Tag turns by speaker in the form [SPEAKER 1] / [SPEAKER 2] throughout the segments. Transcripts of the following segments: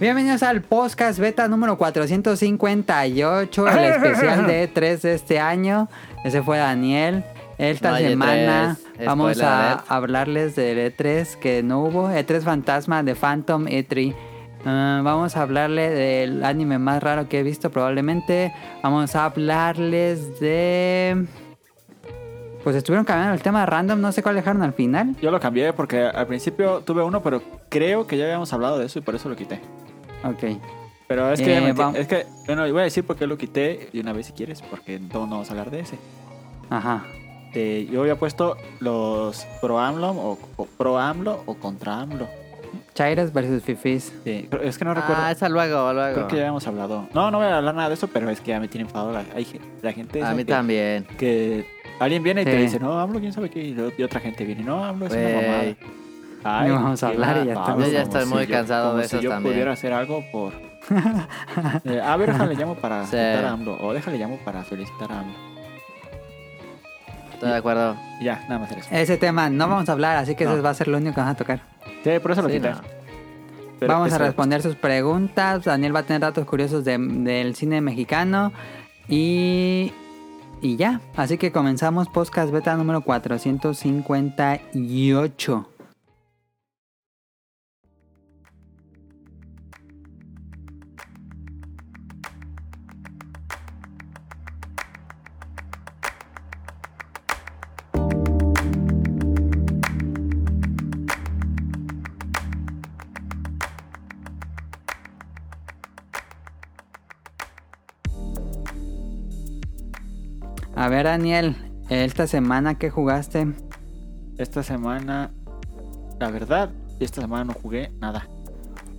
[SPEAKER 1] Bienvenidos al podcast beta número 458, el especial de E3 de este año. Ese fue Daniel. Esta
[SPEAKER 2] No hay
[SPEAKER 1] semana
[SPEAKER 2] E3,
[SPEAKER 1] vamos
[SPEAKER 2] spoiler
[SPEAKER 1] a
[SPEAKER 2] alert.
[SPEAKER 1] hablarles del E3 que no hubo, E3 Fantasma de Phantom E3. Ah, vamos a hablarle del anime más raro que he visto probablemente. Vamos a hablarles de... Pues estuvieron cambiando el tema random, no sé cuál dejaron al final.
[SPEAKER 3] Yo lo cambié porque al principio tuve uno, pero creo que ya habíamos hablado de eso y por eso lo quité.
[SPEAKER 1] Ok.
[SPEAKER 3] Pero es que,
[SPEAKER 1] Eh,
[SPEAKER 3] me ti-
[SPEAKER 1] va-
[SPEAKER 3] es que bueno, voy a decir por qué lo quité de una vez si quieres, porque no, no vamos a hablar de ese.
[SPEAKER 1] Ajá.
[SPEAKER 3] Eh, yo había puesto los pro AMLO o, o pro AMLO o contra AMLO.
[SPEAKER 1] Chairas versus Fifis.
[SPEAKER 3] Eh, pero es que no recuerdo.
[SPEAKER 2] Ah, esa luego, luego.
[SPEAKER 3] Creo que ya habíamos hablado. No, no voy a hablar nada de eso, pero es que ya me tiene enfadado la, hay gen- la gente. esa
[SPEAKER 2] A mí
[SPEAKER 3] que,
[SPEAKER 2] también.
[SPEAKER 3] que alguien viene y te
[SPEAKER 1] Sí.
[SPEAKER 3] dice, no, AMLO, quién sabe qué. Y, lo- y otra gente viene, no, AMLO es
[SPEAKER 2] Güey.
[SPEAKER 3] una mamada. Ay,
[SPEAKER 1] No vamos a
[SPEAKER 3] qué
[SPEAKER 1] hablar y ya
[SPEAKER 3] babos,
[SPEAKER 1] estamos- Yo
[SPEAKER 2] ya
[SPEAKER 3] como
[SPEAKER 2] estoy muy
[SPEAKER 3] yo-
[SPEAKER 2] cansado
[SPEAKER 3] como
[SPEAKER 2] de esos
[SPEAKER 3] si yo
[SPEAKER 2] también.
[SPEAKER 3] pudiera hacer algo por... Eh, a ver, déjale llamo para
[SPEAKER 2] Sí.
[SPEAKER 3] felicitar a AMLO. O déjale llamo para felicitar a AMLO.
[SPEAKER 2] Estoy de acuerdo.
[SPEAKER 3] Y ya, nada más era eso.
[SPEAKER 1] Ese tema no vamos a hablar, así que
[SPEAKER 3] No.
[SPEAKER 1] ese va a ser lo único que vamos a tocar.
[SPEAKER 3] Sí, por eso lo
[SPEAKER 2] Sí,
[SPEAKER 3] quité.
[SPEAKER 2] no.
[SPEAKER 3] Pero
[SPEAKER 1] vamos a
[SPEAKER 3] eso-
[SPEAKER 1] responder sus preguntas. Daniel va a tener datos curiosos de- del cine mexicano. Y, y ya. Así que comenzamos podcast beta número 458. A ver, Daniel, esta semana que jugaste,
[SPEAKER 3] Esta semana, la verdad, esta semana no jugué nada.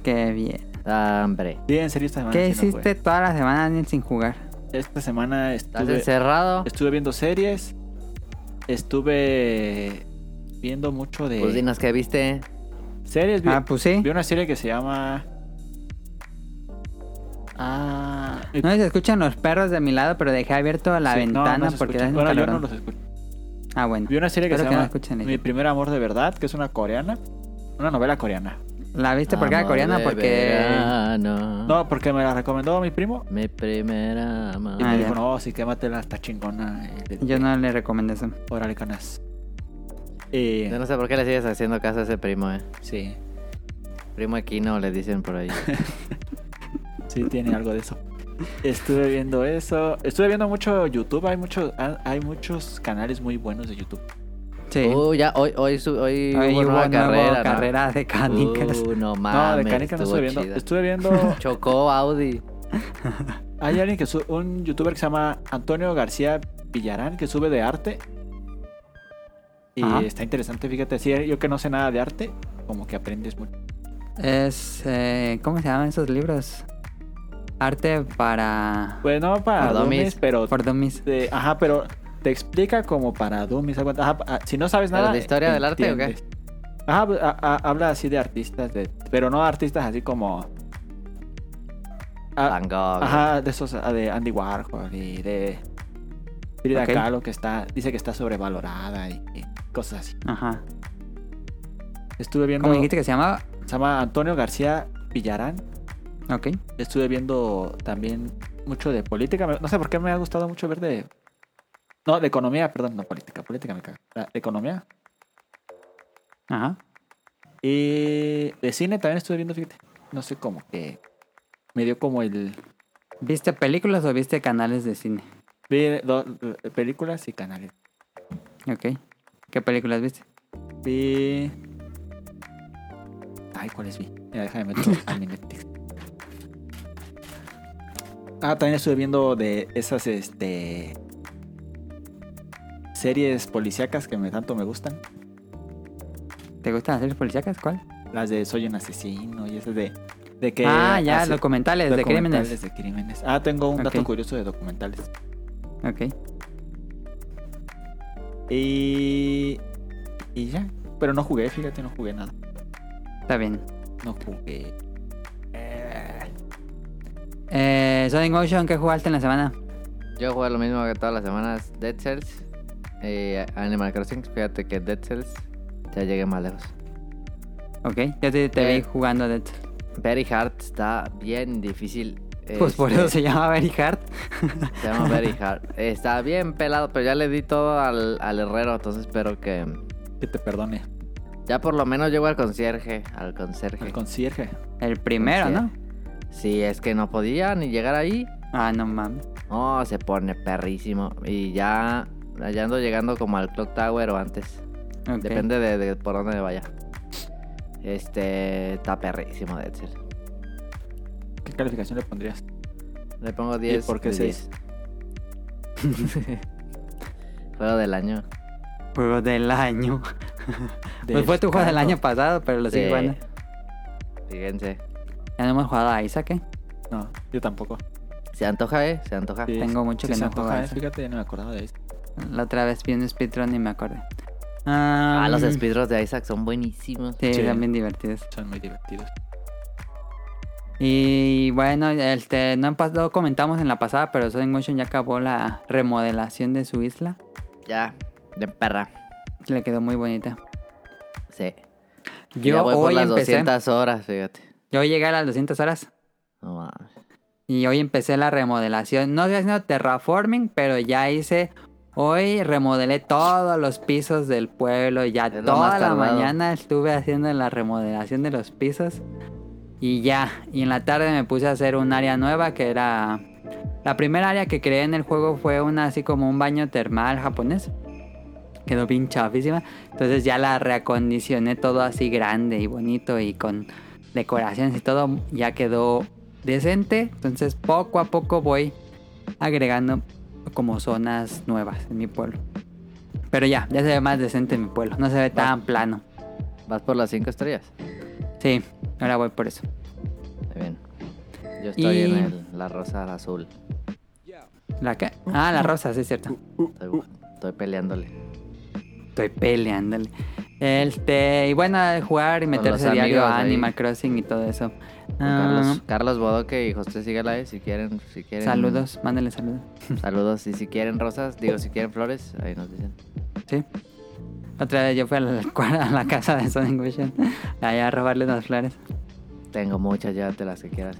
[SPEAKER 1] qué bien.
[SPEAKER 2] Ah, hombre.
[SPEAKER 3] Sí, en serio, esta semana
[SPEAKER 1] ¿Qué
[SPEAKER 3] sí no jugué.
[SPEAKER 1] hiciste toda la semana, Daniel, sin jugar?
[SPEAKER 3] Esta semana
[SPEAKER 2] ¿Estás
[SPEAKER 3] estuve...
[SPEAKER 2] encerrado?
[SPEAKER 3] Estuve viendo series. Estuve viendo mucho de
[SPEAKER 2] Pues dinos que viste.
[SPEAKER 3] series. Vi,
[SPEAKER 1] Ah, pues sí.
[SPEAKER 3] vi una serie que se llama. Ah.
[SPEAKER 1] No se escuchan los perros de mi lado, pero dejé abierto la
[SPEAKER 3] sí, no, no
[SPEAKER 1] ventana
[SPEAKER 3] se
[SPEAKER 1] porque
[SPEAKER 3] escuchan.
[SPEAKER 1] hace un
[SPEAKER 3] Bueno, yo no
[SPEAKER 1] calorón.
[SPEAKER 3] los escucho.
[SPEAKER 1] Ah, bueno.
[SPEAKER 3] Vi una serie que
[SPEAKER 1] Espero
[SPEAKER 3] se
[SPEAKER 1] que no
[SPEAKER 3] llama
[SPEAKER 1] escuchen ellos.
[SPEAKER 3] Mi primer amor de verdad, que es una coreana. Una novela coreana.
[SPEAKER 1] La viste porque era
[SPEAKER 2] Amor
[SPEAKER 1] coreana,
[SPEAKER 2] Ah, de
[SPEAKER 1] porque...
[SPEAKER 2] verano,
[SPEAKER 3] No, porque me la recomendó mi primo.
[SPEAKER 2] Mi primera amor.
[SPEAKER 3] Y
[SPEAKER 1] Ah,
[SPEAKER 3] me
[SPEAKER 1] ya.
[SPEAKER 3] dijo, no, sí, quématela, está chingona. eh,
[SPEAKER 1] Yo no le recomendé eso.
[SPEAKER 3] Órale, canas. Eh,
[SPEAKER 2] Yo no sé por qué le sigues haciendo caso a ese primo, eh.
[SPEAKER 3] Sí.
[SPEAKER 2] Primo Aquino le dicen por ahí.
[SPEAKER 3] Sí, tiene algo de eso. Estuve viendo eso. Estuve viendo mucho YouTube. Hay, muchos hay muchos canales muy buenos de YouTube.
[SPEAKER 1] Sí.
[SPEAKER 2] Uh, ya, hoy, hoy, su- hoy,
[SPEAKER 1] Ahí
[SPEAKER 2] hubo
[SPEAKER 1] hubo
[SPEAKER 2] nueva
[SPEAKER 1] nueva
[SPEAKER 2] carrera. ¿no?
[SPEAKER 1] carrera de canicas.
[SPEAKER 2] Uh, no mames.
[SPEAKER 3] no, de Canica no
[SPEAKER 2] estuvo
[SPEAKER 3] estuve viendo.
[SPEAKER 2] chida.
[SPEAKER 3] Estuve viendo.
[SPEAKER 2] Chocó Audi.
[SPEAKER 3] Hay alguien que sube. Un youtuber que se llama Antonio García Villarán que sube de arte. Y
[SPEAKER 1] Ajá.
[SPEAKER 3] está interesante, fíjate. Sí, yo que no sé nada de arte, como que aprendes mucho.
[SPEAKER 1] Es. eh, ¿Cómo se llaman esos libros? Arte para.
[SPEAKER 3] Pues no para
[SPEAKER 2] Para dummies.
[SPEAKER 3] dummies, pero.
[SPEAKER 1] For dummies.
[SPEAKER 3] te- Este, ajá, pero te explica como para dummies. algo- ajá, ah, si no sabes
[SPEAKER 2] ¿Pero
[SPEAKER 3] nada.
[SPEAKER 2] de historia del arte o qué?
[SPEAKER 3] entiendes. Ajá, pues, a- a- habla así de artistas, de, pero no artistas así como. Ah,
[SPEAKER 2] Van Gogh.
[SPEAKER 3] Ajá, de esos, ah, de Andy Warhol y de Frida
[SPEAKER 1] Ok.
[SPEAKER 3] Kahlo que está, dice que está sobrevalorada y, y cosas así.
[SPEAKER 1] Ajá.
[SPEAKER 3] Estuve viendo,
[SPEAKER 1] ¿Cómo dijiste que se llamaba?
[SPEAKER 3] se llama Antonio García Villarán.
[SPEAKER 1] Ok.
[SPEAKER 3] Estuve viendo también mucho de política, me- no sé por qué me ha gustado mucho ver de, no, de economía, perdón, no política, política me caga, La- de economía.
[SPEAKER 1] Ajá.
[SPEAKER 3] Y de cine también estuve viendo, fíjate, no sé cómo que me dio como el,
[SPEAKER 1] ¿Viste películas o viste canales de cine?
[SPEAKER 3] vi do- películas y canales.
[SPEAKER 1] Ok. ¿Qué películas viste?
[SPEAKER 3] Vi. Ay, ¿cuáles vi? Mira, déjame meter a mi Netflix. Ah, también estuve viendo de esas este series policíacas que me tanto me gustan.
[SPEAKER 1] ¿Te gustan las series policíacas? ¿Cuál?
[SPEAKER 3] Las de Soy un asesino y esas de, de que
[SPEAKER 1] ah, ya,
[SPEAKER 3] hace
[SPEAKER 1] documentales,
[SPEAKER 3] documentales de crímenes. Ah, tengo un dato
[SPEAKER 1] Ok.
[SPEAKER 3] curioso de documentales.
[SPEAKER 1] de crímenes.
[SPEAKER 3] Y y ya, pero no jugué, fíjate, no jugué nada.
[SPEAKER 1] Ok. Está bien.
[SPEAKER 3] No jugué.
[SPEAKER 1] Eh, Sonic Motion, ¿qué jugaste en la semana?
[SPEAKER 2] Yo juego lo mismo que todas las semanas. Dead Cells. Y Animal Crossing. Fíjate que Dead Cells. Ya llegué más lejos.
[SPEAKER 1] Ok. Yo te, te
[SPEAKER 2] Eh.
[SPEAKER 1] vi jugando de hecho.
[SPEAKER 2] Very Hard está bien difícil.
[SPEAKER 1] Pues por
[SPEAKER 2] Este,
[SPEAKER 1] eso se llama Very Hard.
[SPEAKER 2] Se llama Very Hard. Está bien pelado, pero ya le di todo al, al herrero, entonces espero que...
[SPEAKER 4] Que te perdone.
[SPEAKER 2] Ya por lo menos llego al concierge, al conserje.
[SPEAKER 4] Al concierge.
[SPEAKER 1] El primero, ¿no?
[SPEAKER 2] Sí, es que no podía ni llegar ahí.
[SPEAKER 1] Ah, no mames.
[SPEAKER 2] No, se pone perrísimo. Y ya, ya ando llegando como al Clock Tower o antes.
[SPEAKER 1] Ok.
[SPEAKER 2] Depende de, de por dónde vaya. Este, está perrísimo de Edsel.
[SPEAKER 4] ¿Qué calificación le pondrías?
[SPEAKER 2] Le pongo 10.
[SPEAKER 4] por qué
[SPEAKER 2] de
[SPEAKER 4] seis?
[SPEAKER 2] 10. Juego del año.
[SPEAKER 1] Juego del año.
[SPEAKER 4] Del
[SPEAKER 1] pues fue tu juego del
[SPEAKER 4] canto.
[SPEAKER 1] año pasado, pero lo sigo
[SPEAKER 2] Sí.
[SPEAKER 1] jugando.
[SPEAKER 2] Fíjense.
[SPEAKER 1] Ya no hemos jugado a Isaac, ¿eh?
[SPEAKER 4] No, yo tampoco.
[SPEAKER 2] Se antoja, ¿eh? Se antoja.
[SPEAKER 4] Sí,
[SPEAKER 1] Ah, Tengo mucho
[SPEAKER 4] sí
[SPEAKER 1] que
[SPEAKER 4] se
[SPEAKER 1] no
[SPEAKER 4] antoja,
[SPEAKER 1] juego a
[SPEAKER 4] ¿eh?
[SPEAKER 1] eso.
[SPEAKER 4] Fíjate, ya no me acordaba de eso.
[SPEAKER 1] La otra vez vi un speedrun y me acordé.
[SPEAKER 2] Ah, los
[SPEAKER 1] Am,
[SPEAKER 2] speedruns de Isaac son buenísimos.
[SPEAKER 1] Mm. Sí,
[SPEAKER 4] Sí.
[SPEAKER 1] también divertidos.
[SPEAKER 4] Son muy divertidos.
[SPEAKER 1] Y bueno, este, no, pas- lo comentamos en la pasada, pero Sonic Motion ya acabó la remodelación de su isla.
[SPEAKER 2] Ya, de perra.
[SPEAKER 1] Le quedó muy bonita.
[SPEAKER 2] Sí. ya
[SPEAKER 1] Yo
[SPEAKER 2] voy por
[SPEAKER 1] hoy
[SPEAKER 2] las
[SPEAKER 1] empecé.
[SPEAKER 2] 200 horas, fíjate.
[SPEAKER 1] Yo llegué a las 200 horas.
[SPEAKER 2] No mames.
[SPEAKER 1] Y hoy empecé la remodelación. No estoy haciendo terraforming, pero ya hice. Hoy remodelé todos los pisos del pueblo. Ya
[SPEAKER 2] Es lo
[SPEAKER 1] toda
[SPEAKER 2] más
[SPEAKER 1] la
[SPEAKER 2] tardado.
[SPEAKER 1] mañana estuve haciendo la remodelación de los pisos. Y ya. Y en la tarde me puse a hacer un área nueva que era. La primera área que creé en el juego fue una así como un baño termal japonés. Quedó bien chafísima. Entonces ya la reacondicioné todo así grande y bonito y con decoraciones y todo. Ya quedó decente. Entonces poco a poco voy agregando como zonas nuevas en mi pueblo. Pero ya, ya se ve más decente mi pueblo. No se ve tan plano.
[SPEAKER 2] Vas por las 5 estrellas.
[SPEAKER 1] Sí, ahora voy por eso.
[SPEAKER 2] Está bien. Yo estoy
[SPEAKER 1] Y-
[SPEAKER 2] en el- la rosa azul.
[SPEAKER 1] La que... Ah, la rosa, sí es cierto.
[SPEAKER 2] Estoy, estoy peleándole.
[SPEAKER 1] Estoy peleándole. Este, y bueno, jugar y meterse
[SPEAKER 2] los
[SPEAKER 1] diario a
[SPEAKER 2] amigos ahí.
[SPEAKER 1] Animal Crossing y todo eso.
[SPEAKER 2] Con
[SPEAKER 1] Ah,
[SPEAKER 2] Carlos, Carlos Bodoque y José Sigalae, si quieren, si quieren.
[SPEAKER 1] saludos, mándale saludos.
[SPEAKER 2] Saludos. Y si quieren rosas, digo, si quieren flores, ahí nos dicen.
[SPEAKER 1] Sí. Otra vez yo fui a la, a la casa de Sonic Motion allá a robarle las flores.
[SPEAKER 2] Tengo muchas, llévate las que quieras.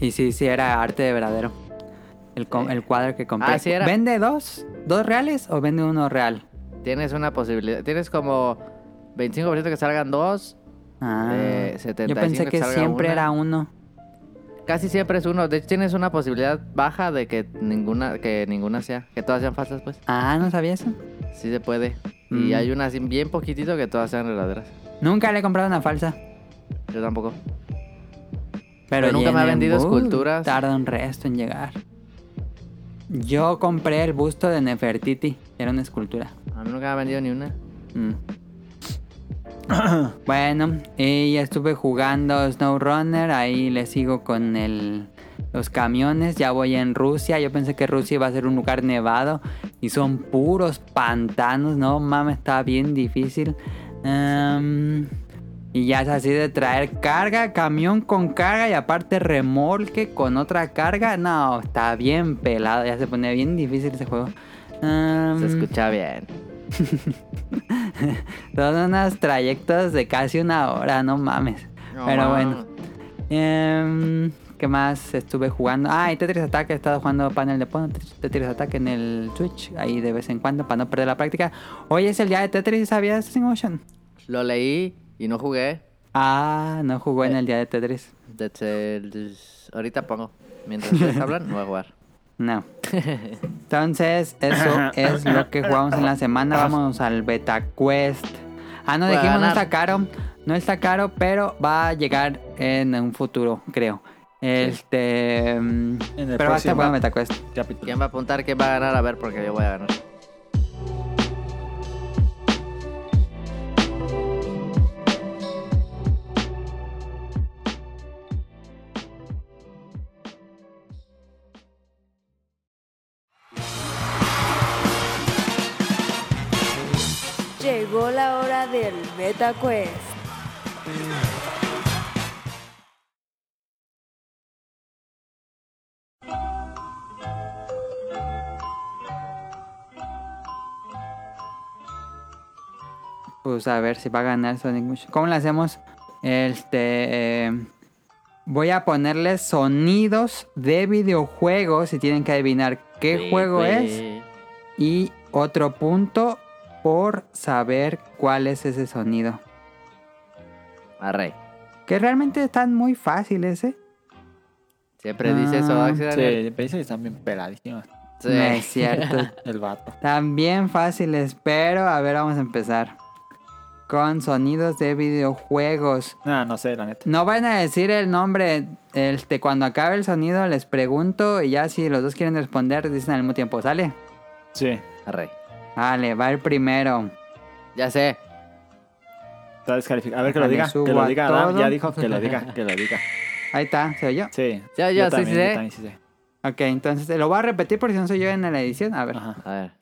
[SPEAKER 1] Y sí, sí, era arte de verdadero. El, com-
[SPEAKER 2] Sí.
[SPEAKER 1] el cuadro que compré.
[SPEAKER 2] Eh, Ah, sí era.
[SPEAKER 1] ¿Vende dos? ¿Dos reales o vende uno real?
[SPEAKER 2] Tienes una posibilidad. Tienes como 25% que salgan dos.
[SPEAKER 1] Ah,
[SPEAKER 2] Eh,
[SPEAKER 1] yo
[SPEAKER 2] 75
[SPEAKER 1] pensé
[SPEAKER 2] que
[SPEAKER 1] que
[SPEAKER 2] salga
[SPEAKER 1] siempre
[SPEAKER 2] una.
[SPEAKER 1] era uno.
[SPEAKER 2] Casi siempre es uno. De hecho, tienes una posibilidad baja de que ninguna, que ninguna sea. Que todas sean falsas, pues.
[SPEAKER 1] Ah, no sabía eso.
[SPEAKER 2] Sí se puede.
[SPEAKER 1] Mm.
[SPEAKER 2] Y hay unas bien poquitito que todas sean verdaderas.
[SPEAKER 1] Nunca le he comprado una falsa.
[SPEAKER 2] Yo tampoco.
[SPEAKER 1] Pero,
[SPEAKER 2] Pero nunca me ha
[SPEAKER 1] llenen
[SPEAKER 2] vendido
[SPEAKER 1] bus,
[SPEAKER 2] esculturas.
[SPEAKER 1] Tarda un resto en llegar. Yo compré el busto de Nefertiti. Era una escultura.
[SPEAKER 2] A mí nunca me ha vendido ni una.
[SPEAKER 1] Mm. bueno, y ya estuve jugando SnowRunner. Ahí le sigo con el, los camiones. Ya voy en Rusia. Yo pensé que Rusia iba a ser un lugar nevado. Y son puros pantanos. No mames, está bien difícil. Em, y ya es así de traer carga, camión con carga y aparte remolque con otra carga. No, está bien pelado. Ya se pone bien difícil ese juego. Em,
[SPEAKER 2] Se escucha bien.
[SPEAKER 1] son unos trayectos de casi una hora, no mames.
[SPEAKER 2] No
[SPEAKER 1] Pero
[SPEAKER 2] mames.
[SPEAKER 1] bueno. Em, ¿Qué más estuve jugando? Ah, y Tetris Attack, he estado jugando panel de pono, Tetris Attack en el Switch, ahí de vez en cuando, para no perder la práctica. Hoy es el día de Tetris, ¿sabías, Sin Ocean?
[SPEAKER 2] Lo leí y no jugué.
[SPEAKER 1] Ah, no jugó en el día de Tetris.
[SPEAKER 2] Desde el- Ahorita pongo. Mientras ustedes hablan, voy a jugar.
[SPEAKER 1] No. Entonces, eso es lo que jugamos en la semana. Vamos al Beta Quest. Ah, no
[SPEAKER 2] Voy a
[SPEAKER 1] dijimos, no
[SPEAKER 2] ganar.
[SPEAKER 1] está caro. No está caro, pero va a llegar en un futuro, creo. Este. mm,
[SPEAKER 4] En el
[SPEAKER 1] pero va a
[SPEAKER 4] próximo.
[SPEAKER 1] estar bueno Beta Quest.
[SPEAKER 4] Capítulo.
[SPEAKER 2] ¿Quién va a apuntar? ¿Quién va a ganar? A ver, porque yo voy a ganar.
[SPEAKER 5] Llegó la hora del Meta Quest.
[SPEAKER 1] Pues a ver si va a ganar Sonic Motion. ¿Cómo le hacemos? Este. eh, voy a ponerles sonidos de videojuegos y tienen que adivinar qué
[SPEAKER 2] Sí,
[SPEAKER 1] juego
[SPEAKER 2] pues.
[SPEAKER 1] es. Y otro punto por saber cuál es ese sonido.
[SPEAKER 2] Arre.
[SPEAKER 1] Que realmente están muy fáciles, ¿eh?
[SPEAKER 2] Siempre dice eso,
[SPEAKER 1] Ah,
[SPEAKER 2] Axel. Daniel.
[SPEAKER 3] Sí, parece que están bien peladísimas.
[SPEAKER 2] Sí.
[SPEAKER 1] No es cierto.
[SPEAKER 3] El vato.
[SPEAKER 1] También fáciles, pero a ver, vamos a empezar. Con sonidos de videojuegos.
[SPEAKER 3] No, Ah, no sé, la neta.
[SPEAKER 1] No van a decir el nombre. Este, cuando acabe el sonido les pregunto y ya si los dos quieren responder dicen al mismo tiempo. ¿Sale?
[SPEAKER 3] Sí.
[SPEAKER 2] Arre.
[SPEAKER 1] Vale, va el primero.
[SPEAKER 2] Ya sé.
[SPEAKER 3] Está descalificado. A ver que lo
[SPEAKER 1] Déjame
[SPEAKER 3] diga.
[SPEAKER 1] subo
[SPEAKER 3] Que lo
[SPEAKER 1] a
[SPEAKER 3] diga Adam.
[SPEAKER 1] todo.
[SPEAKER 3] Ya dijo que lo diga. Que lo diga.
[SPEAKER 1] Ahí está, ¿se oyó?
[SPEAKER 3] Sí.
[SPEAKER 2] Sí, yo sí
[SPEAKER 3] también,
[SPEAKER 2] sé.
[SPEAKER 3] yo también sí sé.
[SPEAKER 1] Ok, entonces lo voy a repetir porque si no soy yo en la edición. A ver,
[SPEAKER 3] Ajá.
[SPEAKER 2] A ver.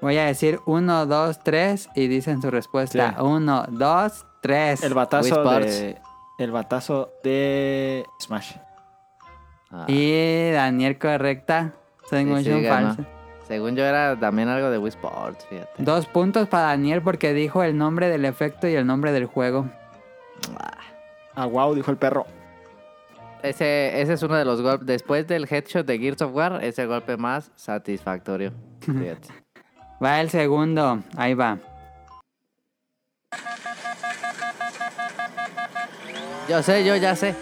[SPEAKER 1] voy a decir 1, 2, 3 y dicen su respuesta.
[SPEAKER 3] Sí.
[SPEAKER 1] 1, 2, 3.
[SPEAKER 3] El batazo
[SPEAKER 2] pues, Wii Sports.
[SPEAKER 3] de... El batazo de Smash.
[SPEAKER 2] Ah,
[SPEAKER 1] Y Daniel correcta. Son
[SPEAKER 2] Sí,
[SPEAKER 1] mucho
[SPEAKER 2] sí, ganó.
[SPEAKER 1] falso.
[SPEAKER 2] Según yo era también algo de Wii Sports, fíjate.
[SPEAKER 1] Dos puntos para Daniel porque dijo el nombre del efecto y el nombre del juego.
[SPEAKER 3] Ah, wow, dijo el perro.
[SPEAKER 2] Ese, ese es uno de los golpes. Después del headshot de Gears of War, es el golpe más satisfactorio. Fíjate.
[SPEAKER 1] Va el segundo. Ahí va.
[SPEAKER 2] Yo sé, yo ya sé.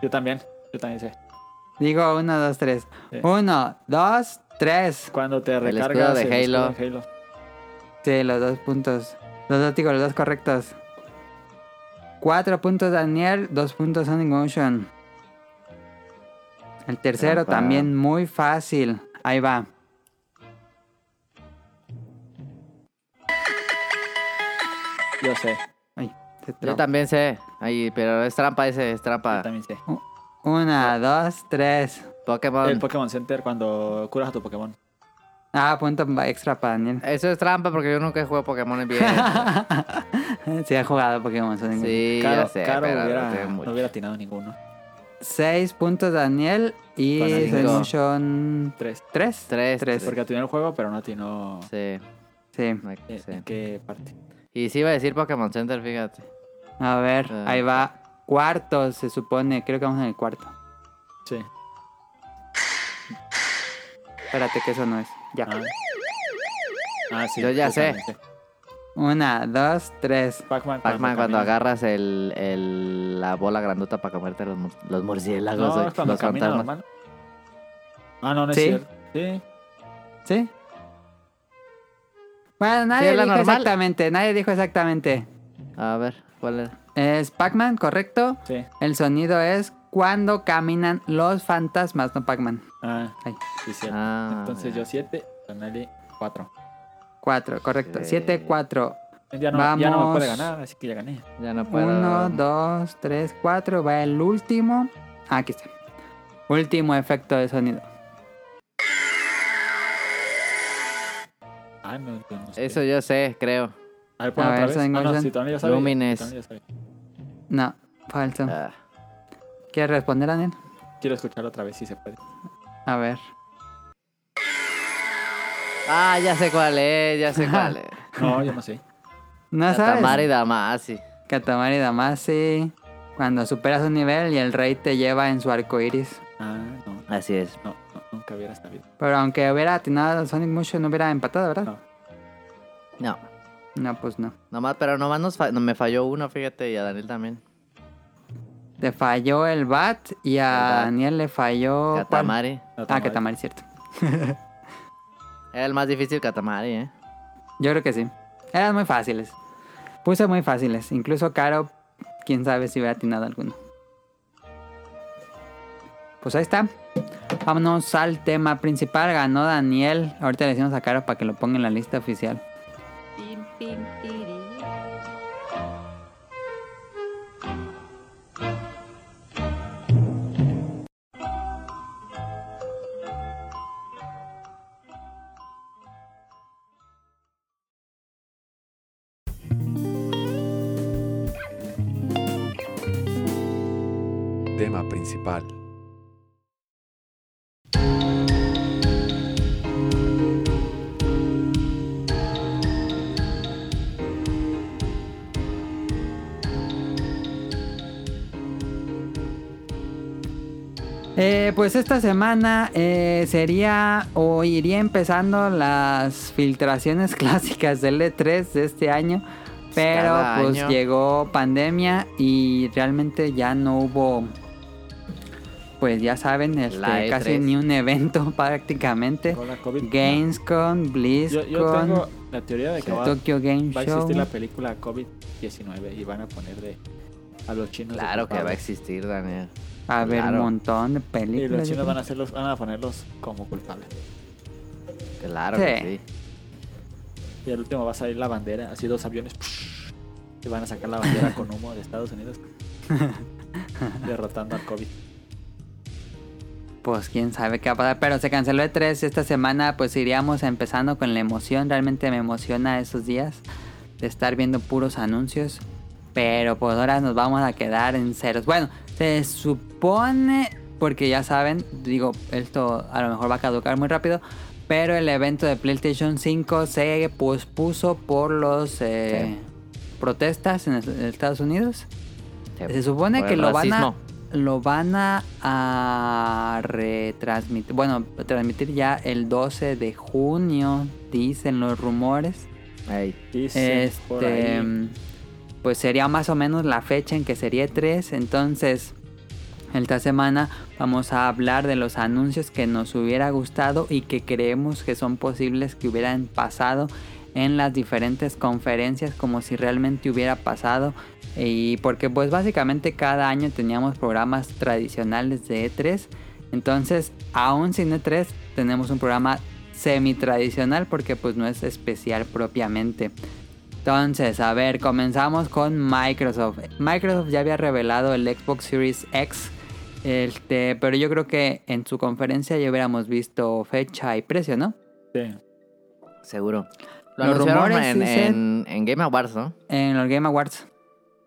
[SPEAKER 3] Yo también. Yo también sé.
[SPEAKER 1] Digo 1, 2, 3.
[SPEAKER 3] Sí.
[SPEAKER 1] 1, 2, 3.
[SPEAKER 3] Cuando te
[SPEAKER 2] escudo
[SPEAKER 3] recargas
[SPEAKER 2] de
[SPEAKER 3] el escudo
[SPEAKER 2] Halo.
[SPEAKER 3] de Halo.
[SPEAKER 1] Sí, los dos puntos. Los dos, digo, los dos correctos. Cuatro puntos Daniel, dos puntos Sonic Motion. El tercero
[SPEAKER 2] Trampa.
[SPEAKER 1] también muy fácil. Ahí va.
[SPEAKER 3] Yo sé.
[SPEAKER 1] Ay, se
[SPEAKER 2] Yo
[SPEAKER 1] trabó.
[SPEAKER 2] también sé. Ay, pero es trampa ese, es
[SPEAKER 3] Yo
[SPEAKER 2] trampa.
[SPEAKER 3] también sé.
[SPEAKER 1] Una, dos, tres.
[SPEAKER 2] Pokémon.
[SPEAKER 3] El Pokémon Center cuando curas a tu Pokémon.
[SPEAKER 1] Ah, punto extra para Daniel.
[SPEAKER 2] Eso es trampa porque yo nunca he jugado Pokémon en bien.
[SPEAKER 1] Se ha jugado Pokémon Sonic Motion.
[SPEAKER 2] Sí,
[SPEAKER 3] Caro,
[SPEAKER 2] ya sé,
[SPEAKER 3] Caro
[SPEAKER 2] pero no
[SPEAKER 3] hubiera,
[SPEAKER 2] tiene
[SPEAKER 3] no,
[SPEAKER 2] mucho.
[SPEAKER 3] hubiera atinado ninguno.
[SPEAKER 1] Seis puntos Daniel y
[SPEAKER 3] Para
[SPEAKER 1] Sonic
[SPEAKER 2] cinco.
[SPEAKER 1] Motion
[SPEAKER 3] Tres.
[SPEAKER 1] tres.
[SPEAKER 2] Tres,
[SPEAKER 1] Tres.
[SPEAKER 2] tres.
[SPEAKER 3] Porque atinó el juego, pero no atinó
[SPEAKER 2] Sí,
[SPEAKER 1] Sí.
[SPEAKER 2] no hay-
[SPEAKER 3] eh,
[SPEAKER 2] sí.
[SPEAKER 3] en qué parte.
[SPEAKER 2] Y sí iba a decir Pokémon Center, fíjate.
[SPEAKER 1] A ver,
[SPEAKER 2] Ah.
[SPEAKER 1] ahí va. Cuarto, se supone. Creo que vamos en el cuarto.
[SPEAKER 3] Sí.
[SPEAKER 1] Espérate, que eso no es. Ya.
[SPEAKER 3] Ah, Ah, sí.
[SPEAKER 2] Yo ya sé.
[SPEAKER 3] también
[SPEAKER 1] Una, dos, tres.
[SPEAKER 3] Pac-Man
[SPEAKER 2] Pac-Man cuando
[SPEAKER 3] camina.
[SPEAKER 2] agarras el, el- la bola grandota para comerte los, mur- los murciélagos,
[SPEAKER 3] No,
[SPEAKER 2] eh,
[SPEAKER 3] es cuando
[SPEAKER 2] los
[SPEAKER 3] camina
[SPEAKER 2] fantasmas.
[SPEAKER 3] normal. Ah, no, no es
[SPEAKER 1] Sí.
[SPEAKER 3] cierto. Sí.
[SPEAKER 1] ¿Sí? Bueno, nadie
[SPEAKER 2] es la
[SPEAKER 1] dijo
[SPEAKER 2] normal.
[SPEAKER 1] exactamente. Nadie dijo exactamente.
[SPEAKER 2] A ver, ¿cuál era?
[SPEAKER 1] Es Pac-Man, correcto.
[SPEAKER 3] Sí.
[SPEAKER 1] El sonido es cuando caminan los fantasmas, no Pac-Man.
[SPEAKER 3] Ah,
[SPEAKER 1] Ay.
[SPEAKER 3] sí, cierto.
[SPEAKER 2] Ah,
[SPEAKER 3] Entonces
[SPEAKER 2] ya.
[SPEAKER 3] yo 7, Tonali 4.
[SPEAKER 1] Cuatro, correcto.
[SPEAKER 2] Sí.
[SPEAKER 1] Siete, cuatro.
[SPEAKER 3] Ya no, ya no me puede
[SPEAKER 1] Vamos.
[SPEAKER 3] ganar, así que ya gané.
[SPEAKER 2] Ya no puedo.
[SPEAKER 1] Uno, dos, tres, cuatro. Va el último. Ah, aquí está. Último efecto de sonido.
[SPEAKER 3] Ah, no, yo no sé.
[SPEAKER 2] Eso yo sé, creo.
[SPEAKER 3] A ver, pon
[SPEAKER 1] A ver,
[SPEAKER 3] otra vez. Ah,
[SPEAKER 1] Sonic
[SPEAKER 3] no,
[SPEAKER 1] Motion.
[SPEAKER 3] sí, Tonali ya sabe.
[SPEAKER 2] Lumines.
[SPEAKER 3] Tonali ya sabe.
[SPEAKER 1] No, falso.
[SPEAKER 2] Ah,
[SPEAKER 1] ¿Quieres responder, Daniel?
[SPEAKER 3] Quiero escuchar otra vez si se puede.
[SPEAKER 1] A ver.
[SPEAKER 2] Ah, ya sé cuál es, ya sé cuál es.
[SPEAKER 3] No, yo no sé.
[SPEAKER 1] ¿No
[SPEAKER 2] Katamari
[SPEAKER 1] sabes?
[SPEAKER 2] Damacy.
[SPEAKER 1] Katamari Damacy. Cuando superas un nivel y el rey te lleva en su arco iris.
[SPEAKER 3] Ah, no,
[SPEAKER 2] Así es.
[SPEAKER 3] no, no, nunca hubiera sabido.
[SPEAKER 1] Pero aunque hubiera atinado Sonic Motion, no hubiera empatado, ¿verdad?
[SPEAKER 2] No.
[SPEAKER 1] No, pues no.
[SPEAKER 2] Nomás, pero nomás nos fa- me falló uno, fíjate, y a Daniel también.
[SPEAKER 1] Te falló el bat y
[SPEAKER 2] El
[SPEAKER 1] a
[SPEAKER 2] bat.
[SPEAKER 1] Daniel le falló. ¿cuál?
[SPEAKER 2] Katamari.
[SPEAKER 3] No,
[SPEAKER 1] Ah,
[SPEAKER 3] Tonali.
[SPEAKER 1] Katamari, cierto.
[SPEAKER 2] Era el más difícil Katamari, ¿eh?
[SPEAKER 1] Yo creo que sí. Eran muy fáciles. Puse muy fáciles. Incluso Caro, quién sabe si hubiera atinado alguno. Pues ahí está. Vámonos al tema principal. Ganó Daniel. Ahorita le decimos a Caro para que lo ponga en la lista oficial.
[SPEAKER 6] Tema principal.
[SPEAKER 1] Eh, pues esta semana eh, sería o iría empezando las filtraciones clásicas del E3 de este año. Pero
[SPEAKER 2] Cada
[SPEAKER 1] pues
[SPEAKER 2] año.
[SPEAKER 1] llegó pandemia y realmente ya no hubo, pues ya saben, este,
[SPEAKER 2] La E E3.
[SPEAKER 1] casi ni un evento prácticamente.
[SPEAKER 4] Con la COVID.
[SPEAKER 1] Gamescom,
[SPEAKER 4] Yo,
[SPEAKER 1] BlizzCon,
[SPEAKER 4] yo tengo la teoría de que va,
[SPEAKER 1] Tokyo Game
[SPEAKER 4] va a
[SPEAKER 1] Show.
[SPEAKER 4] existir la película COVID-19 y van a poner de a los chinos. de
[SPEAKER 2] Claro que va a
[SPEAKER 4] culpables.
[SPEAKER 2] existir, Daniel.
[SPEAKER 1] A ver,
[SPEAKER 2] Claro.
[SPEAKER 1] un montón de
[SPEAKER 4] Y los
[SPEAKER 1] películas.
[SPEAKER 4] chinos
[SPEAKER 1] yo creo.
[SPEAKER 4] van a, hacerlos, van a ponerlos como culpables.
[SPEAKER 2] Claro
[SPEAKER 1] Sí.
[SPEAKER 2] que sí.
[SPEAKER 4] Y al último va a salir la bandera, así dos aviones. Y van a sacar la bandera con humo de Estados Unidos. derrotando al COVID.
[SPEAKER 1] Pues quién sabe qué va a pasar, pero se canceló el 3 esta semana, pues iríamos empezando con la emoción, realmente me emociona esos días de estar viendo puros anuncios, pero por ahora nos vamos a quedar en ceros. Bueno, se supone, porque ya saben, digo, esto a lo mejor va a caducar muy rápido, pero el evento de PlayStation 5 se pospuso por los eh, protestas en en Estados Unidos. Se supone
[SPEAKER 2] Por
[SPEAKER 1] que
[SPEAKER 2] el
[SPEAKER 1] lo van, a,
[SPEAKER 2] racismo.
[SPEAKER 1] lo van a, a retransmitir. Bueno, transmitir ya el 12 de junio, dicen los rumores.
[SPEAKER 2] Ey,
[SPEAKER 4] Dicen por
[SPEAKER 1] Este,
[SPEAKER 4] ahí,
[SPEAKER 1] pues sería más o menos la fecha en que sería 3. Entonces, esta semana vamos a hablar de los anuncios que nos hubiera gustado y que creemos que son posibles que hubieran pasado en las diferentes conferencias como si realmente hubiera pasado. Y porque pues básicamente cada año teníamos programas tradicionales de E3. Entonces, aún sin E3 tenemos un programa semi tradicional porque pues no es especial propiamente. Entonces, a ver, comenzamos con Microsoft. Microsoft ya había revelado el Xbox Series X, este, pero yo creo que en su conferencia ya hubiéramos visto fecha y precio, ¿no?
[SPEAKER 4] sí.
[SPEAKER 2] seguro. Lo
[SPEAKER 1] Los
[SPEAKER 2] anunciaron
[SPEAKER 1] rumores
[SPEAKER 2] en,
[SPEAKER 1] dicen-
[SPEAKER 2] en, en Game Awards, ¿no?
[SPEAKER 1] En los Game Awards.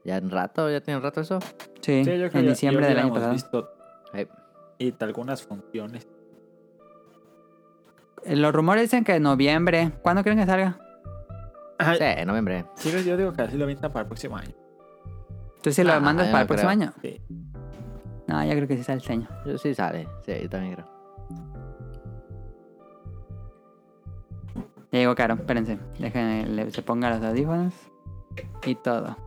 [SPEAKER 2] Ya en rato, ya tiene rato eso.
[SPEAKER 4] Sí, yo
[SPEAKER 1] Sí,
[SPEAKER 4] creo que
[SPEAKER 1] en
[SPEAKER 4] ya-
[SPEAKER 1] diciembre
[SPEAKER 4] ya
[SPEAKER 1] del año
[SPEAKER 4] hubiéramos
[SPEAKER 1] pasado.
[SPEAKER 4] visto
[SPEAKER 2] Ey,
[SPEAKER 4] y algunas funciones.
[SPEAKER 1] Eh, Los rumores dicen que en noviembre. ¿Cuándo creen que salga?
[SPEAKER 4] Ay.
[SPEAKER 2] sí, en noviembre.
[SPEAKER 4] Sí, yo digo que así lo avientan para el próximo año.
[SPEAKER 1] ¿Tú sí lo
[SPEAKER 2] Ah,
[SPEAKER 1] mandas
[SPEAKER 2] yo
[SPEAKER 1] para
[SPEAKER 2] no
[SPEAKER 1] el próximo
[SPEAKER 2] creo.
[SPEAKER 1] año?
[SPEAKER 4] Sí.
[SPEAKER 1] No, yo creo que sí sale este año.
[SPEAKER 2] Yo sí sale. Sí, yo también creo.
[SPEAKER 1] Ya llegó Caro, espérense. Déjenme, le- se ponga los audífonos. Y todo.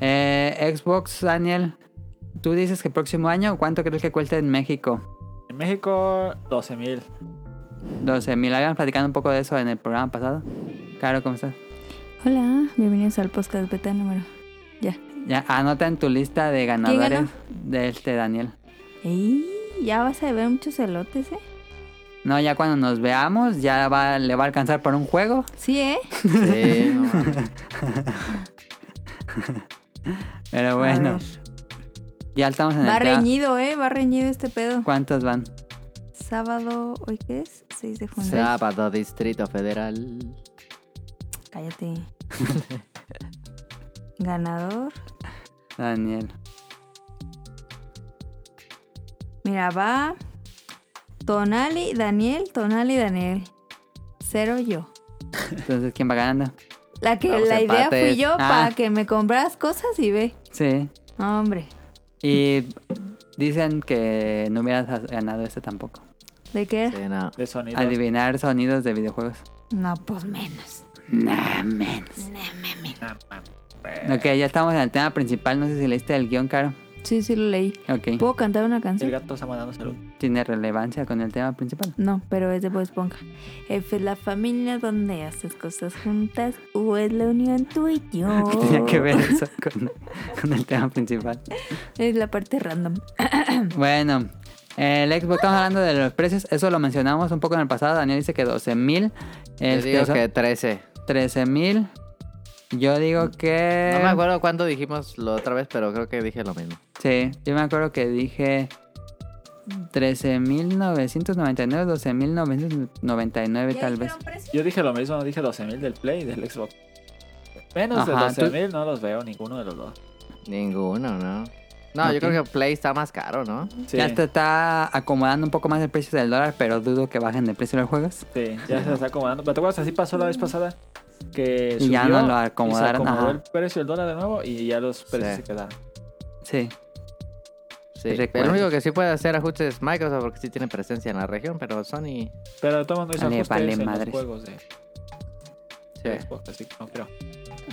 [SPEAKER 1] Eh, Xbox, Daniel. ¿Tú dices que próximo año? ¿Cuánto crees que cueste en México?
[SPEAKER 4] En México, 12 mil.
[SPEAKER 1] 12 mil. Habíamos platicado un poco de eso en el programa pasado. Caro, ¿cómo estás?
[SPEAKER 7] Hola, bienvenidos al podcast beta número.
[SPEAKER 1] Ya, anota en tu lista de
[SPEAKER 7] ganó?
[SPEAKER 1] ganadores de este Daniel.
[SPEAKER 7] ¡Ey! Ya vas a ver muchos elotes, ¿eh?
[SPEAKER 1] No, ya cuando nos veamos, ya va, le va a alcanzar por un juego.
[SPEAKER 7] Sí, ¿eh?
[SPEAKER 2] Sí, no mames.
[SPEAKER 1] Pero bueno,
[SPEAKER 7] A ver.
[SPEAKER 1] ya estamos en
[SPEAKER 7] Va
[SPEAKER 1] el tema.
[SPEAKER 7] reñido, ¿eh? Va reñido este pedo.
[SPEAKER 1] ¿Cuántos van?
[SPEAKER 7] Sábado, ¿hoy qué es? 6 de
[SPEAKER 1] Pues
[SPEAKER 7] junio.
[SPEAKER 2] Sábado, Distrito Federal.
[SPEAKER 7] Cállate. Ganador.
[SPEAKER 1] Daniel.
[SPEAKER 7] Mira, va Tonali, Daniel, Tonali, Daniel. Cero yo.
[SPEAKER 1] Entonces, ¿quién va ganando?
[SPEAKER 7] La que
[SPEAKER 2] Vamos,
[SPEAKER 7] la idea
[SPEAKER 2] empates.
[SPEAKER 7] fui yo
[SPEAKER 1] Ah.
[SPEAKER 7] para que me compras cosas y ve.
[SPEAKER 1] Sí.
[SPEAKER 7] No, hombre,
[SPEAKER 1] Y dicen que no hubieras ganado este tampoco.
[SPEAKER 7] ¿de qué era?
[SPEAKER 2] Sí, no.
[SPEAKER 4] De sonido.
[SPEAKER 1] Adivinar sonidos de videojuegos.
[SPEAKER 7] No, pues menos.
[SPEAKER 1] Ok, ya estamos en el tema principal. No sé si leíste el guión, Caro.
[SPEAKER 7] Sí, sí lo leí.
[SPEAKER 1] Ok.
[SPEAKER 7] ¿Puedo cantar una
[SPEAKER 4] El
[SPEAKER 7] canción?
[SPEAKER 4] gato está mandando salud.
[SPEAKER 1] Tiene relevancia con el tema principal.
[SPEAKER 7] No, pero es de Bob Esponja. F es la familia donde haces cosas juntas. U es la unión tú y yo.
[SPEAKER 1] Tenía que ver eso con, con el tema principal.
[SPEAKER 7] Es la parte random.
[SPEAKER 1] Bueno, el Xbox, estamos hablando de los precios. Eso lo mencionamos un poco en el pasado. Daniel dice que 12 mil. Eh, Este,
[SPEAKER 2] Yo digo que 13.
[SPEAKER 1] 13 mil. Yo digo que.
[SPEAKER 2] No me acuerdo cuándo dijimos la otra vez, pero creo que dije lo mismo.
[SPEAKER 1] Sí, yo me acuerdo que dije 13.999, 12.999 tal vez.
[SPEAKER 4] Yo dije lo mismo, dije 12 mil del Play y del Xbox. Menos
[SPEAKER 1] Ajá,
[SPEAKER 4] de 12 mil no los veo ninguno de los dos.
[SPEAKER 2] Ninguno, ¿no? No,
[SPEAKER 1] Ok.
[SPEAKER 2] yo creo que Play está más caro, ¿no?
[SPEAKER 4] Sí,
[SPEAKER 1] Ya te está acomodando un poco más el precio del dólar, pero dudo que bajen el precio de los juegos.
[SPEAKER 4] sí, ya se está acomodando. ¿Pero te acuerdas? Así pasó la vez pasada. Que
[SPEAKER 1] Y ya
[SPEAKER 4] subió
[SPEAKER 1] no lo
[SPEAKER 4] y
[SPEAKER 1] acomodaron,
[SPEAKER 4] Se acomodó
[SPEAKER 1] ajá.
[SPEAKER 4] el precio del dólar de nuevo y ya los precios
[SPEAKER 2] Sí.
[SPEAKER 4] se quedaron.
[SPEAKER 1] Sí.
[SPEAKER 2] Sí, Sí,
[SPEAKER 1] Recuerdos.
[SPEAKER 2] el único que sí puede hacer ajustes es Microsoft porque sí tiene presencia en la región, pero Sony.
[SPEAKER 3] Pero todo el mundo hizo
[SPEAKER 1] Vale,
[SPEAKER 3] ajustes
[SPEAKER 1] vale
[SPEAKER 3] en
[SPEAKER 1] madres.
[SPEAKER 3] los juegos de, de
[SPEAKER 1] Eh,
[SPEAKER 2] Sí.
[SPEAKER 3] Xbox, así que no creo.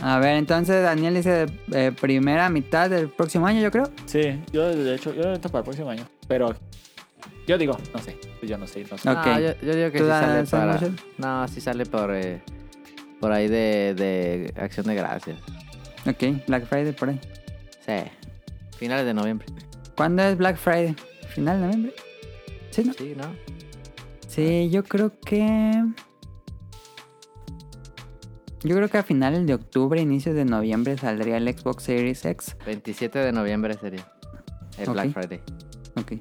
[SPEAKER 1] A ver, entonces Daniel dice eh, primera mitad del próximo año, yo creo.
[SPEAKER 3] Sí, yo de hecho, yo lo intento para el próximo año. Pero yo digo, no sé, pues yo no sé, no sé.
[SPEAKER 1] Ok.
[SPEAKER 2] No, yo, yo digo que
[SPEAKER 1] ¿Tú
[SPEAKER 2] sí
[SPEAKER 1] da-
[SPEAKER 2] sale
[SPEAKER 1] sabes,
[SPEAKER 2] para.
[SPEAKER 1] Marshall?
[SPEAKER 2] No, sí sale por, eh, por ahí de, de Acción de Gracias.
[SPEAKER 1] Ok, Black Friday por ahí.
[SPEAKER 2] Sí. Finales de noviembre.
[SPEAKER 1] ¿Cuándo es Black Friday? ¿Final de noviembre? Sí, ¿no?
[SPEAKER 2] Sí, ¿no?
[SPEAKER 1] Sí, yo creo que. Yo creo que a finales de octubre, inicios de noviembre saldría el Xbox Series X.
[SPEAKER 2] 27 de noviembre sería. El
[SPEAKER 1] Ok.
[SPEAKER 2] Black Friday.
[SPEAKER 1] Ok.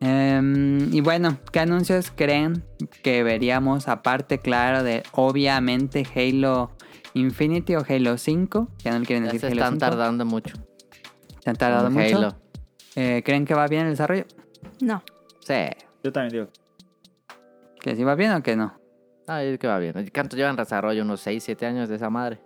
[SPEAKER 1] Em, y bueno, ¿qué anuncios creen que veríamos? Aparte, claro, de obviamente Halo Infinity o Halo 5. Ya no le quieren
[SPEAKER 2] Ya
[SPEAKER 1] decir
[SPEAKER 2] se
[SPEAKER 1] Halo
[SPEAKER 2] están
[SPEAKER 1] 5.
[SPEAKER 2] tardando mucho.
[SPEAKER 1] Se han tardado
[SPEAKER 2] con
[SPEAKER 1] mucho.
[SPEAKER 2] Halo.
[SPEAKER 1] Eh, ¿Creen que va bien el desarrollo?
[SPEAKER 7] No.
[SPEAKER 2] Sí.
[SPEAKER 3] Yo también digo,
[SPEAKER 1] ¿Que sí va bien o que no?
[SPEAKER 2] No, yo creo que va bien. ¿Cuánto llevan desarrollo? Unos 6, 7 años de esa madre.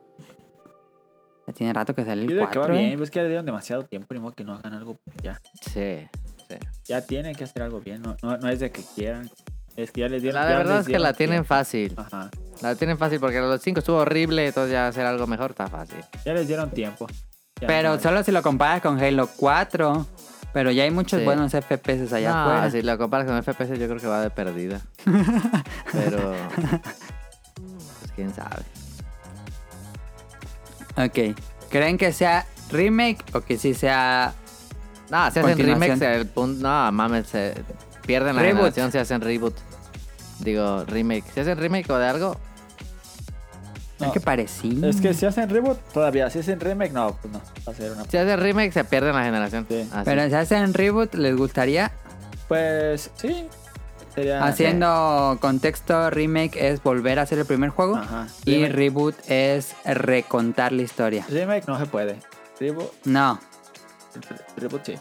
[SPEAKER 1] Ya tiene rato que sale
[SPEAKER 3] yo
[SPEAKER 1] el
[SPEAKER 3] digo que
[SPEAKER 1] 4.
[SPEAKER 3] va
[SPEAKER 1] ¿eh?
[SPEAKER 3] bien, pues que ya le dieron demasiado tiempo, ni modo que no hagan algo ya.
[SPEAKER 2] Sí. sí.
[SPEAKER 3] Ya tienen que hacer algo bien, no, no, no es de que quieran. Es que ya les dieron
[SPEAKER 2] La
[SPEAKER 3] ya
[SPEAKER 2] verdad es
[SPEAKER 3] les
[SPEAKER 2] que la
[SPEAKER 3] dieron
[SPEAKER 2] tienen
[SPEAKER 3] tiempo.
[SPEAKER 2] fácil.
[SPEAKER 3] Ajá.
[SPEAKER 2] La tienen fácil porque los 5 estuvo horrible, entonces ya hacer algo mejor está fácil.
[SPEAKER 3] Ya les dieron tiempo. Ya
[SPEAKER 1] Pero
[SPEAKER 3] no-
[SPEAKER 1] solo si lo comparas con Halo 4. Pero ya hay muchos
[SPEAKER 2] Sí.
[SPEAKER 1] buenos FPS allá
[SPEAKER 2] no,
[SPEAKER 1] afuera.
[SPEAKER 2] si lo comparas con FPS yo creo que va de perdida. Pero... Pues quién sabe.
[SPEAKER 1] Ok. ¿Creen que sea remake o que sí sea
[SPEAKER 2] No, si hacen
[SPEAKER 1] Continuación.
[SPEAKER 2] remakes, el punto... No, mames, se pierden la
[SPEAKER 1] Reboot.
[SPEAKER 2] generación si hacen reboot. Digo, remake. Si hacen remake o de algo,
[SPEAKER 3] no.
[SPEAKER 1] Es que Mm. parecía.
[SPEAKER 3] Es que si hacen reboot, todavía. Si hacen remake, no, pues no. Va a ser una.
[SPEAKER 2] si hacen remake se pierden la generación.
[SPEAKER 3] Sí.
[SPEAKER 2] Así.
[SPEAKER 1] Pero si hacen reboot, les gustaría.
[SPEAKER 3] Pues sí. Sería.
[SPEAKER 1] Haciendo contexto, remake es volver a hacer el primer juego.
[SPEAKER 3] Ajá.
[SPEAKER 1] Y
[SPEAKER 3] Remake.
[SPEAKER 1] reboot es recontar la historia.
[SPEAKER 3] Remake no se puede. Reboot,
[SPEAKER 1] No.
[SPEAKER 3] reboot sí.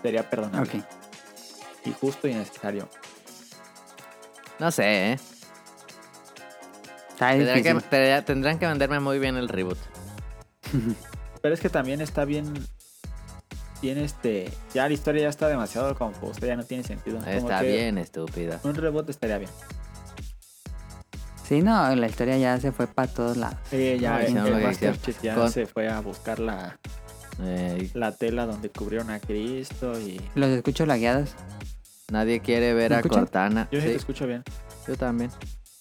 [SPEAKER 3] Sería perdonable.
[SPEAKER 1] Ok.
[SPEAKER 3] Y justo y necesario.
[SPEAKER 2] No sé, ¿eh?
[SPEAKER 1] Está
[SPEAKER 2] Tendrán
[SPEAKER 1] difícil.
[SPEAKER 2] que, tendrá- tendrán que venderme muy bien el reboot.
[SPEAKER 3] Pero es que también está bien. Bien, este. Ya la historia ya está demasiado confusa, ya no tiene sentido. Como
[SPEAKER 2] Está
[SPEAKER 3] que
[SPEAKER 2] bien, estúpida.
[SPEAKER 3] Un reboot estaría bien.
[SPEAKER 1] Sí, no, la historia ya se fue para todos lados.
[SPEAKER 3] Sí,
[SPEAKER 2] No,
[SPEAKER 3] ya el,
[SPEAKER 2] hicieron
[SPEAKER 3] el
[SPEAKER 2] lo que
[SPEAKER 3] Master
[SPEAKER 2] hicieron.
[SPEAKER 3] Chief ya
[SPEAKER 2] Con-
[SPEAKER 3] se fue a buscar la,
[SPEAKER 2] Ey,
[SPEAKER 3] la tela donde cubrieron a Cristo y.
[SPEAKER 1] Los escucho lagueados.
[SPEAKER 2] nadie quiere ver
[SPEAKER 1] ¿Me
[SPEAKER 2] a
[SPEAKER 1] escuchan?
[SPEAKER 2] Cortana.
[SPEAKER 3] Yo sí, te
[SPEAKER 2] Sí,
[SPEAKER 3] escucho bien.
[SPEAKER 2] yo también.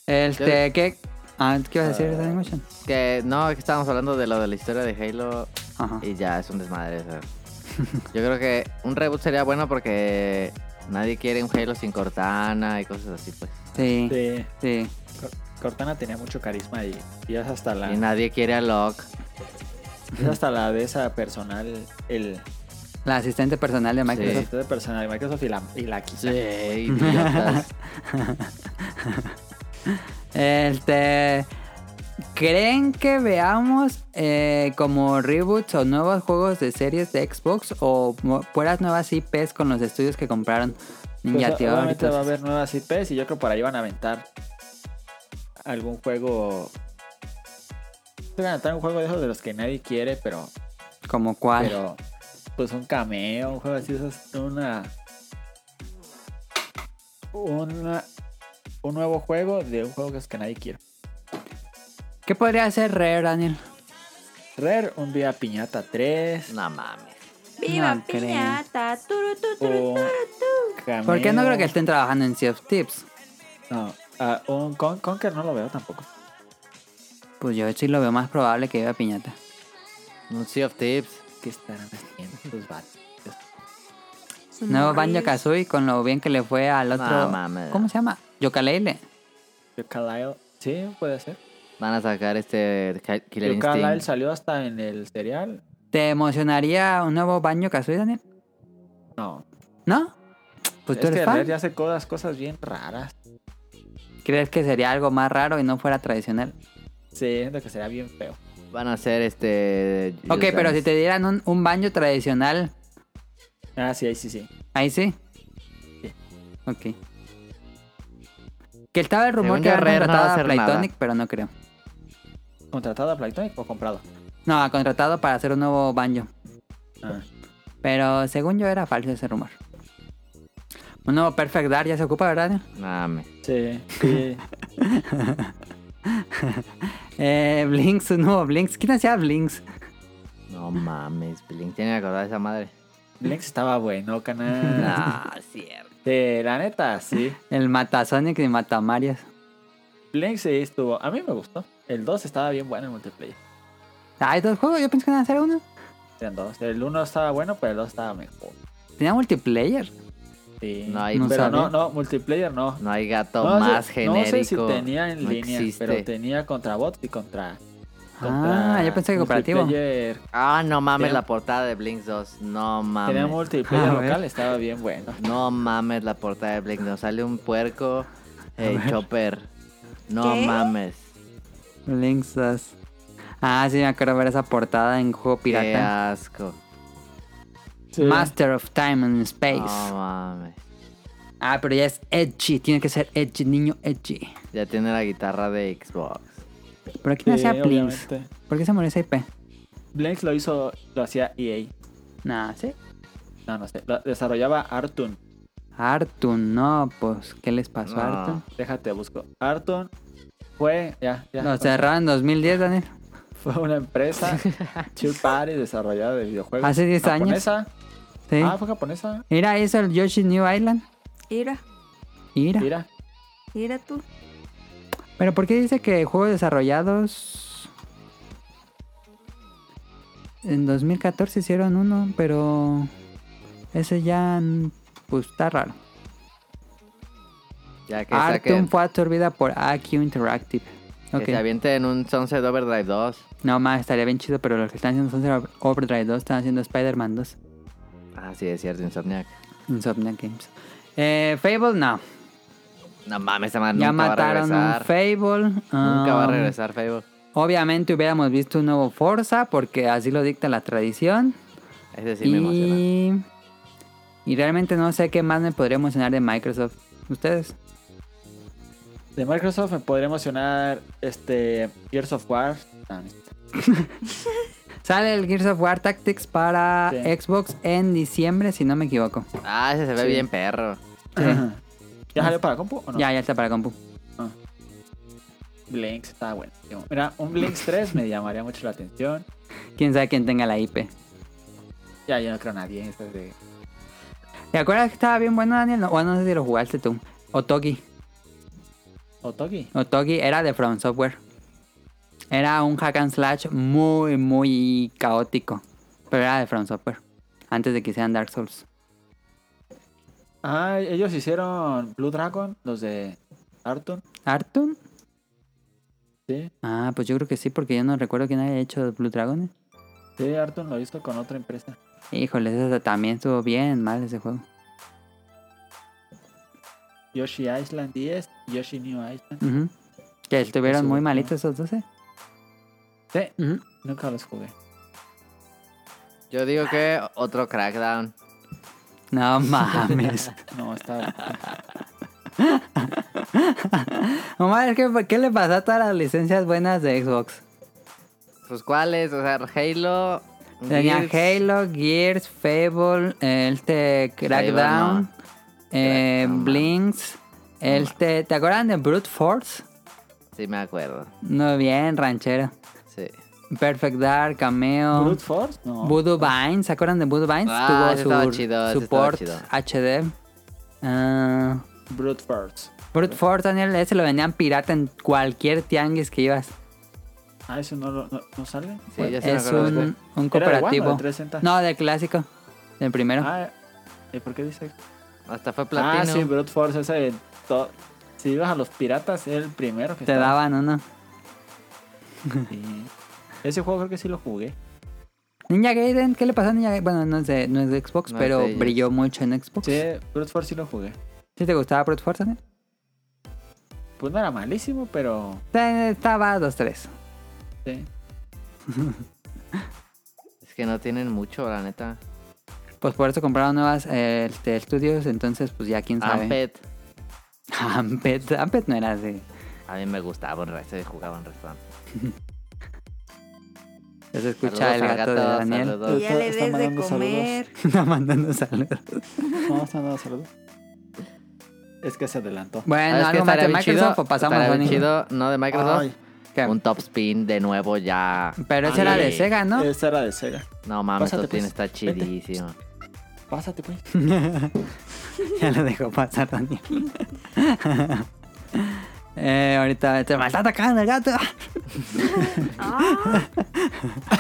[SPEAKER 1] Este, ¿qué? Ah, ¿qué ibas a decir,
[SPEAKER 3] Ah.
[SPEAKER 1] Sonic Motion?
[SPEAKER 2] Que no, es que estábamos hablando de lo de la historia de Halo
[SPEAKER 1] Ajá.
[SPEAKER 2] y ya es un desmadre. o sea. Yo creo que un reboot sería bueno porque nadie quiere un Halo sin Cortana y cosas así, pues.
[SPEAKER 1] Sí, sí.
[SPEAKER 3] Sí, Cortana tenía mucho carisma y, y es hasta la.
[SPEAKER 2] Y nadie quiere a Locke.
[SPEAKER 3] Es hasta la de esa personal. El.
[SPEAKER 1] La asistente personal de Microsoft.
[SPEAKER 2] Sí.
[SPEAKER 3] Microsoft de personal de Microsoft y la, y la
[SPEAKER 2] Sí,
[SPEAKER 3] quita.
[SPEAKER 2] idiotas.
[SPEAKER 1] Este. ¿Creen que veamos eh, como reboots o nuevos juegos de series de Xbox o mu- puras nuevas IPs con los estudios que compraron
[SPEAKER 3] Pues,
[SPEAKER 1] Ninja Theory y
[SPEAKER 3] obviamente
[SPEAKER 1] todo
[SPEAKER 3] va a
[SPEAKER 1] eso?
[SPEAKER 3] haber nuevas IPs y yo creo que por ahí van a aventar algún juego. Van a aventar un juego de esos de los que nadie quiere, pero.
[SPEAKER 1] ¿Como cuál?
[SPEAKER 3] Pero. Pues un cameo, un juego así, eso es una. Una. Un nuevo juego de un juego que es que nadie quiere.
[SPEAKER 1] ¿Qué podría hacer Rare, Daniel?
[SPEAKER 3] Rare, un día piñata 3.
[SPEAKER 2] No mames.
[SPEAKER 7] ¡Viva
[SPEAKER 1] No creo.
[SPEAKER 7] piñata! Turu, tu, turu,
[SPEAKER 3] Un
[SPEAKER 7] turu, tu.
[SPEAKER 3] cameo.
[SPEAKER 1] Porque no creo que estén trabajando en Sea of Tips.
[SPEAKER 3] No, ah, un Con Conker no lo veo tampoco.
[SPEAKER 1] Pues yo sí lo veo más probable que viva Piñata.
[SPEAKER 2] Un Sea of Tips.
[SPEAKER 3] ¿Qué estarán haciendo estos vatos?
[SPEAKER 7] Son
[SPEAKER 1] Nuevo Banjo
[SPEAKER 7] horribles.
[SPEAKER 1] Kazooie con lo bien que le fue al otro.
[SPEAKER 2] mames.
[SPEAKER 1] ¿Cómo se llama? Yooka-Laylee.
[SPEAKER 3] Yooka-Laylee. Sí, puede ser.
[SPEAKER 2] Van a sacar este Ki- Killer
[SPEAKER 3] Yooka-Laylee
[SPEAKER 2] Instinct.
[SPEAKER 3] salió hasta en el serial.
[SPEAKER 1] ¿Te emocionaría un nuevo Banjo Kazooie, Daniel?
[SPEAKER 3] No.
[SPEAKER 1] ¿No? Pues tú
[SPEAKER 3] es
[SPEAKER 1] eres
[SPEAKER 3] que
[SPEAKER 1] fan.
[SPEAKER 3] Red ya hace cosas, cosas bien raras.
[SPEAKER 1] ¿Crees que sería algo más raro y no fuera tradicional?
[SPEAKER 3] Sí, lo que sería bien feo.
[SPEAKER 2] Van a hacer este.
[SPEAKER 1] Ok, pero si te dieran un, un baño tradicional,
[SPEAKER 3] Ah, sí, ahí sí, sí.
[SPEAKER 1] ahí sí.
[SPEAKER 3] Sí.
[SPEAKER 1] Ok. Que estaba el rumor
[SPEAKER 2] Según
[SPEAKER 1] que
[SPEAKER 2] yo,
[SPEAKER 1] habían
[SPEAKER 2] Rare no va a
[SPEAKER 1] contratado a
[SPEAKER 2] hacer nada.
[SPEAKER 1] Playtonic, pero no creo.
[SPEAKER 3] ¿Contratado a Playtonic o comprado?
[SPEAKER 1] No, ha contratado para hacer un nuevo baño.
[SPEAKER 3] Ah.
[SPEAKER 1] Pero según yo era falso ese rumor. Un nuevo Perfect Dark ya se ocupa, ¿verdad?
[SPEAKER 2] Nah, me-
[SPEAKER 3] Sí, sí.
[SPEAKER 1] Eh, Blinks, un nuevo Blinks. ¿Quién hacía Blinks?
[SPEAKER 2] No mames, Blink tiene que acordar de esa madre.
[SPEAKER 3] Blinks estaba bueno, canal.
[SPEAKER 2] Ah, cierto.
[SPEAKER 3] Sí, la neta, sí.
[SPEAKER 1] El Matasonic y Matamarias.
[SPEAKER 3] Blinks sí estuvo. A mí me gustó. El 2 estaba bien bueno en multiplayer.
[SPEAKER 1] Ah, hay dos juegos, yo pensé que iban a hacer uno.
[SPEAKER 3] Eran dos. El 1 estaba bueno, pero el 2 estaba mejor.
[SPEAKER 1] Tenía multiplayer.
[SPEAKER 3] Sí.
[SPEAKER 2] No hay- ¿eh?
[SPEAKER 1] No
[SPEAKER 3] pero
[SPEAKER 1] sabía.
[SPEAKER 3] no, no, multiplayer no.
[SPEAKER 2] No hay gato
[SPEAKER 3] no, sé-
[SPEAKER 2] más genérico.
[SPEAKER 3] No sé si tenía en
[SPEAKER 2] No
[SPEAKER 3] línea,
[SPEAKER 2] existe.
[SPEAKER 3] pero tenía contra bots y contra.
[SPEAKER 1] Ah, yo pensé que cooperativo.
[SPEAKER 3] multiplayer.
[SPEAKER 2] Ah, no mames
[SPEAKER 3] Tenía-
[SPEAKER 2] la portada de Blink 2. No
[SPEAKER 3] Tenía
[SPEAKER 2] mames.
[SPEAKER 3] multiplayer
[SPEAKER 1] A ver.
[SPEAKER 3] local, estaba bien bueno.
[SPEAKER 2] No mames la portada de Blink 2. Sale un puerco eh, chopper. No
[SPEAKER 7] ¿Qué?
[SPEAKER 2] mames.
[SPEAKER 1] Blinks 2. Ah, sí, me acuerdo ver esa portada en juego
[SPEAKER 2] Qué
[SPEAKER 1] pirata.
[SPEAKER 2] asco.
[SPEAKER 1] Master of Time and Space.
[SPEAKER 2] No mames.
[SPEAKER 1] Ah, pero ya es edgy. Tiene que ser edgy, niño edgy.
[SPEAKER 2] Ya tiene la guitarra de Xbox.
[SPEAKER 1] ¿Pero quién
[SPEAKER 3] Sí,
[SPEAKER 1] hacía Blinks?
[SPEAKER 3] obviamente.
[SPEAKER 1] ¿Por qué se murió esa IP?
[SPEAKER 3] Blinks lo hizo, lo hacía EA.
[SPEAKER 1] Nah, sí.
[SPEAKER 3] No, no sé. Lo desarrollaba Artun.
[SPEAKER 1] Artun, no, pues, ¿qué les pasó a
[SPEAKER 2] No.
[SPEAKER 1] Artun?
[SPEAKER 3] Déjate, busco. Artun fue, ya, pues, ya.
[SPEAKER 1] Lo cerraron en 2010, Daniel.
[SPEAKER 3] Fue una empresa chill party desarrollada de videojuegos.
[SPEAKER 1] Hace 10 años.
[SPEAKER 3] Japonesa.
[SPEAKER 1] Sí.
[SPEAKER 3] Ah, fue japonesa.
[SPEAKER 1] Mira, hizo el Yoshi New Island.
[SPEAKER 7] Mira,
[SPEAKER 1] Mira.
[SPEAKER 3] Mira.
[SPEAKER 7] mira tú.
[SPEAKER 1] Pero ¿por qué dice que juegos desarrollados... En 2014 hicieron uno, pero... Ese ya... mm, Pues está raro.
[SPEAKER 2] Ya que
[SPEAKER 1] Artun
[SPEAKER 2] saquen.
[SPEAKER 1] fue absorbida por AQ Interactive.
[SPEAKER 2] Que
[SPEAKER 1] Ok.
[SPEAKER 2] se avienten un Sunset Overdrive 2.
[SPEAKER 1] No más, estaría bien chido, pero los que están haciendo Sunset Over- Overdrive 2 están haciendo Spider-Man 2.
[SPEAKER 2] Ah, sí, es cierto, Insomniac.
[SPEAKER 1] Insomniac Games. Eh, Fable, no.
[SPEAKER 2] No mames, esa madre
[SPEAKER 1] ya
[SPEAKER 2] Ah, nunca va a
[SPEAKER 1] mataron un
[SPEAKER 2] regresar.
[SPEAKER 1] Fable.
[SPEAKER 2] Nunca va a
[SPEAKER 1] um,
[SPEAKER 2] regresar Facebook.
[SPEAKER 1] Obviamente hubiéramos visto un nuevo Forza, porque así lo dicta la tradición.
[SPEAKER 2] Ese sí me emociona.
[SPEAKER 1] y... y realmente no sé qué más me podría emocionar de Microsoft. ¿Ustedes?
[SPEAKER 3] De Microsoft me podría emocionar este Gears of War. Ah,
[SPEAKER 1] Sale el Gears of War Tactics para
[SPEAKER 3] Sí.
[SPEAKER 1] Xbox en diciembre, si no me equivoco.
[SPEAKER 2] Ah, ese se ve
[SPEAKER 3] Sí.
[SPEAKER 2] bien perro.
[SPEAKER 1] Sí.
[SPEAKER 3] ¿Ya salió para compu o no?
[SPEAKER 1] Ya, ya está para compu.
[SPEAKER 3] Blinks está bueno. Mira, un Blinks 3 me llamaría mucho la atención.
[SPEAKER 1] Quién sabe quién tenga la IP.
[SPEAKER 3] Ya, yo no creo a nadie. Esto es de...
[SPEAKER 1] ¿Te acuerdas que estaba bien bueno, Daniel? No, bueno, no sé si lo jugaste tú. Otogi.
[SPEAKER 3] Otogi.
[SPEAKER 1] Otogi era de From Software. Era un hack and slash muy, muy caótico. Pero era de From Software. Antes de que sean Dark Souls.
[SPEAKER 3] Ah, ellos hicieron Blue Dragon, los de Artun.
[SPEAKER 1] ¿Artun?
[SPEAKER 3] Sí,
[SPEAKER 1] Ah, pues yo creo que sí, porque yo no recuerdo quién había hecho Blue Dragon.
[SPEAKER 3] sí, Artun lo hizo con otra empresa.
[SPEAKER 1] Híjole, eso también estuvo bien mal ese juego.
[SPEAKER 3] Yoshi Island 10, Yoshi New Island.
[SPEAKER 1] Ujú. Que estuvieron
[SPEAKER 3] Eso,
[SPEAKER 1] muy
[SPEAKER 3] ¿no?
[SPEAKER 1] malitos esos 12.
[SPEAKER 3] Sí,
[SPEAKER 1] Ujú.
[SPEAKER 3] nunca los jugué.
[SPEAKER 2] Yo digo que otro crackdown.
[SPEAKER 1] No mames.
[SPEAKER 3] No, estaba.
[SPEAKER 1] Mamá, es que, ¿qué le pasó a todas las licencias buenas de Xbox?
[SPEAKER 2] Pues cuáles, o sea, Halo.
[SPEAKER 1] Tenía
[SPEAKER 2] Gears.
[SPEAKER 1] Halo, Gears, Fable, este Crackdown,
[SPEAKER 2] no.
[SPEAKER 1] eh,
[SPEAKER 2] Crackdown, no.
[SPEAKER 1] Blinks, este, ¿te acuerdan de Brute Force?
[SPEAKER 2] Sí, me acuerdo.
[SPEAKER 1] No bien, ranchero.
[SPEAKER 2] Sí.
[SPEAKER 1] Perfect Dark, Cameo,
[SPEAKER 3] Ah. ¿Brute Force? No.
[SPEAKER 1] Voodoo Vines, ¿se acuerdan de Voodoo Vines?
[SPEAKER 2] Ah, ese
[SPEAKER 1] Tuvo
[SPEAKER 2] estaba
[SPEAKER 1] su,
[SPEAKER 2] chido, ese
[SPEAKER 1] su
[SPEAKER 2] estaba
[SPEAKER 1] port
[SPEAKER 2] chido.
[SPEAKER 1] HD. Ah,
[SPEAKER 3] Brute Force.
[SPEAKER 1] Brute Force, Daniel, ese lo vendían pirata en cualquier tianguis que ibas.
[SPEAKER 3] Ah, eso no, lo- no, no sale.
[SPEAKER 2] Sí, yo sí me
[SPEAKER 1] Pues es
[SPEAKER 2] acuerdo. de
[SPEAKER 1] un,
[SPEAKER 2] ese.
[SPEAKER 1] un
[SPEAKER 3] ¿Era de One o de
[SPEAKER 1] cooperativo.
[SPEAKER 3] 360?
[SPEAKER 1] no, del clásico, del primero.
[SPEAKER 3] Ah, ¿y por qué dice?
[SPEAKER 2] Hasta fue
[SPEAKER 3] Ah,
[SPEAKER 2] platino.
[SPEAKER 3] sí, Brute Force, ese de to- Si ibas a los piratas, era el primero que
[SPEAKER 1] Te
[SPEAKER 3] estaba.
[SPEAKER 1] daban uno.
[SPEAKER 3] Sí. Ese juego creo que sí lo jugué.
[SPEAKER 1] Ninja Gaiden, ¿qué le pasó a Ninja Gaiden? Bueno, no es de, no es de Xbox,
[SPEAKER 2] No es
[SPEAKER 1] pero
[SPEAKER 2] de ellos.
[SPEAKER 1] brilló mucho en Xbox.
[SPEAKER 3] Sí,
[SPEAKER 1] ¿Sí,
[SPEAKER 3] Brute Force sí lo jugué.
[SPEAKER 1] te gustaba Brute Force? Daniel?
[SPEAKER 3] Pues no era malísimo, pero.
[SPEAKER 1] Eh, Estaba 2-3.
[SPEAKER 3] Sí.
[SPEAKER 2] Es que no tienen mucho, la neta.
[SPEAKER 1] Pues por eso compraron nuevas eh, este, estudios, entonces pues ya quién sabe.
[SPEAKER 2] Ampet.
[SPEAKER 1] Ampet. Ampet no era de...
[SPEAKER 2] A mí me gustaba un resto y jugaba un restaurante.
[SPEAKER 1] Se escucha
[SPEAKER 2] Saludos
[SPEAKER 1] el
[SPEAKER 2] al
[SPEAKER 1] gato, de
[SPEAKER 2] gato,
[SPEAKER 1] Daniel.
[SPEAKER 2] saludos.
[SPEAKER 7] Que ya
[SPEAKER 4] Está-
[SPEAKER 7] le
[SPEAKER 4] está
[SPEAKER 7] des de
[SPEAKER 4] mandando saludos.
[SPEAKER 7] comer.
[SPEAKER 1] Está mandando saludos.
[SPEAKER 2] Ah,
[SPEAKER 4] No, está nada saludos. Es que se adelantó.
[SPEAKER 1] Bueno,
[SPEAKER 2] ¿Sabes
[SPEAKER 1] algo
[SPEAKER 2] qué
[SPEAKER 1] más de
[SPEAKER 2] estaría bien
[SPEAKER 1] Microsoft
[SPEAKER 2] chido?
[SPEAKER 1] o pasamos,
[SPEAKER 2] Estaría bien
[SPEAKER 1] Bonnie?
[SPEAKER 2] chido, no de Microsoft.
[SPEAKER 4] Ay,
[SPEAKER 1] ¿Qué?
[SPEAKER 2] Un top spin de nuevo ya.
[SPEAKER 1] Pero ese era de
[SPEAKER 2] Sí.
[SPEAKER 1] Sega, ¿no?
[SPEAKER 4] Esta era de Sega.
[SPEAKER 2] No mames,
[SPEAKER 4] Pásate,
[SPEAKER 2] top spin
[SPEAKER 4] pues.
[SPEAKER 2] está chidísimo.
[SPEAKER 4] Pásate, pues.
[SPEAKER 1] Ya lo dejó pasar, Daniel. eh, ahorita se me está atacando el gato.
[SPEAKER 2] Ah.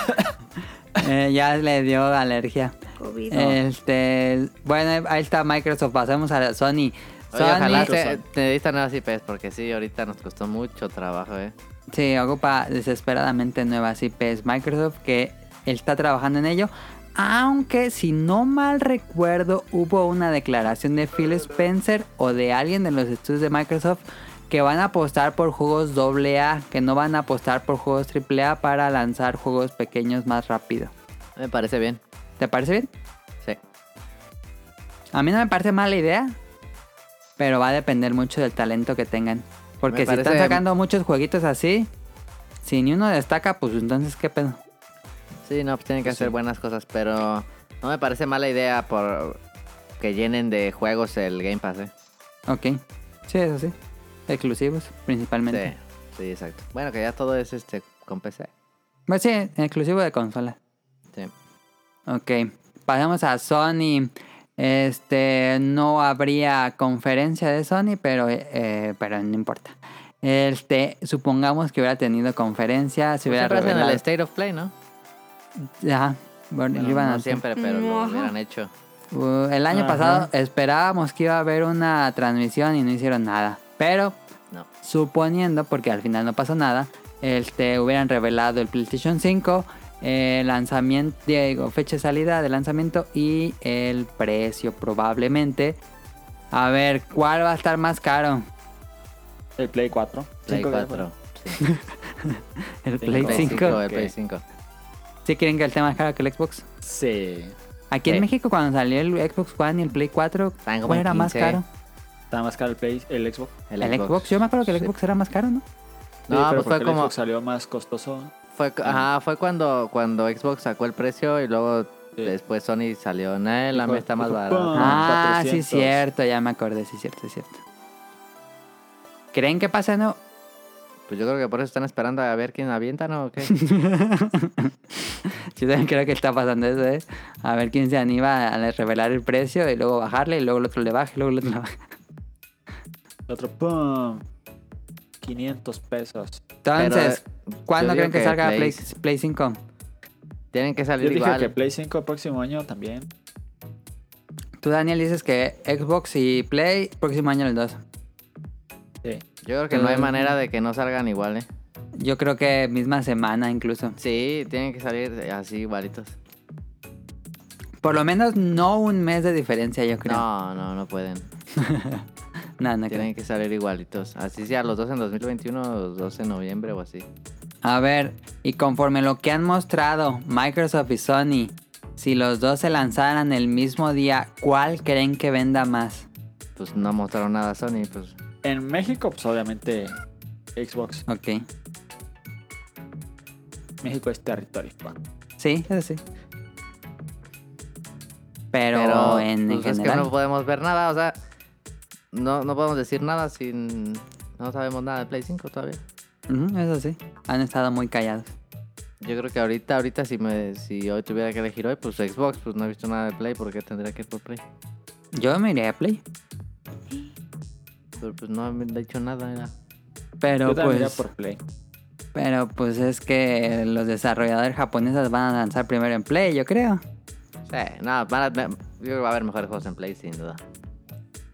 [SPEAKER 1] Eh, ya le dio alergia.
[SPEAKER 7] COVID.
[SPEAKER 1] Eh. Este, bueno, ahí está Microsoft. Pasemos a la Sony.
[SPEAKER 2] Oye,
[SPEAKER 1] Sony-
[SPEAKER 2] ojalá se,
[SPEAKER 4] Microsoft.
[SPEAKER 2] te diste nuevas IPs porque sí, ahorita nos costó mucho trabajo, eh.
[SPEAKER 1] Sí, ocupa desesperadamente nuevas IPs Microsoft que está trabajando en ello. Aunque si no mal recuerdo hubo una declaración de Phil Spencer o de alguien de los estudios de Microsoft que van a apostar por juegos AA, que no van a apostar por juegos AAA para lanzar juegos pequeños más rápido.
[SPEAKER 2] Me parece bien.
[SPEAKER 1] ¿Te parece bien?
[SPEAKER 2] Sí.
[SPEAKER 1] A mí no me parece mala idea, pero va a depender mucho del talento que tengan. Porque
[SPEAKER 2] Me
[SPEAKER 1] si
[SPEAKER 2] parece-
[SPEAKER 1] están sacando muchos jueguitos así, si ni uno destaca, pues entonces qué pedo.
[SPEAKER 2] Sí, no, pues tienen que hacer buenas cosas, pero no me parece mala idea por que llenen de juegos el Game Pass, eh.
[SPEAKER 1] Ok. Sí, eso sí. Exclusivos, principalmente.
[SPEAKER 2] Sí, sí, exacto. Bueno, que ya todo es este con PC.
[SPEAKER 1] Pues sí, exclusivo de consola.
[SPEAKER 2] Sí.
[SPEAKER 1] Ok. Pasamos a Sony. Este, no habría conferencia de Sony, pero, eh, pero no importa. Este, supongamos que hubiera tenido conferencia, se hubiera
[SPEAKER 2] Pues Siempre hacen el
[SPEAKER 1] revelado-
[SPEAKER 2] State of Play, ¿no?
[SPEAKER 1] Ajá. Bueno,
[SPEAKER 2] Bueno,
[SPEAKER 1] iban a
[SPEAKER 2] no
[SPEAKER 1] hacer.
[SPEAKER 2] siempre, pero lo
[SPEAKER 7] Ajá.
[SPEAKER 2] hubieran hecho.
[SPEAKER 1] Uh, el año
[SPEAKER 4] Ajá.
[SPEAKER 1] pasado esperábamos que iba a haber una transmisión y no hicieron nada. Pero
[SPEAKER 2] No.
[SPEAKER 1] suponiendo, porque al final no pasó nada, este, hubieran revelado el PlayStation 5, eh, lanzamiento, digo, fecha de salida de lanzamiento y el precio probablemente. A ver, ¿cuál va a estar más caro?
[SPEAKER 4] El Play 4.
[SPEAKER 2] Play
[SPEAKER 4] Cinco de-
[SPEAKER 2] 4.
[SPEAKER 1] ¿El
[SPEAKER 4] Cinco.
[SPEAKER 1] Play
[SPEAKER 2] Play
[SPEAKER 1] 5?
[SPEAKER 2] 5, el
[SPEAKER 4] Ok.
[SPEAKER 2] Play 5.
[SPEAKER 1] ¿Sí quieren que el tema más caro que el Xbox?
[SPEAKER 4] Sí.
[SPEAKER 1] Aquí en
[SPEAKER 2] Sí.
[SPEAKER 1] México cuando salió el Xbox One y el Play 4,
[SPEAKER 2] Estaban como
[SPEAKER 1] ¿cuál
[SPEAKER 2] en
[SPEAKER 1] era más
[SPEAKER 2] 15.
[SPEAKER 1] caro?
[SPEAKER 4] Está más caro el Play, el Xbox.
[SPEAKER 1] El Xbox, yo me acuerdo que el
[SPEAKER 2] Sí.
[SPEAKER 1] Xbox era más caro, ¿no?
[SPEAKER 2] No,
[SPEAKER 4] Sí, pero
[SPEAKER 2] pues
[SPEAKER 4] porque
[SPEAKER 2] fue
[SPEAKER 4] el
[SPEAKER 2] como.
[SPEAKER 4] Xbox salió más costoso.
[SPEAKER 2] Fue, cu- ajá, fue cuando, cuando Xbox sacó el precio y luego
[SPEAKER 4] Sí.
[SPEAKER 2] después Sony salió. "Nah, la
[SPEAKER 4] Dijo-
[SPEAKER 2] mía está más
[SPEAKER 4] dijo,
[SPEAKER 2] barata.
[SPEAKER 4] "Pum".
[SPEAKER 1] Ah,
[SPEAKER 4] 400.
[SPEAKER 1] sí, cierto, ya me acordé, sí, cierto, es cierto. ¿Creen que pase no?
[SPEAKER 2] Pues yo creo que por eso están esperando a ver quién avientan o qué.
[SPEAKER 1] Yo también creo que está pasando eso, ¿eh? A ver quién se anima a revelar el precio y luego bajarle, y luego el otro le baja, y luego el otro le baja.
[SPEAKER 4] El otro, ¡pum! 500 pesos.
[SPEAKER 1] Entonces, ¿cuándo
[SPEAKER 2] yo digo
[SPEAKER 1] creen que,
[SPEAKER 2] que
[SPEAKER 1] salga Play,
[SPEAKER 2] Play-
[SPEAKER 1] Play 5?
[SPEAKER 2] Tienen que
[SPEAKER 4] Yo
[SPEAKER 2] salir
[SPEAKER 4] dije
[SPEAKER 2] igual.
[SPEAKER 4] que Play 5 próximo año también.
[SPEAKER 1] Tú, Daniel, dices que Xbox y Play, próximo año el 2.
[SPEAKER 4] Sí.
[SPEAKER 2] Yo creo que no hay manera de que no salgan igual, ¿eh?
[SPEAKER 1] Yo creo que misma semana incluso.
[SPEAKER 2] Sí, tienen que salir así igualitos.
[SPEAKER 1] Por lo menos no un mes de diferencia, yo creo.
[SPEAKER 2] No, no, no pueden.
[SPEAKER 1] No, no, creo.
[SPEAKER 2] Tienen que salir igualitos. Así sea, los dos en 2021, los dos en noviembre o así.
[SPEAKER 1] A ver, y conforme lo que han mostrado Microsoft y Sony, si los dos se lanzaran el mismo día, ¿cuál creen que venda más?
[SPEAKER 2] Pues no mostraron nada a Sony, pues.
[SPEAKER 4] En México, pues obviamente Xbox.
[SPEAKER 1] Ok.
[SPEAKER 4] México es territorio. pa.
[SPEAKER 1] Sí, eso sí. Pero, en, en
[SPEAKER 2] pues, es que
[SPEAKER 1] general.
[SPEAKER 2] no podemos ver nada, o sea, no, no podemos decir nada sin... No sabemos nada de Play 5 todavía.
[SPEAKER 1] Ujú, eso sí. Han estado muy callados.
[SPEAKER 2] Yo creo que ahorita, ahorita si me si hoy tuviera que elegir hoy, pues Xbox, pues no he visto nada de Play, porque tendría que ir por Play.
[SPEAKER 1] Yo me iría a Play.
[SPEAKER 2] Pero pues no me han dicho nada, era.
[SPEAKER 1] Pero
[SPEAKER 4] Yo también iría
[SPEAKER 1] pues,
[SPEAKER 4] por Play.
[SPEAKER 1] pero pues es que los desarrolladores japoneses van a lanzar primero en Play, yo creo.
[SPEAKER 2] Sí, no, van a- me- yo creo que va a haber mejores juegos en Play, sin duda.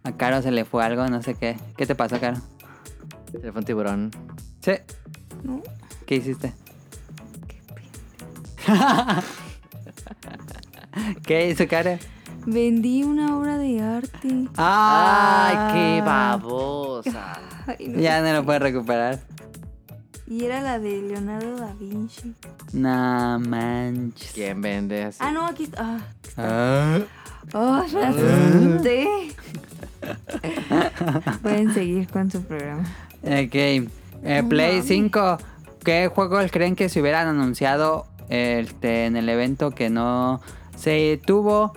[SPEAKER 1] A Caro se le fue algo, no sé qué. ¿Qué te pasó, Caro?
[SPEAKER 2] Se fue un tiburón.
[SPEAKER 1] Sí.
[SPEAKER 7] No.
[SPEAKER 1] ¿Qué hiciste? ¿Qué hizo, Karen?
[SPEAKER 7] Vendí una obra de arte.
[SPEAKER 1] ¡Ay,
[SPEAKER 2] ¡Ay, qué babosa!
[SPEAKER 7] Ay, no.
[SPEAKER 1] Ah, Ya no lo puedes recuperar.
[SPEAKER 7] Y era la de Leonardo da Vinci.
[SPEAKER 1] No manches.
[SPEAKER 2] ¿Quién vende así?
[SPEAKER 7] Ah, no, aquí está. Ah,
[SPEAKER 1] Ah,
[SPEAKER 7] Oh, la asusté. Pueden seguir con su programa.
[SPEAKER 1] ok. Eh, Play
[SPEAKER 7] mami.
[SPEAKER 1] 5. ¿Qué juegos creen que se hubieran anunciado este, en el evento que no se tuvo,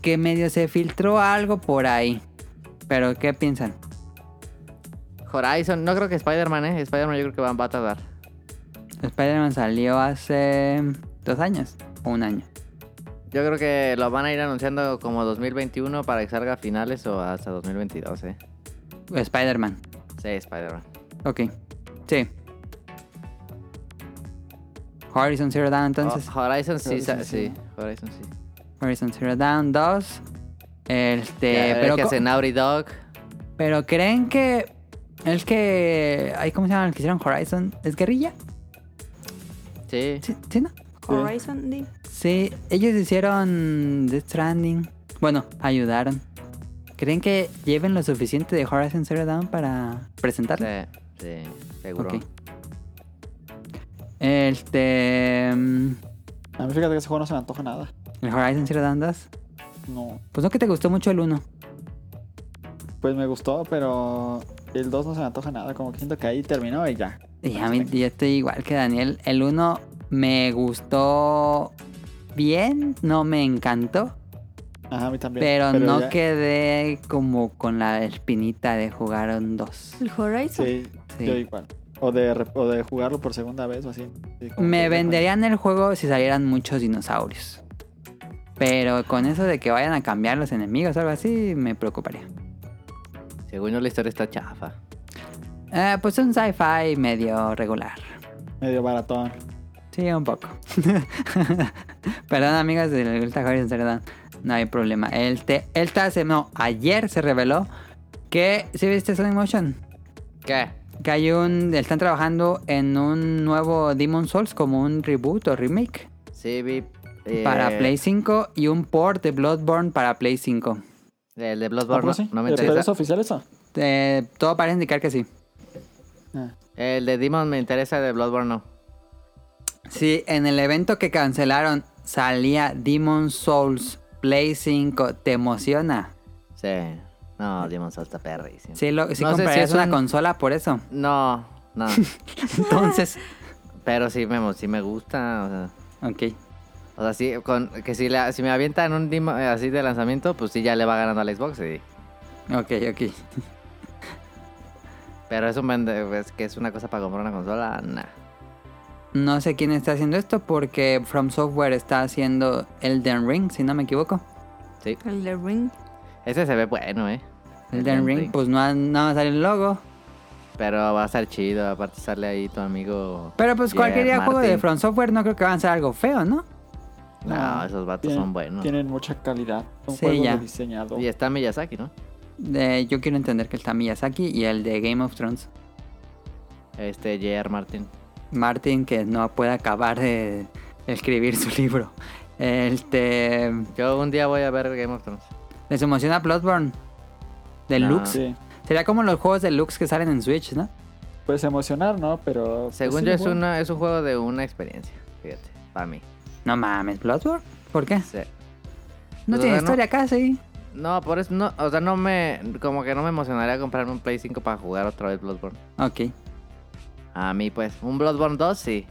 [SPEAKER 1] que medio se filtró algo por ahí. Pero ¿qué piensan?
[SPEAKER 2] Horizon, no creo que Spider-Man, ¿eh? Spider-Man yo creo que van va a tardar.
[SPEAKER 1] Spider-Man salió hace dos años o un año.
[SPEAKER 2] Yo creo que lo van a ir anunciando como 2021 para que salga a finales o hasta 2022, ¿eh?
[SPEAKER 1] Spider-Man,
[SPEAKER 2] Sí, Spider-Man.
[SPEAKER 1] ok. Sí. Horizon Zero Dawn entonces.
[SPEAKER 2] Oh, Horizon sí,
[SPEAKER 4] Horizon
[SPEAKER 2] sa-
[SPEAKER 4] sí.
[SPEAKER 2] sí. Horizon sí.
[SPEAKER 1] Horizon Zero Dawn 2. Este,
[SPEAKER 2] Ya,
[SPEAKER 1] pero,
[SPEAKER 2] pero que
[SPEAKER 1] co-
[SPEAKER 2] hace Naughty Dog.
[SPEAKER 1] pero creen que es que ay, ¿cómo se llama el que hicieron Horizon? ¿Es guerrilla?
[SPEAKER 2] Sí.
[SPEAKER 1] Sí, sí, no?
[SPEAKER 7] Horizon, di.
[SPEAKER 1] Sí, ellos hicieron Death Stranding. Bueno, ayudaron. ¿Creen que lleven lo suficiente de Horizon Zero Dawn para presentarlo?
[SPEAKER 2] Sí, sí, seguro.
[SPEAKER 1] Ok. Este. mm,
[SPEAKER 4] A mí fíjate que ese juego no se me antoja nada.
[SPEAKER 1] El Horizon Zero Dawn 2.
[SPEAKER 4] No.
[SPEAKER 1] Pues no que te gustó mucho el 1.
[SPEAKER 4] Pues me gustó, pero el 2 no se me antoja nada. Como que siento que ahí terminó y ya.
[SPEAKER 1] Y a mí, yo estoy igual que Daniel. El 1 me gustó bien, no me encantó,
[SPEAKER 4] Ajá, a mí también.
[SPEAKER 1] pero, no
[SPEAKER 4] ya-
[SPEAKER 1] quedé como con la espinita de jugar un 2.
[SPEAKER 7] El Horizon.
[SPEAKER 4] Sí,
[SPEAKER 1] Sí.
[SPEAKER 4] yo igual. O de, re- o de jugarlo por segunda vez o así. Sí, como
[SPEAKER 1] Me
[SPEAKER 4] que-
[SPEAKER 1] venderían el juego si salieran muchos dinosaurios. Pero con eso de que vayan a cambiar los enemigos o algo así, me preocuparía.
[SPEAKER 2] Según yo, la historia está chafa.
[SPEAKER 1] Eh, pues un sci-fi medio regular.
[SPEAKER 4] Medio baratón.
[SPEAKER 1] Sí, un poco. Perdón, amigas del Guilty Horizon Zero Dawn. No hay problema. El, te, el te hace- no, ayer se reveló que, si viste Sonic Motion?
[SPEAKER 2] ¿Qué?
[SPEAKER 1] Que hay un, están trabajando en un nuevo Demon Souls como un reboot o remake
[SPEAKER 2] Sí, vi. eh,
[SPEAKER 1] para Play 5 y un port de Bloodborne para Play 5.
[SPEAKER 2] El de
[SPEAKER 4] ¿A
[SPEAKER 2] Bloodborne,
[SPEAKER 4] poco
[SPEAKER 2] no,
[SPEAKER 4] sí?
[SPEAKER 2] no me
[SPEAKER 4] Eh, ¿Pero es
[SPEAKER 2] interesa.
[SPEAKER 4] oficial eso?
[SPEAKER 1] Eh, todo parece indicar que sí.
[SPEAKER 4] Ah.
[SPEAKER 2] El de Demon me interesa, el de Bloodborne no.
[SPEAKER 1] Sí, en el evento que cancelaron salía Demon Souls Play 5. ¿Te emociona?
[SPEAKER 2] Sí. No, Demon Souls está perrísimo.
[SPEAKER 1] Sí, lo, sí
[SPEAKER 2] No sé si
[SPEAKER 1] comprarías
[SPEAKER 2] es
[SPEAKER 1] una
[SPEAKER 2] un-
[SPEAKER 1] consola por eso.
[SPEAKER 2] No, no.
[SPEAKER 1] Entonces,
[SPEAKER 2] Pero sí me, mo- sí me gusta. O sea,
[SPEAKER 1] ok.
[SPEAKER 2] o sea, sí, con, que si, la- si me avientan un Demon eh, así de lanzamiento, pues sí ya le va ganando al Xbox. Sí.
[SPEAKER 1] Ok, ok.
[SPEAKER 2] Pero es un vende- es que es una cosa para comprar una consola, nah.
[SPEAKER 1] No sé quién está haciendo esto porque From Software está haciendo Elden Ring, si no me equivoco.
[SPEAKER 2] Sí.
[SPEAKER 7] El de Ring.
[SPEAKER 2] Ese se ve bueno, eh.
[SPEAKER 1] Elden Ring, pues no, ha- no va a salir el logo.
[SPEAKER 2] Pero va a ser chido, aparte sale ahí tu amigo.
[SPEAKER 1] Pero pues
[SPEAKER 2] Yeah,
[SPEAKER 1] cualquier juego de
[SPEAKER 2] Martin.
[SPEAKER 1] From Software no creo que van a ser algo feo, ¿no?
[SPEAKER 2] No,
[SPEAKER 4] No,
[SPEAKER 2] esos vatos
[SPEAKER 4] Tienen-
[SPEAKER 2] son buenos.
[SPEAKER 4] Tienen mucha calidad. Son
[SPEAKER 1] Sí,
[SPEAKER 4] juegos
[SPEAKER 1] ya.
[SPEAKER 4] de diseñado.
[SPEAKER 2] Y está Miyazaki, ¿no?
[SPEAKER 1] Eh, yo quiero entender que está Miyazaki y el de Game of Thrones.
[SPEAKER 2] Este J.R. Martin.
[SPEAKER 1] Martin que no puede acabar de escribir su libro. Este,
[SPEAKER 2] Yo un día voy a ver Game of Thrones.
[SPEAKER 1] ¿Les emociona Bloodborne? ¿De
[SPEAKER 2] No.
[SPEAKER 1] Lux?
[SPEAKER 4] Sí.
[SPEAKER 1] Sería como los juegos de Lux que salen en Switch, ¿no?
[SPEAKER 4] Puedes emocionar, ¿no? Pero... pues,
[SPEAKER 2] Según
[SPEAKER 4] sí,
[SPEAKER 2] yo,
[SPEAKER 4] lo
[SPEAKER 2] es,
[SPEAKER 4] juego.
[SPEAKER 2] una, es un juego de una experiencia. Fíjate, para mí.
[SPEAKER 1] No mames, ¿Bloodborne? ¿Por qué?
[SPEAKER 2] Sí.
[SPEAKER 1] No tiene
[SPEAKER 2] Pues, o sea, no-
[SPEAKER 1] historia casi.
[SPEAKER 2] No, por eso no. O sea, no me. Como que no me emocionaría comprarme un Play 5 para jugar otra vez Bloodborne.
[SPEAKER 1] Ok.
[SPEAKER 2] A mí, pues. Un Bloodborne 2, sí.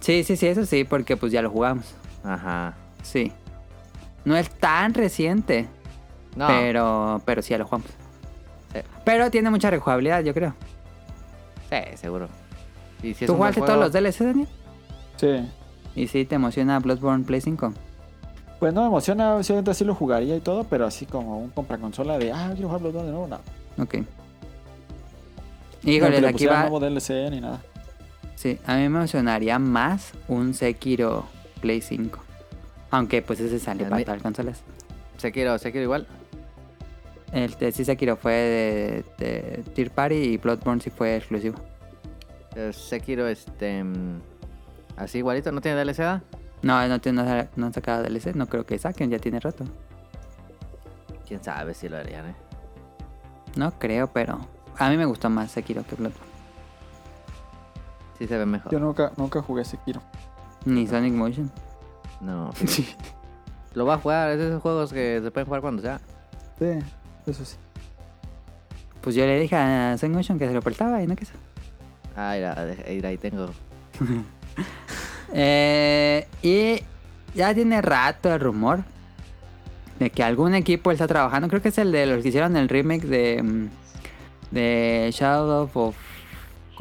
[SPEAKER 1] Sí, sí, sí, eso sí, porque pues ya lo jugamos.
[SPEAKER 2] Ajá.
[SPEAKER 1] Sí. No es tan reciente,
[SPEAKER 2] No.
[SPEAKER 1] pero pero sí ya lo jugamos.
[SPEAKER 2] Sí.
[SPEAKER 1] Pero tiene mucha rejugabilidad, yo creo.
[SPEAKER 2] Sí, seguro. Y si es
[SPEAKER 1] ¿Tú
[SPEAKER 2] un buen
[SPEAKER 1] jugaste todos
[SPEAKER 2] juego-
[SPEAKER 1] los DLC, Daniel?
[SPEAKER 4] Sí.
[SPEAKER 1] ¿Y sí te emociona Bloodborne Play 5?
[SPEAKER 4] Pues no me emociona, obviamente sí lo jugaría y todo, pero así como un compra consola de, ah, quiero jugar Bloodborne de nuevo, no.
[SPEAKER 1] Ok.
[SPEAKER 4] No, que
[SPEAKER 1] Híjole,
[SPEAKER 4] le
[SPEAKER 2] pues
[SPEAKER 1] aquí
[SPEAKER 4] pusieran
[SPEAKER 1] va...
[SPEAKER 4] nuevo DLC ni nada.
[SPEAKER 1] Sí, a mí me emocionaría más un Sekiro Play 5. Aunque pues ese salió
[SPEAKER 2] A
[SPEAKER 1] para
[SPEAKER 2] mí-
[SPEAKER 1] todas las consolas.
[SPEAKER 2] Sekiro, Sekiro igual.
[SPEAKER 1] El de sí, Sekiro fue de, de Tier Party y Bloodborne sí fue exclusivo.
[SPEAKER 2] Eh, Sekiro, este. mm, Así igualito, ¿no tiene DLC? da?
[SPEAKER 1] No, no, tiene- no, sa- no han sacado DLC, no creo que saquen, ya tiene rato.
[SPEAKER 2] Quién sabe si lo harían, eh.
[SPEAKER 1] No creo, pero a mí me gustó más Sekiro que Bloodborne.
[SPEAKER 2] Sí se ve mejor.
[SPEAKER 4] Yo nunca, nunca jugué Sekiro.
[SPEAKER 1] Ni Sonic Motion.
[SPEAKER 2] No, fíjate. Lo va a jugar, es de esos juegos que se pueden jugar cuando sea.
[SPEAKER 4] Sí, eso sí.
[SPEAKER 1] Pues yo le dije a Sonic Motion que se lo prestaba y no quiso.
[SPEAKER 2] Ah, mira, de- mira, ahí tengo.
[SPEAKER 1] Eh, y ya tiene rato el rumor de que algún equipo está trabajando. Creo que es el de los que hicieron el remake de, mm, de Shadow of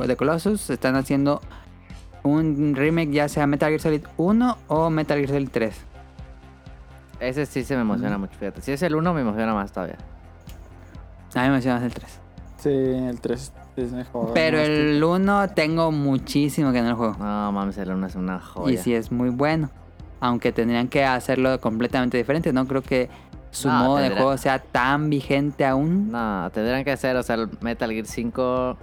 [SPEAKER 1] the Colossus. Están haciendo un remake, ya sea Metal Gear Solid 1 o Metal Gear Solid 3.
[SPEAKER 2] Ese sí se me emociona mucho, fíjate. Si es el uno me emociona más todavía.
[SPEAKER 1] A mí me emociona más el 3.
[SPEAKER 3] Sí, el 3 es mejor.
[SPEAKER 1] Pero
[SPEAKER 3] Oh, ¿no?
[SPEAKER 1] el 1 tengo muchísimo que no lo juego.
[SPEAKER 2] No, mames, el uno es una joya.
[SPEAKER 1] Y sí es muy bueno. Aunque tendrían que hacerlo completamente diferente. No creo que su
[SPEAKER 2] No,
[SPEAKER 1] modo de
[SPEAKER 2] tendrá-
[SPEAKER 1] juego sea tan vigente aún.
[SPEAKER 2] No, tendrían que hacer, o sea, el Metal Gear 5...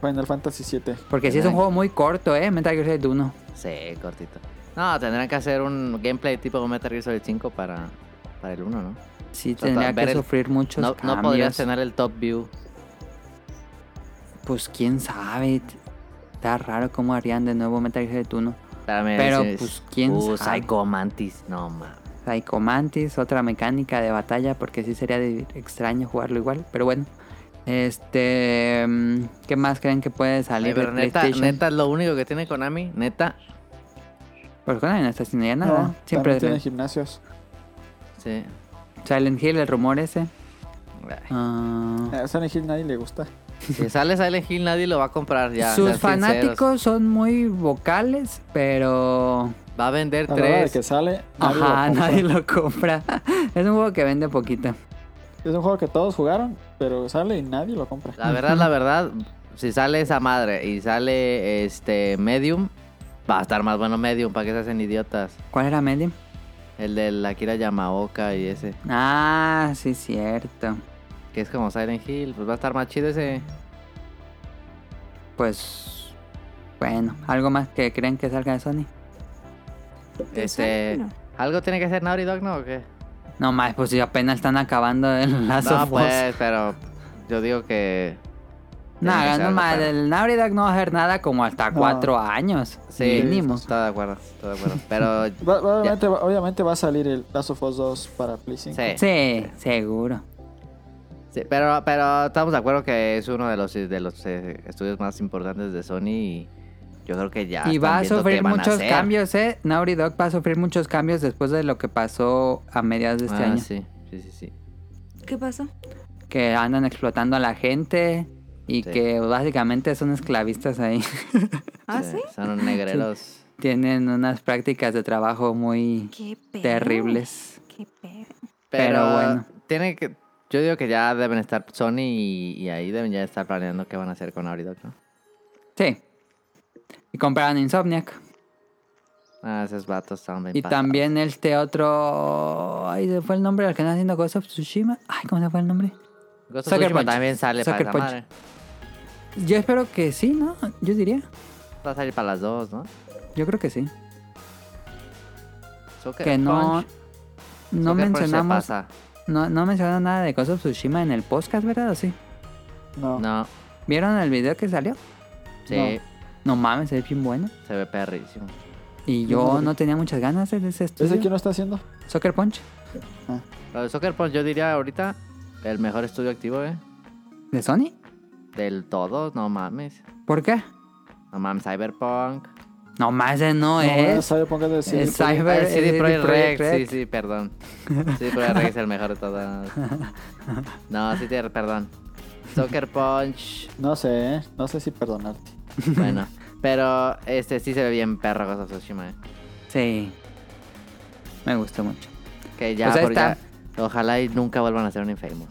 [SPEAKER 3] Final Fantasy VII.
[SPEAKER 1] Porque sí es un
[SPEAKER 2] Tendrán-
[SPEAKER 1] juego muy corto, ¿eh? Metal Gear Solid 1.
[SPEAKER 2] Sí, cortito. No, tendrán que hacer un gameplay tipo Metal Gear Solid 5 para, para el 1, ¿no?
[SPEAKER 1] Sí
[SPEAKER 2] sea,
[SPEAKER 1] tendría
[SPEAKER 2] ver
[SPEAKER 1] que
[SPEAKER 2] el-
[SPEAKER 1] sufrir muchos
[SPEAKER 2] No,
[SPEAKER 1] cambios.
[SPEAKER 2] no podrías tener el top view.
[SPEAKER 1] Pues quién sabe. Está raro cómo harían de nuevo Metal Gear Solid 1.
[SPEAKER 2] Espérame,
[SPEAKER 1] Pero,
[SPEAKER 2] ese es-
[SPEAKER 1] pues, ¿quién
[SPEAKER 2] uh,
[SPEAKER 1] sabe?
[SPEAKER 2] Psycho Mantis, no mames.
[SPEAKER 1] Psycho Mantis, otra mecánica de batalla, porque sí sería de- extraño jugarlo igual. Pero bueno. Este... mm, ¿Qué más creen que puede salir
[SPEAKER 2] Oye,
[SPEAKER 1] de
[SPEAKER 2] Pero neta,
[SPEAKER 1] PlayStation?
[SPEAKER 2] neta, lo único que tiene Konami, neta,
[SPEAKER 1] Porque con no está haciendo ya
[SPEAKER 3] No,
[SPEAKER 1] nada. Siempre
[SPEAKER 3] también tiene gimnasios.
[SPEAKER 2] sí.
[SPEAKER 1] Silent Hill, el rumor ese. Ah.
[SPEAKER 3] A Eh, Sonic Hill nadie le gusta.
[SPEAKER 2] Si sale Silent Hill, nadie lo va a comprar ya.
[SPEAKER 1] Sus
[SPEAKER 2] sean sinceros.
[SPEAKER 1] fanáticos son muy vocales, pero...
[SPEAKER 2] Va a vender
[SPEAKER 3] A la hora de
[SPEAKER 2] tres.
[SPEAKER 3] que sale, nadie lo
[SPEAKER 1] Ajá,
[SPEAKER 3] compra.
[SPEAKER 1] nadie lo compra. Es un juego que vende poquito.
[SPEAKER 3] Es un juego que todos jugaron, pero sale y nadie lo compra.
[SPEAKER 2] La verdad, la verdad, si sale esa madre y sale este Medium, va a estar más bueno Medium para que se hacen idiotas.
[SPEAKER 1] ¿Cuál era Medium?
[SPEAKER 2] El de la Akira Yamaoka y ese,
[SPEAKER 1] Ah, sí, cierto.
[SPEAKER 2] que es como Silent Hill, pues va a estar más chido ese.
[SPEAKER 1] Pues... Bueno, algo más que creen que salga de Sony. Pues,
[SPEAKER 2] Este,
[SPEAKER 7] suena?
[SPEAKER 2] algo tiene que hacer Naughty Dog, ¿no? ¿O qué?
[SPEAKER 1] No más, pues si apenas están acabando el Last
[SPEAKER 2] No,
[SPEAKER 1] of Us.
[SPEAKER 2] pues, pero yo digo que tiene que
[SPEAKER 1] Nada,
[SPEAKER 2] ser
[SPEAKER 1] no
[SPEAKER 2] algo
[SPEAKER 1] más,
[SPEAKER 2] para-
[SPEAKER 1] el Naughty Dog no va a hacer nada como hasta
[SPEAKER 3] No.
[SPEAKER 1] cuatro años.
[SPEAKER 2] Sí,
[SPEAKER 1] mínimo.
[SPEAKER 2] Estoy de acuerdo, estoy de acuerdo. Pero
[SPEAKER 3] Va- va- obviamente, va, obviamente va a salir el Last of Us 2 para Play 5.
[SPEAKER 2] sí,
[SPEAKER 1] Sí, seguro.
[SPEAKER 2] sí, pero, pero estamos de acuerdo que es uno de los de los eh, estudios más importantes de Sony y yo creo que ya.
[SPEAKER 1] Y
[SPEAKER 2] están
[SPEAKER 1] va a
[SPEAKER 2] viendo qué
[SPEAKER 1] sufrir
[SPEAKER 2] van
[SPEAKER 1] muchos
[SPEAKER 2] hacer.
[SPEAKER 1] cambios, ¿eh? Naughty Dog va a sufrir muchos cambios después de lo que pasó a mediados de este
[SPEAKER 2] Ah,
[SPEAKER 1] año.
[SPEAKER 2] Sí, sí, sí, sí.
[SPEAKER 7] ¿Qué pasó?
[SPEAKER 1] Que andan explotando a la gente y
[SPEAKER 2] Sí.
[SPEAKER 1] que básicamente son esclavistas ahí.
[SPEAKER 7] ¿Ah,
[SPEAKER 2] Sí,
[SPEAKER 7] sí?
[SPEAKER 2] Son unos negreros.
[SPEAKER 1] Tienen unas prácticas de trabajo muy
[SPEAKER 7] Qué pedo.
[SPEAKER 1] terribles.
[SPEAKER 7] Qué pedo.
[SPEAKER 2] Pero,
[SPEAKER 1] Pero bueno.
[SPEAKER 2] bueno. Tiene que. Yo digo que ya deben estar Sony y, y ahí deben ya estar planeando qué van a hacer con Naughty Dog, ¿no?
[SPEAKER 1] Sí. Y compraron Insomniac.
[SPEAKER 2] Ah, esos vatos están bien
[SPEAKER 1] Y
[SPEAKER 2] pasados.
[SPEAKER 1] también este otro... Ay, ¿se fue el nombre al que está haciendo Ghost of Tsushima? Ay, ¿cómo se fue el nombre?
[SPEAKER 2] Ghost of
[SPEAKER 1] Sucker
[SPEAKER 2] Tsushima
[SPEAKER 1] Punch.
[SPEAKER 2] también sale
[SPEAKER 1] Sucker
[SPEAKER 2] para esa
[SPEAKER 1] Punch.
[SPEAKER 2] madre.
[SPEAKER 1] Yo espero que sí, ¿no? Yo diría.
[SPEAKER 2] Va a salir para las dos, ¿no?
[SPEAKER 1] Yo creo que sí.
[SPEAKER 2] Sucker
[SPEAKER 1] que no...
[SPEAKER 2] Punch.
[SPEAKER 1] No
[SPEAKER 2] Sucker Punch se
[SPEAKER 1] mencionamos...
[SPEAKER 2] pasa.
[SPEAKER 1] No, no mencionaron nada de Ghost of Tsushima en el podcast, ¿verdad? ¿O sí?
[SPEAKER 3] No.
[SPEAKER 2] No,
[SPEAKER 1] ¿Vieron el video que salió?
[SPEAKER 2] sí,
[SPEAKER 1] No mames, es bien bueno.
[SPEAKER 2] se ve perrísimo.
[SPEAKER 1] Y
[SPEAKER 3] No,
[SPEAKER 1] yo
[SPEAKER 3] no.
[SPEAKER 1] no tenía muchas ganas de ese estudio.
[SPEAKER 3] ¿Ese quién lo está haciendo?
[SPEAKER 1] Soccer Punch.
[SPEAKER 2] Lo de Soccer Punch, yo diría ahorita el mejor estudio activo, ¿eh?
[SPEAKER 1] ¿De Sony?
[SPEAKER 2] Del todo, no mames.
[SPEAKER 1] ¿Por qué?
[SPEAKER 2] No mames, Cyberpunk.
[SPEAKER 1] No más, ese no, ¿eh? es.
[SPEAKER 3] Cyberpunk es de CD
[SPEAKER 1] es
[SPEAKER 3] Projekt.
[SPEAKER 1] Cyber-
[SPEAKER 2] Ah,
[SPEAKER 1] es
[SPEAKER 2] CD
[SPEAKER 1] CD
[SPEAKER 2] Projekt
[SPEAKER 1] Projekt
[SPEAKER 2] Red, sí,
[SPEAKER 1] eh, Red.
[SPEAKER 2] sí, perdón. CD Projekt Red es el mejor de todos. No, sí, te- perdón. Soccer Punch,
[SPEAKER 3] No sé, ¿eh? no sé si perdonarte.
[SPEAKER 2] bueno. Pero este sí se ve bien perro Ghost of Tsushima, ¿eh?
[SPEAKER 1] Sí. Me gustó mucho.
[SPEAKER 2] Que ya,
[SPEAKER 1] Pues ahí
[SPEAKER 2] por ya-
[SPEAKER 1] está.
[SPEAKER 2] Ojalá y nunca vuelvan a ser un Infamous.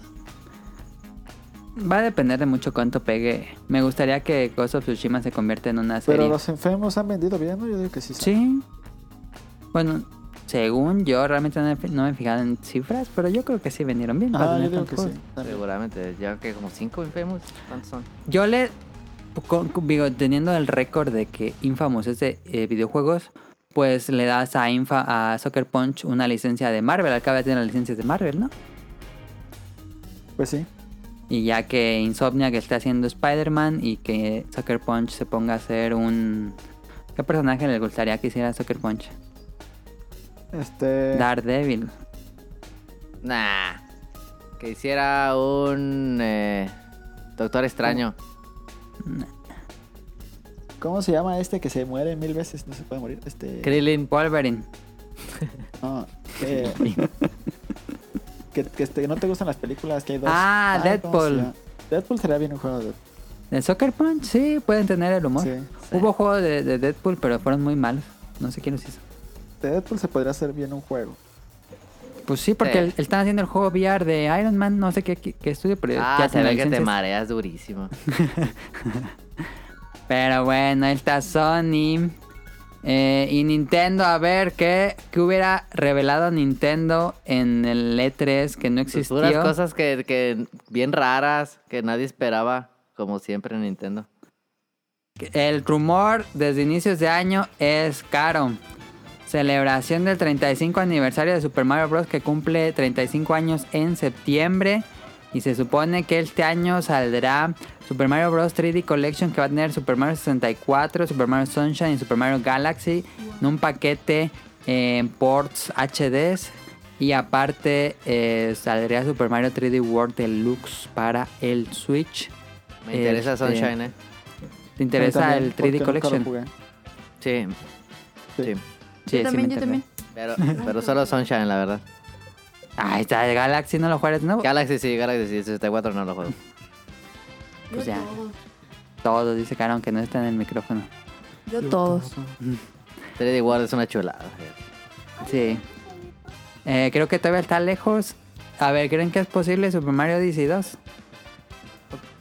[SPEAKER 1] Va a depender de mucho cuánto pegue. Me gustaría que Ghost of Tsushima se convierta en una
[SPEAKER 3] Pero
[SPEAKER 1] serie.
[SPEAKER 3] los enfermos han vendido bien, ¿no? Yo digo que sí.
[SPEAKER 1] Sí. Bueno, según yo, realmente no me, no me he fijado en cifras, pero yo creo que sí vendieron bien. para
[SPEAKER 3] Ah, yo
[SPEAKER 1] tener
[SPEAKER 3] digo
[SPEAKER 1] tanto
[SPEAKER 3] que
[SPEAKER 1] juego.
[SPEAKER 3] sí. también.
[SPEAKER 2] Seguramente, ya que como cinco Infamous, ¿cuántos son?
[SPEAKER 1] Yo le. con- con- digo, teniendo el récord de que Infamous es de eh, videojuegos, pues le das a, Infa, a Soccer Punch una licencia de Marvel. Acaba de tener las licencias de Marvel, ¿no?
[SPEAKER 3] Pues sí.
[SPEAKER 1] Y ya que Insomniac esté haciendo Spider-Man y que Soccer Punch se ponga a hacer un. ¿Qué personaje le gustaría que hiciera Soccer Punch?
[SPEAKER 3] Este.
[SPEAKER 1] Daredevil.
[SPEAKER 2] Nah. Que hiciera un eh, Doctor Extraño.
[SPEAKER 3] ¿Cómo se llama este que se muere mil veces? No se puede morir. Este.
[SPEAKER 2] Krillin.
[SPEAKER 1] Wolverine.
[SPEAKER 3] No, eh, que, que este, no te gustan las películas que hay dos.
[SPEAKER 1] Ah,
[SPEAKER 3] Ay, ¿cómo se
[SPEAKER 1] Deadpool.
[SPEAKER 3] llama? Deadpool sería bien un juego de Deadpool.
[SPEAKER 1] ¿El Soccer Punch? Sí, pueden tener el humor.
[SPEAKER 3] Sí.
[SPEAKER 1] Hubo juegos de, de Deadpool, pero fueron muy malos. No sé quién los hizo.
[SPEAKER 3] De Deadpool se podría hacer bien un juego.
[SPEAKER 1] Pues sí, porque
[SPEAKER 2] Sí.
[SPEAKER 1] el- están haciendo el juego VR de Iron Man, no sé qué, qué- qué estudio, pero
[SPEAKER 2] Ah,
[SPEAKER 1] eh, ya
[SPEAKER 2] se
[SPEAKER 1] tiene
[SPEAKER 2] ve que te
[SPEAKER 1] licencias.
[SPEAKER 2] mareas durísimo.
[SPEAKER 1] Pero bueno, ahí está Sony. Eh, y Nintendo, a ver, ¿qué, qué hubiera revelado Nintendo en el E3 que no
[SPEAKER 2] Sus
[SPEAKER 1] existió?
[SPEAKER 2] Pues puras cosas que, que bien raras, que nadie esperaba, como siempre en Nintendo.
[SPEAKER 1] El rumor desde inicios de año es caro. Celebración del 35 aniversario de Super Mario Bros. que cumple 35 años en septiembre. Y se supone que este año saldrá Super Mario Bros. 3D Collection que va a tener Super Mario 64, Super Mario Sunshine y Super Mario Galaxy en un paquete eh, en ports HDs. Y aparte eh, saldría Super Mario 3D World Deluxe para el Switch.
[SPEAKER 2] Me interesa
[SPEAKER 1] Este,
[SPEAKER 2] Sunshine, ¿eh?
[SPEAKER 1] ¿Te interesa
[SPEAKER 3] También,
[SPEAKER 1] el
[SPEAKER 3] porque
[SPEAKER 1] 3D
[SPEAKER 3] nunca lo
[SPEAKER 1] Collection?
[SPEAKER 3] jugué.
[SPEAKER 2] Sí. Sí.
[SPEAKER 3] Sí.
[SPEAKER 1] Sí,
[SPEAKER 7] yo
[SPEAKER 1] sí
[SPEAKER 7] también,
[SPEAKER 1] me
[SPEAKER 7] yo
[SPEAKER 1] enteré.
[SPEAKER 7] también.
[SPEAKER 2] Pero, pero solo Sunshine, la verdad.
[SPEAKER 1] Ahí está, el Galaxy no lo juegas
[SPEAKER 3] Oh.
[SPEAKER 1] de nuevo.
[SPEAKER 2] Galaxy sí, Galaxy sí, 64 no lo juego.
[SPEAKER 1] Pues ya. Todo dice Caron que no está en el micrófono.
[SPEAKER 7] Yo todos.
[SPEAKER 2] 3D World es una chulada. eh.
[SPEAKER 1] Sí. Eh, creo que todavía está lejos. A ver, ¿creen que es posible Super Mario Odyssey 2?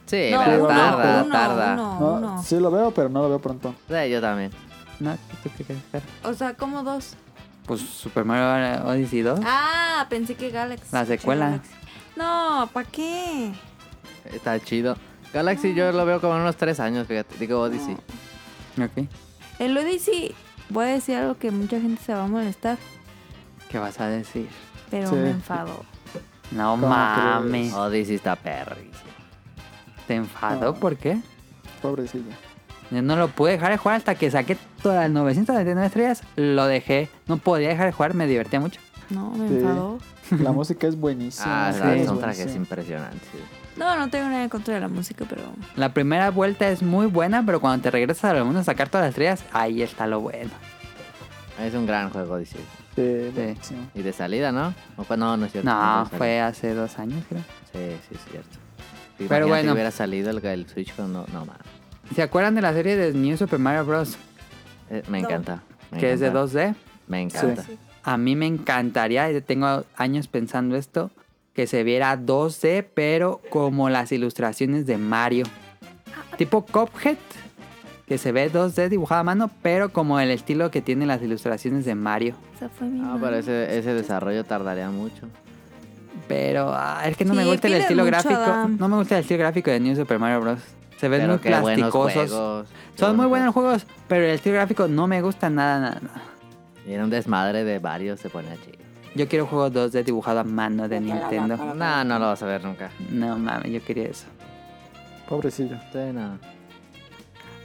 [SPEAKER 2] Sí,
[SPEAKER 7] No,
[SPEAKER 2] pero
[SPEAKER 3] uno,
[SPEAKER 2] tarda,
[SPEAKER 7] uno,
[SPEAKER 2] tarda.
[SPEAKER 7] uno,
[SPEAKER 3] No,
[SPEAKER 7] uno.
[SPEAKER 3] Sí lo veo, pero no lo veo pronto.
[SPEAKER 2] Sí, yo también.
[SPEAKER 1] No, ¿tú qué crees, Caro?
[SPEAKER 7] O sea, como dos.
[SPEAKER 1] Pues Super Mario Odyssey 2.
[SPEAKER 7] Ah, pensé que Galaxy.
[SPEAKER 1] La secuela.
[SPEAKER 7] Galaxy. No, ¿para qué?
[SPEAKER 2] Está chido. Galaxy yo lo veo como en unos 3 años, fíjate. Digo Odyssey.
[SPEAKER 1] Ok.
[SPEAKER 7] El Odyssey, voy a decir algo que mucha gente se va a molestar,
[SPEAKER 1] ¿Qué vas a decir?
[SPEAKER 7] pero
[SPEAKER 3] Sí.
[SPEAKER 7] me enfado.
[SPEAKER 1] No
[SPEAKER 3] ¿Cómo
[SPEAKER 1] mames.
[SPEAKER 2] Odyssey está perri.
[SPEAKER 1] ¿Te enfadó?
[SPEAKER 3] No.
[SPEAKER 1] ¿Por qué?
[SPEAKER 3] Pobrecilla.
[SPEAKER 1] Yo no lo pude dejar de jugar hasta que saqué todas las 999 estrellas. Lo dejé. No podía dejar de jugar, me divertía mucho.
[SPEAKER 7] No, me
[SPEAKER 3] Sí.
[SPEAKER 7] enfadó.
[SPEAKER 3] La música es buenísima.
[SPEAKER 2] ah,
[SPEAKER 3] sí,
[SPEAKER 2] la
[SPEAKER 3] es
[SPEAKER 2] soundtrack es
[SPEAKER 3] buenísima.
[SPEAKER 2] impresionante. sí.
[SPEAKER 7] No, no tengo nada en contra de la música, pero
[SPEAKER 1] La primera vuelta es muy buena, pero cuando te regresas al mundo a sacar todas las estrellas, ahí está lo bueno.
[SPEAKER 2] Es un gran juego Odyssey.
[SPEAKER 3] Sí, buenísima.
[SPEAKER 2] Y de salida, ¿no? ¿O fue- No, no es cierto.
[SPEAKER 1] No,
[SPEAKER 2] de
[SPEAKER 1] fue hace dos años, creo.
[SPEAKER 2] salida. Sí, sí, es cierto.
[SPEAKER 1] Pero
[SPEAKER 2] Pero
[SPEAKER 1] bueno.
[SPEAKER 2] bueno. hubiera salido el, el Switch cuando... No, más.
[SPEAKER 1] ¿Se acuerdan de la serie de New Super Mario Bros?
[SPEAKER 2] Eh, me encanta. me
[SPEAKER 1] Que es de
[SPEAKER 2] encanta,
[SPEAKER 1] 2D.
[SPEAKER 2] Me encanta.
[SPEAKER 1] A mí me encantaría, y tengo años pensando esto, que se viera 2D, pero como las ilustraciones de Mario. Tipo Cuphead, que se ve 2D dibujada a mano, pero como el estilo que tienen las ilustraciones de Mario.
[SPEAKER 7] esa fue mi.
[SPEAKER 2] Ah,
[SPEAKER 7] mano.
[SPEAKER 2] pero ese, ese desarrollo tardaría mucho.
[SPEAKER 1] Pero ah, es que no me
[SPEAKER 7] Sí,
[SPEAKER 1] gusta el
[SPEAKER 7] pide
[SPEAKER 1] estilo
[SPEAKER 7] mucho,
[SPEAKER 1] gráfico.
[SPEAKER 7] Adam.
[SPEAKER 1] No me gusta el estilo gráfico de New Super Mario Bros. Se ven
[SPEAKER 2] Pero
[SPEAKER 1] muy
[SPEAKER 2] qué buenos
[SPEAKER 1] plasticosos.
[SPEAKER 2] juegos, qué
[SPEAKER 1] Son muy buenos
[SPEAKER 2] buenos
[SPEAKER 1] juegos, pero el estilo gráfico no me gusta nada, nada, nada.
[SPEAKER 2] juegos. Y era un desmadre de varios, se ponía chido.
[SPEAKER 1] Yo quiero juegos 2D dibujado a mano de Nintendo.
[SPEAKER 2] No, no lo vas a ver nunca.
[SPEAKER 1] No mames, yo quería eso.
[SPEAKER 3] Pobrecilla.
[SPEAKER 2] Sí, no.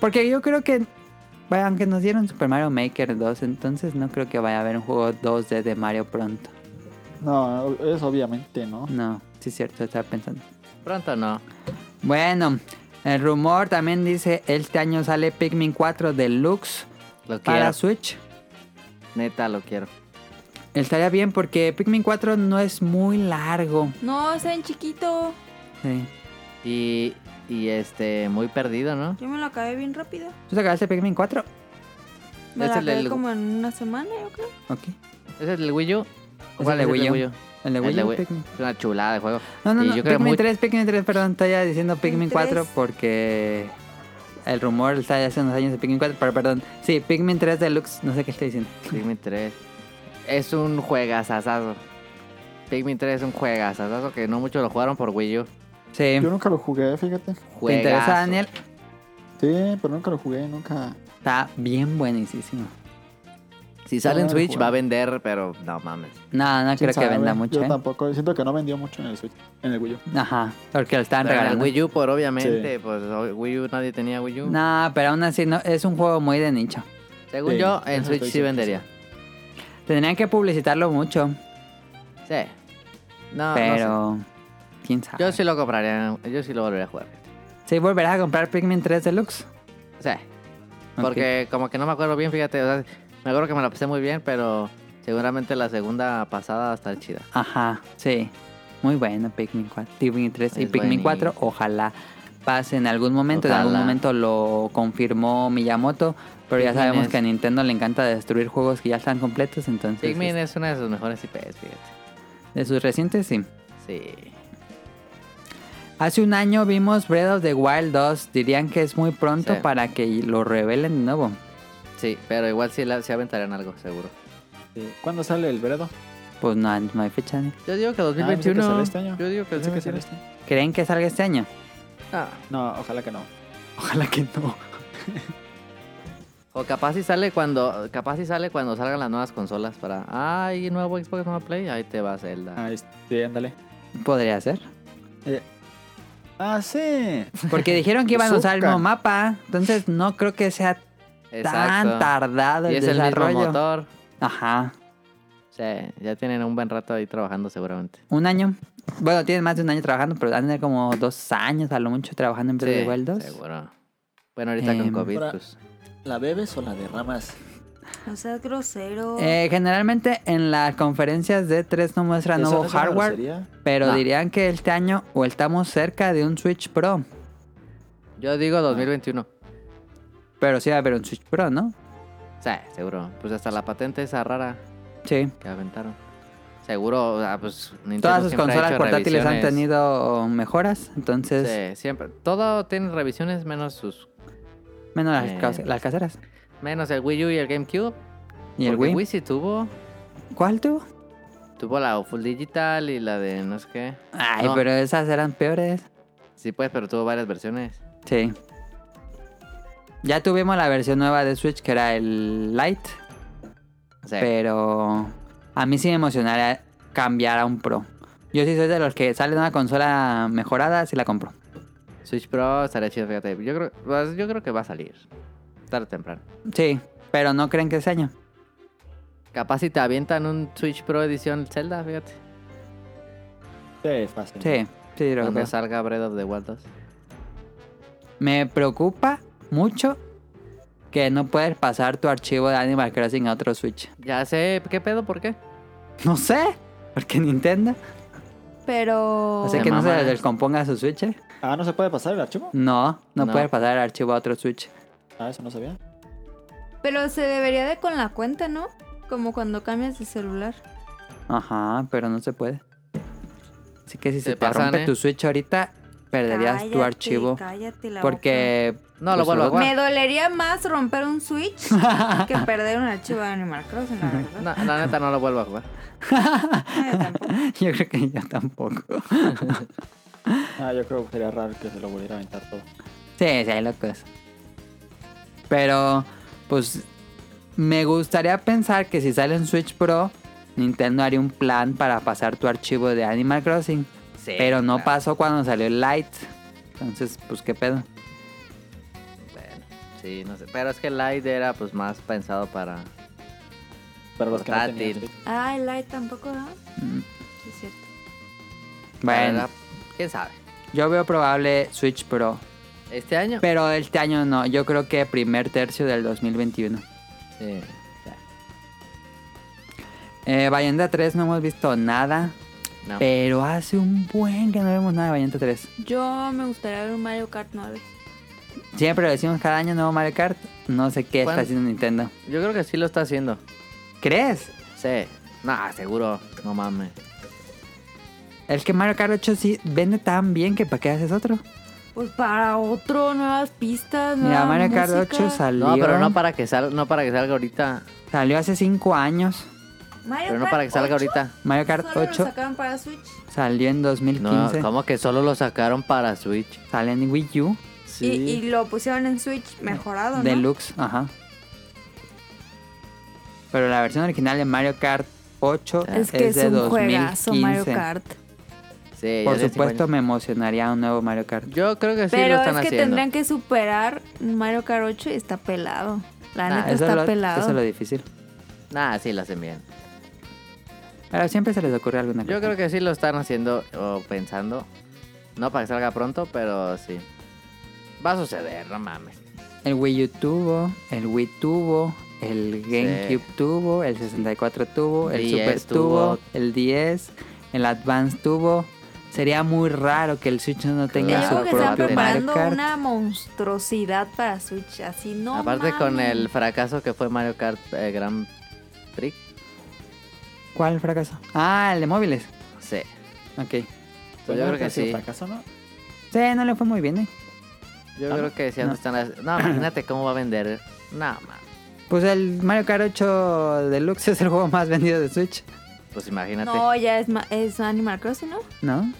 [SPEAKER 1] Porque yo creo que, bueno, aunque nos dieron Super Mario Maker 2, entonces no creo que vaya a haber un juego 2D de Mario pronto.
[SPEAKER 3] No, es obviamente, ¿no?
[SPEAKER 1] No, sí es cierto, estaba pensando.
[SPEAKER 2] Pronto no.
[SPEAKER 1] Bueno, el rumor también dice, este año sale Pikmin 4 Deluxe
[SPEAKER 2] Lo
[SPEAKER 1] para
[SPEAKER 2] quiero.
[SPEAKER 1] Switch.
[SPEAKER 2] Neta, lo quiero.
[SPEAKER 1] Estaría bien porque Pikmin 4 no es muy largo.
[SPEAKER 7] No, está en chiquito.
[SPEAKER 1] Sí.
[SPEAKER 2] Y, y este, muy perdido, ¿no?
[SPEAKER 7] Yo me lo acabé bien rápido.
[SPEAKER 1] ¿Tú sacaste Pikmin 4?
[SPEAKER 7] Me
[SPEAKER 2] Es
[SPEAKER 7] lo
[SPEAKER 2] el
[SPEAKER 7] acabé
[SPEAKER 2] del-
[SPEAKER 7] como en una semana, yo creo.
[SPEAKER 1] Ok.
[SPEAKER 2] ¿Ese es el Wii U?
[SPEAKER 1] el
[SPEAKER 2] ¿Cuál
[SPEAKER 1] de
[SPEAKER 2] es el
[SPEAKER 1] Wii U.
[SPEAKER 2] Wii U?
[SPEAKER 1] El de
[SPEAKER 2] El
[SPEAKER 1] Wii
[SPEAKER 2] de
[SPEAKER 1] U,
[SPEAKER 2] Wii-
[SPEAKER 1] Pikmin.
[SPEAKER 2] Es una chulada de juego.
[SPEAKER 1] No, no,
[SPEAKER 2] Y
[SPEAKER 1] no.
[SPEAKER 2] yo creo
[SPEAKER 1] Pikmin
[SPEAKER 2] muy-
[SPEAKER 1] 3, Pikmin 3, perdón. Estoy ya diciendo Pikmin 4
[SPEAKER 7] tres.
[SPEAKER 1] porque el rumor está de hace unos años de Pikmin 4. Pero perdón. Sí, Pikmin 3 Deluxe. No sé qué estoy diciendo.
[SPEAKER 2] Pikmin 3. Es un juegazazazo. Pikmin 3 es un juegazazazo que no muchos lo jugaron por Wii U.
[SPEAKER 1] Sí.
[SPEAKER 3] Yo nunca lo jugué, fíjate.
[SPEAKER 1] ¿Te interesa,
[SPEAKER 2] Juegazo.
[SPEAKER 1] Daniel?
[SPEAKER 3] Sí, pero nunca lo jugué, nunca.
[SPEAKER 1] Está bien buenísimo.
[SPEAKER 2] Si sale en
[SPEAKER 3] Ah,
[SPEAKER 2] Switch
[SPEAKER 3] juego.
[SPEAKER 2] va a vender, pero no mames.
[SPEAKER 1] No, no
[SPEAKER 3] quién
[SPEAKER 1] creo que
[SPEAKER 3] sabe.
[SPEAKER 1] venda mucho,
[SPEAKER 3] Yo
[SPEAKER 1] ¿eh?
[SPEAKER 3] tampoco. Siento que no vendió mucho en el Switch, en el Wii U.
[SPEAKER 1] Ajá. Porque lo estaban
[SPEAKER 2] Pero en el
[SPEAKER 1] regalando.
[SPEAKER 2] Wii U, por obviamente, pues o- Wii U nadie tenía Wii U.
[SPEAKER 1] No, pero aún así no, es un juego muy de nicho.
[SPEAKER 2] Según
[SPEAKER 3] Sí,
[SPEAKER 2] yo, en
[SPEAKER 3] eso
[SPEAKER 2] Switch
[SPEAKER 3] estoy
[SPEAKER 2] sí vendería.
[SPEAKER 1] Tendrían que publicitarlo mucho.
[SPEAKER 2] Sí. Ah, No, no sé.
[SPEAKER 1] pero... ¿Quién sabe?
[SPEAKER 2] Yo sí lo compraría, yo sí lo volvería a jugar.
[SPEAKER 1] ¿Sí volverás a comprar Pikmin 3 Deluxe?
[SPEAKER 2] Sí. Porque como que no me acuerdo bien, fíjate. O sea, me acuerdo que me la pasé muy bien, pero seguramente la segunda pasada va a estar chida.
[SPEAKER 1] Ajá, sí. Muy bueno, Pikmin 4, Pikmin 3 y
[SPEAKER 2] Es
[SPEAKER 1] Pikmin 4.
[SPEAKER 2] buenísimo.
[SPEAKER 1] Ojalá pase en algún momento. En algún
[SPEAKER 2] Ojalá.
[SPEAKER 1] momento lo confirmó Miyamoto. Pero ya
[SPEAKER 2] Pikmin
[SPEAKER 1] sabemos
[SPEAKER 2] es-
[SPEAKER 1] que a Nintendo le encanta destruir juegos que ya están completos. Entonces,
[SPEAKER 2] Pikmin
[SPEAKER 1] es-
[SPEAKER 2] es una de sus mejores IPs, fíjate.
[SPEAKER 1] de sus recientes, sí.
[SPEAKER 2] Sí.
[SPEAKER 1] Hace un año vimos Breath of the Wild 2. Dirían que es muy pronto
[SPEAKER 2] Sí.
[SPEAKER 1] para que lo revelen de nuevo.
[SPEAKER 2] Sí, pero igual sí, la, sí aventarían algo, seguro.
[SPEAKER 3] Sí. ¿Cuándo sale el Bredo?
[SPEAKER 1] Pues no, no hay fecha. ¿eh?
[SPEAKER 2] Yo digo que
[SPEAKER 3] Ah, pensé que
[SPEAKER 2] 2021.
[SPEAKER 3] sale este año.
[SPEAKER 2] Yo digo que
[SPEAKER 3] Pensé que sale
[SPEAKER 2] 2021.
[SPEAKER 3] este.
[SPEAKER 1] ¿Creen que salga este año?
[SPEAKER 2] Ah,
[SPEAKER 1] este.
[SPEAKER 3] No, ojalá que no.
[SPEAKER 1] Ojalá que no.
[SPEAKER 2] o capaz si sale cuando capaz si sale cuando salgan las nuevas consolas para ay nuevo Xbox nuevo Play ahí te va Zelda
[SPEAKER 3] Ahí sí, Ah, este, ándale. Eh,
[SPEAKER 1] Podría ser.
[SPEAKER 3] Ah, sí.
[SPEAKER 1] Porque dijeron que iban a usar el mismo
[SPEAKER 3] Zucca.
[SPEAKER 1] mapa. Entonces no creo que sea tan tardado el
[SPEAKER 2] y es el
[SPEAKER 1] desarrollo.
[SPEAKER 2] mismo motor
[SPEAKER 1] Ajá.
[SPEAKER 2] sí ya tienen un buen rato ahí trabajando seguramente
[SPEAKER 1] Un año. Bueno, tienen más de un año trabajando, pero han de tener como dos años a lo mucho trabajando en Breath of the Wild 2.
[SPEAKER 2] seguro bueno ahorita
[SPEAKER 1] Em,
[SPEAKER 2] con COVID
[SPEAKER 3] Ahora-
[SPEAKER 2] pues
[SPEAKER 3] ¿La bebes o la derramas?
[SPEAKER 5] No seas grosero.
[SPEAKER 1] Eh, generalmente en las conferencias de 3 no muestran
[SPEAKER 3] ¿Eso
[SPEAKER 1] nuevo
[SPEAKER 3] no es una
[SPEAKER 1] hardware,
[SPEAKER 3] grosería?
[SPEAKER 1] pero
[SPEAKER 2] No.
[SPEAKER 1] dirían que este año o estamos cerca de un Switch Pro.
[SPEAKER 2] yo digo 2021
[SPEAKER 1] Pero sí va a haber un Switch Pro, ¿no?
[SPEAKER 2] sí seguro pues hasta la patente esa rara
[SPEAKER 1] Sí.
[SPEAKER 2] que aventaron seguro o sea, pues Nintendo
[SPEAKER 1] Todas sus
[SPEAKER 2] siempre ha
[SPEAKER 1] consolas
[SPEAKER 2] hecho
[SPEAKER 1] portátiles han
[SPEAKER 2] revisiones.
[SPEAKER 1] tenido mejoras, entonces
[SPEAKER 2] sí siempre todo tiene revisiones menos sus
[SPEAKER 1] menos las,
[SPEAKER 2] Eh.
[SPEAKER 1] cas- las caseras.
[SPEAKER 2] menos el Wii U y el GameCube
[SPEAKER 1] ¿Y el
[SPEAKER 2] Porque
[SPEAKER 1] Wii?
[SPEAKER 2] Wii sí tuvo.
[SPEAKER 1] ¿Cuál tuvo?
[SPEAKER 2] Tuvo la Full Digital y la de no sé qué.
[SPEAKER 1] Ay,
[SPEAKER 2] No.
[SPEAKER 1] pero esas eran peores.
[SPEAKER 2] Sí, pues, pero tuvo varias versiones.
[SPEAKER 1] Sí. Ya tuvimos la versión nueva de Switch que era el Lite,
[SPEAKER 2] O sea,
[SPEAKER 1] pero a mí sí me emocionaría cambiar a un Pro. Yo sí soy de los que sale una consola mejorada, sí la compro.
[SPEAKER 2] Switch Pro estaría chido, fíjate. Yo creo, pues, yo creo que va a salir. Tarde o temprano.
[SPEAKER 1] Sí, pero no creen que ese año.
[SPEAKER 2] Capaz si te avientan un Switch Pro edición Zelda, fíjate.
[SPEAKER 3] Sí, fácil.
[SPEAKER 1] Sí, sí, creo
[SPEAKER 2] Cuando
[SPEAKER 1] que sí.
[SPEAKER 2] salga Breath of the Wild 2.
[SPEAKER 1] Me preocupa mucho que no puedes pasar tu archivo de Animal Crossing a otro Switch.
[SPEAKER 2] Ya sé, ¿qué pedo? ¿Por qué?
[SPEAKER 1] No sé, porque Nintendo.
[SPEAKER 5] Pero.
[SPEAKER 1] Así
[SPEAKER 2] Oh, Me
[SPEAKER 1] que no se
[SPEAKER 2] mama.
[SPEAKER 1] descomponga su Switch. ¿eh?
[SPEAKER 3] Ah, ¿no se puede pasar el archivo?
[SPEAKER 1] No, no,
[SPEAKER 2] No.
[SPEAKER 1] puedes pasar el archivo a otro Switch.
[SPEAKER 3] Ah, eso no sabía.
[SPEAKER 7] Pero se debería de con la cuenta, ¿no? Como cuando cambias de celular.
[SPEAKER 1] Ajá, pero no se puede. Así que si
[SPEAKER 2] Te
[SPEAKER 1] se te
[SPEAKER 2] pasan,
[SPEAKER 1] rompe
[SPEAKER 2] ¿eh?
[SPEAKER 1] tu Switch ahorita, perderías tu
[SPEAKER 5] Cállate,
[SPEAKER 1] archivo.
[SPEAKER 5] cállate la
[SPEAKER 1] Porque
[SPEAKER 2] No, lo
[SPEAKER 1] Pues
[SPEAKER 2] vuelvo a
[SPEAKER 1] lo-
[SPEAKER 7] Me
[SPEAKER 2] jugar.
[SPEAKER 7] dolería más romper un Switch que perder un archivo de Animal Crossing, la verdad.
[SPEAKER 2] No, la neta no lo vuelvo a jugar.
[SPEAKER 7] Ay, tampoco.
[SPEAKER 1] yo creo que yo tampoco.
[SPEAKER 3] Ah, yo creo que sería raro que se lo volviera a aventar todo.
[SPEAKER 1] Sí, sí, hay locos. Pero, pues, me gustaría pensar que si sale un Switch Pro, Nintendo haría un plan para pasar tu archivo de Animal Crossing.
[SPEAKER 2] Sí,
[SPEAKER 1] Pero no
[SPEAKER 2] claro.
[SPEAKER 1] pasó cuando salió el Lite. Entonces, pues, qué pedo.
[SPEAKER 2] Bueno, sí, no sé. Pero es que el Lite era pues más pensado para...
[SPEAKER 3] Pero los que no tenían
[SPEAKER 2] Portátil.
[SPEAKER 3] Switch.
[SPEAKER 7] Ay, Ah, Light tampoco, ¿no?
[SPEAKER 1] Mm,
[SPEAKER 7] Sí, es cierto.
[SPEAKER 1] Bueno,
[SPEAKER 2] para- ¿Quién sabe?
[SPEAKER 1] yo veo probable Switch Pro.
[SPEAKER 2] ¿Este año?
[SPEAKER 1] Pero este año no, yo creo que primer tercio del 2021.
[SPEAKER 2] Sí.
[SPEAKER 1] Eh, Bayonetta 3 no hemos visto nada,
[SPEAKER 2] No.
[SPEAKER 1] pero hace un buen que no vemos nada de Bayonetta 3.
[SPEAKER 7] Yo me gustaría ver un Mario Kart 9.
[SPEAKER 1] Siempre lo decimos cada año, nuevo Mario Kart. No sé qué está
[SPEAKER 2] ¿Cuán-
[SPEAKER 1] haciendo Nintendo.
[SPEAKER 2] Yo creo que sí lo está haciendo.
[SPEAKER 1] ¿Crees?
[SPEAKER 2] Sí. Nah, seguro. No mames.
[SPEAKER 1] Es que Mario Kart 8 sí vende tan bien que para qué haces otro.
[SPEAKER 7] Pues para otro, nuevas pistas,
[SPEAKER 1] Mira,
[SPEAKER 7] nueva
[SPEAKER 1] Mario Kart
[SPEAKER 7] Ah, música.
[SPEAKER 1] 8 salió,
[SPEAKER 2] No, pero no para que salga, no para que salga ahorita.
[SPEAKER 1] salió hace 5 años.
[SPEAKER 7] Mario
[SPEAKER 2] Pero no
[SPEAKER 7] Kart
[SPEAKER 2] para que salga
[SPEAKER 7] 8,
[SPEAKER 2] ahorita.
[SPEAKER 1] Mario Kart
[SPEAKER 7] Solo lo
[SPEAKER 1] 8
[SPEAKER 7] sacaron para Switch.
[SPEAKER 1] salió en 2015.
[SPEAKER 2] No, como que solo lo sacaron para Switch.
[SPEAKER 1] Sale en Wii U,
[SPEAKER 3] Sí.
[SPEAKER 7] Y, y lo pusieron en Switch mejorado, ¿no?
[SPEAKER 1] Deluxe, ajá. Pero la versión original de Mario Kart 8
[SPEAKER 7] Es que es,
[SPEAKER 1] de
[SPEAKER 7] un
[SPEAKER 1] 2015.
[SPEAKER 7] juegazo Mario Kart.
[SPEAKER 2] Sí,
[SPEAKER 1] Por
[SPEAKER 2] ya hace cinco
[SPEAKER 1] supuesto
[SPEAKER 2] años.
[SPEAKER 1] me emocionaría un nuevo Mario Kart.
[SPEAKER 2] Yo creo que sí lo
[SPEAKER 7] Pero es
[SPEAKER 2] están
[SPEAKER 7] que
[SPEAKER 2] haciendo.
[SPEAKER 7] tendrán que superar Mario Kart 8 y está pelado. La
[SPEAKER 2] Nah,
[SPEAKER 7] neta
[SPEAKER 1] Ah, eso,
[SPEAKER 7] está
[SPEAKER 1] es lo,
[SPEAKER 7] pelado.
[SPEAKER 1] eso es lo difícil.
[SPEAKER 2] Nah, sí lo hacen bien.
[SPEAKER 1] Pero siempre se les ocurre alguna cosa.
[SPEAKER 2] Yo creo que sí lo están haciendo o pensando. No para que salga pronto, pero sí. Va a suceder, no mames.
[SPEAKER 1] El Wii U tuvo, el Wii tuvo, el GameCube tuvo, el 64 tuvo, el
[SPEAKER 2] 10
[SPEAKER 1] Super tuvo,
[SPEAKER 2] tuvo.
[SPEAKER 1] el 10, el Advance tuvo. Sería muy raro que el Switch no tenga
[SPEAKER 2] Claro.
[SPEAKER 1] su
[SPEAKER 7] Yo creo que están
[SPEAKER 1] propio
[SPEAKER 2] probate.
[SPEAKER 7] preparando
[SPEAKER 1] Mario Kart.
[SPEAKER 7] una monstruosidad para Switch. Así no.
[SPEAKER 2] Aparte con
[SPEAKER 7] mames.
[SPEAKER 2] el fracaso que fue Mario Kart eh, Grand Prix.
[SPEAKER 1] ¿Cuál fracaso? Ah, el de móviles.
[SPEAKER 2] Sí.
[SPEAKER 1] Ok.
[SPEAKER 2] Pues yo creo que sí.
[SPEAKER 3] ¿Fracaso, no?
[SPEAKER 1] Sí, no le fue muy bien, ¿eh?
[SPEAKER 2] Yo creo que si
[SPEAKER 1] No.
[SPEAKER 2] antes están las... No, imagínate cómo va a vender. Nada más.
[SPEAKER 1] Pues el Mario Kart 8 Deluxe es el juego más vendido de Switch,
[SPEAKER 2] Pues imagínate.
[SPEAKER 7] No, ya es, ma- es Animal Crossing, ¿no?
[SPEAKER 1] ¿no?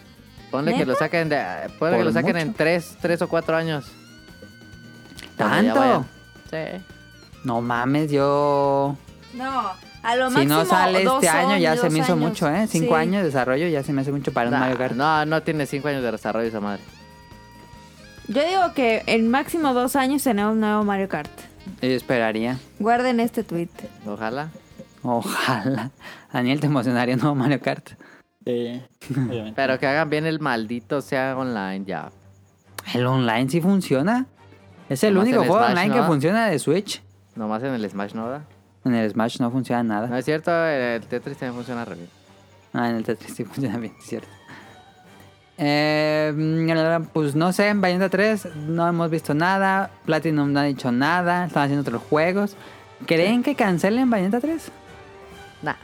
[SPEAKER 2] Ponle que
[SPEAKER 7] ¿Neta?
[SPEAKER 2] lo saquen de, ponle que
[SPEAKER 1] Por
[SPEAKER 2] lo saquen en
[SPEAKER 1] mucho.
[SPEAKER 2] tres, tres o cuatro años. Cuando ya
[SPEAKER 1] ¿Tanto?
[SPEAKER 2] vayan. Sí.
[SPEAKER 1] No mames, yo...
[SPEAKER 7] No. A lo
[SPEAKER 1] Si
[SPEAKER 7] máximo.
[SPEAKER 1] no sale
[SPEAKER 7] dos
[SPEAKER 1] este año
[SPEAKER 7] son-
[SPEAKER 1] ya se
[SPEAKER 7] dos
[SPEAKER 1] me hizo
[SPEAKER 7] años.
[SPEAKER 1] mucho, ¿eh? Cinco
[SPEAKER 7] Sí.
[SPEAKER 1] años de desarrollo ya se me hace mucho para un
[SPEAKER 2] Nah,
[SPEAKER 1] Mario Kart.
[SPEAKER 2] no, no tiene cinco años de desarrollo esa madre.
[SPEAKER 7] Yo digo que en máximo dos años tenemos nuevo Mario Kart.
[SPEAKER 1] Yo esperaría.
[SPEAKER 7] Guarden este tweet.
[SPEAKER 2] Ojalá.
[SPEAKER 1] Ojalá. Daniel, te emocionaría un nuevo Mario Kart.
[SPEAKER 3] Sí, obviamente.
[SPEAKER 2] Pero que hagan bien el maldito sea online ya.
[SPEAKER 1] ¿El online sí funciona? Es el
[SPEAKER 2] Nomás
[SPEAKER 1] único
[SPEAKER 2] en
[SPEAKER 1] juego
[SPEAKER 2] Smash,
[SPEAKER 1] online que
[SPEAKER 2] ¿no?
[SPEAKER 1] funciona de Switch.
[SPEAKER 2] Nomás en el Smash no da.
[SPEAKER 1] En el Smash no funciona
[SPEAKER 2] No
[SPEAKER 1] nada.
[SPEAKER 2] es cierto, el Tetris también funciona re bien.
[SPEAKER 1] Ah, en el Tetris sí funciona bien, es cierto. Eh, pues no sé, en Bayonetta 3 no hemos visto nada. Platinum no ha dicho nada. Están haciendo otros juegos. ¿Creen que cancelen Bayonetta 3?
[SPEAKER 2] Nah.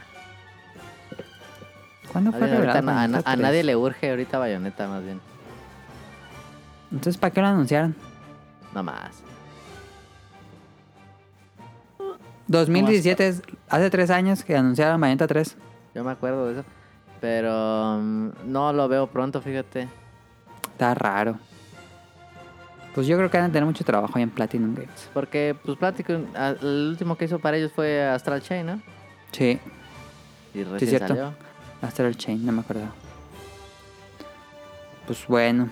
[SPEAKER 1] ¿Cuándo fue
[SPEAKER 2] Nadie- ahorita
[SPEAKER 1] revelado?
[SPEAKER 2] na- a, na-
[SPEAKER 1] Bayonetta
[SPEAKER 2] a
[SPEAKER 1] 3?
[SPEAKER 2] nadie le urge ahorita Bayonetta más bien.
[SPEAKER 1] Entonces, ¿para qué lo anunciaron?
[SPEAKER 2] No más.
[SPEAKER 1] 2017 es hace tres años que anunciaron Bayonetta 3.
[SPEAKER 2] Yo me acuerdo de eso. Pero mm, no lo veo pronto, fíjate.
[SPEAKER 1] Está raro. Pues yo creo que van a tener mucho trabajo ahí en Platinum Games.
[SPEAKER 2] Porque, pues, Platinum, a- el último que hizo para ellos fue Astral Chain, ¿no?
[SPEAKER 1] Sí,
[SPEAKER 2] Y recién
[SPEAKER 1] cierto.
[SPEAKER 2] salió.
[SPEAKER 1] Astral Chain, no me acuerdo. Pues bueno.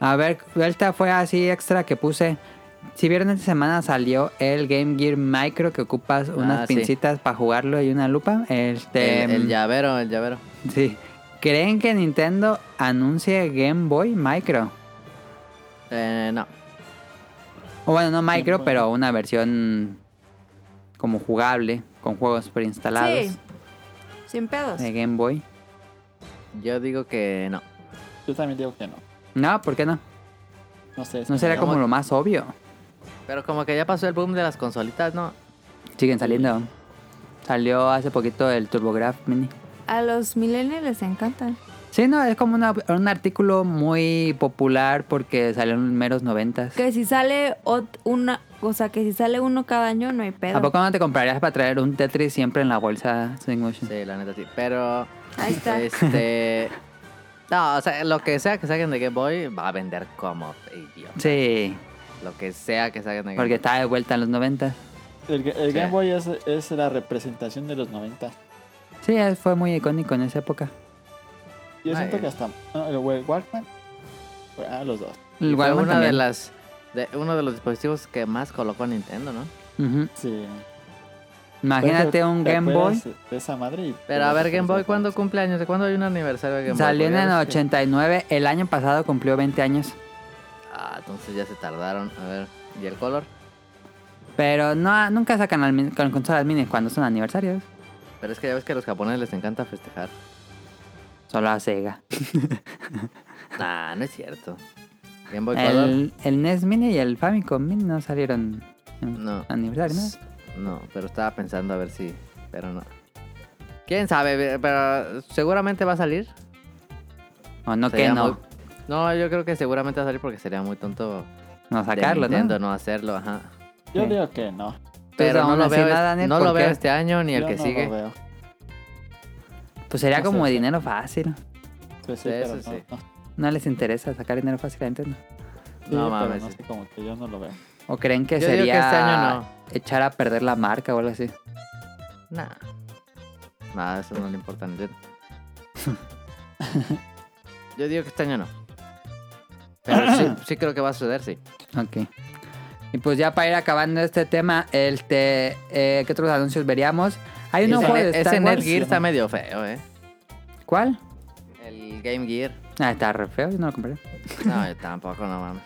[SPEAKER 1] A ver, esta fue así extra que puse. Si vieron esta semana salió el Game Gear Micro que ocupas unas
[SPEAKER 2] Ah, sí.
[SPEAKER 1] pincitas para jugarlo y una lupa. Este,
[SPEAKER 2] el, el llavero, el llavero.
[SPEAKER 1] Sí. ¿Creen que Nintendo anuncie Game Boy Micro?
[SPEAKER 2] Eh, no.
[SPEAKER 1] O bueno, no micro, pero una versión como jugable, con juegos preinstalados
[SPEAKER 7] Sí. Sin pedos.
[SPEAKER 1] de Game Boy.
[SPEAKER 2] Yo digo que no.
[SPEAKER 3] Yo también digo que no.
[SPEAKER 1] No, ¿por qué no?
[SPEAKER 3] No sé. es
[SPEAKER 1] No
[SPEAKER 3] que
[SPEAKER 2] Pues
[SPEAKER 1] será
[SPEAKER 3] me-
[SPEAKER 1] como lo más obvio.
[SPEAKER 2] Pero como que ya pasó el boom de las consolitas, ¿no?
[SPEAKER 1] Siguen saliendo. Salió hace poquito el TurboGraf Mini.
[SPEAKER 7] A los millennials les encantan.
[SPEAKER 1] Sí, no, es como una- un artículo muy popular porque salió en meros noventas.
[SPEAKER 7] Que si sale ot- una. O sea, que si sale uno cada año no hay pedo.
[SPEAKER 1] ¿A poco no te comprarías para traer un Tetris siempre en la bolsa Swing Motion?
[SPEAKER 2] Sí, la neta sí. Pero.
[SPEAKER 7] Ahí está.
[SPEAKER 2] Este. No, o sea, lo que sea que saquen de Game Boy va a vender como idiota.
[SPEAKER 1] Sí,
[SPEAKER 2] Lo que sea que saquen de Game
[SPEAKER 1] porque
[SPEAKER 2] Boy.
[SPEAKER 1] estaba de vuelta en los noventas.
[SPEAKER 3] El, el
[SPEAKER 2] Sí.
[SPEAKER 3] Game Boy es, es la representación de los 90.
[SPEAKER 1] Sí, es- fue muy icónico en esa época.
[SPEAKER 3] Yo
[SPEAKER 2] Ah,
[SPEAKER 3] siento
[SPEAKER 2] eh.
[SPEAKER 3] que hasta. no, el, el Walkman. Ah, los dos.
[SPEAKER 1] Igual
[SPEAKER 2] Fue una de las. De, uno de los dispositivos que más colocó Nintendo, ¿no?
[SPEAKER 3] Sí.
[SPEAKER 1] Imagínate
[SPEAKER 3] Pero te-
[SPEAKER 1] un
[SPEAKER 3] te
[SPEAKER 1] Game Boy.
[SPEAKER 3] acuerdas De esa madre y- pues,
[SPEAKER 2] Pero a ver, Game Boy, ¿cuándo
[SPEAKER 3] Sí,
[SPEAKER 2] cumple años? ¿De cuándo hay un aniversario de Game
[SPEAKER 1] Salió
[SPEAKER 2] Boy?
[SPEAKER 1] en
[SPEAKER 2] Porque
[SPEAKER 1] el
[SPEAKER 2] ya ves que-
[SPEAKER 1] 89, el año pasado cumplió 20 años.
[SPEAKER 2] Ah, entonces ya se tardaron. A ver, ¿y el color?
[SPEAKER 1] Pero no, nunca sacan al min- con consolas mini cuando son aniversarios.
[SPEAKER 2] Pero es que ya ves que a los japoneses les encanta festejar.
[SPEAKER 1] Solo a Sega.
[SPEAKER 2] Nah, no es cierto. Game Boy Color.
[SPEAKER 1] El, el NES Mini y el Famicom Mini no salieron en
[SPEAKER 2] No.
[SPEAKER 1] aniversario, ¿no?
[SPEAKER 2] No, pero estaba pensando a ver si. Pero no. Quién sabe, pero seguramente va a salir.
[SPEAKER 1] O no
[SPEAKER 2] Sería
[SPEAKER 1] que no,
[SPEAKER 2] muy- No, yo creo que seguramente va a salir porque sería muy tonto
[SPEAKER 1] no
[SPEAKER 2] de
[SPEAKER 1] sacarlo,
[SPEAKER 2] Nintendo
[SPEAKER 1] ¿no?
[SPEAKER 2] no hacerlo, ajá.
[SPEAKER 3] Yo
[SPEAKER 1] Sí.
[SPEAKER 3] digo que no.
[SPEAKER 2] Pero
[SPEAKER 1] aún
[SPEAKER 2] no lo
[SPEAKER 1] así,
[SPEAKER 2] veo, es-
[SPEAKER 1] nada, Daniel,
[SPEAKER 2] no lo
[SPEAKER 1] ¿por
[SPEAKER 2] veo
[SPEAKER 1] qué?
[SPEAKER 2] este año ni el
[SPEAKER 3] Yo
[SPEAKER 2] que
[SPEAKER 3] no lo
[SPEAKER 2] sigue.
[SPEAKER 3] veo.
[SPEAKER 1] Pues sería
[SPEAKER 3] No sé,
[SPEAKER 1] como
[SPEAKER 3] sí.
[SPEAKER 1] dinero fácil.
[SPEAKER 3] Pues sí,
[SPEAKER 2] Sí,
[SPEAKER 3] pero
[SPEAKER 2] eso
[SPEAKER 3] no,
[SPEAKER 2] sí.
[SPEAKER 3] no.
[SPEAKER 1] No les interesa sacar dinero fácil a Nintendo.
[SPEAKER 3] Sí,
[SPEAKER 2] No
[SPEAKER 3] pero
[SPEAKER 2] mames,
[SPEAKER 3] no
[SPEAKER 2] sí.
[SPEAKER 3] sé, como que yo no lo veo.
[SPEAKER 1] O creen que
[SPEAKER 2] Yo digo
[SPEAKER 1] sería
[SPEAKER 2] que este año no.
[SPEAKER 1] echar a perder la marca o algo así.
[SPEAKER 2] Nah. Nada, eso no le importa a Nintendo. yo digo que este año no. Pero sí, sí creo que va a suceder, sí.
[SPEAKER 1] Ok. Y pues ya para ir acabando este tema, el te, eh, ¿qué otros anuncios veríamos? Hay un
[SPEAKER 2] ese
[SPEAKER 1] juego de
[SPEAKER 2] ese
[SPEAKER 1] Star
[SPEAKER 2] Net
[SPEAKER 1] Wars.
[SPEAKER 2] Gear está medio feo, eh.
[SPEAKER 1] ¿Cuál?
[SPEAKER 2] El Game Gear.
[SPEAKER 1] Ah, está re feo, yo no lo compré.
[SPEAKER 2] No, yo tampoco, no mames.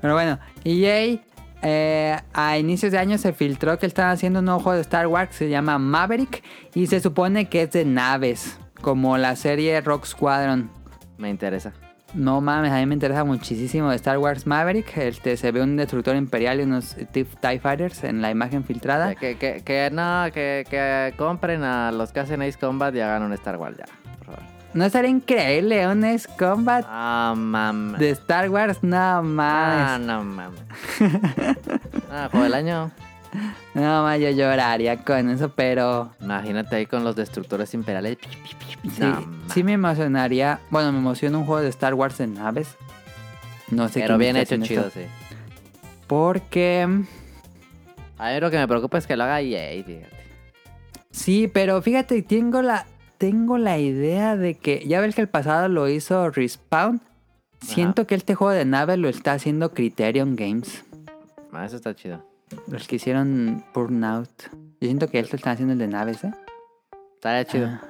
[SPEAKER 1] Pero bueno, EA eh, a inicios de año se filtró que están haciendo un nuevo juego de Star Wars que se llama Maverick y se supone que es de naves, como la serie Rock Squadron.
[SPEAKER 2] Me interesa.
[SPEAKER 1] No mames, a mí me interesa muchísimo Star Wars Maverick. Este, se ve un destructor imperial y unos TIE Fighters en la imagen filtrada.
[SPEAKER 2] Que, que, que no, que, que compren a los que hacen Ace Combat y hagan un Star Wars ya, por favor.
[SPEAKER 1] No estaría increíble un Ace Combat
[SPEAKER 2] Ah, mames.
[SPEAKER 1] de Star Wars, no
[SPEAKER 2] Ah,
[SPEAKER 1] mames.
[SPEAKER 2] no mames. ah, juego del año.
[SPEAKER 1] No mames, yo lloraría con eso, pero
[SPEAKER 2] Imagínate ahí con los destructores imperiales. Pi, pi, pi, pi.
[SPEAKER 1] sí,
[SPEAKER 2] No, mames.
[SPEAKER 1] sí me emocionaría. Bueno, me emociona un juego de Star Wars en naves. No sé quién
[SPEAKER 2] Pero bien
[SPEAKER 1] está
[SPEAKER 2] hecho,
[SPEAKER 1] haciendo
[SPEAKER 2] chido,
[SPEAKER 1] esto.
[SPEAKER 2] sí.
[SPEAKER 1] Porque
[SPEAKER 2] A mí lo que me preocupa es que lo haga EA, fíjate.
[SPEAKER 1] Sí, pero fíjate, tengo la, tengo la idea de que. Ya ves que el pasado lo hizo Respawn. Siento que este juego de nave lo está haciendo Criterion Games.
[SPEAKER 2] Ah, eso está chido.
[SPEAKER 1] Los que hicieron Burnout. Yo siento que esto está haciendo el de naves, ¿eh?
[SPEAKER 2] Estaría chido.
[SPEAKER 1] Ah,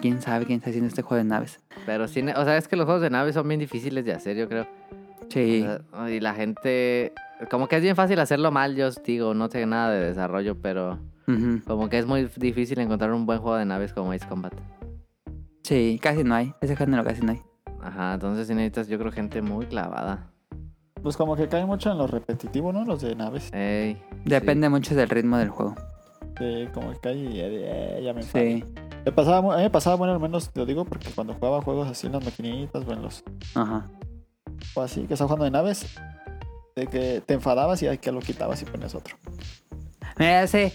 [SPEAKER 1] quién sabe quién está haciendo este juego de naves.
[SPEAKER 2] Pero sí, ne- o sea, es que los juegos de naves son bien difíciles de hacer, yo creo.
[SPEAKER 1] Sí.
[SPEAKER 2] O sea, y la gente. Como que es bien fácil hacerlo mal, yo os digo, no sé nada de desarrollo, pero
[SPEAKER 1] ujú.
[SPEAKER 2] como que es muy difícil encontrar un buen juego de naves como Ace Combat.
[SPEAKER 1] Sí, casi no hay. Ese género casi no hay.
[SPEAKER 2] Ajá, entonces sí necesitas, yo creo, gente muy clavada.
[SPEAKER 3] Pues como que cae mucho en lo repetitivo, ¿no? Los de naves.
[SPEAKER 2] Ey,
[SPEAKER 1] Depende mucho del ritmo del juego.
[SPEAKER 3] que como que cae y eh, ya me enfadé.
[SPEAKER 1] Sí.
[SPEAKER 3] Me pasaba, mu- a mí me pasaba, bueno, al menos lo digo porque cuando jugaba juegos así en las maquinitas, bueno, los
[SPEAKER 1] Ajá.
[SPEAKER 3] o Pues así, que estaba jugando de naves, de que te enfadabas y ay, que lo quitabas y ponías otro.
[SPEAKER 1] Me hace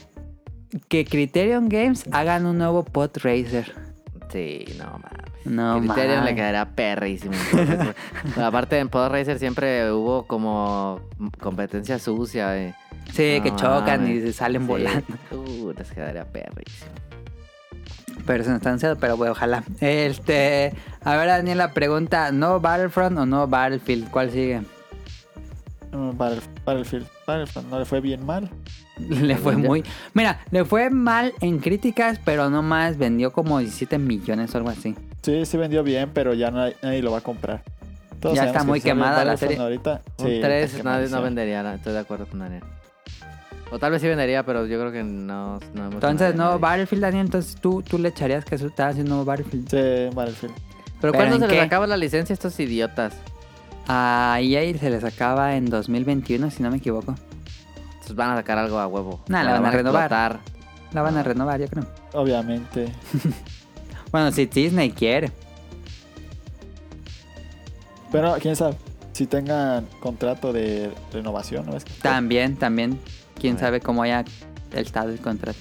[SPEAKER 1] que Criterion Games hagan un nuevo Pod Racer.
[SPEAKER 2] Sí, sí, no mames.
[SPEAKER 1] No
[SPEAKER 2] Criterion le
[SPEAKER 1] mames.
[SPEAKER 2] quedará perrísimo. Aparte, en Pod Racer siempre hubo como competencia sucia. eh.
[SPEAKER 1] Sí, que
[SPEAKER 2] No
[SPEAKER 1] chocan y
[SPEAKER 2] mames.
[SPEAKER 1] se salen
[SPEAKER 2] Sí.
[SPEAKER 1] volando.
[SPEAKER 2] Uh, les quedaría perrísimo.
[SPEAKER 1] Pero se nos están cedo, pero bueno, ojalá. Este, a ver, Daniela, pregunta, ¿no Battlefront o no Battlefield? ¿Cuál sigue?
[SPEAKER 3] Mm, Battlef- Battlefield, Battlefield, no le fue bien mal.
[SPEAKER 1] Le fue
[SPEAKER 2] Según yo.
[SPEAKER 1] muy... Mira, le fue mal en críticas, pero no más vendió como 17 millones o algo así.
[SPEAKER 2] Pues
[SPEAKER 3] Sí, sí vendió bien, pero ya nadie, nadie lo va a comprar. Todos
[SPEAKER 1] Ya
[SPEAKER 3] sabemos
[SPEAKER 1] está
[SPEAKER 3] que
[SPEAKER 1] muy
[SPEAKER 3] si sale
[SPEAKER 1] quemada la
[SPEAKER 3] Battlefront
[SPEAKER 1] serie.
[SPEAKER 3] Ahorita,
[SPEAKER 2] Un
[SPEAKER 3] sí, está
[SPEAKER 2] 3 nadie no
[SPEAKER 3] quemadísima.
[SPEAKER 2] vendería, la- estoy de acuerdo con Daniel. O tal vez sí vendería, pero yo creo que no. no
[SPEAKER 1] Entonces,
[SPEAKER 2] no
[SPEAKER 1] no Battlefield, Daniel, entonces tú, tú le echarías que eso estaba haciendo nuevo Battlefield.
[SPEAKER 3] Sí, Battlefield.
[SPEAKER 1] ¿Pero
[SPEAKER 2] Pero ¿cuándo
[SPEAKER 1] en
[SPEAKER 2] se les
[SPEAKER 1] qué?
[SPEAKER 2] acaba la licencia a estos idiotas?
[SPEAKER 1] A EA se les acaba en 2021, si no me equivoco.
[SPEAKER 2] Entonces pues, van a sacar algo a huevo.
[SPEAKER 1] Nah, la
[SPEAKER 2] O sea,
[SPEAKER 1] van a renovar.
[SPEAKER 2] explotar.
[SPEAKER 1] La van a renovar, yo creo.
[SPEAKER 3] Obviamente.
[SPEAKER 1] Bueno, si Disney quiere.
[SPEAKER 3] Pero quién sabe si tengan contrato de renovación, ¿no? Es que-
[SPEAKER 1] También, también. Quién
[SPEAKER 2] Bueno.
[SPEAKER 1] sabe cómo haya estado el contrato.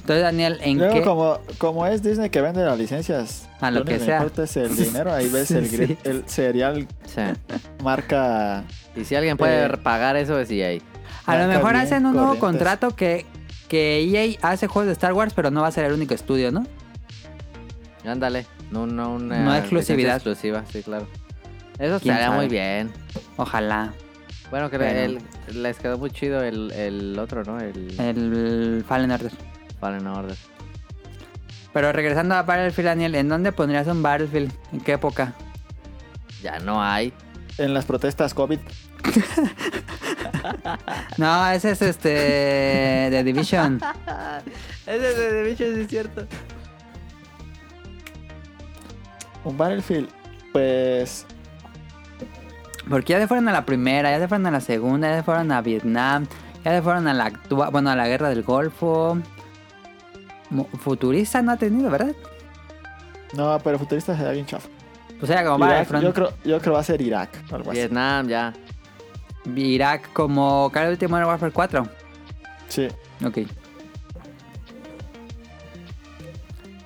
[SPEAKER 1] Entonces, Daniel, ¿en
[SPEAKER 3] Luego,
[SPEAKER 1] qué?
[SPEAKER 3] como, como es Disney que vende las licencias,
[SPEAKER 1] A lo que
[SPEAKER 3] único
[SPEAKER 1] sea.
[SPEAKER 3] importa es el dinero. Ahí ves el,
[SPEAKER 1] Sí.
[SPEAKER 3] gri- el cereal
[SPEAKER 2] Sí.
[SPEAKER 3] marca.
[SPEAKER 2] Y si alguien puede
[SPEAKER 3] Eh.
[SPEAKER 2] pagar eso, pues, es EA.
[SPEAKER 1] A lo
[SPEAKER 3] marca
[SPEAKER 1] mejor
[SPEAKER 3] bien,
[SPEAKER 1] hacen un nuevo
[SPEAKER 3] corrientes.
[SPEAKER 1] contrato que, que EA hace juegos de Star Wars, pero no va a ser el único estudio, ¿no?
[SPEAKER 2] Ándale. No, no, una
[SPEAKER 1] No
[SPEAKER 2] licencia
[SPEAKER 1] exclusividad.
[SPEAKER 2] exclusiva, sí, claro. Eso
[SPEAKER 1] ¿Quién
[SPEAKER 2] estaría muy
[SPEAKER 1] sabe?
[SPEAKER 2] bien.
[SPEAKER 1] Ojalá.
[SPEAKER 2] Bueno, que
[SPEAKER 1] Bueno. Eh.
[SPEAKER 2] el- les quedó muy chido el, el otro, ¿no? El
[SPEAKER 1] El Fallen Order.
[SPEAKER 2] Fallen Order.
[SPEAKER 1] Pero regresando a Battlefield, Daniel, ¿en dónde pondrías un Battlefield? ¿En qué época?
[SPEAKER 2] Ya no hay.
[SPEAKER 3] En las protestas COVID.
[SPEAKER 1] No, ese es este. de Division.
[SPEAKER 2] Ese es de bicho, sí es cierto.
[SPEAKER 3] Un Battlefield, pues.
[SPEAKER 1] Porque ya se fueron a la primera, ya se fueron a la segunda, ya se fueron a Vietnam, ya se fueron a la actua- bueno, a la guerra del Golfo. Mo- Futurista no ha tenido, ¿verdad?
[SPEAKER 3] No, pero futurista será bien chafa.
[SPEAKER 1] Pues era como
[SPEAKER 3] Irak,
[SPEAKER 1] Battlefront.
[SPEAKER 3] yo, creo, yo creo que va a ser Irak. Algo
[SPEAKER 2] pues,
[SPEAKER 3] así.
[SPEAKER 2] Vietnam, ya.
[SPEAKER 1] Irak como Call of Duty Modern Warfare 4.
[SPEAKER 3] Sí.
[SPEAKER 1] Ok.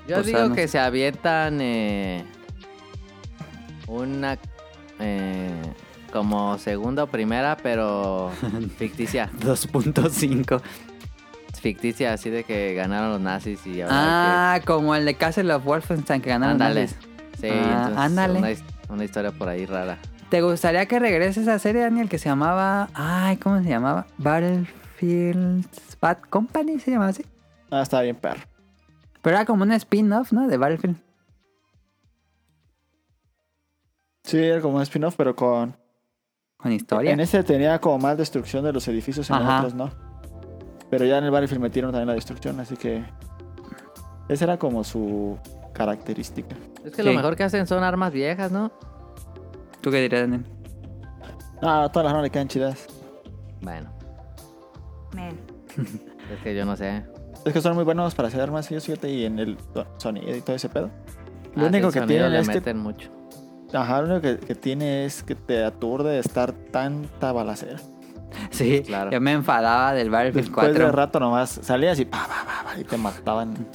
[SPEAKER 2] Yo
[SPEAKER 1] Pues,
[SPEAKER 2] digo
[SPEAKER 1] sabemos.
[SPEAKER 2] que se avientan eh, una eh, como segunda o primera, pero ficticia.
[SPEAKER 1] 2.5.
[SPEAKER 2] Ficticia, así de que ganaron los nazis y ahora
[SPEAKER 1] Ah, como el de Castle of Wolfenstein que
[SPEAKER 2] que-
[SPEAKER 1] ganaron.
[SPEAKER 2] ándale.
[SPEAKER 1] antes.
[SPEAKER 2] Sí,
[SPEAKER 1] Ah,
[SPEAKER 2] entonces,
[SPEAKER 1] ándale.
[SPEAKER 2] Una, his- una historia por ahí rara.
[SPEAKER 1] ¿Te gustaría que regrese esa serie, Daniel, que se llamaba... Ay, ¿cómo se llamaba? Battlefield Bad Company, se llamaba así.
[SPEAKER 3] Ah, está bien, perro.
[SPEAKER 1] Pero era como un spin-off, ¿no? De Battlefield.
[SPEAKER 3] Sí, era como un spin-off, pero con.
[SPEAKER 1] con historia.
[SPEAKER 3] En ese tenía como más destrucción de los edificios, en
[SPEAKER 1] Ajá.
[SPEAKER 3] otros no. Pero ya en el Battlefield metieron también la destrucción, así que. Esa era como su característica.
[SPEAKER 2] Es que lo
[SPEAKER 1] Sí.
[SPEAKER 2] mejor que hacen son armas viejas, ¿no?
[SPEAKER 1] ¿Tú qué dirías, Daniel?
[SPEAKER 3] No, todas las no le quedan chidas.
[SPEAKER 2] Bueno,
[SPEAKER 5] Men.
[SPEAKER 2] es que yo no sé.
[SPEAKER 3] Es que son muy buenos para hacer armas ellos, fíjate, y en el to- sonido y todo ese pedo. Lo
[SPEAKER 2] Ah,
[SPEAKER 3] único
[SPEAKER 2] sí,
[SPEAKER 3] que
[SPEAKER 2] el sonido
[SPEAKER 3] tienen
[SPEAKER 2] le
[SPEAKER 1] este
[SPEAKER 3] es que,
[SPEAKER 2] meten mucho.
[SPEAKER 3] ajá, lo único que, que tiene es que te aturde de estar tanta balacera.
[SPEAKER 1] Sí,
[SPEAKER 2] Claro.
[SPEAKER 1] yo me enfadaba del Battlefield
[SPEAKER 3] Después de
[SPEAKER 1] 4.
[SPEAKER 3] rato nomás salías y pa, pa, pa, pa, y te mataban.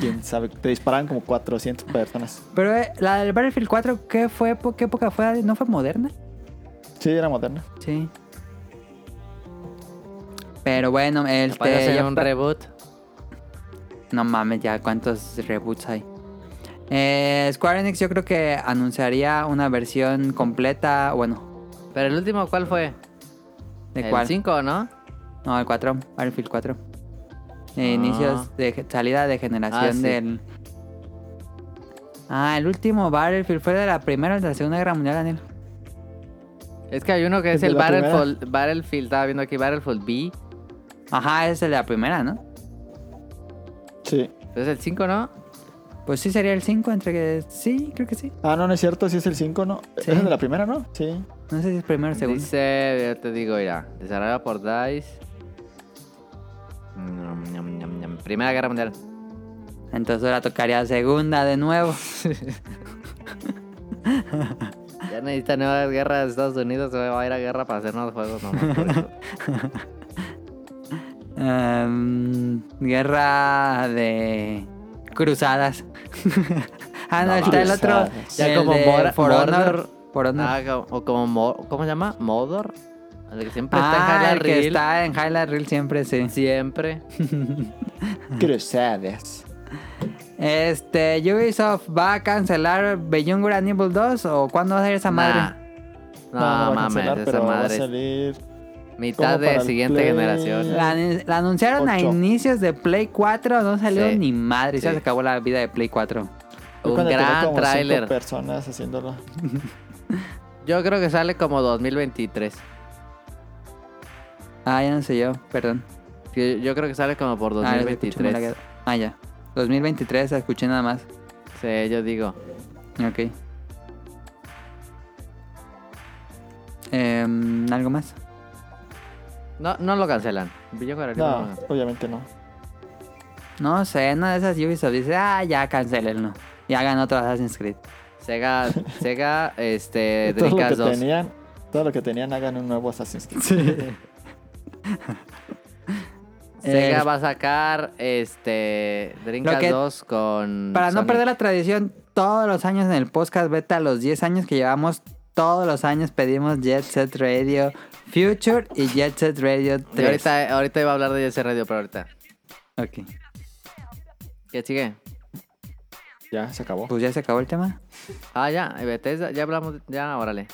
[SPEAKER 3] Quién sabe, te disparaban como 400 personas.
[SPEAKER 1] Pero eh, la del Battlefield 4, ¿qué fue? ¿Por ¿Qué época fue? ¿No fue moderna?
[SPEAKER 3] Sí, era moderna.
[SPEAKER 1] Sí. Pero bueno, el
[SPEAKER 2] Capaz de
[SPEAKER 1] te-
[SPEAKER 2] hacer
[SPEAKER 1] este ya
[SPEAKER 2] un
[SPEAKER 1] fue-
[SPEAKER 2] reboot.
[SPEAKER 1] No mames, ya cuántos reboots hay. Eh, Square Enix yo creo que anunciaría una versión completa, bueno,
[SPEAKER 2] Pero el último, ¿cuál fue?
[SPEAKER 1] ¿de
[SPEAKER 2] el
[SPEAKER 1] cuál?
[SPEAKER 2] 5, ¿no?
[SPEAKER 1] No, el 4, Battlefield 4. Eh, Inicios de ge- salida de generación
[SPEAKER 2] Ah, sí.
[SPEAKER 1] del... Ah, el último Battlefield fue de la Primera o de la Segunda Guerra Mundial, Daniel.
[SPEAKER 2] Es que hay uno que es
[SPEAKER 3] ¿El de
[SPEAKER 2] el
[SPEAKER 3] la primera?
[SPEAKER 2] Battlefield, Battlefield, estaba viendo aquí Battlefield B.
[SPEAKER 1] Ajá, es el de la primera, ¿no?
[SPEAKER 3] Sí.
[SPEAKER 2] Es el 5, ¿no?
[SPEAKER 1] Pues sí sería el 5, entre que... Sí, creo que sí.
[SPEAKER 3] Ah, no, no es cierto, sí es el 5, ¿no?
[SPEAKER 1] Sí.
[SPEAKER 3] Es el de la primera, ¿no? Sí.
[SPEAKER 1] No sé si es primero o segundo.
[SPEAKER 2] Dice, yo te digo, ya. Desarrollado por DICE. Ñam, ñam, ñam, ñam. Primera Guerra Mundial.
[SPEAKER 1] Entonces ahora tocaría segunda de nuevo.
[SPEAKER 2] Ya necesita nuevas guerras de Estados Unidos. Se va a ir a guerra para hacer nuevos juegos nomás. por eso.
[SPEAKER 1] Em, guerra de cruzadas. ah, no,
[SPEAKER 2] No,
[SPEAKER 1] está el otro.
[SPEAKER 3] cruzadas.
[SPEAKER 2] Ya
[SPEAKER 1] el
[SPEAKER 2] como
[SPEAKER 1] de
[SPEAKER 2] Mora-
[SPEAKER 1] For
[SPEAKER 2] Mordor.
[SPEAKER 1] Honor. For Honor.
[SPEAKER 2] Ah, como- o como, Mo- ¿cómo se llama? Modor. El que siempre
[SPEAKER 1] Ah,
[SPEAKER 2] está en
[SPEAKER 1] el
[SPEAKER 2] Highlight
[SPEAKER 1] que
[SPEAKER 2] Reel.
[SPEAKER 1] está en Highlight Reel siempre, sí.
[SPEAKER 2] Siempre.
[SPEAKER 3] Cruzadas.
[SPEAKER 1] Este, Ubisoft va a cancelar Beyond Good and Evil 2 o cuándo va a ser esa madre?
[SPEAKER 2] Nah. No,
[SPEAKER 3] va a
[SPEAKER 2] mames,
[SPEAKER 3] cancelar,
[SPEAKER 2] esa
[SPEAKER 3] pero va a
[SPEAKER 2] madre. es
[SPEAKER 3] salir.
[SPEAKER 2] Mitad
[SPEAKER 3] como para
[SPEAKER 2] de
[SPEAKER 3] el
[SPEAKER 2] siguiente
[SPEAKER 3] Play. Ah,
[SPEAKER 2] generación.
[SPEAKER 1] La, anu- la anunciaron a
[SPEAKER 3] Ocho.
[SPEAKER 1] inicios de Play 4, no salió
[SPEAKER 2] Sí.
[SPEAKER 1] ni madre, ya
[SPEAKER 2] Sí.
[SPEAKER 1] se acabó la vida de Play 4.
[SPEAKER 3] Yo
[SPEAKER 2] Un
[SPEAKER 3] cuando tenía
[SPEAKER 2] gran
[SPEAKER 3] como cinco
[SPEAKER 2] tráiler.
[SPEAKER 3] personas haciéndolo.
[SPEAKER 2] Yo creo que sale como 2023.
[SPEAKER 1] Ah, ya no sé yo, perdón.
[SPEAKER 2] Sí, Yo creo que sale como por
[SPEAKER 1] Ah, ya escuché mal
[SPEAKER 2] 2023.
[SPEAKER 1] la- Ah, ya. 2023, escuché nada más.
[SPEAKER 2] sí, yo digo.
[SPEAKER 1] Ok. Em, ¿Algo más?
[SPEAKER 2] No, no lo cancelan. Yo creo que no lo
[SPEAKER 3] No,
[SPEAKER 2] cancelan.
[SPEAKER 3] obviamente no.
[SPEAKER 1] No sé, una de esas Ubisoft dice, ah, ya cancelenlo. Y hagan otro Assassin's Creed.
[SPEAKER 2] Sega, Sega, este,
[SPEAKER 3] todo lo que
[SPEAKER 2] Dreamcast 2.
[SPEAKER 3] tenían, todo lo que tenían hagan un nuevo Assassin's Creed.
[SPEAKER 2] Sega
[SPEAKER 1] Eh,
[SPEAKER 2] va a sacar, este, Dreamcast
[SPEAKER 1] que-
[SPEAKER 2] 2 con
[SPEAKER 1] Para no
[SPEAKER 2] Sonic.
[SPEAKER 1] perder la tradición, todos los años en el podcast beta, los 10 años que llevamos, todos los años pedimos Jet Set Radio Future y Jet Set Radio
[SPEAKER 2] Y
[SPEAKER 1] 3.
[SPEAKER 2] ahorita, ahorita iba a hablar de ese radio, pero ahorita.
[SPEAKER 1] Ok.
[SPEAKER 2] ¿Qué sigue?
[SPEAKER 3] Ya, se acabó.
[SPEAKER 1] Pues ya se acabó el tema.
[SPEAKER 2] Ah, ya, Bethesda, ya hablamos, de- ya, órale.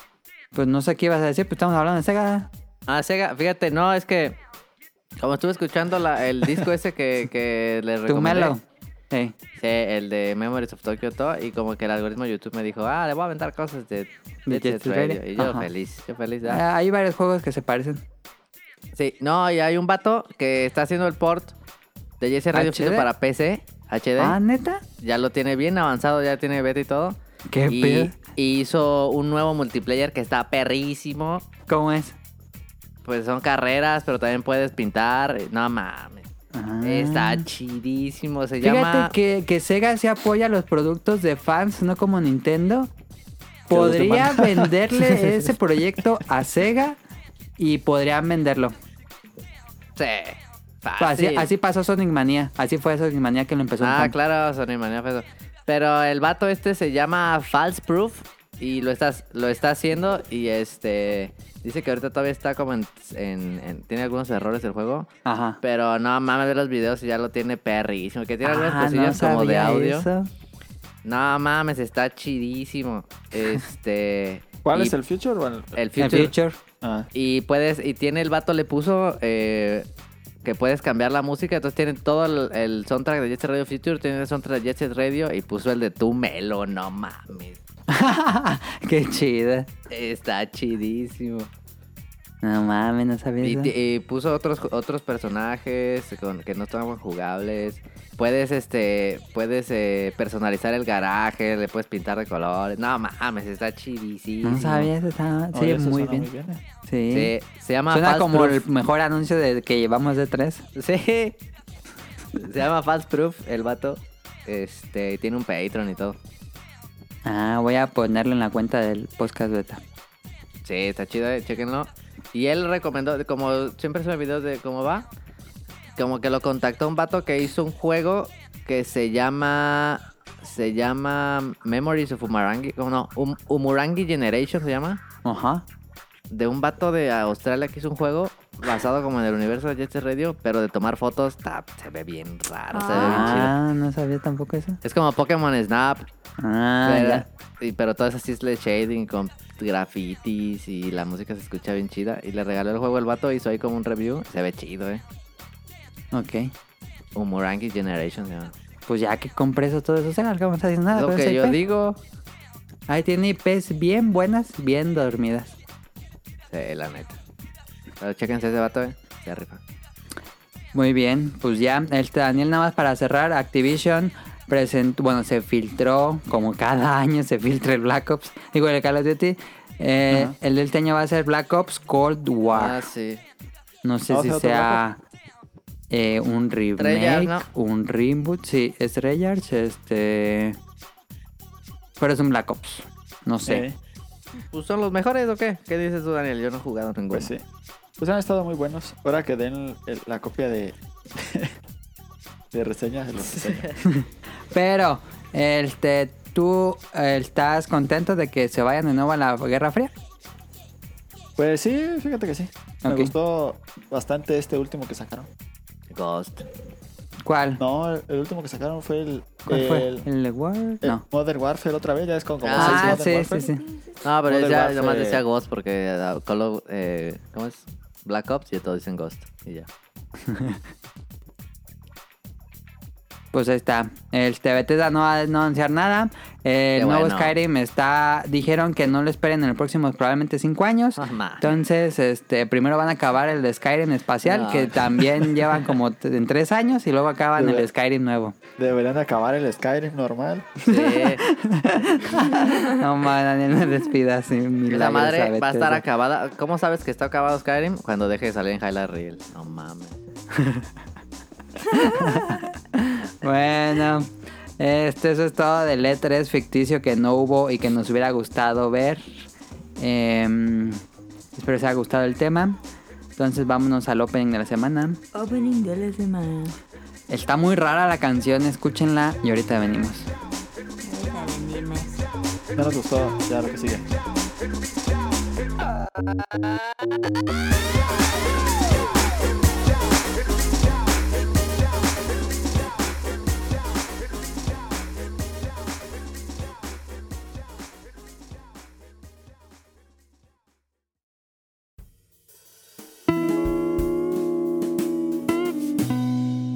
[SPEAKER 1] Pues no sé qué ibas a decir, pues estamos hablando de Sega.
[SPEAKER 2] Ah, Sega, fíjate, no, es que como estuve escuchando la- el disco ese que, que le
[SPEAKER 1] Tu
[SPEAKER 2] recomendé.
[SPEAKER 1] melo. Sí.
[SPEAKER 2] Sí, el de Memories of Tokyo todo, y como que el algoritmo de YouTube me dijo, ah, le voy a aventar cosas de, de
[SPEAKER 1] Jet
[SPEAKER 2] Jet
[SPEAKER 1] Set
[SPEAKER 2] Radio.
[SPEAKER 1] Radio.
[SPEAKER 2] Y yo
[SPEAKER 1] Ajá.
[SPEAKER 2] feliz, yo feliz. ah.
[SPEAKER 1] Ah, Hay varios juegos que se parecen.
[SPEAKER 2] Sí, no, y hay un vato que está haciendo el port de Jesse Radio
[SPEAKER 1] HD.
[SPEAKER 2] Future para PC, HD.
[SPEAKER 1] Ah, neta.
[SPEAKER 2] Ya lo tiene bien avanzado, ya tiene beta y todo.
[SPEAKER 1] ¿Qué
[SPEAKER 2] y,
[SPEAKER 1] pedo?
[SPEAKER 2] y hizo un nuevo multiplayer que está perrísimo.
[SPEAKER 1] ¿Cómo es?
[SPEAKER 2] Pues son carreras, pero también puedes pintar. No mames.
[SPEAKER 1] Ah.
[SPEAKER 2] Está chidísimo. Se
[SPEAKER 1] Fíjate
[SPEAKER 2] llama.
[SPEAKER 1] que, que Sega se apoya los productos de fans, no como Nintendo. Podría venderle ese proyecto a Sega y podrían venderlo.
[SPEAKER 2] Ah, Sí,
[SPEAKER 1] Así,
[SPEAKER 2] fácil.
[SPEAKER 1] así pasó Sonic Manía. Así fue Sonic Manía que lo empezó. un
[SPEAKER 2] Ah,
[SPEAKER 1] fan.
[SPEAKER 2] claro, Sony Mania fue eso. Pero el vato este se llama False Proof y lo estás, lo está haciendo y este dice que ahorita todavía está como en, en- en- tiene algunos errores el juego,
[SPEAKER 1] Ajá.
[SPEAKER 2] pero no mames de los videos y ya lo tiene perrísimo, que tiene algunas
[SPEAKER 1] Ah,
[SPEAKER 2] cosillas
[SPEAKER 1] no
[SPEAKER 2] como de
[SPEAKER 1] sabía
[SPEAKER 2] audio.
[SPEAKER 1] eso.
[SPEAKER 2] No mames, está chidísimo. Este
[SPEAKER 3] ¿Cuál
[SPEAKER 2] y
[SPEAKER 3] es el Future o el...?
[SPEAKER 2] el
[SPEAKER 1] El
[SPEAKER 2] future?
[SPEAKER 1] Future.
[SPEAKER 3] Ah,
[SPEAKER 2] Y puedes, y tiene el vato le puso eh, que puedes cambiar la música, entonces tienen todo el, el soundtrack de Jet Set Radio Future, tiene el soundtrack de Jet Set Radio y puso el de Tu Melo, no mames.
[SPEAKER 1] Qué chida.
[SPEAKER 2] Está chidísimo.
[SPEAKER 1] No mames, no sabía
[SPEAKER 2] Y,
[SPEAKER 1] eso.
[SPEAKER 2] ti- y puso otros otros personajes con- que no estaban jugables. Puedes este puedes eh, personalizar el garaje, le puedes pintar de colores. No mames, está chidísimo.
[SPEAKER 1] No sabía eso. Estaba... Sí,
[SPEAKER 3] Oye, eso
[SPEAKER 1] muy
[SPEAKER 3] suena
[SPEAKER 1] bien.
[SPEAKER 3] ¿eh?
[SPEAKER 1] Sí.
[SPEAKER 2] Sí, se llama
[SPEAKER 1] Suena
[SPEAKER 2] False
[SPEAKER 1] como
[SPEAKER 2] Proof.
[SPEAKER 1] el mejor anuncio de que llevamos de tres.
[SPEAKER 2] Sí. Se llama False Proof el vato. Este, tiene un Patreon y todo.
[SPEAKER 1] Ah, voy a ponerlo en la cuenta del podcast beta.
[SPEAKER 2] Sí, está chido, eh, chéquenlo. Y él recomendó, como siempre sube videos de cómo va, como que lo contactó un vato que hizo un juego que se llama. Se llama Memories of Umurangi. ¿Cómo no? Um- Umurangi Generation se llama.
[SPEAKER 1] Ajá.
[SPEAKER 2] De un vato de Australia que hizo un juego basado como en el universo de Jet Set Radio, pero de tomar fotos, ta, se ve bien raro, se ve bien chido.
[SPEAKER 1] Ah, no sabía tampoco eso.
[SPEAKER 2] Es como Pokémon Snap,
[SPEAKER 1] Ah,
[SPEAKER 2] pero,
[SPEAKER 1] ya.
[SPEAKER 2] y- pero todo eso sí es le shading con grafitis y la música se escucha bien chida. Y le regaló el juego el vato, hizo ahí como un review. Se ve chido, eh.
[SPEAKER 1] Ok.
[SPEAKER 2] Umurangi Generation, se llama.
[SPEAKER 1] Pues ya que compré eso, todo eso, se no vamos a decir nada.
[SPEAKER 2] Lo
[SPEAKER 1] con esa
[SPEAKER 2] que yo
[SPEAKER 1] IP.
[SPEAKER 2] digo.
[SPEAKER 1] Ahí tiene IPs bien buenas, bien dormidas.
[SPEAKER 2] Sí, la neta. Pero chéquense ese vato, eh. Se rifa.
[SPEAKER 1] Muy bien, pues ya, este Daniel, nada más para cerrar, Activision presentó, bueno, se filtró, como cada año se filtra el Black Ops, digo el Call of Duty, eh, el del este año va a ser Black Ops Cold
[SPEAKER 2] Ah,
[SPEAKER 1] War.
[SPEAKER 2] sí.
[SPEAKER 1] No sé
[SPEAKER 3] Ah,
[SPEAKER 1] si
[SPEAKER 3] ¿será otro
[SPEAKER 1] sea eh, un remake,
[SPEAKER 2] Treyarch, ¿no?
[SPEAKER 1] un reboot, sí, es Treyarch, este... Pero es un Black Ops, no sé.
[SPEAKER 3] Eh,
[SPEAKER 2] Pues, ¿Son los mejores o qué? ¿Qué dices tú, Daniel? Yo no he jugado ninguno.
[SPEAKER 3] pues sí. Pues han estado muy buenos. Ahora que den el- la copia de. de reseña, se los enseño.
[SPEAKER 1] Pero, este, ¿tú eh, estás contento de que se vayan de nuevo a la Guerra Fría?
[SPEAKER 3] Pues sí, fíjate que sí. Me
[SPEAKER 1] Ok.
[SPEAKER 3] gustó bastante este último que sacaron.
[SPEAKER 2] Ghost.
[SPEAKER 1] ¿Cuál?
[SPEAKER 3] No, el, el último que sacaron fue el.
[SPEAKER 1] ¿Cuál fue?
[SPEAKER 3] el-
[SPEAKER 1] ¿El World?
[SPEAKER 3] el
[SPEAKER 1] No.
[SPEAKER 3] Modern Warfare otra vez, ya es con como seis
[SPEAKER 1] Ah,
[SPEAKER 3] Modern
[SPEAKER 1] sí, sí,
[SPEAKER 3] Warfare.
[SPEAKER 1] sí.
[SPEAKER 2] No, pero
[SPEAKER 3] Modern
[SPEAKER 2] ya
[SPEAKER 3] Warfare.
[SPEAKER 2] nomás decía Ghost porque eh, Call of- eh, ¿cómo es? Black Ops y todos dicen Ghost. Y ya.
[SPEAKER 1] Pues ahí está. El Bethesda no va a no anunciar nada. El
[SPEAKER 2] Qué
[SPEAKER 1] nuevo
[SPEAKER 2] bueno.
[SPEAKER 1] Skyrim está. Dijeron que no lo esperen en los próximos probablemente 5 años.
[SPEAKER 2] Mamá.
[SPEAKER 1] Entonces, este, primero van a acabar el de Skyrim espacial,
[SPEAKER 2] No.
[SPEAKER 1] que también llevan como t- en 3 años, y luego acaban el
[SPEAKER 3] Dura.
[SPEAKER 1] Skyrim nuevo.
[SPEAKER 3] Deberían acabar el Skyrim normal.
[SPEAKER 2] Sí.
[SPEAKER 1] No mames, Daniel, me despidas. sí, milagros
[SPEAKER 2] Esa madre va a
[SPEAKER 1] Bethesda.
[SPEAKER 2] estar acabada. ¿Cómo sabes que está acabado Skyrim? Cuando deje de salir en Highlight Reel. No mames.
[SPEAKER 1] Bueno, este, eso es todo del E3 ficticio que no hubo y que nos hubiera gustado ver. Em, espero les haya gustado el tema. Entonces vámonos al opening de la semana.
[SPEAKER 7] Opening de la semana.
[SPEAKER 1] Está muy rara la canción, escúchenla y ahorita venimos.
[SPEAKER 7] Ahorita venimos.
[SPEAKER 3] No nos gustó, ya lo que sigue.
[SPEAKER 1] Mm.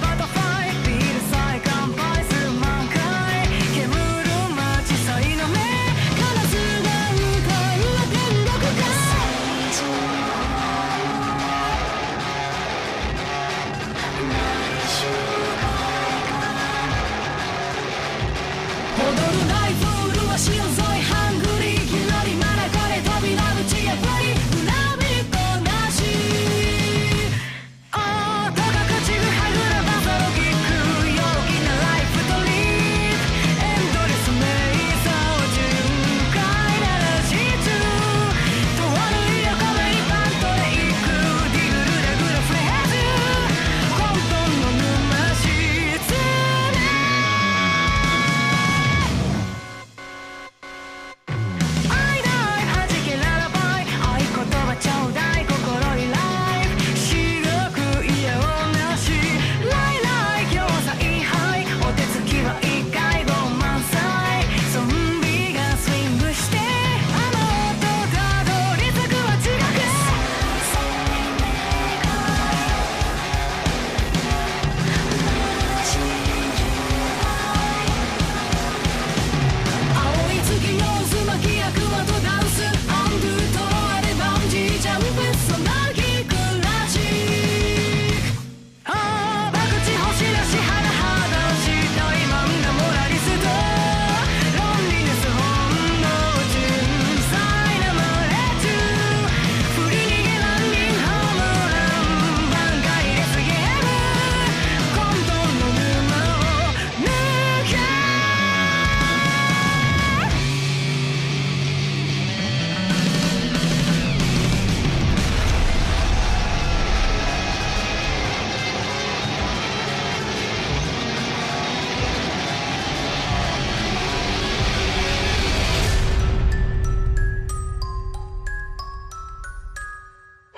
[SPEAKER 8] Butterfly, be the cycle, bicycle.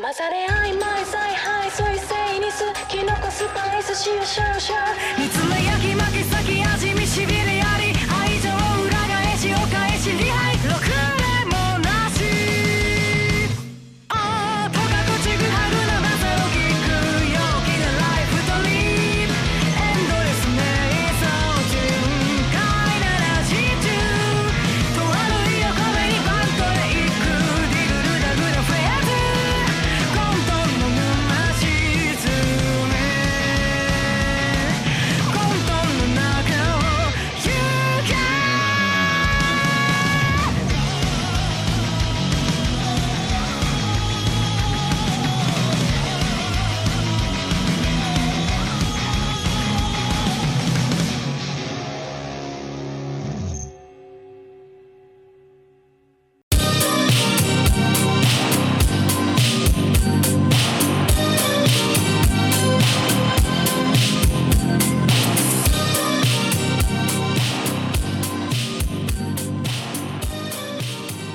[SPEAKER 8] 飾れ合いマイサイハイ水星にすキノコスパイス塩シャーシャー煮詰め焼き巻き裂き味見しびれあり愛情を裏返しお返し利害ろくでもなしああとかこちぐはぐな技を聞く陽気なライフドリームエンドレス迷走巡回ならし中とあるいよ壁にバントで行くディグルダグラフェアズ混沌の沼沈め混沌の中を行け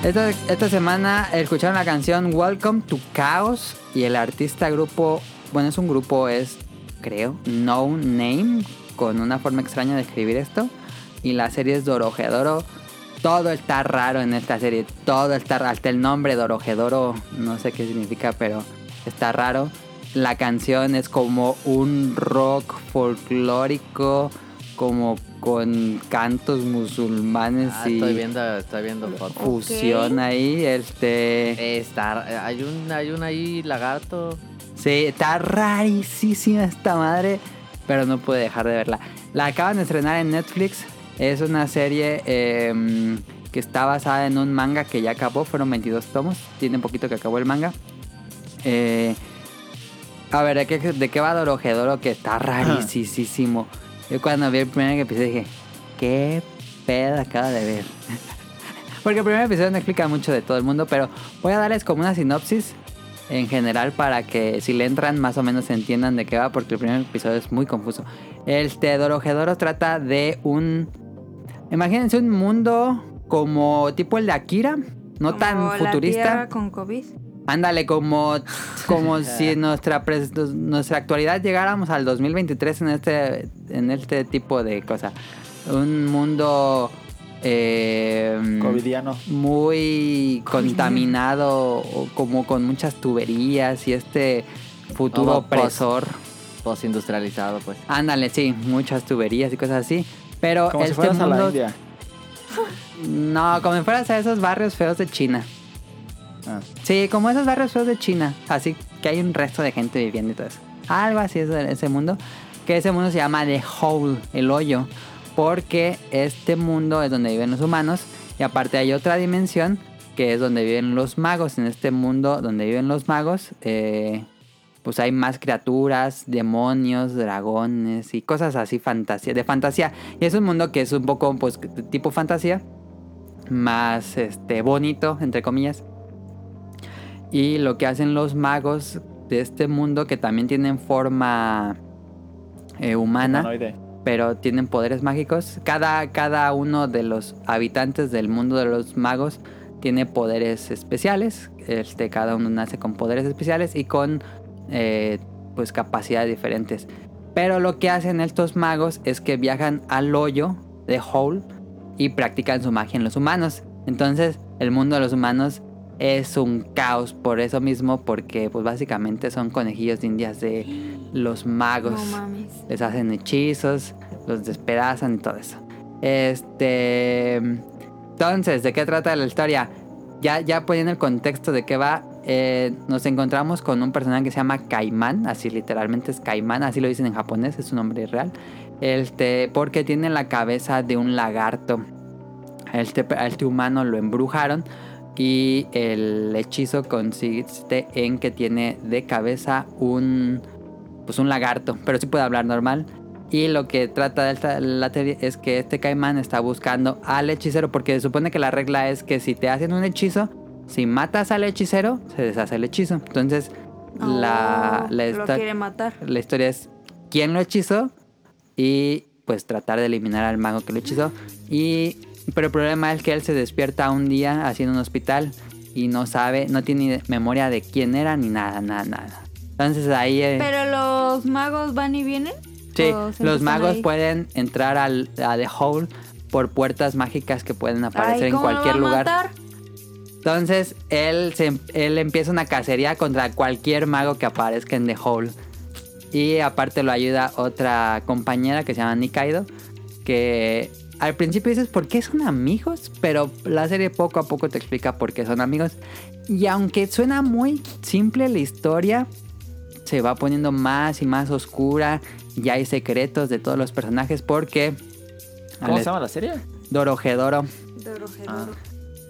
[SPEAKER 1] Esta, esta semana escucharon la canción Welcome to Chaos y el artista grupo, bueno, es un grupo, es creo, No Name, con una forma extraña de escribir esto. Y la serie es Dorojedoro. Todo está raro en esta serie, todo está raro, hasta el nombre Dorojedoro, no sé qué significa, pero está raro. La canción es como un rock folclórico, como con cantos musulmanes
[SPEAKER 2] Ah,
[SPEAKER 1] y
[SPEAKER 2] Estoy viendo, estoy viendo fotos.
[SPEAKER 1] fusión ahí, este...
[SPEAKER 2] Eh, Está, hay un, hay un ahí lagarto.
[SPEAKER 1] Sí, está rarísima esta madre, pero no pude dejar de verla. La acaban de estrenar en Netflix. Es una serie eh, que está basada en un manga que ya acabó, fueron 22 tomos, tiene poquito que acabó el manga. Eh, a ver, ¿de qué, de qué va Dorojedoro? Que está rarísimo. Yo cuando vi el primer episodio dije, ¿qué pedo acaba de ver? Porque el primer episodio no explica mucho de todo el mundo, pero voy a darles como una sinopsis en general para que si le entran más o menos entiendan de qué va, porque el primer episodio es muy confuso. El Dorojedoro trata de un... Imagínense un mundo como tipo el de Akira, no
[SPEAKER 5] Como
[SPEAKER 1] tan futurista.
[SPEAKER 5] La tierra con COVID.
[SPEAKER 1] Ándale, como, como si nuestra, pres- nuestra actualidad llegáramos al 2023 en este, en este tipo de cosa. Un mundo eh,
[SPEAKER 3] Covidiano.
[SPEAKER 1] muy contaminado, o como con muchas tuberías y este futuro
[SPEAKER 2] Todo
[SPEAKER 1] opresor.
[SPEAKER 2] Postindustrializado, pues.
[SPEAKER 1] Ándale, sí, muchas tuberías y cosas así. Pero
[SPEAKER 3] Como si
[SPEAKER 1] este
[SPEAKER 3] fueras a la
[SPEAKER 1] mundo-
[SPEAKER 3] India.
[SPEAKER 1] No, como si fueras a esos barrios feos de China.
[SPEAKER 3] Ah.
[SPEAKER 1] Sí, como esos barrios feos de China. Así que hay un resto de gente viviendo y todo eso. Algo así es de- ese mundo. Que ese mundo se llama The Hole, el hoyo. Porque este mundo es donde viven los humanos. Y aparte hay otra dimensión que es donde viven los magos. En este mundo donde viven los magos, eh, pues hay más criaturas, demonios, dragones y cosas así fantasía, de fantasía. Y es un mundo que es un poco pues, tipo fantasía. Más este bonito, entre comillas. Y lo que hacen los magos de este mundo, que también tienen forma eh, humana,
[SPEAKER 3] Humanoide.
[SPEAKER 1] pero tienen poderes mágicos. Cada, cada uno de los habitantes del mundo de los magos tiene poderes especiales. Este, cada uno nace con poderes especiales y con eh, pues capacidades diferentes. Pero lo que hacen estos magos es que viajan al hoyo de Hole y practican su magia en los humanos. Entonces, el mundo de los humanos es un caos por eso mismo, porque pues básicamente son conejillos de indias de los magos
[SPEAKER 5] No mames.
[SPEAKER 1] les hacen hechizos, los despedazan y todo eso. Este. Entonces, ¿de qué trata la historia? Ya, ya poniendo el contexto de qué va, eh, nos encontramos con un personaje que se llama Caimán, así literalmente es Caimán, así lo dicen en japonés, es su nombre real. Este, porque tiene la cabeza de un lagarto. A este, a este humano lo embrujaron y el hechizo consiste en que tiene de cabeza un pues un lagarto, pero sí puede hablar normal. Y lo que trata esta- la serie es que este caimán está buscando al hechicero, porque se supone que la regla es que si te hacen un hechizo, si matas al hechicero, se deshace el hechizo. Entonces, la,
[SPEAKER 5] Oh,
[SPEAKER 1] la
[SPEAKER 5] Lo
[SPEAKER 1] histo-
[SPEAKER 5] quiere matar.
[SPEAKER 1] la historia es quién lo hechizó y pues tratar de eliminar al mago que lo hechizó. Y, pero el problema es que él se despierta un día así en un hospital y no sabe, no tiene memoria de quién era ni nada, nada, nada. Entonces ahí... eh,
[SPEAKER 7] Pero los magos van y vienen.
[SPEAKER 1] Sí,
[SPEAKER 7] ¿O siempre
[SPEAKER 1] los
[SPEAKER 7] están
[SPEAKER 1] magos
[SPEAKER 7] ahí?
[SPEAKER 1] pueden entrar al, a The Hole por puertas mágicas que pueden aparecer
[SPEAKER 7] Ay,
[SPEAKER 1] en
[SPEAKER 7] ¿cómo lo
[SPEAKER 1] cualquier
[SPEAKER 7] va a
[SPEAKER 1] lugar.
[SPEAKER 7] matar?
[SPEAKER 1] Entonces él, se- él empieza una cacería contra cualquier mago que aparezca en The Hole. Y aparte lo ayuda otra compañera que se llama Nikaido. Que al principio dices, ¿por qué son amigos? Pero la serie poco a poco te explica por qué son amigos. Y aunque suena muy simple la historia, se va poniendo más y más oscura. Y hay secretos de todos los personajes porque...
[SPEAKER 3] ¿Cómo
[SPEAKER 1] al-
[SPEAKER 3] se llama la serie?
[SPEAKER 1] Dorohedoro.
[SPEAKER 3] Ah,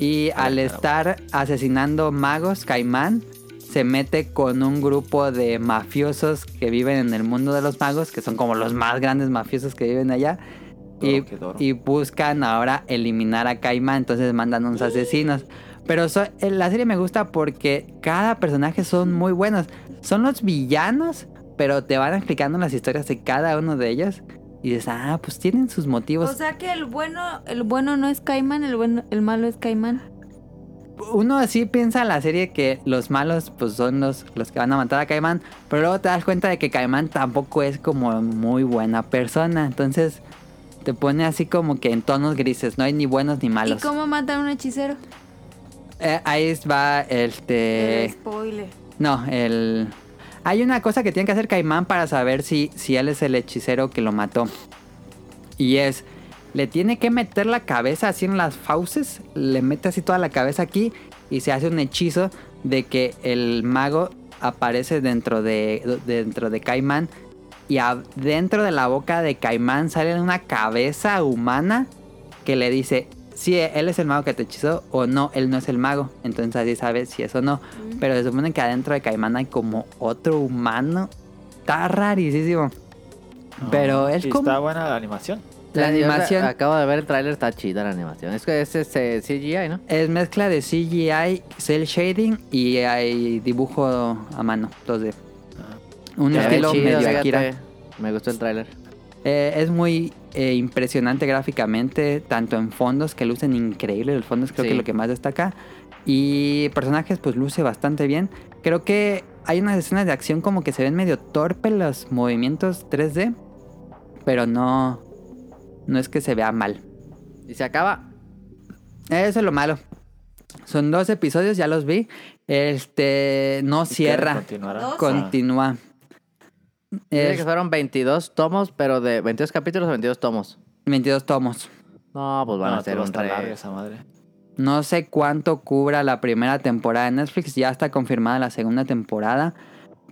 [SPEAKER 1] Y al estar asesinando magos, Caimán se mete con un grupo de mafiosos que viven en el mundo de los magos, que son como los más grandes mafiosos que viven allá. Y,
[SPEAKER 3] Dorohedoro.
[SPEAKER 1] y buscan ahora eliminar a Caimán, entonces mandan unos asesinos. Pero so- eh, la serie me gusta porque cada personaje son muy buenos. Son los villanos, pero te van explicando las historias de cada uno de ellos. Y dices, ah, pues tienen sus motivos.
[SPEAKER 7] O sea que el bueno, el bueno no es Caimán, el bueno, el malo es Caimán.
[SPEAKER 1] uno así piensa en la serie que los malos pues son los, los que van a matar a Caimán, pero luego te das cuenta de que Caimán tampoco es como muy buena persona, entonces te pone así como que en tonos grises, no hay ni buenos ni
[SPEAKER 7] ¿Y
[SPEAKER 1] malos.
[SPEAKER 7] cómo matan a un hechicero?
[SPEAKER 1] Eh, ahí es- va este...
[SPEAKER 7] El Eh, spoiler.
[SPEAKER 1] No, el... Hay una cosa que tiene que hacer Caimán para saber si, si él es el hechicero que lo mató. Y es, le tiene que meter la cabeza así en las fauces, le mete así toda la cabeza aquí y se hace un hechizo de que el mago aparece dentro de, dentro de Caimán y a- dentro de la boca de Caimán sale una cabeza humana que le dice si él es el mago que te hechizó o no, él no es el mago. Entonces así sabes si es o no. Pero se supone que adentro de Caimán hay como otro humano. Está rarísimo. Pero es
[SPEAKER 3] y
[SPEAKER 1] como...
[SPEAKER 3] Está buena la animación.
[SPEAKER 1] La
[SPEAKER 2] Yo
[SPEAKER 1] animación-
[SPEAKER 2] acabo de ver el tráiler, está chida la animación. Es que es este CGI, ¿no?
[SPEAKER 1] Es mezcla de CGI, cel shading y hay dibujo a mano, 2D. Un
[SPEAKER 2] Se ve
[SPEAKER 1] estilo
[SPEAKER 2] chido,
[SPEAKER 1] medio
[SPEAKER 2] fíjate.
[SPEAKER 1] Akira.
[SPEAKER 2] Me gustó el tráiler.
[SPEAKER 1] Eh, es muy eh, impresionante gráficamente, tanto en fondos que lucen increíbles, los fondos creo
[SPEAKER 2] Sí.
[SPEAKER 1] que es lo que más destaca, y personajes pues luce bastante bien. Creo que hay unas escenas de acción como que se ven medio torpe los movimientos 3D, pero no, no es que se vea mal.
[SPEAKER 2] Y se acaba.
[SPEAKER 1] Eso es lo malo. Son dos episodios, ya los vi. Este no
[SPEAKER 3] ¿Y qué
[SPEAKER 1] cierra,
[SPEAKER 3] Continuará. Ah.
[SPEAKER 1] continúa.
[SPEAKER 2] Dice
[SPEAKER 1] Es
[SPEAKER 2] que fueron 22 tomos, pero de 22 capítulos a 22 tomos.
[SPEAKER 1] 22 tomos.
[SPEAKER 2] No, pues van
[SPEAKER 3] Van
[SPEAKER 2] a ser un
[SPEAKER 3] un larga
[SPEAKER 2] re...
[SPEAKER 3] esa madre.
[SPEAKER 1] No sé cuánto cubra la primera temporada de Netflix, ya está confirmada la segunda temporada,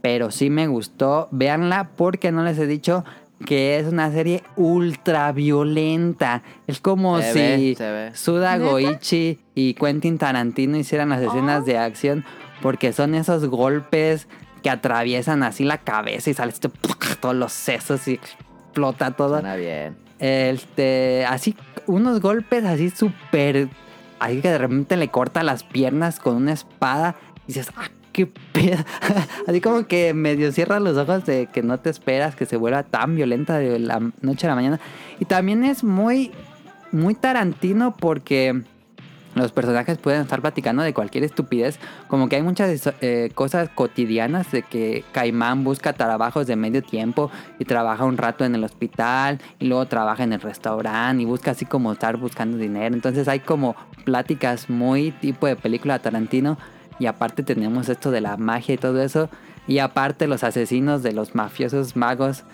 [SPEAKER 1] pero sí me gustó. Véanla porque no les he dicho que es una serie ultra violenta. Es como
[SPEAKER 2] Se ve,
[SPEAKER 1] si
[SPEAKER 2] se ve.
[SPEAKER 1] Suda
[SPEAKER 7] ¿Neta?
[SPEAKER 1] Goichi y Quentin Tarantino hicieran las escenas de acción porque son esos golpes que atraviesan así la cabeza y sale este todos los sesos y explota todo.
[SPEAKER 2] Suena bien.
[SPEAKER 1] Este, así, unos golpes así súper. Así que de repente le corta las piernas con una espada. Y dices, ¡ah, qué pedo! así como que medio cierras los ojos de que no te esperas que se vuelva tan violenta de la noche a la mañana. Y también es muy, muy tarantino porque. Los personajes pueden estar platicando de cualquier estupidez, como que hay muchas eh, cosas cotidianas de que Caimán busca trabajos de medio tiempo y trabaja un rato en el hospital y luego trabaja en el restaurante y busca así como estar buscando dinero. Entonces hay como pláticas muy tipo de película de Tarantino y aparte tenemos esto de la magia y todo eso y aparte los asesinos de los mafiosos magos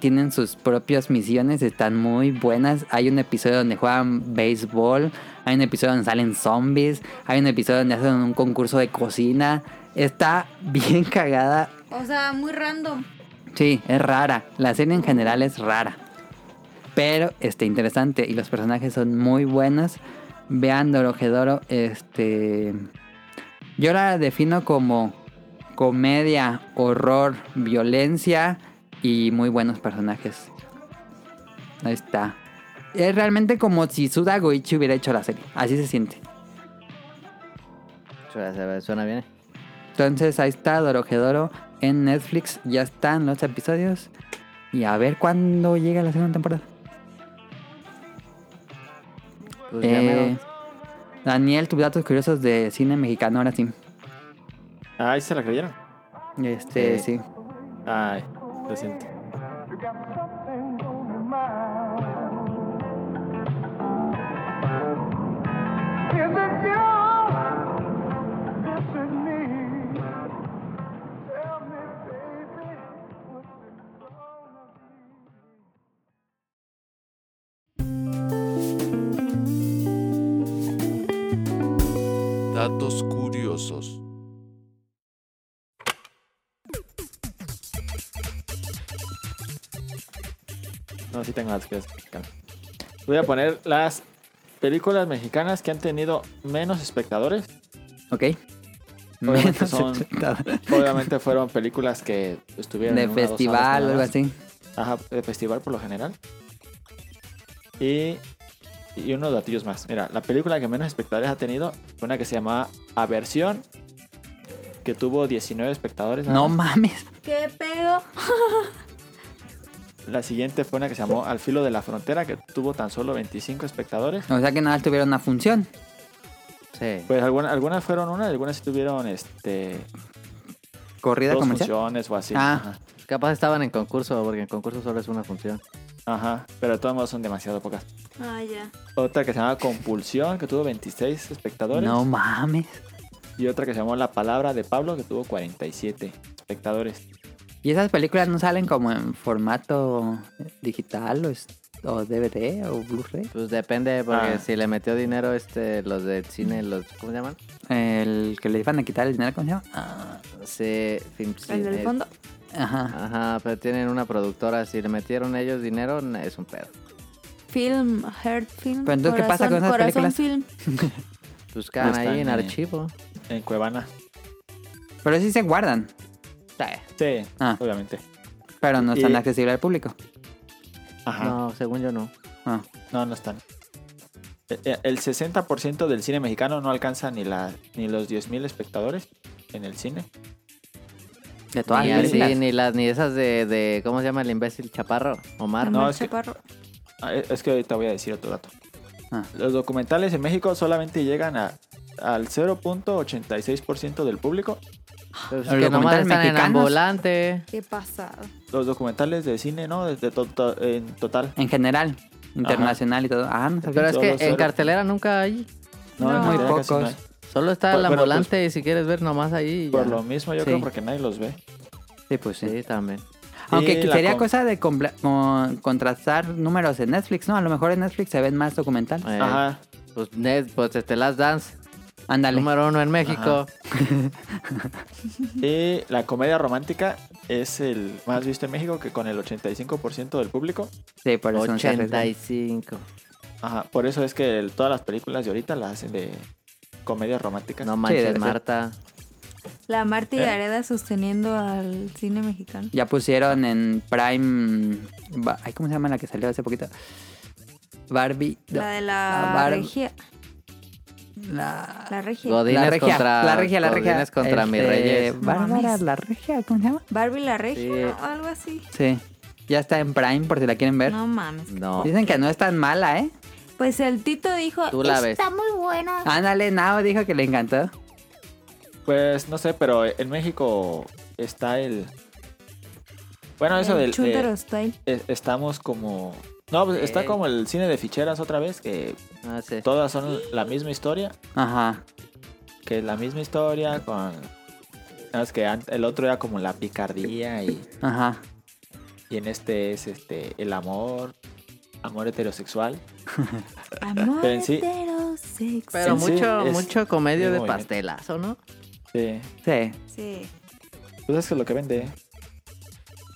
[SPEAKER 1] tienen sus propias misiones, están muy buenas. Hay un episodio donde juegan béisbol, hay un episodio donde salen zombies, hay un episodio donde hacen un concurso de cocina. Está bien cagada.
[SPEAKER 7] O sea, muy random.
[SPEAKER 1] Sí, es rara. La serie en general es rara. Pero este interesante y los personajes son muy buenos. Vean Dorojedoro, este yo la defino como comedia, horror, violencia y muy buenos personajes. Ahí está. Es realmente como si Suda Goichi hubiera hecho la serie. Así se siente.
[SPEAKER 2] Suena- se ve- Suena bien.
[SPEAKER 1] Entonces ahí está Dorojedoro en Netflix. Ya están los episodios. Y a ver cuándo llega la segunda temporada.
[SPEAKER 2] Pues ya
[SPEAKER 1] Eh,
[SPEAKER 2] mero.
[SPEAKER 1] Daniel, tus datos curiosos de cine mexicano, ahora sí.
[SPEAKER 3] Ay, se la creyeron.
[SPEAKER 1] Este,
[SPEAKER 3] Sí.
[SPEAKER 1] sí.
[SPEAKER 3] Ay, lo siento.
[SPEAKER 6] Datos curiosos.
[SPEAKER 3] No, sí tengo las películas mexicanas. Voy a poner las películas mexicanas que han tenido menos espectadores.
[SPEAKER 1] Ok.
[SPEAKER 3] Obviamente
[SPEAKER 1] Menos
[SPEAKER 3] son-
[SPEAKER 1] espectadores.
[SPEAKER 3] Obviamente fueron películas que estuvieron
[SPEAKER 1] De
[SPEAKER 3] en una, dos horas
[SPEAKER 1] festival o
[SPEAKER 3] nada
[SPEAKER 1] algo
[SPEAKER 3] más.
[SPEAKER 1] así.
[SPEAKER 3] Ajá, de festival por lo general. Y, y unos datillos más. Mira, la película que menos espectadores ha tenido fue una que se llamaba Aversión, que tuvo 19 espectadores. nada
[SPEAKER 1] No
[SPEAKER 3] más.
[SPEAKER 1] mames.
[SPEAKER 7] ¿Qué pedo?
[SPEAKER 3] La siguiente fue una que se llamó Al filo de la frontera, que tuvo tan solo 25 espectadores.
[SPEAKER 1] O sea que nada más tuvieron una función.
[SPEAKER 2] Sí.
[SPEAKER 3] Pues alguna- algunas fueron una, algunas sí tuvieron este,
[SPEAKER 1] Corrida
[SPEAKER 3] dos
[SPEAKER 1] comercial.
[SPEAKER 3] funciones o así.
[SPEAKER 1] Ah.
[SPEAKER 3] Ajá.
[SPEAKER 2] Capaz estaban en concurso, porque en concurso solo es una función.
[SPEAKER 3] Ajá, pero de todos modos son demasiado pocas.
[SPEAKER 7] Ah, ya.
[SPEAKER 3] Otra que se llama Compulsión, que tuvo 26 espectadores.
[SPEAKER 1] No mames.
[SPEAKER 3] Y otra que se llamó La Palabra de Pablo, que tuvo 47 espectadores.
[SPEAKER 1] ¿Y esas películas no salen como en formato digital o, es- o DVD o Blu-ray?
[SPEAKER 2] Pues depende, porque
[SPEAKER 3] Ah.
[SPEAKER 2] si le metió dinero este, los de cine, los, ¿cómo se llaman?
[SPEAKER 1] El que le iban a quitar el dinero, ¿cómo se llama? Ah,
[SPEAKER 2] Sí, film
[SPEAKER 7] El
[SPEAKER 2] cine.
[SPEAKER 1] eh.
[SPEAKER 7] del fondo.
[SPEAKER 1] Ajá.
[SPEAKER 2] Ajá, pero tienen una productora, si le metieron ellos dinero, na- es un pedo.
[SPEAKER 7] Film, Heart Film.
[SPEAKER 1] Pero entonces, ¿qué pasa con esas
[SPEAKER 7] corazón
[SPEAKER 1] películas?
[SPEAKER 7] Film.
[SPEAKER 2] Pues quedan
[SPEAKER 3] No
[SPEAKER 2] ahí en
[SPEAKER 3] están, eh.
[SPEAKER 2] archivo.
[SPEAKER 3] En Cuevana.
[SPEAKER 1] Pero sí se guardan,
[SPEAKER 3] Sí,
[SPEAKER 1] Ah.
[SPEAKER 3] obviamente.
[SPEAKER 1] pero no están
[SPEAKER 3] Y-
[SPEAKER 1] accesibles al público.
[SPEAKER 3] Ajá. No,
[SPEAKER 2] No, según yo no.
[SPEAKER 1] Ah.
[SPEAKER 3] no, están. Eh, eh, El 60% del cine mexicano no alcanza ni, la, ni los 10.000 espectadores en el cine.
[SPEAKER 1] De todas
[SPEAKER 2] ni
[SPEAKER 1] las
[SPEAKER 2] así,
[SPEAKER 1] películas.
[SPEAKER 2] ni las, ni esas de, de, ¿cómo se llama el imbécil chaparro? Omar.
[SPEAKER 3] No,
[SPEAKER 7] Omar
[SPEAKER 3] es que-
[SPEAKER 7] Chaparro.
[SPEAKER 3] Ah, eh, Es que ahorita voy a decir otro dato.
[SPEAKER 1] Ah.
[SPEAKER 3] Los documentales en México solamente llegan a, al 0.86% del público.
[SPEAKER 2] Pues
[SPEAKER 1] Los
[SPEAKER 2] que nomás
[SPEAKER 1] documentales
[SPEAKER 2] están en
[SPEAKER 1] mexicanos.
[SPEAKER 2] ambulante.
[SPEAKER 7] Qué pasado.
[SPEAKER 3] Los documentales de cine, ¿no? De- de to- to- en total.
[SPEAKER 1] En general, internacional y todo. Ah, no
[SPEAKER 2] Pero
[SPEAKER 1] sabía.
[SPEAKER 2] es
[SPEAKER 3] Solo
[SPEAKER 2] que en
[SPEAKER 3] cero.
[SPEAKER 2] cartelera nunca hay.
[SPEAKER 3] No, en
[SPEAKER 7] No.
[SPEAKER 3] realidad
[SPEAKER 1] Muy
[SPEAKER 3] casi no
[SPEAKER 1] pocos.
[SPEAKER 3] hay.
[SPEAKER 2] Solo está
[SPEAKER 3] Por-
[SPEAKER 2] el
[SPEAKER 3] pero, pues,
[SPEAKER 2] ambulante y si quieres ver nomás ahí. y
[SPEAKER 3] Por
[SPEAKER 2] ya.
[SPEAKER 3] lo mismo, yo
[SPEAKER 1] Sí.
[SPEAKER 3] creo, porque nadie los ve.
[SPEAKER 1] Sí, pues sí.
[SPEAKER 2] Sí, también.
[SPEAKER 1] Aunque
[SPEAKER 3] Y la
[SPEAKER 1] sería
[SPEAKER 3] com-
[SPEAKER 1] cosa de compla- como contrastar números en Netflix, ¿no? A lo mejor en Netflix se ven más documentales.
[SPEAKER 2] Eh,
[SPEAKER 3] Ajá.
[SPEAKER 2] Pues, Ned, pues este Last Dance,
[SPEAKER 1] Ándale.
[SPEAKER 2] número uno en México.
[SPEAKER 3] Y la comedia romántica es el más visto en México, que con el 85% del público.
[SPEAKER 1] Sí, por eso no se arriesgan.
[SPEAKER 2] 85.
[SPEAKER 3] Ajá, por eso es que el- todas las películas de ahorita las hacen de comedia romántica.
[SPEAKER 2] No
[SPEAKER 1] Sí, debe
[SPEAKER 2] manches,
[SPEAKER 1] ser.
[SPEAKER 2] Marta.
[SPEAKER 7] La Marta y
[SPEAKER 3] ¿Eh?
[SPEAKER 7] Gareda sosteniendo al cine mexicano.
[SPEAKER 1] Ya pusieron en Prime. ba- ay, ¿Cómo se llama la que salió hace poquito? Barbie. no,
[SPEAKER 7] La de la,
[SPEAKER 1] la Bar-
[SPEAKER 7] regia.
[SPEAKER 1] la-
[SPEAKER 7] La regia.
[SPEAKER 2] Godines
[SPEAKER 1] la regia,
[SPEAKER 2] contra,
[SPEAKER 1] la regia, la regia.
[SPEAKER 2] Godines contra mis
[SPEAKER 1] Este,
[SPEAKER 2] reyes.
[SPEAKER 1] Bárbara,
[SPEAKER 7] Mames.
[SPEAKER 1] la regia, ¿cómo se llama?
[SPEAKER 7] Barbie la regia,
[SPEAKER 2] Sí.
[SPEAKER 7] ¿no? algo así.
[SPEAKER 1] Sí. Ya está en Prime por si la quieren ver.
[SPEAKER 7] No mames.
[SPEAKER 2] No.
[SPEAKER 1] Dicen que no es tan mala, ¿eh?
[SPEAKER 7] Pues el Tito dijo,
[SPEAKER 2] Tú la ves. Ah,
[SPEAKER 7] está muy buena.
[SPEAKER 1] Ándale, Nao dijo que le encantó.
[SPEAKER 3] Pues no sé, pero en México está el. Bueno, eso del.
[SPEAKER 7] El
[SPEAKER 3] de-
[SPEAKER 7] Chuntaro Style.
[SPEAKER 3] es- estamos como. No, pues está
[SPEAKER 2] Eh.
[SPEAKER 3] como el cine de ficheras otra vez, que
[SPEAKER 2] Ah, sí.
[SPEAKER 3] todas son la misma historia,
[SPEAKER 1] Ajá.
[SPEAKER 3] que es la misma historia con. No, es que an- el otro era como la picardía y.
[SPEAKER 1] Ajá.
[SPEAKER 3] Y en este es este el amor, amor heterosexual.
[SPEAKER 7] Amor
[SPEAKER 3] Pero en sí-
[SPEAKER 7] heterosexual.
[SPEAKER 2] Pero
[SPEAKER 3] Sí,
[SPEAKER 2] mucho,
[SPEAKER 3] es-
[SPEAKER 2] mucho comedia
[SPEAKER 3] es
[SPEAKER 2] de
[SPEAKER 3] movimiento.
[SPEAKER 2] pastelazo, ¿no?
[SPEAKER 3] Sí.
[SPEAKER 1] Sí.
[SPEAKER 7] Sí.
[SPEAKER 3] Pues es que lo que vende. ¿eh?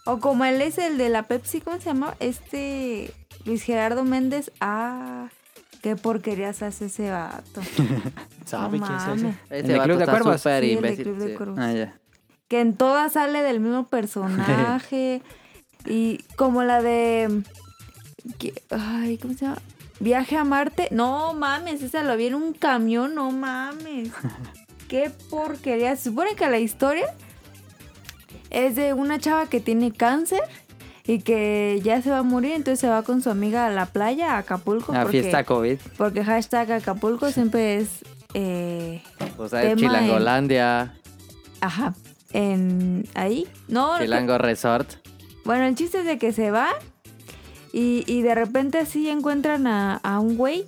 [SPEAKER 7] O como él es el de la Pepsi, ¿cómo se llama? Este Luis Gerardo Méndez. Ah, qué porquerías hace ese vato.
[SPEAKER 3] ¿Sabe
[SPEAKER 7] No
[SPEAKER 3] quién se hace?
[SPEAKER 7] mames.
[SPEAKER 1] ¿El
[SPEAKER 2] Ese
[SPEAKER 1] de
[SPEAKER 2] vato
[SPEAKER 1] Club de
[SPEAKER 2] está
[SPEAKER 1] Cuervos?
[SPEAKER 2] súper
[SPEAKER 7] Sí, el de
[SPEAKER 2] imbécil.
[SPEAKER 7] Club de
[SPEAKER 2] sí.
[SPEAKER 7] Cuervos.
[SPEAKER 1] Ah, ya.
[SPEAKER 7] que en todas sale del mismo personaje. y como la de. que- Ay, ¿cómo se llama? Viaje a Marte. No mames, esa lo vi en un camión, no mames. Qué porquería. Se supone que la historia es de una chava que tiene cáncer y que ya se va a morir, entonces se va con su amiga a la playa, a Acapulco.
[SPEAKER 1] La
[SPEAKER 7] porque-
[SPEAKER 1] fiesta COVID.
[SPEAKER 7] Porque hashtag Acapulco siempre es... eh,
[SPEAKER 2] O sea, es
[SPEAKER 7] Tema en-
[SPEAKER 2] Chilangolandia,
[SPEAKER 7] ajá. En ahí. No,
[SPEAKER 2] Chilango Resort.
[SPEAKER 7] bueno, el chiste es de que se va y, y de repente así encuentran a, a un güey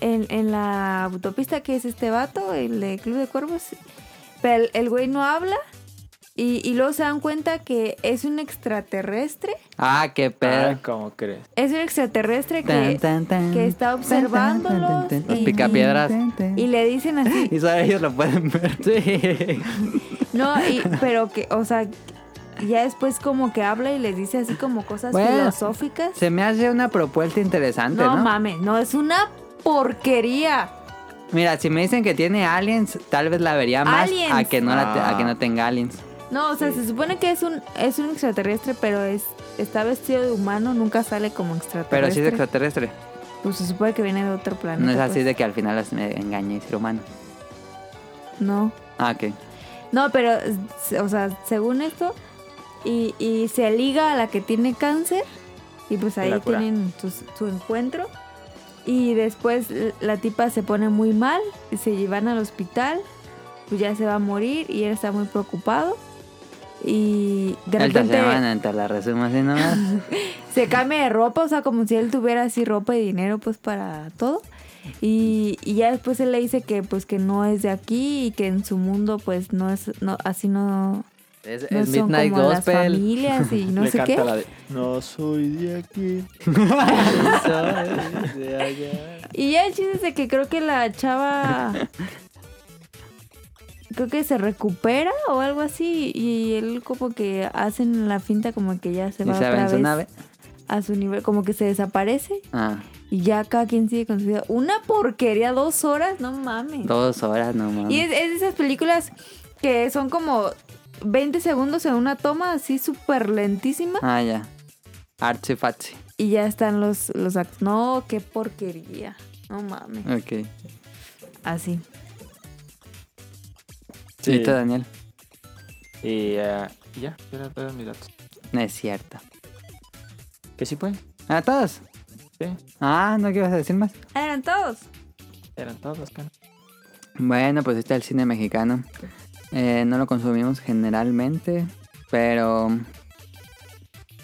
[SPEAKER 7] en, en la autopista que es este vato, el de Club de Cuervos. Pero el, el güey no habla y, y luego se dan cuenta que es un extraterrestre.
[SPEAKER 1] Ah, qué
[SPEAKER 3] Ah,
[SPEAKER 1] pedo.
[SPEAKER 3] ¿Cómo crees?
[SPEAKER 7] Es un extraterrestre
[SPEAKER 1] Tan,
[SPEAKER 7] que,
[SPEAKER 1] tan, tan.
[SPEAKER 7] que está observándolos.
[SPEAKER 2] Los
[SPEAKER 7] y-
[SPEAKER 2] picapiedras.
[SPEAKER 7] Y, y le dicen así,
[SPEAKER 1] Y solo ellos lo pueden ver. Sí.
[SPEAKER 7] no, y- pero que, o sea, ya después como que habla y les dice así como cosas
[SPEAKER 1] Bueno,
[SPEAKER 7] filosóficas.
[SPEAKER 1] Se me hace una propuesta interesante, ¿no?
[SPEAKER 7] No mames, no, es una porquería.
[SPEAKER 1] Mira, si me dicen que tiene aliens, tal vez la vería más
[SPEAKER 7] Aliens.
[SPEAKER 1] a que no la te- a
[SPEAKER 3] Ah.
[SPEAKER 1] que no tenga aliens.
[SPEAKER 7] No, o sea, se supone que es un, es un extraterrestre, pero es está vestido de humano, nunca sale como
[SPEAKER 1] Pero
[SPEAKER 7] extraterrestre.
[SPEAKER 1] sí es extraterrestre.
[SPEAKER 7] Pues se supone que viene de otro planeta.
[SPEAKER 1] No es así
[SPEAKER 7] pues.
[SPEAKER 1] de que al final las- me engañé y ser humano.
[SPEAKER 7] No.
[SPEAKER 1] Ah, ok.
[SPEAKER 7] No, pero, o sea, según esto, y, y se liga a la que tiene cáncer, y pues ahí
[SPEAKER 3] la cura.
[SPEAKER 7] tienen sus- su encuentro. Y después la tipa se pone muy mal, y se llevan al hospital, pues ya se va a morir, y él está muy preocupado. Y de
[SPEAKER 1] Esta
[SPEAKER 7] repente
[SPEAKER 1] semana, entonces la resumo así nomás.
[SPEAKER 7] se cambia de ropa, o sea, como si él tuviera así ropa y dinero, pues para todo. Y, y ya después él le dice que pues que no es de aquí y que en su mundo pues no es no, así no
[SPEAKER 2] Es,
[SPEAKER 7] no
[SPEAKER 2] es
[SPEAKER 7] son
[SPEAKER 2] Midnight
[SPEAKER 7] como las
[SPEAKER 2] Gospel.
[SPEAKER 7] familias y no
[SPEAKER 3] Le
[SPEAKER 7] sé
[SPEAKER 3] canta
[SPEAKER 7] qué.
[SPEAKER 3] la de No soy de aquí. soy de allá.
[SPEAKER 7] Y ya el chiste es de que creo que la chava creo que se recupera o algo así y él como que hacen la finta como que ya se
[SPEAKER 1] Y
[SPEAKER 7] va
[SPEAKER 1] se
[SPEAKER 7] otra
[SPEAKER 1] avanzó
[SPEAKER 7] vez
[SPEAKER 1] una vez.
[SPEAKER 7] a su nivel, como que se desaparece
[SPEAKER 1] Ah,
[SPEAKER 7] y ya cada quien sigue con su vida. Una porquería, dos horas, no mames.
[SPEAKER 1] dos horas nomás.
[SPEAKER 7] Y es, es de esas películas que son como 20 segundos en una toma así súper lentísima
[SPEAKER 1] Ah, ya. Artsy fatsy.
[SPEAKER 7] y ya están los, los actos. No, qué porquería. No mames.
[SPEAKER 1] Ok.
[SPEAKER 7] Así.
[SPEAKER 1] Sí. ¿Y tú, Daniel?
[SPEAKER 3] Y eh, ya, eran eran mis datos.
[SPEAKER 1] No es cierto.
[SPEAKER 3] Que sí, pues.
[SPEAKER 1] ¿A todos?
[SPEAKER 3] Sí,
[SPEAKER 1] Ah, ¿no qué vas a decir más?
[SPEAKER 7] Eran todos.
[SPEAKER 3] eran todos los canos.
[SPEAKER 1] Bueno, pues está el cine mexicano. Eh, no lo consumimos generalmente, pero...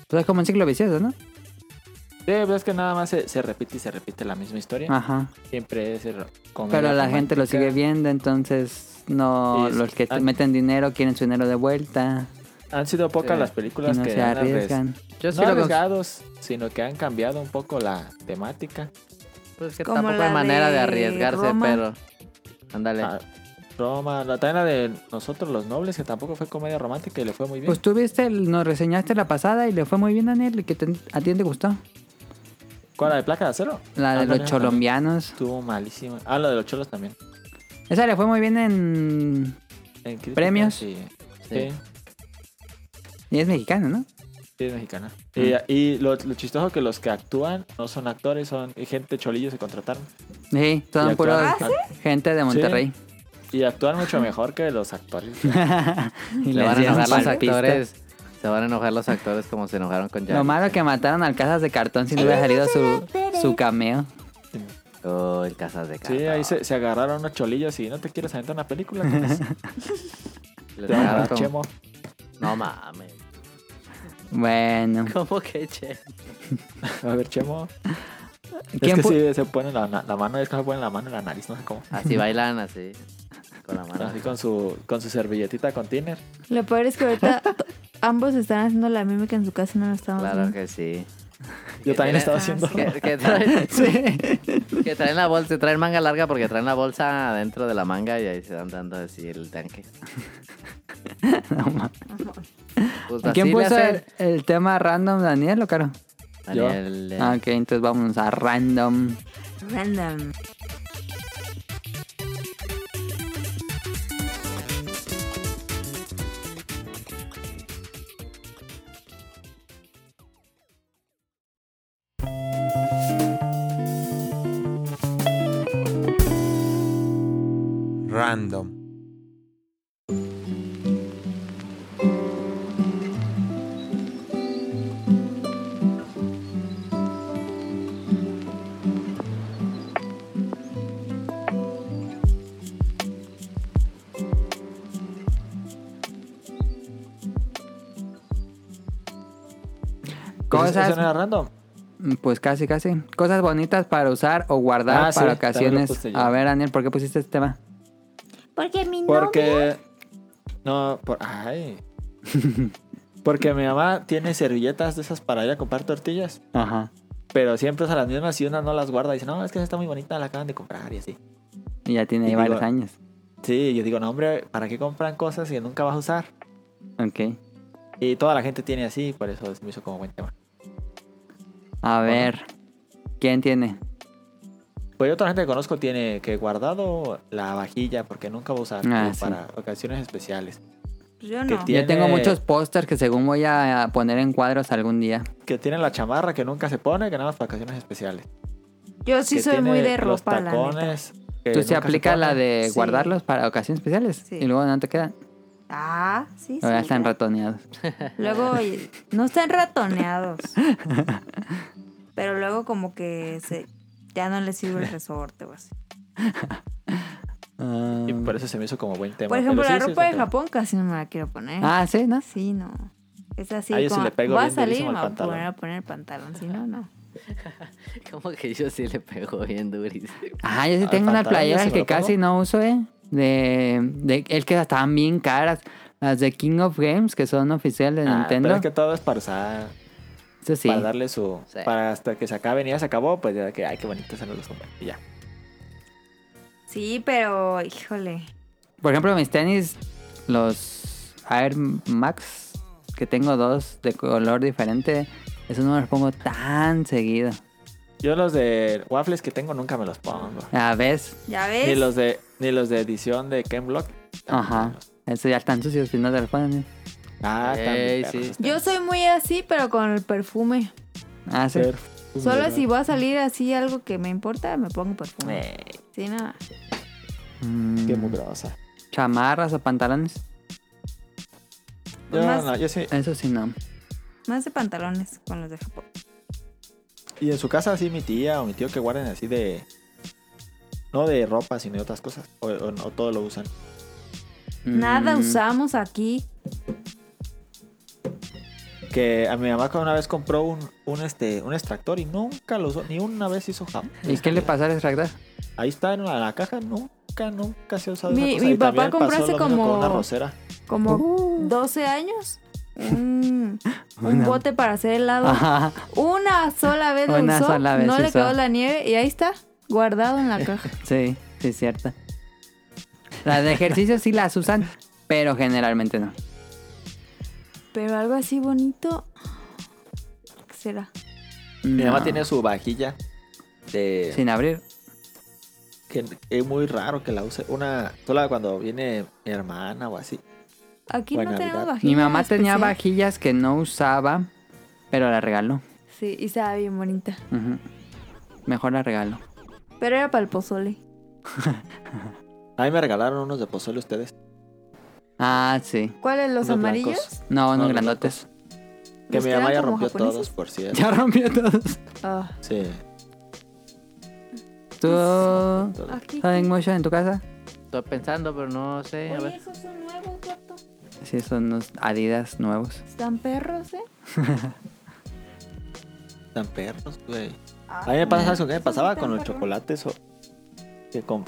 [SPEAKER 1] Pues es como un ciclo vicioso, ¿no?
[SPEAKER 3] Sí, pues es que nada más se, se repite y se repite la misma historia.
[SPEAKER 1] Ajá.
[SPEAKER 3] Siempre es el comedia
[SPEAKER 1] Ah. Pero la gente lo
[SPEAKER 3] romántica.
[SPEAKER 1] sigue viendo, entonces no
[SPEAKER 3] Y es-
[SPEAKER 1] los que te
[SPEAKER 3] ah.
[SPEAKER 1] meten dinero quieren su dinero de vuelta
[SPEAKER 3] Han sido pocas
[SPEAKER 2] Sí.
[SPEAKER 3] las
[SPEAKER 1] y
[SPEAKER 3] películas
[SPEAKER 1] no
[SPEAKER 3] que
[SPEAKER 1] se
[SPEAKER 3] han arres-
[SPEAKER 1] arriesgan.
[SPEAKER 2] Yo sí
[SPEAKER 3] no
[SPEAKER 2] lo cons-
[SPEAKER 3] arriesgados, sino que han cambiado un poco la temática.
[SPEAKER 2] Pues que
[SPEAKER 7] Como
[SPEAKER 2] tampoco
[SPEAKER 7] la
[SPEAKER 2] hay manera
[SPEAKER 7] de
[SPEAKER 2] de arriesgarse,
[SPEAKER 7] Roma.
[SPEAKER 2] pero. Ándale.
[SPEAKER 3] Ah, Roma, la tana de nosotros los nobles, que tampoco fue comedia romántica y le fue muy bien.
[SPEAKER 1] Pues tú viste, el- nos reseñaste la pasada y le fue muy bien Daniel, y que te- a ti te gustó.
[SPEAKER 3] ¿Cuál? ¿La de placa de acero?
[SPEAKER 1] La de
[SPEAKER 3] Ándale,
[SPEAKER 1] los
[SPEAKER 3] también.
[SPEAKER 1] cholombianos.
[SPEAKER 3] Estuvo malísima. Ah, la de los cholos también.
[SPEAKER 1] Esa le fue muy bien en...
[SPEAKER 3] En críticas
[SPEAKER 1] Premios.
[SPEAKER 3] Y, Eh, sí,
[SPEAKER 2] Sí.
[SPEAKER 1] Y es mexicana, ¿no?
[SPEAKER 3] sí, es mexicana.
[SPEAKER 1] Mm.
[SPEAKER 3] Y, y lo, lo chistoso que los que actúan no son actores, son gente cholillo se contrataron.
[SPEAKER 1] Sí,
[SPEAKER 3] Y
[SPEAKER 1] son
[SPEAKER 3] actúan-
[SPEAKER 1] puros
[SPEAKER 3] act-
[SPEAKER 1] gente de Monterrey.
[SPEAKER 3] Y actúan mucho mejor que los actores.
[SPEAKER 1] y
[SPEAKER 2] Se
[SPEAKER 1] le
[SPEAKER 2] van a
[SPEAKER 1] hacían
[SPEAKER 2] enojar los
[SPEAKER 1] palpista.
[SPEAKER 2] actores. Se van a enojar los actores como se enojaron con
[SPEAKER 1] Lo
[SPEAKER 2] Jack.
[SPEAKER 1] malo que mataron al Casas de Cartón si no hubiera salido su, su cameo.
[SPEAKER 2] Oh, el Casas de Cartón.
[SPEAKER 3] Sí, ahí se, se agarraron unos cholillos y no te quieres aventar una película. pues,
[SPEAKER 2] Les
[SPEAKER 3] te agarra
[SPEAKER 2] agarra como-
[SPEAKER 3] Chemo.
[SPEAKER 2] No mames.
[SPEAKER 1] Bueno,
[SPEAKER 2] ¿Cómo que che?
[SPEAKER 3] A ver, Chemo. Es
[SPEAKER 1] ¿quién
[SPEAKER 3] que
[SPEAKER 1] pu-
[SPEAKER 3] sí, se pone la, na- la mano, es que se pone la mano en la nariz, no sé cómo.
[SPEAKER 2] Así bailan, así. Con la mano.
[SPEAKER 3] Así con su, con su servilletita con tiner.
[SPEAKER 7] Lo peor es que ahorita to- ambos están haciendo la mímica en su casa no lo estamos
[SPEAKER 2] Claro
[SPEAKER 7] viendo.
[SPEAKER 2] que sí.
[SPEAKER 3] Yo también
[SPEAKER 2] tiene-
[SPEAKER 3] estaba haciendo.
[SPEAKER 2] Que, que traen, que traen la bolsa, traen manga larga porque traen la bolsa dentro de la manga y ahí se van dando así el tanque.
[SPEAKER 1] no ma-
[SPEAKER 2] Pues
[SPEAKER 1] ¿Quién
[SPEAKER 2] así le
[SPEAKER 1] puso el,
[SPEAKER 2] hacen.
[SPEAKER 1] el tema random, Daniel o Caro?
[SPEAKER 3] Yo.
[SPEAKER 2] Daniel, eh,
[SPEAKER 1] Ah, ok, entonces vámonos a random.
[SPEAKER 7] Random.
[SPEAKER 6] Random.
[SPEAKER 3] Pues,
[SPEAKER 1] Cosas-
[SPEAKER 3] ¿Eso no era random?
[SPEAKER 1] Mm, Pues casi, casi. Cosas bonitas para usar o guardar
[SPEAKER 3] Ah, sí,
[SPEAKER 1] para
[SPEAKER 3] también lo
[SPEAKER 1] ocasiones.
[SPEAKER 3] puse yo.
[SPEAKER 1] A ver, Daniel, ¿por qué pusiste este tema?
[SPEAKER 5] Porque mi
[SPEAKER 3] Porque. No, por. Ay. Porque mi mamá tiene servilletas de esas para ir a comprar tortillas.
[SPEAKER 1] Ajá.
[SPEAKER 3] Pero siempre usa las mismas y una no las guarda. Dice, no, es que esa está muy bonita, la acaban de comprar y así.
[SPEAKER 1] Y ya tiene
[SPEAKER 3] Y
[SPEAKER 1] ahí varios
[SPEAKER 3] digo-
[SPEAKER 1] años.
[SPEAKER 3] Sí, yo digo, no, hombre, ¿para qué compran cosas que nunca vas a usar?
[SPEAKER 1] Ok.
[SPEAKER 3] Y toda la gente tiene así, por eso se me hizo como buen tema.
[SPEAKER 1] A ver. ¿Quién tiene?
[SPEAKER 3] Pues otra gente que conozco tiene que guardado la vajilla porque nunca va a usar
[SPEAKER 1] Ah,
[SPEAKER 3] como
[SPEAKER 1] sí.
[SPEAKER 3] para ocasiones especiales.
[SPEAKER 7] Pues Yo
[SPEAKER 3] Que
[SPEAKER 7] no.
[SPEAKER 3] tiene-
[SPEAKER 1] Yo tengo muchos pósters que según voy a poner en cuadros algún día.
[SPEAKER 3] Que tiene la chamarra que nunca se pone, que nada más para ocasiones especiales.
[SPEAKER 7] Yo sí
[SPEAKER 3] que
[SPEAKER 7] soy muy
[SPEAKER 3] tiene
[SPEAKER 7] de
[SPEAKER 3] los
[SPEAKER 7] ropa, la neta.
[SPEAKER 3] tacones que
[SPEAKER 1] Tú se
[SPEAKER 3] nunca
[SPEAKER 1] aplica la
[SPEAKER 3] pone.
[SPEAKER 1] de
[SPEAKER 7] Sí.
[SPEAKER 1] guardarlos para ocasiones especiales
[SPEAKER 7] Sí.
[SPEAKER 1] y luego no te quedan.
[SPEAKER 7] Ah, sí, sí.
[SPEAKER 1] Ahora están
[SPEAKER 7] claro.
[SPEAKER 1] ratoneados.
[SPEAKER 7] Luego oye, no están ratoneados. pero luego como que se, ya no les sirve el resorte o así.
[SPEAKER 3] Y
[SPEAKER 7] Ah.
[SPEAKER 3] por eso se me hizo como buen tema.
[SPEAKER 7] Por
[SPEAKER 3] Pero
[SPEAKER 7] ejemplo,
[SPEAKER 3] sí,
[SPEAKER 7] la
[SPEAKER 3] sí, es
[SPEAKER 7] ropa
[SPEAKER 3] buen
[SPEAKER 7] de
[SPEAKER 3] tema.
[SPEAKER 7] Japón casi no me la quiero poner.
[SPEAKER 1] Ah, sí, ¿no?
[SPEAKER 7] Sí, no. Es así
[SPEAKER 3] Ah, yo sí
[SPEAKER 7] como,
[SPEAKER 3] le pego
[SPEAKER 7] voy a
[SPEAKER 3] bien
[SPEAKER 7] salir y
[SPEAKER 3] durísimo
[SPEAKER 7] me
[SPEAKER 3] al
[SPEAKER 7] voy a
[SPEAKER 3] pantalón.
[SPEAKER 7] poner, a poner el pantalón, si no, no.
[SPEAKER 2] Como que yo sí le pegó bien durísimo.
[SPEAKER 1] Ah, yo sí
[SPEAKER 3] Al
[SPEAKER 1] tengo una
[SPEAKER 3] pantalón, ¿ya
[SPEAKER 1] playera
[SPEAKER 3] se me
[SPEAKER 1] que
[SPEAKER 3] lo pongo?
[SPEAKER 1] casi no uso, ¿eh? De, de, el que estaban bien caras. Las de King of Games, que son oficiales de
[SPEAKER 3] Ah,
[SPEAKER 1] Nintendo.
[SPEAKER 3] Pero es que todo es para usar,
[SPEAKER 1] Eso sí.
[SPEAKER 3] para darle su...
[SPEAKER 2] Sí.
[SPEAKER 3] Para hasta que se acaben y ya se acabó, pues ya que, ay, qué bonito se los compré. Y ya.
[SPEAKER 7] Sí, pero, híjole.
[SPEAKER 1] Por ejemplo, mis tenis, los Air Max, que tengo dos de color diferente, esos no me los pongo tan seguido.
[SPEAKER 3] Yo los de waffles que tengo nunca me los pongo.
[SPEAKER 1] A veces,
[SPEAKER 7] ¿Ya
[SPEAKER 3] Ni
[SPEAKER 7] ves?
[SPEAKER 3] los de, ni los de edición de Ken Block.
[SPEAKER 1] ajá. Eso ya están sucios si no te los ponen.
[SPEAKER 3] Ah,
[SPEAKER 2] Ey,
[SPEAKER 3] también.
[SPEAKER 2] sí.
[SPEAKER 7] Yo soy muy así, pero con el perfume.
[SPEAKER 1] Ah, sí.
[SPEAKER 7] Solo si voy a salir así algo que me importa, me pongo perfume.
[SPEAKER 3] Eh.
[SPEAKER 7] Sí, nada.
[SPEAKER 1] Mm,
[SPEAKER 3] Qué mugrosa.
[SPEAKER 1] chamarras o pantalones.
[SPEAKER 3] Yo,
[SPEAKER 7] Mm. Más-
[SPEAKER 3] no, yo sí.
[SPEAKER 1] Eso sí, no.
[SPEAKER 7] Más de pantalones con los de Japón.
[SPEAKER 3] Y en su casa, sí, mi tía o mi tío que guarden así de. No de ropa, sino de otras cosas. O, o no todo lo usan.
[SPEAKER 7] Nada
[SPEAKER 1] Mm,
[SPEAKER 7] usamos aquí.
[SPEAKER 3] Que a mi mamá una vez compró un, un, este, un extractor y nunca lo usó. Ni una vez hizo jamás.
[SPEAKER 1] ¿Y qué le pasó al extractor?
[SPEAKER 3] Ahí está en la, la caja. Nunca, nunca se ha usado.
[SPEAKER 7] Mi-
[SPEAKER 3] esa cosa.
[SPEAKER 7] mi
[SPEAKER 3] Y también
[SPEAKER 7] papá compró
[SPEAKER 3] pasó
[SPEAKER 7] hace
[SPEAKER 3] lo mismo
[SPEAKER 7] como-
[SPEAKER 3] Con una rosera.
[SPEAKER 7] Como
[SPEAKER 3] Uh.
[SPEAKER 7] 12 años. Un, un bote para hacer helado.
[SPEAKER 1] Ajá.
[SPEAKER 7] Una sola vez lo
[SPEAKER 1] Una
[SPEAKER 7] usó,
[SPEAKER 1] sola vez
[SPEAKER 7] no le
[SPEAKER 1] usó.
[SPEAKER 7] quedó la nieve y ahí está, guardado en la caja.
[SPEAKER 1] Sí, sí, es cierto. Las de ejercicio sí las usan, pero generalmente no.
[SPEAKER 7] Pero algo así bonito. ¿Qué será?
[SPEAKER 3] Mi mamá
[SPEAKER 1] No.
[SPEAKER 3] tiene su vajilla. De,
[SPEAKER 1] Sin abrir.
[SPEAKER 3] que es muy raro que la use. Una sola cuando viene mi hermana o así.
[SPEAKER 7] Aquí
[SPEAKER 3] Buena
[SPEAKER 7] no tenemos
[SPEAKER 3] Navidad.
[SPEAKER 7] vajilla.
[SPEAKER 1] Mi mamá tenía
[SPEAKER 7] especial.
[SPEAKER 1] vajillas que no usaba, pero la regaló.
[SPEAKER 7] Sí, y estaba bien bonita.
[SPEAKER 1] Ujú. Mejor la regalo.
[SPEAKER 7] Pero era para el pozole.
[SPEAKER 3] A mí me regalaron unos de pozole ustedes.
[SPEAKER 1] Ah, sí.
[SPEAKER 7] ¿Cuáles, los
[SPEAKER 3] Unos blancos.
[SPEAKER 7] amarillos?
[SPEAKER 1] No, unos
[SPEAKER 3] los
[SPEAKER 1] grandotes.
[SPEAKER 3] Que
[SPEAKER 7] ¿Los
[SPEAKER 3] mi
[SPEAKER 7] que
[SPEAKER 3] mamá
[SPEAKER 7] eran
[SPEAKER 3] ya
[SPEAKER 7] como
[SPEAKER 3] rompió
[SPEAKER 7] japoneses?
[SPEAKER 3] todos, por cierto.
[SPEAKER 1] Ya rompió todos.
[SPEAKER 7] Ah,
[SPEAKER 3] Sí.
[SPEAKER 1] ¿Tú
[SPEAKER 7] aquí.
[SPEAKER 1] en mucho en tu casa?
[SPEAKER 2] Estoy pensando, pero no sé. A ver.
[SPEAKER 7] esos son nuevos, gato.
[SPEAKER 1] Sí, son unos Adidas nuevos.
[SPEAKER 7] Están perros, ¿eh?
[SPEAKER 3] Tan perros, güey.
[SPEAKER 7] Ah,
[SPEAKER 3] A mí me pasa eso que me pasaba con los chocolates o que com-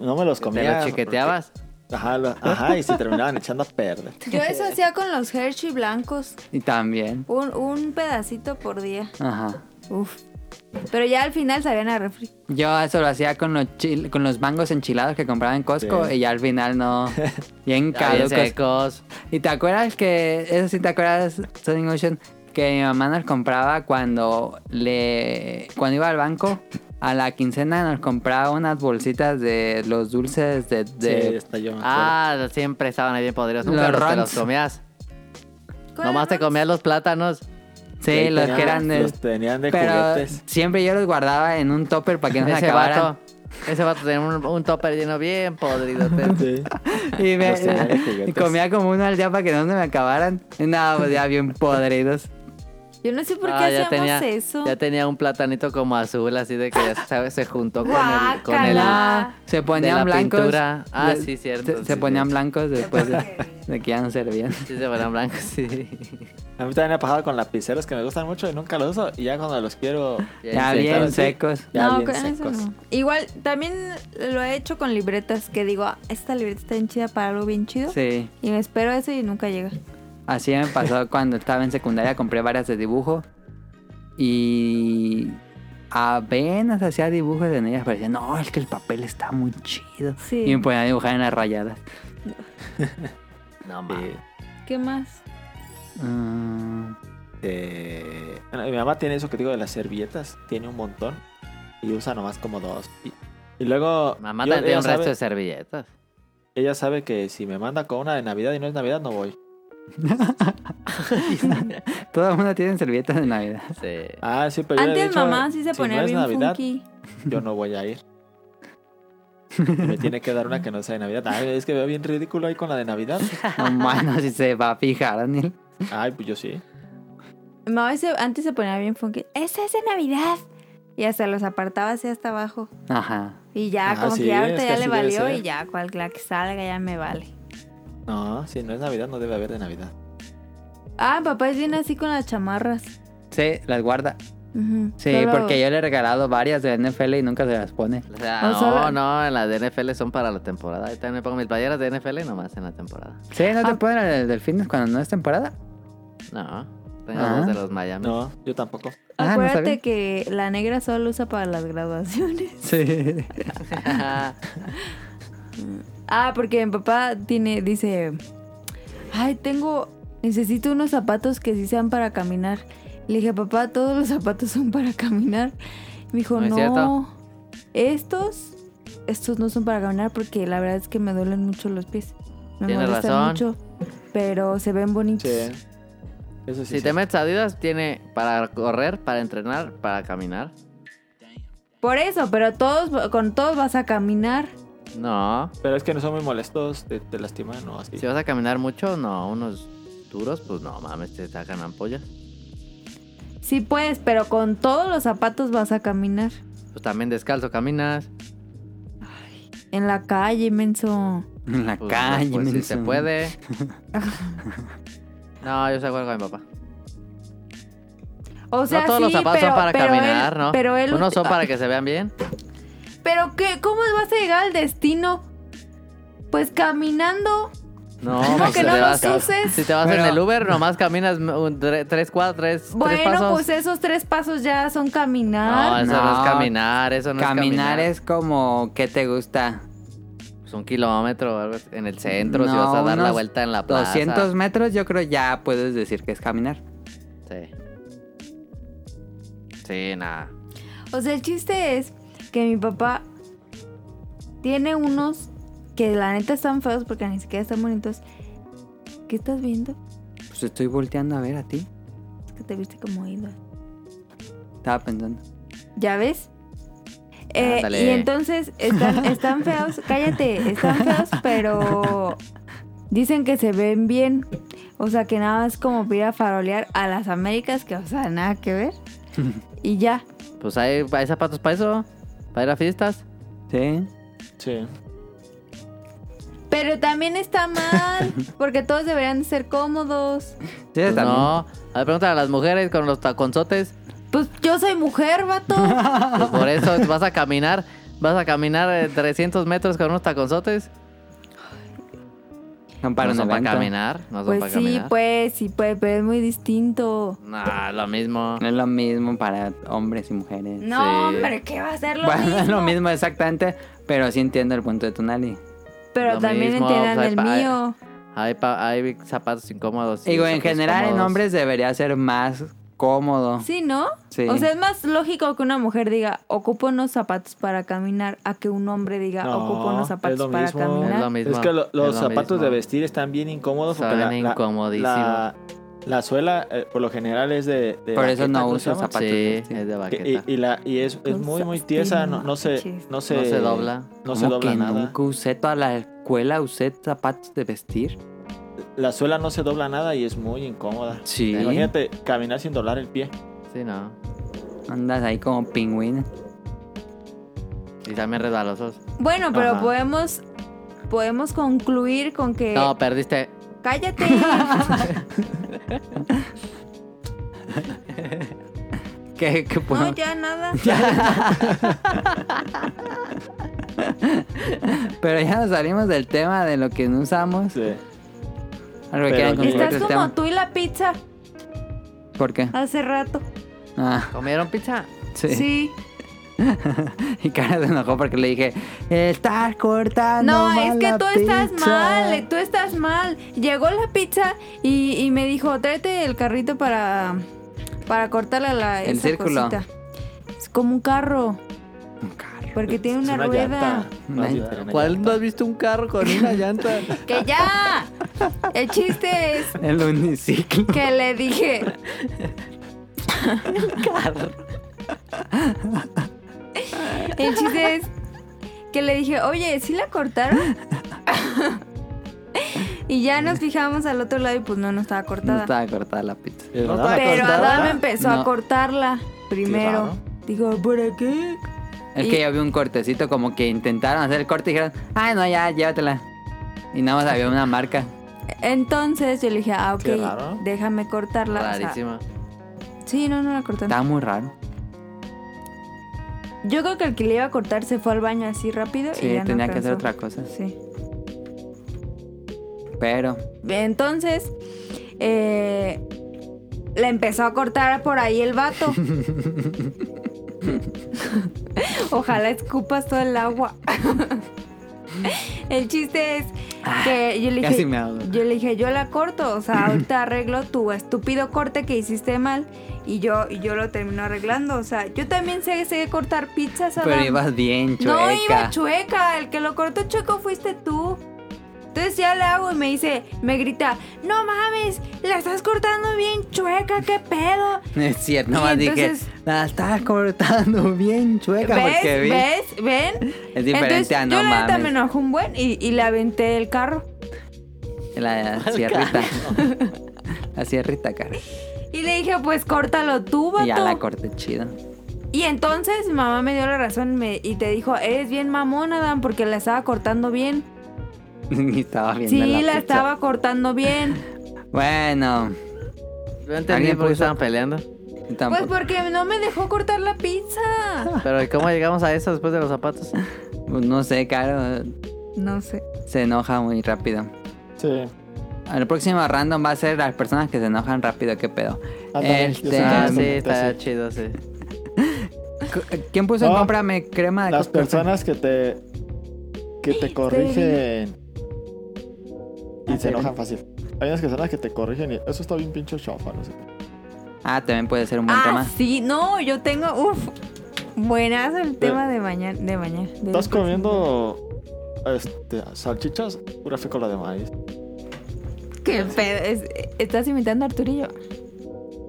[SPEAKER 3] no me los
[SPEAKER 2] ¿Te
[SPEAKER 3] comía.
[SPEAKER 2] lo chiqueteabas?
[SPEAKER 3] porque- Ajá, lo- ajá, y se terminaban echando a perder.
[SPEAKER 7] Yo eso hacía con los Hershey blancos.
[SPEAKER 1] Y también.
[SPEAKER 7] Un, un pedacito por día.
[SPEAKER 1] Ajá.
[SPEAKER 7] Uf. Pero ya al final sabían a refri.
[SPEAKER 1] Yo eso lo hacía con los chil- con los mangos enchilados que compraba en Costco
[SPEAKER 3] Sí.
[SPEAKER 1] y ya al final no. Bien
[SPEAKER 2] Ya bien
[SPEAKER 1] caducos.
[SPEAKER 2] secos.
[SPEAKER 1] ¿Y te acuerdas que, eso sí te acuerdas, Sonic Motion, que mi mamá nos compraba cuando le cuando iba al banco, a la quincena nos compraba unas bolsitas de los dulces de...
[SPEAKER 3] Sí,
[SPEAKER 1] de-
[SPEAKER 3] hasta yo me acuerdo.
[SPEAKER 2] Ah, siempre estaban ahí bien podridos. Nunca
[SPEAKER 1] Los
[SPEAKER 2] los, te
[SPEAKER 1] Runs.
[SPEAKER 2] los comías.
[SPEAKER 7] ¿Cuál
[SPEAKER 2] Nomás te
[SPEAKER 7] era?
[SPEAKER 2] comías los plátanos.
[SPEAKER 1] sí,
[SPEAKER 3] Y ahí
[SPEAKER 1] los que
[SPEAKER 3] tenían-
[SPEAKER 1] eran de...
[SPEAKER 3] Los tenían de
[SPEAKER 1] Pero
[SPEAKER 3] juguetes.
[SPEAKER 1] siempre yo los guardaba en un topper para que no se
[SPEAKER 2] Ese
[SPEAKER 1] acabaran.
[SPEAKER 2] vato. Ese vato tenía un, un topper lleno bien podrido.
[SPEAKER 3] Sí.
[SPEAKER 1] Y, me-
[SPEAKER 3] Los tenía de juguetes.
[SPEAKER 1] y comía como uno al día para que no se me acabaran. Y nada, pues ya bien podridos.
[SPEAKER 7] Yo no sé por qué
[SPEAKER 2] Ah,
[SPEAKER 7] hacíamos
[SPEAKER 2] tenía,
[SPEAKER 7] eso.
[SPEAKER 2] ya tenía un platanito como azul, así de que ya sabes, se juntó con el, con el
[SPEAKER 7] Guácala.
[SPEAKER 1] Se
[SPEAKER 2] de
[SPEAKER 1] ponían
[SPEAKER 2] la
[SPEAKER 1] blancos.
[SPEAKER 2] pintura. Ah,
[SPEAKER 1] de-
[SPEAKER 2] sí, cierto.
[SPEAKER 1] Se,
[SPEAKER 2] sí,
[SPEAKER 1] se ponían
[SPEAKER 2] sí.
[SPEAKER 1] blancos después de, de que ya no servían.
[SPEAKER 2] Sí, se ponían blancos, sí.
[SPEAKER 3] A mí también me ha pasado con lapiceros que me gustan mucho y nunca los uso. Y ya cuando los quiero.
[SPEAKER 1] Ya
[SPEAKER 3] intentar
[SPEAKER 1] bien
[SPEAKER 3] así,
[SPEAKER 1] secos.
[SPEAKER 3] Ya
[SPEAKER 7] No,
[SPEAKER 3] bien
[SPEAKER 7] con eso
[SPEAKER 3] secos.
[SPEAKER 7] no. Igual, también lo he hecho con libretas que digo, "Ah, esta libreta está bien chida para algo bien chido.
[SPEAKER 1] Sí.
[SPEAKER 7] Y me espero eso y nunca llega.
[SPEAKER 1] Así me pasó cuando estaba en secundaria, compré varias de dibujo y apenas hacía dibujos en ellas, parecía, no, es que el papel está muy chido.
[SPEAKER 7] Sí.
[SPEAKER 1] Y me ponía a dibujar en las rayadas.
[SPEAKER 2] No
[SPEAKER 3] Sí.
[SPEAKER 2] mames.
[SPEAKER 7] ¿Qué más?
[SPEAKER 1] Mm,
[SPEAKER 3] Eh, bueno, mi mamá tiene eso que digo de las servilletas. Tiene un montón. Y usa nomás como dos. Y, y luego.
[SPEAKER 2] Mamá
[SPEAKER 3] yo- eh,
[SPEAKER 2] también tiene
[SPEAKER 3] ella
[SPEAKER 2] un resto
[SPEAKER 3] sabe-
[SPEAKER 2] de servilletas.
[SPEAKER 3] Ella sabe que si me manda con una de Navidad y no es Navidad, no voy.
[SPEAKER 1] Todo el mundo tiene servilletas de Navidad.
[SPEAKER 2] Sí.
[SPEAKER 3] Ah, sí, pero yo le he
[SPEAKER 7] Antes
[SPEAKER 3] dicho,
[SPEAKER 7] mamá sí se
[SPEAKER 3] si
[SPEAKER 7] ponía
[SPEAKER 3] no es
[SPEAKER 7] bien
[SPEAKER 3] Navidad,
[SPEAKER 7] funky.
[SPEAKER 3] yo no voy a ir. Y me tiene que dar una que no sea de Navidad. Ay, es que veo bien ridículo ahí con la de Navidad.
[SPEAKER 1] No mames, si se va a fijar, Daniel.
[SPEAKER 3] Ay, pues yo sí.
[SPEAKER 7] Mamá se- antes se ponía bien funky. Esa es de Navidad. Y hasta los apartaba así hasta abajo.
[SPEAKER 1] Ajá.
[SPEAKER 7] Y ya,
[SPEAKER 3] Ah,
[SPEAKER 7] como
[SPEAKER 3] sí,
[SPEAKER 7] que ya
[SPEAKER 3] es
[SPEAKER 7] ahorita
[SPEAKER 3] que
[SPEAKER 7] ya
[SPEAKER 3] así
[SPEAKER 7] le
[SPEAKER 3] debe
[SPEAKER 7] valió
[SPEAKER 3] ser.
[SPEAKER 7] y ya, cual la que salga ya me vale.
[SPEAKER 3] No, si no es Navidad, no debe haber de Navidad.
[SPEAKER 7] Ah, mi papá es bien así con las chamarras.
[SPEAKER 1] Sí, las guarda.
[SPEAKER 7] Ujú.
[SPEAKER 1] Sí,
[SPEAKER 7] Solo-
[SPEAKER 1] porque yo le he regalado varias de NFL y nunca se las pone.
[SPEAKER 2] O sea,
[SPEAKER 7] O
[SPEAKER 2] no,
[SPEAKER 7] solo-
[SPEAKER 2] no, en las de NFL son para la temporada. Ahí también me pongo mis playeras de NFL y nomás en la temporada.
[SPEAKER 1] Sí, ¿no te
[SPEAKER 7] Ah.
[SPEAKER 1] ponen las de delfines cuando no es temporada?
[SPEAKER 2] No, tengo
[SPEAKER 1] Ah.
[SPEAKER 2] dos de los Miami.
[SPEAKER 3] No, yo tampoco.
[SPEAKER 1] Ah, no
[SPEAKER 7] Acuérdate
[SPEAKER 1] sabía.
[SPEAKER 7] que la negra solo usa para las graduaciones.
[SPEAKER 1] Sí.
[SPEAKER 7] Ah, porque mi papá tiene, dice, ay, tengo, necesito unos zapatos que sí sean para caminar. Le dije, papá, todos los zapatos son para caminar. Me dijo,
[SPEAKER 2] No es
[SPEAKER 7] no,
[SPEAKER 2] cierto.
[SPEAKER 7] estos, estos no son para caminar porque la verdad es que me duelen mucho los pies. Me
[SPEAKER 2] Tienes
[SPEAKER 7] molestan
[SPEAKER 2] razón.
[SPEAKER 7] mucho, pero se ven bonitos.
[SPEAKER 3] Sí. Eso sí.
[SPEAKER 2] si
[SPEAKER 3] sí.
[SPEAKER 2] te metes a Adidas, tiene para correr, para entrenar, para caminar.
[SPEAKER 7] Por eso, pero todos, con todos vas a caminar.
[SPEAKER 2] No.
[SPEAKER 3] Pero es que no son muy molestos, te, te lastiman o así.
[SPEAKER 2] Si vas a caminar mucho, no. Unos duros, pues no mames, te sacan ampollas.
[SPEAKER 7] Sí puedes, pero con todos los zapatos vas a caminar.
[SPEAKER 2] Pues también descalzo caminas.
[SPEAKER 7] En la calle, inmenso.
[SPEAKER 1] En la
[SPEAKER 2] Pues,
[SPEAKER 1] calle.
[SPEAKER 2] pues, si
[SPEAKER 1] menso.
[SPEAKER 2] se puede. no, yo se acuerdo con mi papá.
[SPEAKER 7] O sea,
[SPEAKER 2] no todos
[SPEAKER 7] sí,
[SPEAKER 2] los zapatos
[SPEAKER 7] pero-
[SPEAKER 2] son para
[SPEAKER 7] pero
[SPEAKER 2] caminar,
[SPEAKER 7] él-
[SPEAKER 2] ¿no?
[SPEAKER 7] Pero él.
[SPEAKER 2] Unos son para que se vean bien.
[SPEAKER 7] Pero qué, ¿cómo vas a llegar al destino? Pues caminando.
[SPEAKER 2] No,
[SPEAKER 7] ¿Cómo
[SPEAKER 2] pues,
[SPEAKER 7] que
[SPEAKER 2] si
[SPEAKER 7] no
[SPEAKER 2] te
[SPEAKER 7] los
[SPEAKER 2] vas-
[SPEAKER 7] uses?
[SPEAKER 2] Si te vas
[SPEAKER 1] Pero-
[SPEAKER 2] en el Uber, nomás caminas un tre- tres cuadras, tres, tres
[SPEAKER 7] Bueno,
[SPEAKER 2] pasos.
[SPEAKER 7] pues esos tres pasos ya son
[SPEAKER 2] No,
[SPEAKER 7] caminar.
[SPEAKER 2] eso no,
[SPEAKER 1] No.
[SPEAKER 2] es caminar, eso no
[SPEAKER 1] Caminar
[SPEAKER 2] es caminar.
[SPEAKER 1] es como, ¿qué te gusta?
[SPEAKER 2] Pues un kilómetro o algo así, en el centro, si
[SPEAKER 1] No,
[SPEAKER 2] vas a dar la
[SPEAKER 1] unos
[SPEAKER 2] vuelta en la plaza.
[SPEAKER 1] 200 metros, yo creo ya puedes decir que es caminar.
[SPEAKER 2] Sí. Sí, nada.
[SPEAKER 7] O sea, el chiste es que mi papá tiene unos que la neta están feos porque ni siquiera están bonitos. ¿Qué estás viendo?
[SPEAKER 1] Pues estoy volteando a ver a ti.
[SPEAKER 7] Es que te viste como ido.
[SPEAKER 1] Estaba pensando.
[SPEAKER 7] ¿Ya ves? Eh,
[SPEAKER 2] Ándale.
[SPEAKER 7] y entonces están, están feos, cállate, están feos, pero dicen que se ven bien. O sea, que nada más como para ir a farolear a las Américas, que o sea, nada que ver. Y ya.
[SPEAKER 2] Pues hay, hay zapatos para eso, para ir a fiestas.
[SPEAKER 1] Sí.
[SPEAKER 3] Sí.
[SPEAKER 7] Pero también está mal, porque todos deberían de ser cómodos.
[SPEAKER 1] Sí,
[SPEAKER 2] Pues
[SPEAKER 1] también.
[SPEAKER 2] no. A ver, pregunta a las mujeres con los taconzotes.
[SPEAKER 7] Pues yo soy mujer, vato.
[SPEAKER 2] Pues por eso vas a caminar, vas a caminar eh, 300 metros con unos taconzotes.
[SPEAKER 1] Son para
[SPEAKER 2] pues no
[SPEAKER 1] un
[SPEAKER 2] son para
[SPEAKER 1] evento.
[SPEAKER 2] caminar, no son
[SPEAKER 7] Pues
[SPEAKER 2] para
[SPEAKER 7] sí,
[SPEAKER 2] caminar.
[SPEAKER 7] pues sí, pues, pero es muy distinto.
[SPEAKER 2] Nah, lo mismo.
[SPEAKER 1] No es lo mismo para hombres y mujeres.
[SPEAKER 7] No,
[SPEAKER 2] Sí.
[SPEAKER 7] hombre, ¿qué va a ser lo
[SPEAKER 1] bueno,
[SPEAKER 7] mismo?
[SPEAKER 1] es lo mismo exactamente, pero sí entiendo el punto de Tonali.
[SPEAKER 7] Pero
[SPEAKER 2] Lo
[SPEAKER 7] también
[SPEAKER 2] mismo,
[SPEAKER 7] entiendan
[SPEAKER 2] pues,
[SPEAKER 7] el
[SPEAKER 2] pa-
[SPEAKER 7] mío.
[SPEAKER 2] Hay, pa- hay zapatos incómodos. y
[SPEAKER 1] Digo, en
[SPEAKER 2] zapatos
[SPEAKER 1] general en
[SPEAKER 2] cómodos.
[SPEAKER 1] hombres debería ser más cómodo.
[SPEAKER 7] Sí, ¿no?
[SPEAKER 1] Sí.
[SPEAKER 7] O sea, es más lógico que una mujer diga, ocupo unos zapatos para caminar, a que un hombre diga,
[SPEAKER 3] No,
[SPEAKER 7] ocupo unos
[SPEAKER 3] es
[SPEAKER 7] zapatos
[SPEAKER 3] lo
[SPEAKER 7] para
[SPEAKER 3] mismo.
[SPEAKER 2] Es lo
[SPEAKER 7] caminar.
[SPEAKER 2] mismo.
[SPEAKER 3] es que lo-
[SPEAKER 2] es
[SPEAKER 3] los
[SPEAKER 2] lo
[SPEAKER 3] zapatos
[SPEAKER 2] mismo.
[SPEAKER 3] de vestir están bien incómodos porque
[SPEAKER 2] Son
[SPEAKER 3] la, la-
[SPEAKER 2] incomodísimos.
[SPEAKER 3] la- la suela eh, por lo general es de, de
[SPEAKER 1] Por eso
[SPEAKER 3] baqueta,
[SPEAKER 1] no
[SPEAKER 3] ¿cómo
[SPEAKER 1] uso
[SPEAKER 3] se llama?
[SPEAKER 1] zapatos.
[SPEAKER 2] Sí,
[SPEAKER 1] de vestir.
[SPEAKER 2] es de
[SPEAKER 3] Que- y,
[SPEAKER 2] baqueta.
[SPEAKER 3] y la y es, es muy muy
[SPEAKER 7] Usaste
[SPEAKER 3] tiesa, no, no se
[SPEAKER 7] manches.
[SPEAKER 3] no se
[SPEAKER 2] No se dobla.
[SPEAKER 3] No se
[SPEAKER 1] ¿Cómo
[SPEAKER 3] dobla
[SPEAKER 1] que
[SPEAKER 3] nada.
[SPEAKER 1] nunca usé toda la escuela, usé zapatos de vestir.
[SPEAKER 3] La suela no se dobla nada y es muy incómoda.
[SPEAKER 1] Sí.
[SPEAKER 3] Imagínate caminar sin doblar el pie.
[SPEAKER 2] Sí, no.
[SPEAKER 1] Andas ahí como pingüino.
[SPEAKER 2] Y también resbalosos.
[SPEAKER 7] Bueno, pero
[SPEAKER 3] Ajá.
[SPEAKER 7] podemos podemos concluir con que
[SPEAKER 2] No, perdiste.
[SPEAKER 7] cállate.
[SPEAKER 1] ¿Qué, qué puedo?
[SPEAKER 7] No, ya nada.
[SPEAKER 1] Pero ya nos salimos del tema de lo que no usamos.
[SPEAKER 3] Sí.
[SPEAKER 1] Algo que
[SPEAKER 3] Pero
[SPEAKER 1] quieran
[SPEAKER 3] que-
[SPEAKER 1] concluir
[SPEAKER 7] Estás
[SPEAKER 1] del
[SPEAKER 7] como
[SPEAKER 1] tema.
[SPEAKER 7] tú y la pizza
[SPEAKER 1] ¿Por qué?
[SPEAKER 7] hace rato.
[SPEAKER 1] Ah,
[SPEAKER 2] ¿Comieron pizza?
[SPEAKER 1] sí.
[SPEAKER 7] Sí.
[SPEAKER 1] Y Cara se enojó porque le dije, estás cortando.
[SPEAKER 7] No, es
[SPEAKER 1] mal
[SPEAKER 7] que
[SPEAKER 1] la
[SPEAKER 7] tú estás
[SPEAKER 1] Ah, pizza".
[SPEAKER 7] mal, eh, tú estás mal. Llegó la pizza y, y me dijo, tráete el carrito para, para cortarle la
[SPEAKER 1] El
[SPEAKER 7] esa
[SPEAKER 1] círculo.
[SPEAKER 7] cosita". Es como un carro,
[SPEAKER 1] Un carro.
[SPEAKER 7] porque tiene
[SPEAKER 3] Es
[SPEAKER 7] una, rueda.
[SPEAKER 3] llanta. No, sí,
[SPEAKER 1] Una-
[SPEAKER 3] pero una
[SPEAKER 2] ¿Cuál no
[SPEAKER 3] llanta.
[SPEAKER 2] has visto un carro con una llanta?
[SPEAKER 7] ¡Que ya! El chiste es
[SPEAKER 1] El uniciclo.
[SPEAKER 7] que le dije. el carro. El chiste es que le dije, oye, ¿sí la cortaron? y ya nos fijamos al otro lado y pues no, no estaba
[SPEAKER 1] No
[SPEAKER 7] cortada.
[SPEAKER 1] estaba cortada la pizza.
[SPEAKER 3] ¿Es
[SPEAKER 2] No
[SPEAKER 3] verdad?
[SPEAKER 7] Pero
[SPEAKER 2] cortada?
[SPEAKER 7] Adam empezó
[SPEAKER 1] No.
[SPEAKER 7] a cortarla primero.
[SPEAKER 3] raro.
[SPEAKER 7] Digo, ¿para qué?
[SPEAKER 1] Es
[SPEAKER 7] Y-
[SPEAKER 1] que yo vi un cortecito, como que intentaron hacer el corte y dijeron, ay, no, ya, llévatela. Y nada más había una marca.
[SPEAKER 7] Entonces yo le dije, ah, ok,
[SPEAKER 3] Qué raro.
[SPEAKER 7] déjame cortarla. o sea,
[SPEAKER 2] Rarísima.
[SPEAKER 7] sí, no, no la corté.
[SPEAKER 1] Estaba muy raro.
[SPEAKER 7] Yo creo que el que le iba a cortar se fue al baño así rápido y
[SPEAKER 1] Sí,
[SPEAKER 7] ya no
[SPEAKER 1] tenía que hacer
[SPEAKER 7] alcanzó.
[SPEAKER 1] otra cosa.
[SPEAKER 7] Sí.
[SPEAKER 1] Pero,
[SPEAKER 7] Entonces, eh, le empezó a cortar por ahí el vato. Ojalá escupas todo el agua. el chiste es que yo le
[SPEAKER 1] Ah, casi
[SPEAKER 7] dije,
[SPEAKER 1] me ahogo.
[SPEAKER 7] yo le dije, yo la corto, o sea, ahorita arreglo tu estúpido corte que hiciste mal y yo y yo lo termino arreglando, o sea, yo también sé, sé cortar pizzas,
[SPEAKER 1] Pero
[SPEAKER 7] Adán.
[SPEAKER 1] ibas bien chueca.
[SPEAKER 7] No iba chueca, el que lo cortó chueco fuiste tú. Entonces ya le hago y me dice, me grita, no mames, la estás cortando bien chueca, qué pedo.
[SPEAKER 1] No es cierto,
[SPEAKER 7] Y
[SPEAKER 1] nomás
[SPEAKER 7] entonces-
[SPEAKER 1] dije, la estás cortando bien chueca
[SPEAKER 7] ¿Ves?
[SPEAKER 1] porque vi.
[SPEAKER 7] ¿Ves? ¿Ven?
[SPEAKER 1] Es diferente
[SPEAKER 7] Entonces,
[SPEAKER 1] a no
[SPEAKER 7] yo la neta me
[SPEAKER 1] mames.
[SPEAKER 7] enojé un buen y, y le aventé el carro.
[SPEAKER 1] La sierrita. la sierrita, cara.
[SPEAKER 7] Y le dije, pues córtalo tú, vato.
[SPEAKER 1] Y ya la corté chido.
[SPEAKER 7] Y entonces mi mamá me dio la razón me- y te dijo, eres bien mamón, Adam, porque la estaba cortando bien.
[SPEAKER 1] y estaba viendo
[SPEAKER 7] Sí, la,
[SPEAKER 1] pizza.
[SPEAKER 7] estaba cortando bien.
[SPEAKER 1] Bueno,
[SPEAKER 2] No entendí por
[SPEAKER 1] puso-
[SPEAKER 2] qué estaban peleando.
[SPEAKER 7] Pues
[SPEAKER 1] tampoco.
[SPEAKER 7] porque no me dejó cortar la pizza.
[SPEAKER 2] Pero ¿y cómo llegamos a eso después de los zapatos?
[SPEAKER 1] Pues, No sé, Caro.
[SPEAKER 7] pues- No sé.
[SPEAKER 1] Se enoja muy rápido.
[SPEAKER 3] Sí.
[SPEAKER 1] El próximo random va a ser las personas que se enojan rápido, qué pedo.
[SPEAKER 3] Ándale, yo
[SPEAKER 1] este,
[SPEAKER 3] sé.
[SPEAKER 2] Ah,
[SPEAKER 3] sí,
[SPEAKER 2] sí,
[SPEAKER 3] sí.
[SPEAKER 2] está chido, sí.
[SPEAKER 1] eh, ¿Quién puso en
[SPEAKER 3] No,
[SPEAKER 1] cómprame crema de
[SPEAKER 3] Ah, Las
[SPEAKER 1] coco?
[SPEAKER 3] personas que te que te corrigen y se enojan fácil. Hay unas personas que te corrigen y eso está bien pinche chafa, no sé.
[SPEAKER 1] Ah, también puede ser un buen
[SPEAKER 7] Ah,
[SPEAKER 1] tema.
[SPEAKER 7] sí, no, yo tengo, uf, buenazo el tema de mañana, de mañana. de
[SPEAKER 3] Eh, Estás
[SPEAKER 7] la próxima.
[SPEAKER 3] comiendo este salchichas, pura fécula de maíz.
[SPEAKER 7] Qué pedo, es- estás imitando a Arturillo.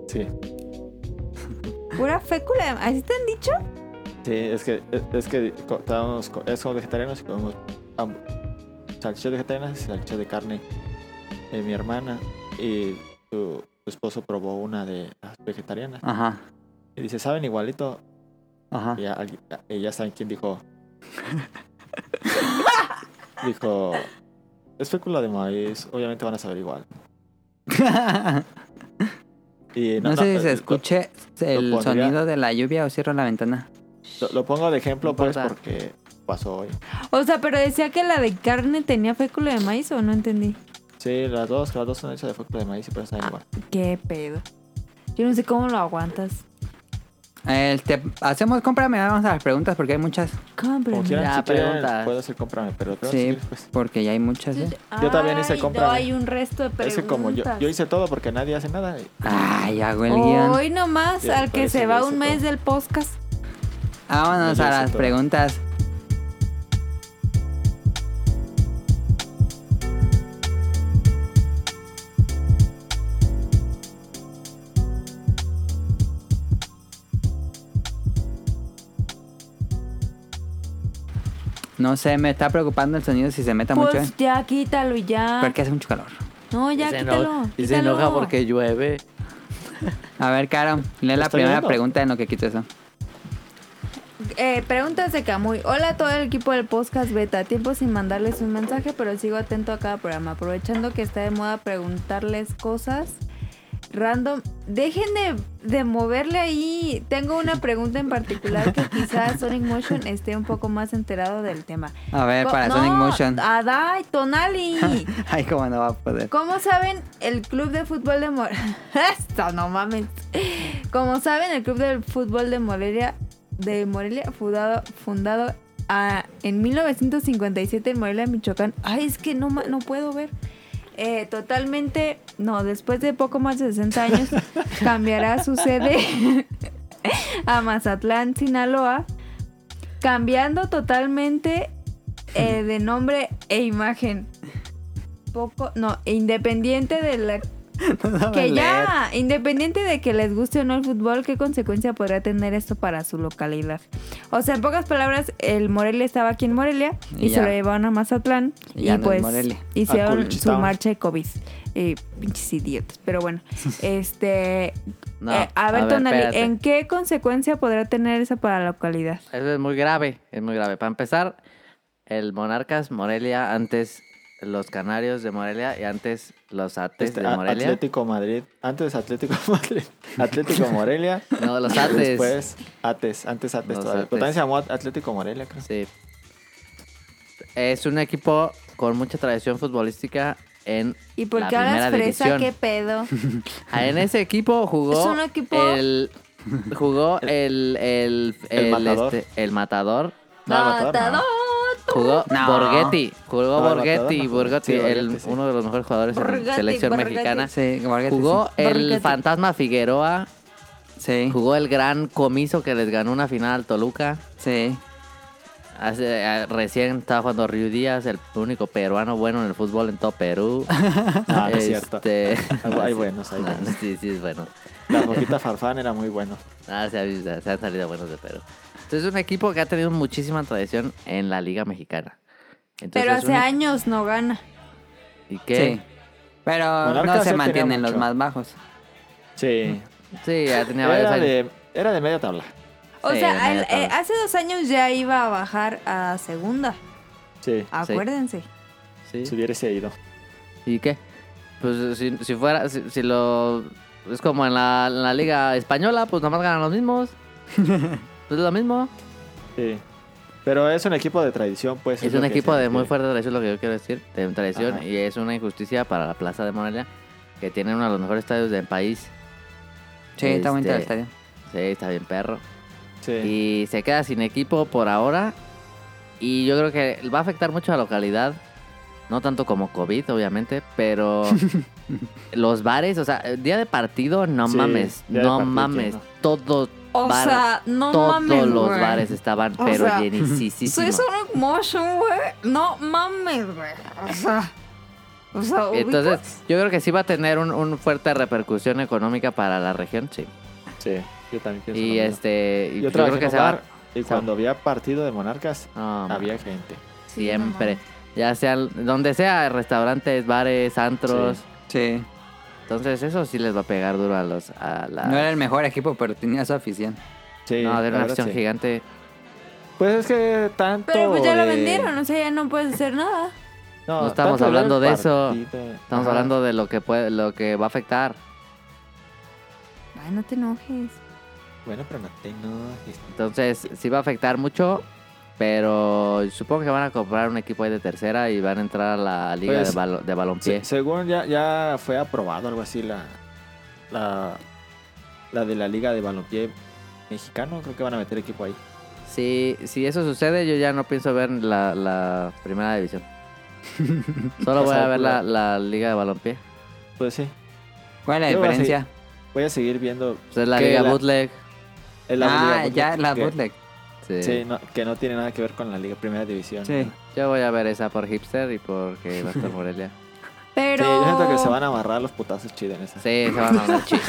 [SPEAKER 3] Sí.
[SPEAKER 7] Pura fécula, de- ¿así te han dicho?
[SPEAKER 3] Sí, es que e, es que co- estábamos co- eh, somos vegetarianos y comemos ham- salchichas vegetarianas y salchichas de carne. Eh, mi hermana y su su esposo probó una de las vegetarianas
[SPEAKER 1] Ajá,
[SPEAKER 3] y dice, "Saben igualito."
[SPEAKER 1] ajá.
[SPEAKER 3] Y ya, alguien- y ya saben quién dijo. dijo. Es fécula de maíz, obviamente van a saber igual. Y
[SPEAKER 1] no sé si se
[SPEAKER 3] eh,
[SPEAKER 1] escuche el
[SPEAKER 3] pondría-
[SPEAKER 1] sonido de la lluvia o cierro la ventana.
[SPEAKER 3] Lo, lo pongo de ejemplo,
[SPEAKER 2] No
[SPEAKER 3] pues,
[SPEAKER 2] importa.
[SPEAKER 3] porque pasó hoy.
[SPEAKER 7] O sea, pero decía que la de carne tenía fécula de maíz o no entendí.
[SPEAKER 3] Sí, las dos, las dos son hechas de fécula de maíz y por
[SPEAKER 2] Ah,
[SPEAKER 3] eso saben igual.
[SPEAKER 7] Qué pedo. Yo no sé cómo lo aguantas.
[SPEAKER 1] Este, hacemos cómprame, vamos a las preguntas porque hay muchas.
[SPEAKER 3] Como
[SPEAKER 7] Cómprame.
[SPEAKER 3] quieran,
[SPEAKER 2] Ya,
[SPEAKER 3] si quieren,
[SPEAKER 2] preguntas.
[SPEAKER 3] puedo hacer cómprame, pero preguntas si
[SPEAKER 1] Sí,
[SPEAKER 3] quieres, pues.
[SPEAKER 1] porque ya hay muchas. ¿eh?
[SPEAKER 3] Yo también hice
[SPEAKER 7] Ay,
[SPEAKER 3] compra.
[SPEAKER 7] No, hay un resto de
[SPEAKER 3] Es
[SPEAKER 7] preguntas.
[SPEAKER 3] que como yo, yo hice todo porque nadie hace nada. y-
[SPEAKER 1] Ay, hago el guión.
[SPEAKER 7] Hoy nomás,
[SPEAKER 3] Ya,
[SPEAKER 7] al
[SPEAKER 3] por
[SPEAKER 7] que
[SPEAKER 3] eso
[SPEAKER 7] se
[SPEAKER 3] yo
[SPEAKER 7] va
[SPEAKER 3] hice
[SPEAKER 7] un mes
[SPEAKER 3] todo.
[SPEAKER 7] del podcast.
[SPEAKER 1] Vámonos
[SPEAKER 3] Yo
[SPEAKER 1] a
[SPEAKER 3] hice
[SPEAKER 1] las
[SPEAKER 3] todo.
[SPEAKER 1] preguntas. No sé, me está preocupando el sonido si se meta mucho.
[SPEAKER 7] Pues
[SPEAKER 1] ¿eh?
[SPEAKER 7] ya quítalo y ya.
[SPEAKER 1] Porque hace mucho calor.
[SPEAKER 7] No, ya
[SPEAKER 2] Y se eno-
[SPEAKER 7] quítalo.
[SPEAKER 2] Y se enoja
[SPEAKER 7] quítalo.
[SPEAKER 2] porque llueve.
[SPEAKER 1] A ver, Caro, lee la
[SPEAKER 3] Está
[SPEAKER 1] primera
[SPEAKER 3] viendo.
[SPEAKER 1] pregunta en lo que quito eso.
[SPEAKER 7] Eh, preguntas de Camuy. Hola a todo el equipo del podcast Beta. Tiempo sin mandarles un mensaje, pero sigo atento a cada programa. Aprovechando que está de moda preguntarles cosas random. Dejen de, de moverle ahí. Tengo una pregunta en particular que quizás Sonic Motion esté un poco más enterado del tema.
[SPEAKER 1] A ver,
[SPEAKER 7] Co-
[SPEAKER 1] Eh, para
[SPEAKER 7] Pues, no, ah.
[SPEAKER 1] Sonic Motion.
[SPEAKER 7] Adai, Tonali.
[SPEAKER 1] Ay, cómo no va a poder.
[SPEAKER 7] Como saben, el club de fútbol de Morelia. Esto no mames. Como saben, el club del fútbol de Morelia, de Morelia, fundado, fundado ah, en 1957 en Morelia, Michoacán. Ay, es que no, ma- no puedo ver. Eh, totalmente, no, después de poco más de 60 años, cambiará su sede a Mazatlán, Sinaloa, cambiando totalmente eh, de nombre e imagen poco, no, independiente de la que ya, independiente de que les guste o no el fútbol, ¿qué consecuencia podrá tener esto para su localidad? O sea, en pocas palabras, el Morelia estaba aquí en Morelia
[SPEAKER 1] Y
[SPEAKER 7] y,
[SPEAKER 1] ya.
[SPEAKER 7] se lo llevaron a Mazatlán
[SPEAKER 1] Y
[SPEAKER 7] y,
[SPEAKER 1] ya no es
[SPEAKER 7] pues
[SPEAKER 1] Morelia.
[SPEAKER 3] A
[SPEAKER 7] hicieron su
[SPEAKER 3] Colchitown.
[SPEAKER 7] marcha de COVID. Eh, pinches idiotas, pero bueno. este,
[SPEAKER 2] No,
[SPEAKER 7] eh, a ver, Tonali,
[SPEAKER 2] espérate.
[SPEAKER 7] ¿en qué consecuencia podrá tener eso para la localidad?
[SPEAKER 2] Eso es muy grave, es muy grave. Para empezar, el Monarcas Morelia, antes los Canarios de Morelia y antes los Ates
[SPEAKER 3] Este,
[SPEAKER 2] de
[SPEAKER 3] a-
[SPEAKER 2] Morelia.
[SPEAKER 3] Atlético Madrid. Antes Atlético Madrid. Atlético Morelia.
[SPEAKER 2] No, los Ates.
[SPEAKER 3] Después Ates. Antes Ates
[SPEAKER 2] Los
[SPEAKER 3] todavía.
[SPEAKER 2] Ates.
[SPEAKER 3] Pero también se llamó Atlético Morelia, creo.
[SPEAKER 2] Sí. Es un equipo con mucha tradición futbolística en
[SPEAKER 7] ¿Y por
[SPEAKER 2] la
[SPEAKER 7] qué hablas
[SPEAKER 2] primera
[SPEAKER 7] fresa?
[SPEAKER 2] división.
[SPEAKER 7] ¿Qué pedo?
[SPEAKER 2] Ah, En ese equipo jugó
[SPEAKER 7] Es un equipo-
[SPEAKER 2] el jugó el el
[SPEAKER 3] El matador.
[SPEAKER 2] este, el matador.
[SPEAKER 3] No, el matador, no.
[SPEAKER 7] Matador.
[SPEAKER 2] Jugó
[SPEAKER 1] No.
[SPEAKER 2] Borghetti, jugó
[SPEAKER 3] No, el
[SPEAKER 2] Borghetti,
[SPEAKER 3] matador no.
[SPEAKER 2] Borghetti,
[SPEAKER 3] Sí,
[SPEAKER 2] el-
[SPEAKER 3] Borghetti, sí.
[SPEAKER 2] uno de los mejores jugadores en
[SPEAKER 7] Borghetti,
[SPEAKER 2] la selección
[SPEAKER 7] Borghetti.
[SPEAKER 2] mexicana.
[SPEAKER 1] Sí, Borghetti,
[SPEAKER 2] Jugó el
[SPEAKER 7] Borghetti.
[SPEAKER 2] fantasma Figueroa,
[SPEAKER 1] Sí,
[SPEAKER 2] jugó el gran comiso que les ganó una final al Toluca.
[SPEAKER 1] sí.
[SPEAKER 2] Hace- eh, recién estaba jugando Ryu Díaz, el único peruano bueno en el fútbol en todo Perú.
[SPEAKER 3] Ah, No, no es cierto.
[SPEAKER 2] Este-
[SPEAKER 3] Hay- hay buenos, hay
[SPEAKER 2] No,
[SPEAKER 3] buenos.
[SPEAKER 2] Sí, sí, es bueno.
[SPEAKER 3] La boquita farfán era muy bueno.
[SPEAKER 2] Ah, se, ha- se han salido buenos de Perú. Entonces es un equipo que ha tenido muchísima tradición en la Liga Mexicana. Entonces,
[SPEAKER 7] Pero
[SPEAKER 2] es
[SPEAKER 7] hace
[SPEAKER 2] un-
[SPEAKER 7] años no gana.
[SPEAKER 2] ¿Y qué?
[SPEAKER 1] Pero
[SPEAKER 3] Monarcas
[SPEAKER 1] no
[SPEAKER 3] sí
[SPEAKER 1] se
[SPEAKER 3] tenía
[SPEAKER 1] mantienen los
[SPEAKER 3] mucho.
[SPEAKER 1] más bajos.
[SPEAKER 3] Sí.
[SPEAKER 2] Sí, ya tenía varios
[SPEAKER 3] Era
[SPEAKER 2] años.
[SPEAKER 3] de, era de media tabla.
[SPEAKER 7] O
[SPEAKER 2] Sí,
[SPEAKER 7] sea,
[SPEAKER 2] media
[SPEAKER 7] al-
[SPEAKER 2] tabla.
[SPEAKER 7] eh, hace dos años ya iba a bajar a segunda.
[SPEAKER 3] Sí.
[SPEAKER 7] Acuérdense.
[SPEAKER 2] Sí.
[SPEAKER 3] Si hubiese ido.
[SPEAKER 2] ¿Y qué? Pues si, si fuera, si, si lo... Es como en la, en la Liga Española, pues nomás ganan los mismos. Pues es lo mismo.
[SPEAKER 3] Sí. Pero es un equipo de tradición, pues.
[SPEAKER 2] Es
[SPEAKER 3] lo
[SPEAKER 2] un
[SPEAKER 3] que
[SPEAKER 2] equipo
[SPEAKER 3] se-
[SPEAKER 2] de muy fuerte tradición, lo que yo quiero decir, de tradición,
[SPEAKER 3] Ajá.
[SPEAKER 2] y es una injusticia para la Plaza de Morelia, que tiene uno de los mejores estadios del país.
[SPEAKER 1] Sí, está bonito el
[SPEAKER 2] Este,
[SPEAKER 1] estadio.
[SPEAKER 2] Sí, está bien perro.
[SPEAKER 3] Sí.
[SPEAKER 2] Y se queda sin equipo por ahora, y yo creo que va a afectar mucho a la localidad, no tanto como COVID, obviamente, pero los bares, o sea, eh, día de partido, no
[SPEAKER 3] Sí,
[SPEAKER 2] mames,
[SPEAKER 3] día de
[SPEAKER 2] no
[SPEAKER 3] partido,
[SPEAKER 2] mames,
[SPEAKER 3] ¿no?
[SPEAKER 2] todos,
[SPEAKER 7] O
[SPEAKER 2] Bar-
[SPEAKER 7] sea, no
[SPEAKER 2] todos
[SPEAKER 7] mames.
[SPEAKER 2] los
[SPEAKER 7] güey.
[SPEAKER 2] bares estaban,
[SPEAKER 7] O
[SPEAKER 2] pero
[SPEAKER 7] sea, Soy
[SPEAKER 2] llenísimos.
[SPEAKER 7] Sonic Motion, güey. No mames, güey. O sea. O sea,
[SPEAKER 2] Entonces,
[SPEAKER 7] ubicas-
[SPEAKER 2] yo creo que sí va a tener un, un fuerte repercusión económica para la región, sí.
[SPEAKER 3] Sí. Yo también pienso. lo
[SPEAKER 2] Y
[SPEAKER 3] mismo.
[SPEAKER 2] este, y
[SPEAKER 3] Yo
[SPEAKER 2] yo,
[SPEAKER 3] trabajé
[SPEAKER 2] creo que
[SPEAKER 3] en
[SPEAKER 2] se
[SPEAKER 3] un
[SPEAKER 2] va
[SPEAKER 3] bar, Ah.
[SPEAKER 2] se
[SPEAKER 3] Y
[SPEAKER 2] va-
[SPEAKER 3] cuando había partido de Monarcas,
[SPEAKER 2] No, man,
[SPEAKER 3] había gente.
[SPEAKER 2] siempre,
[SPEAKER 7] Sí,
[SPEAKER 2] ya sea donde sea, restaurantes, bares, antros.
[SPEAKER 3] Sí.
[SPEAKER 1] Sí.
[SPEAKER 2] Entonces, eso sí les va a pegar duro a los a la
[SPEAKER 1] No era el mejor equipo, pero tenía su afición.
[SPEAKER 3] Sí.
[SPEAKER 2] no, era
[SPEAKER 3] la
[SPEAKER 2] una
[SPEAKER 3] verdad,
[SPEAKER 2] acción
[SPEAKER 3] sí.
[SPEAKER 2] gigante.
[SPEAKER 3] Pues es que tanto.
[SPEAKER 7] Pero pues ya lo
[SPEAKER 3] de-
[SPEAKER 7] vendieron, o sea, ya no puedes hacer nada.
[SPEAKER 3] No,
[SPEAKER 2] No estamos
[SPEAKER 3] tanto hablar
[SPEAKER 2] hablando
[SPEAKER 3] del
[SPEAKER 2] de eso.
[SPEAKER 3] partido.
[SPEAKER 2] Estamos
[SPEAKER 3] Ajá.
[SPEAKER 2] hablando de lo que puede lo que va a afectar.
[SPEAKER 7] Ay, no te enojes.
[SPEAKER 3] Bueno, pero no este, te enojes.
[SPEAKER 2] Entonces, sí va a afectar mucho, pero supongo que van a comprar un equipo ahí de tercera y van a entrar a la liga
[SPEAKER 3] Pues,
[SPEAKER 2] de, balo- de balompié.
[SPEAKER 3] Se- según ya, ya fue aprobado algo así la, la la de la liga de balompié mexicano, creo que van a meter equipo ahí.
[SPEAKER 2] Si, si eso sucede, yo ya no pienso ver la, la primera división. Solo voy a ver la, la liga de balompié.
[SPEAKER 3] Pues sí,
[SPEAKER 1] ¿Cuál es la
[SPEAKER 3] Yo voy a
[SPEAKER 1] diferencia?
[SPEAKER 3] voy a seguir viendo
[SPEAKER 2] Pues es la
[SPEAKER 3] Que
[SPEAKER 2] liga
[SPEAKER 3] la-
[SPEAKER 2] bootleg.
[SPEAKER 3] el
[SPEAKER 1] Ah, ya, la
[SPEAKER 3] que-
[SPEAKER 1] bootleg.
[SPEAKER 2] Sí.
[SPEAKER 3] Sí, no, que no tiene nada que ver con la liga primera división.
[SPEAKER 1] Sí.
[SPEAKER 3] ¿no?
[SPEAKER 2] Yo voy a ver esa por hipster y porque va a estar Morelia.
[SPEAKER 7] Pero.
[SPEAKER 3] Sí, yo siento que se van a amarrar los putazos chidos en esa.
[SPEAKER 2] Sí, se van a hablar chido.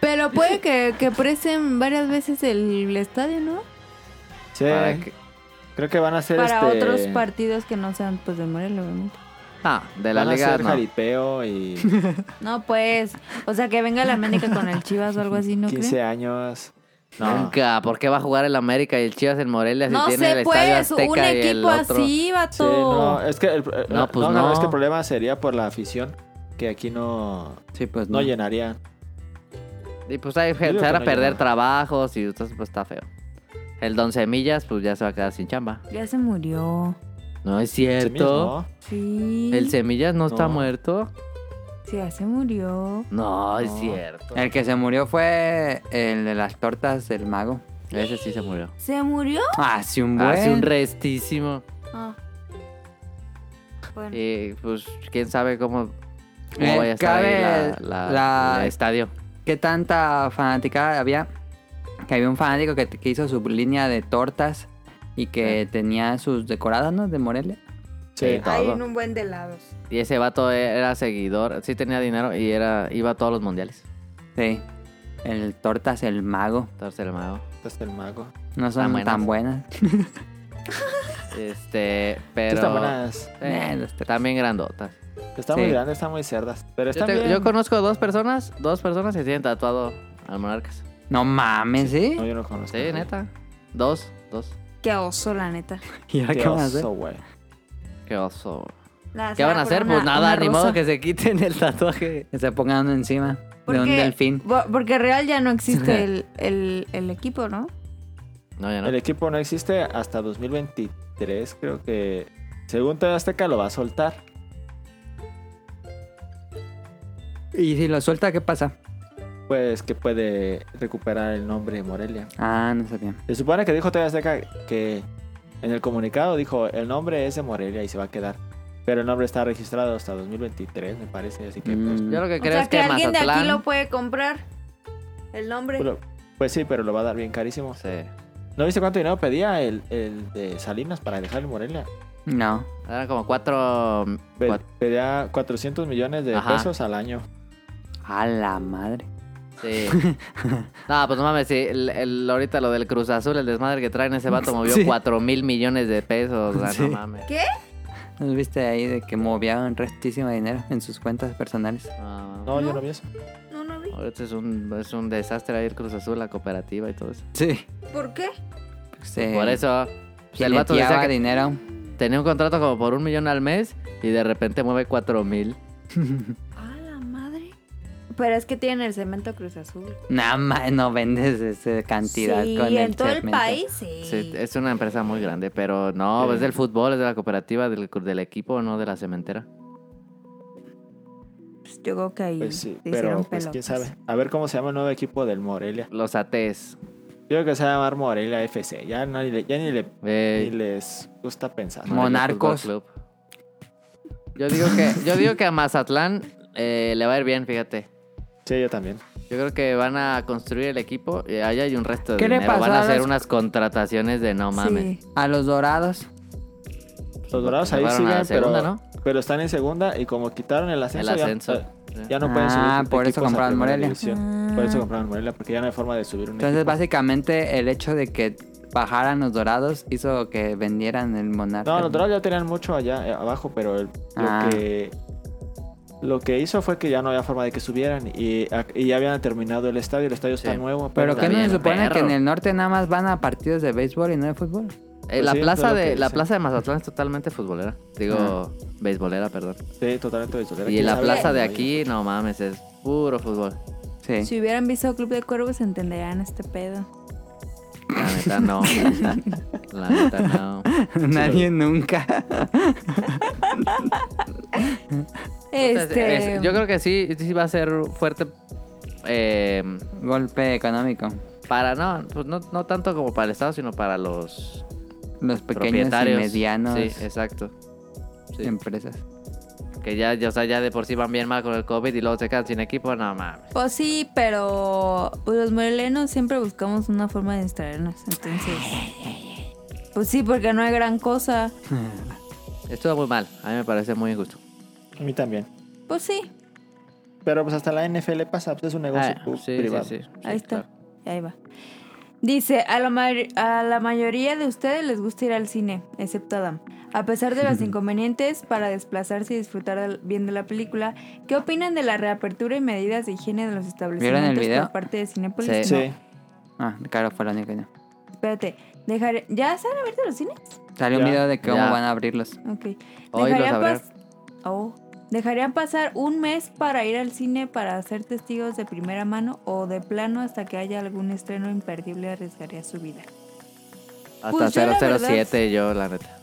[SPEAKER 7] Pero puede que, que presten varias veces el estadio, ¿no?
[SPEAKER 3] Sí, ¿eh?
[SPEAKER 2] Para que-
[SPEAKER 3] creo que van a ser
[SPEAKER 7] Para
[SPEAKER 3] este,
[SPEAKER 7] otros partidos que no sean pues de Morelia, obviamente.
[SPEAKER 2] Ah, de la
[SPEAKER 3] van a
[SPEAKER 2] liga
[SPEAKER 3] hacer
[SPEAKER 2] no.
[SPEAKER 3] jaripeo y
[SPEAKER 7] No, pues. O sea, que venga la América con el Chivas o algo así, ¿no
[SPEAKER 3] 15
[SPEAKER 7] creen?
[SPEAKER 3] años. No.
[SPEAKER 2] Nunca, ¿por qué va a jugar el América y el Chivas en Morelia si
[SPEAKER 7] no
[SPEAKER 2] tiene el
[SPEAKER 7] sé,
[SPEAKER 2] estadio
[SPEAKER 7] pues.
[SPEAKER 2] Azteca
[SPEAKER 7] Un
[SPEAKER 2] y el
[SPEAKER 7] equipo
[SPEAKER 2] otro?
[SPEAKER 7] así,
[SPEAKER 3] Sí,
[SPEAKER 7] vato.
[SPEAKER 3] no, es que el, eh,
[SPEAKER 2] No, pues
[SPEAKER 3] no,
[SPEAKER 2] no.
[SPEAKER 3] es que el problema sería por la afición. que aquí no,
[SPEAKER 1] Sí, pues
[SPEAKER 3] no
[SPEAKER 1] no.
[SPEAKER 3] llenaría.
[SPEAKER 2] Y pues hay
[SPEAKER 3] digo
[SPEAKER 2] gente, se
[SPEAKER 3] que
[SPEAKER 2] van a
[SPEAKER 3] no
[SPEAKER 2] perder
[SPEAKER 3] llega.
[SPEAKER 2] trabajos y entonces pues está feo. El Don Semillas pues ya se va a quedar sin chamba.
[SPEAKER 7] Ya se murió.
[SPEAKER 2] No es
[SPEAKER 3] Semillas,
[SPEAKER 2] cierto.
[SPEAKER 3] ¿no?
[SPEAKER 7] Sí.
[SPEAKER 2] ¿El Semillas no, está
[SPEAKER 3] No.
[SPEAKER 2] muerto?
[SPEAKER 7] Sí, ya se murió.
[SPEAKER 2] No, es
[SPEAKER 3] No.
[SPEAKER 2] cierto.
[SPEAKER 1] El que se murió fue el de las tortas del mago.
[SPEAKER 2] Ese sí se murió.
[SPEAKER 7] ¿Se murió?
[SPEAKER 1] Hace un
[SPEAKER 3] Ah,
[SPEAKER 1] buen.
[SPEAKER 2] Hace un restísimo.
[SPEAKER 7] Ah. Bueno.
[SPEAKER 2] Y pues quién sabe cómo, cómo
[SPEAKER 1] Eh,
[SPEAKER 2] vaya a estar ahí
[SPEAKER 1] cabe
[SPEAKER 2] la, la-
[SPEAKER 1] la-
[SPEAKER 2] el estadio.
[SPEAKER 1] ¿Qué tanta fanaticada había? Que había un fanático que, que hizo su línea de tortas y que
[SPEAKER 3] Ah.
[SPEAKER 1] tenía sus decoradas, ¿no? De Morelia.
[SPEAKER 2] Sí,
[SPEAKER 5] Hay
[SPEAKER 2] todo.
[SPEAKER 5] un buen de helados.
[SPEAKER 2] Y ese vato era seguidor, sí tenía dinero y era iba a todos los mundiales.
[SPEAKER 1] Sí. El tortas, el mago.
[SPEAKER 2] Tercer mago.
[SPEAKER 3] Hasta el mago.
[SPEAKER 1] No son
[SPEAKER 3] Ah,
[SPEAKER 2] buenas.
[SPEAKER 1] tan buenas.
[SPEAKER 2] Este,
[SPEAKER 3] Sí
[SPEAKER 2] pero
[SPEAKER 3] Están buenas.
[SPEAKER 1] Eh, los tortas.
[SPEAKER 2] también grandotas.
[SPEAKER 3] Están
[SPEAKER 1] Sí.
[SPEAKER 3] muy grandes, están muy cerdas. Pero
[SPEAKER 2] Yo,
[SPEAKER 3] están
[SPEAKER 2] te-
[SPEAKER 3] bien.
[SPEAKER 2] yo conozco dos personas, dos personas que tienen tatuado al Monarcas.
[SPEAKER 1] No mames, ¿eh? ¿sí?
[SPEAKER 3] No, yo no conozco.
[SPEAKER 2] Sí, neta. Dos, dos.
[SPEAKER 7] Qué oso, la neta.
[SPEAKER 1] ¿Y ahora
[SPEAKER 3] Qué
[SPEAKER 1] qué van
[SPEAKER 2] eh?
[SPEAKER 1] a hacer?
[SPEAKER 3] oso, güey.
[SPEAKER 2] Qué oso.
[SPEAKER 7] La
[SPEAKER 2] ¿Qué van a
[SPEAKER 7] Sara
[SPEAKER 2] hacer?
[SPEAKER 7] por
[SPEAKER 2] Pues
[SPEAKER 7] una-
[SPEAKER 2] nada,
[SPEAKER 7] una
[SPEAKER 2] ni modo
[SPEAKER 7] rosa.
[SPEAKER 2] que se quiten el tatuaje.
[SPEAKER 1] Que se pongan uno encima de un
[SPEAKER 7] Porque-
[SPEAKER 1] delfín.
[SPEAKER 7] bo- Porque real ya no existe el, el, el equipo, ¿no?
[SPEAKER 2] No, ya no.
[SPEAKER 3] El equipo no existe hasta 2023, creo que. Según TV Azteca lo va a soltar.
[SPEAKER 1] Y si lo suelta, ¿qué pasa?
[SPEAKER 3] Pues que puede recuperar el nombre de Morelia.
[SPEAKER 1] Ah, no sabía.
[SPEAKER 3] Se supone que dijo TV Azteca que en el comunicado dijo el nombre es de Morelia y se va a quedar. Pero el nombre está registrado hasta 2023, me parece. Así que pues,
[SPEAKER 1] Mm.
[SPEAKER 2] Yo lo que
[SPEAKER 7] O
[SPEAKER 2] creo
[SPEAKER 7] sea,
[SPEAKER 2] es
[SPEAKER 7] que,
[SPEAKER 2] que
[SPEAKER 7] alguien de aquí
[SPEAKER 2] Mazatlán.
[SPEAKER 7] lo puede comprar. El nombre.
[SPEAKER 3] pero- pues sí, pero lo va a dar bien carísimo.
[SPEAKER 2] Sí.
[SPEAKER 3] ¿No viste cuánto dinero pedía el, el de Salinas para dejar el Morelia?
[SPEAKER 1] No.
[SPEAKER 2] Eran como cuatro.
[SPEAKER 3] Pe-
[SPEAKER 2] cuat-
[SPEAKER 3] pedía 400 millones de
[SPEAKER 2] Ajá.
[SPEAKER 3] pesos al año.
[SPEAKER 1] A la madre.
[SPEAKER 2] Sí. no, pues no mames, sí, el, el- ahorita lo del Cruz Azul, el desmadre que traen ese vato movió
[SPEAKER 1] Sí.
[SPEAKER 2] cuatro mil millones de pesos. o sea,
[SPEAKER 1] Sí.
[SPEAKER 2] No mames.
[SPEAKER 7] ¿Qué?
[SPEAKER 1] ¿No viste ahí de que movían restísimo dinero en sus cuentas personales?
[SPEAKER 2] No,
[SPEAKER 3] No, yo no vi eso.
[SPEAKER 7] No, no vi.
[SPEAKER 2] Ahorita es un, es un desastre ahí el Cruz Azul, la cooperativa y todo eso.
[SPEAKER 1] Sí.
[SPEAKER 7] ¿Por qué?
[SPEAKER 1] Se-
[SPEAKER 2] Por eso, pues,
[SPEAKER 1] Se
[SPEAKER 2] el vato
[SPEAKER 1] neteaba
[SPEAKER 2] decía que
[SPEAKER 1] eh, dinero.
[SPEAKER 2] tenía un contrato como por un millón al mes y de repente mueve cuatro mil.
[SPEAKER 7] A la madre. Pero es que tienen el cemento Cruz Azul.
[SPEAKER 1] Nada más no vendes esa cantidad
[SPEAKER 7] sí,
[SPEAKER 1] con
[SPEAKER 7] en
[SPEAKER 1] el
[SPEAKER 7] todo el
[SPEAKER 1] segmento.
[SPEAKER 7] país, sí.
[SPEAKER 2] Sí, es una empresa muy grande, pero no, pues, es del fútbol, es de la cooperativa, del, del equipo, no de la cementera.
[SPEAKER 7] Pues yo creo que ahí
[SPEAKER 3] Pues sí,
[SPEAKER 7] se
[SPEAKER 3] pero
[SPEAKER 7] hicieron
[SPEAKER 3] pues quién
[SPEAKER 7] pelotas.
[SPEAKER 3] sabe. A ver cómo se llama el nuevo equipo del Morelia.
[SPEAKER 2] Los ATs.
[SPEAKER 3] Yo creo que se va a llamar Morelia FC. Ya, nadie le- ya ni, le,
[SPEAKER 2] eh,
[SPEAKER 3] ni les gusta pensar.
[SPEAKER 1] Mo- Monarcos.
[SPEAKER 2] Fútbol Club. Yo digo que, yo digo que a Mazatlán eh, le va a ir bien, fíjate.
[SPEAKER 3] Sí, yo también.
[SPEAKER 2] Yo creo que van a construir el equipo y allá hay un resto de
[SPEAKER 1] ¿Qué le
[SPEAKER 2] dinero.
[SPEAKER 1] pasó
[SPEAKER 2] Van a
[SPEAKER 1] a
[SPEAKER 2] hacer
[SPEAKER 1] los-
[SPEAKER 2] unas contrataciones de no mames. Eh,
[SPEAKER 7] Sí.
[SPEAKER 1] A los dorados.
[SPEAKER 3] Los dorados
[SPEAKER 2] Se
[SPEAKER 3] ahí
[SPEAKER 2] fueron a
[SPEAKER 3] siguen,
[SPEAKER 2] segunda,
[SPEAKER 3] pero, pero están en segunda y como quitaron el
[SPEAKER 2] El
[SPEAKER 3] ascenso, ya-
[SPEAKER 2] ascenso.
[SPEAKER 3] eh,
[SPEAKER 2] Sí.
[SPEAKER 3] ya, no pueden subir.
[SPEAKER 1] Ah, por eso
[SPEAKER 3] equipos a
[SPEAKER 1] compraron
[SPEAKER 3] primera
[SPEAKER 1] Morelia.
[SPEAKER 3] división. Por eso compraron Morelia, porque ya no hay forma de subir un
[SPEAKER 1] Entonces,
[SPEAKER 3] equipo.
[SPEAKER 1] básicamente, el hecho de que bajaran los dorados hizo que vendieran el monarca.
[SPEAKER 3] No, los dorados ya tenían mucho allá eh, abajo, pero el-
[SPEAKER 1] Ah.
[SPEAKER 3] lo que lo que hizo fue que ya no había forma de que subieran y, y ya habían terminado el estadio, el estadio está
[SPEAKER 2] Sí.
[SPEAKER 3] nuevo.
[SPEAKER 1] Pero que
[SPEAKER 2] Está
[SPEAKER 1] no se
[SPEAKER 2] bien,
[SPEAKER 1] supone que
[SPEAKER 2] perro.
[SPEAKER 1] en el norte nada más van a partidos de béisbol y no de fútbol.
[SPEAKER 2] Eh,
[SPEAKER 3] Pues
[SPEAKER 2] la,
[SPEAKER 3] sí,
[SPEAKER 2] plaza
[SPEAKER 3] fue lo que
[SPEAKER 2] de, la
[SPEAKER 3] hice.
[SPEAKER 2] plaza de Mazatlán es totalmente futbolera. Digo, beisbolera, perdón.
[SPEAKER 3] Sí, totalmente beisbolera.
[SPEAKER 2] Y
[SPEAKER 3] ¿Quién
[SPEAKER 2] la
[SPEAKER 3] sabe
[SPEAKER 2] plaza
[SPEAKER 3] cómo
[SPEAKER 2] de
[SPEAKER 3] ahí?
[SPEAKER 2] aquí, no mames, es puro fútbol.
[SPEAKER 1] Sí.
[SPEAKER 7] Si hubieran visto Club de Cuervos, entenderían este pedo.
[SPEAKER 2] La neta, no. la neta, no.
[SPEAKER 1] Nadie nunca.
[SPEAKER 2] Entonces,
[SPEAKER 7] Este.
[SPEAKER 2] es- yo creo que sí, sí va a ser fuerte. Eh,
[SPEAKER 1] Golpe económico.
[SPEAKER 2] Para no, pues no, no tanto como para el Estado, sino para los
[SPEAKER 1] Los pequeños y
[SPEAKER 2] propietarios.
[SPEAKER 1] medianos
[SPEAKER 2] Sí, exacto. Sí.
[SPEAKER 1] empresas.
[SPEAKER 2] Que ya, ya, o sea, ya de por sí van bien mal con el COVID y luego se quedan sin equipo, no mames.
[SPEAKER 7] Pues sí, pero pues, los morelenos siempre buscamos una forma de distraernos. Entonces. Pues sí, porque no hay gran cosa.
[SPEAKER 2] Estuvo muy mal, a mí me parece muy injusto.
[SPEAKER 3] A mí también.
[SPEAKER 7] Pues sí,
[SPEAKER 3] Pero pues hasta la NFL pasa, pues es un negocio
[SPEAKER 2] Ah,
[SPEAKER 3] pu-
[SPEAKER 2] sí,
[SPEAKER 3] privado.
[SPEAKER 2] sí, sí.
[SPEAKER 7] ahí está.
[SPEAKER 2] claro.
[SPEAKER 7] Ahí va. Dice, a la, ma- a la mayoría de ustedes les gusta ir al cine, excepto Adam. A pesar de los inconvenientes para desplazarse y disfrutar del- bien de la película, ¿qué opinan de la reapertura y medidas de higiene de los establecimientos
[SPEAKER 1] video?
[SPEAKER 7] por parte de Cinepolis?
[SPEAKER 2] Sí.
[SPEAKER 7] No,
[SPEAKER 3] Sí.
[SPEAKER 1] Ah, claro, fue la única que no.
[SPEAKER 7] espérate. Dejaré... ¿Ya están abiertos los cines?
[SPEAKER 1] Salió un
[SPEAKER 3] Ya.
[SPEAKER 1] video de cómo
[SPEAKER 2] Ya.
[SPEAKER 1] van a abrirlos.
[SPEAKER 7] Ok.
[SPEAKER 2] Hoy los
[SPEAKER 7] Dejaría
[SPEAKER 2] abrieron.
[SPEAKER 7] pas- Oh. ¿Dejarían pasar un mes para ir al cine para ser testigos de primera mano o de plano hasta que haya algún estreno imperdible arriesgaría su vida?
[SPEAKER 2] Hasta
[SPEAKER 7] Pues yo la verdad-
[SPEAKER 2] 007 yo, la neta.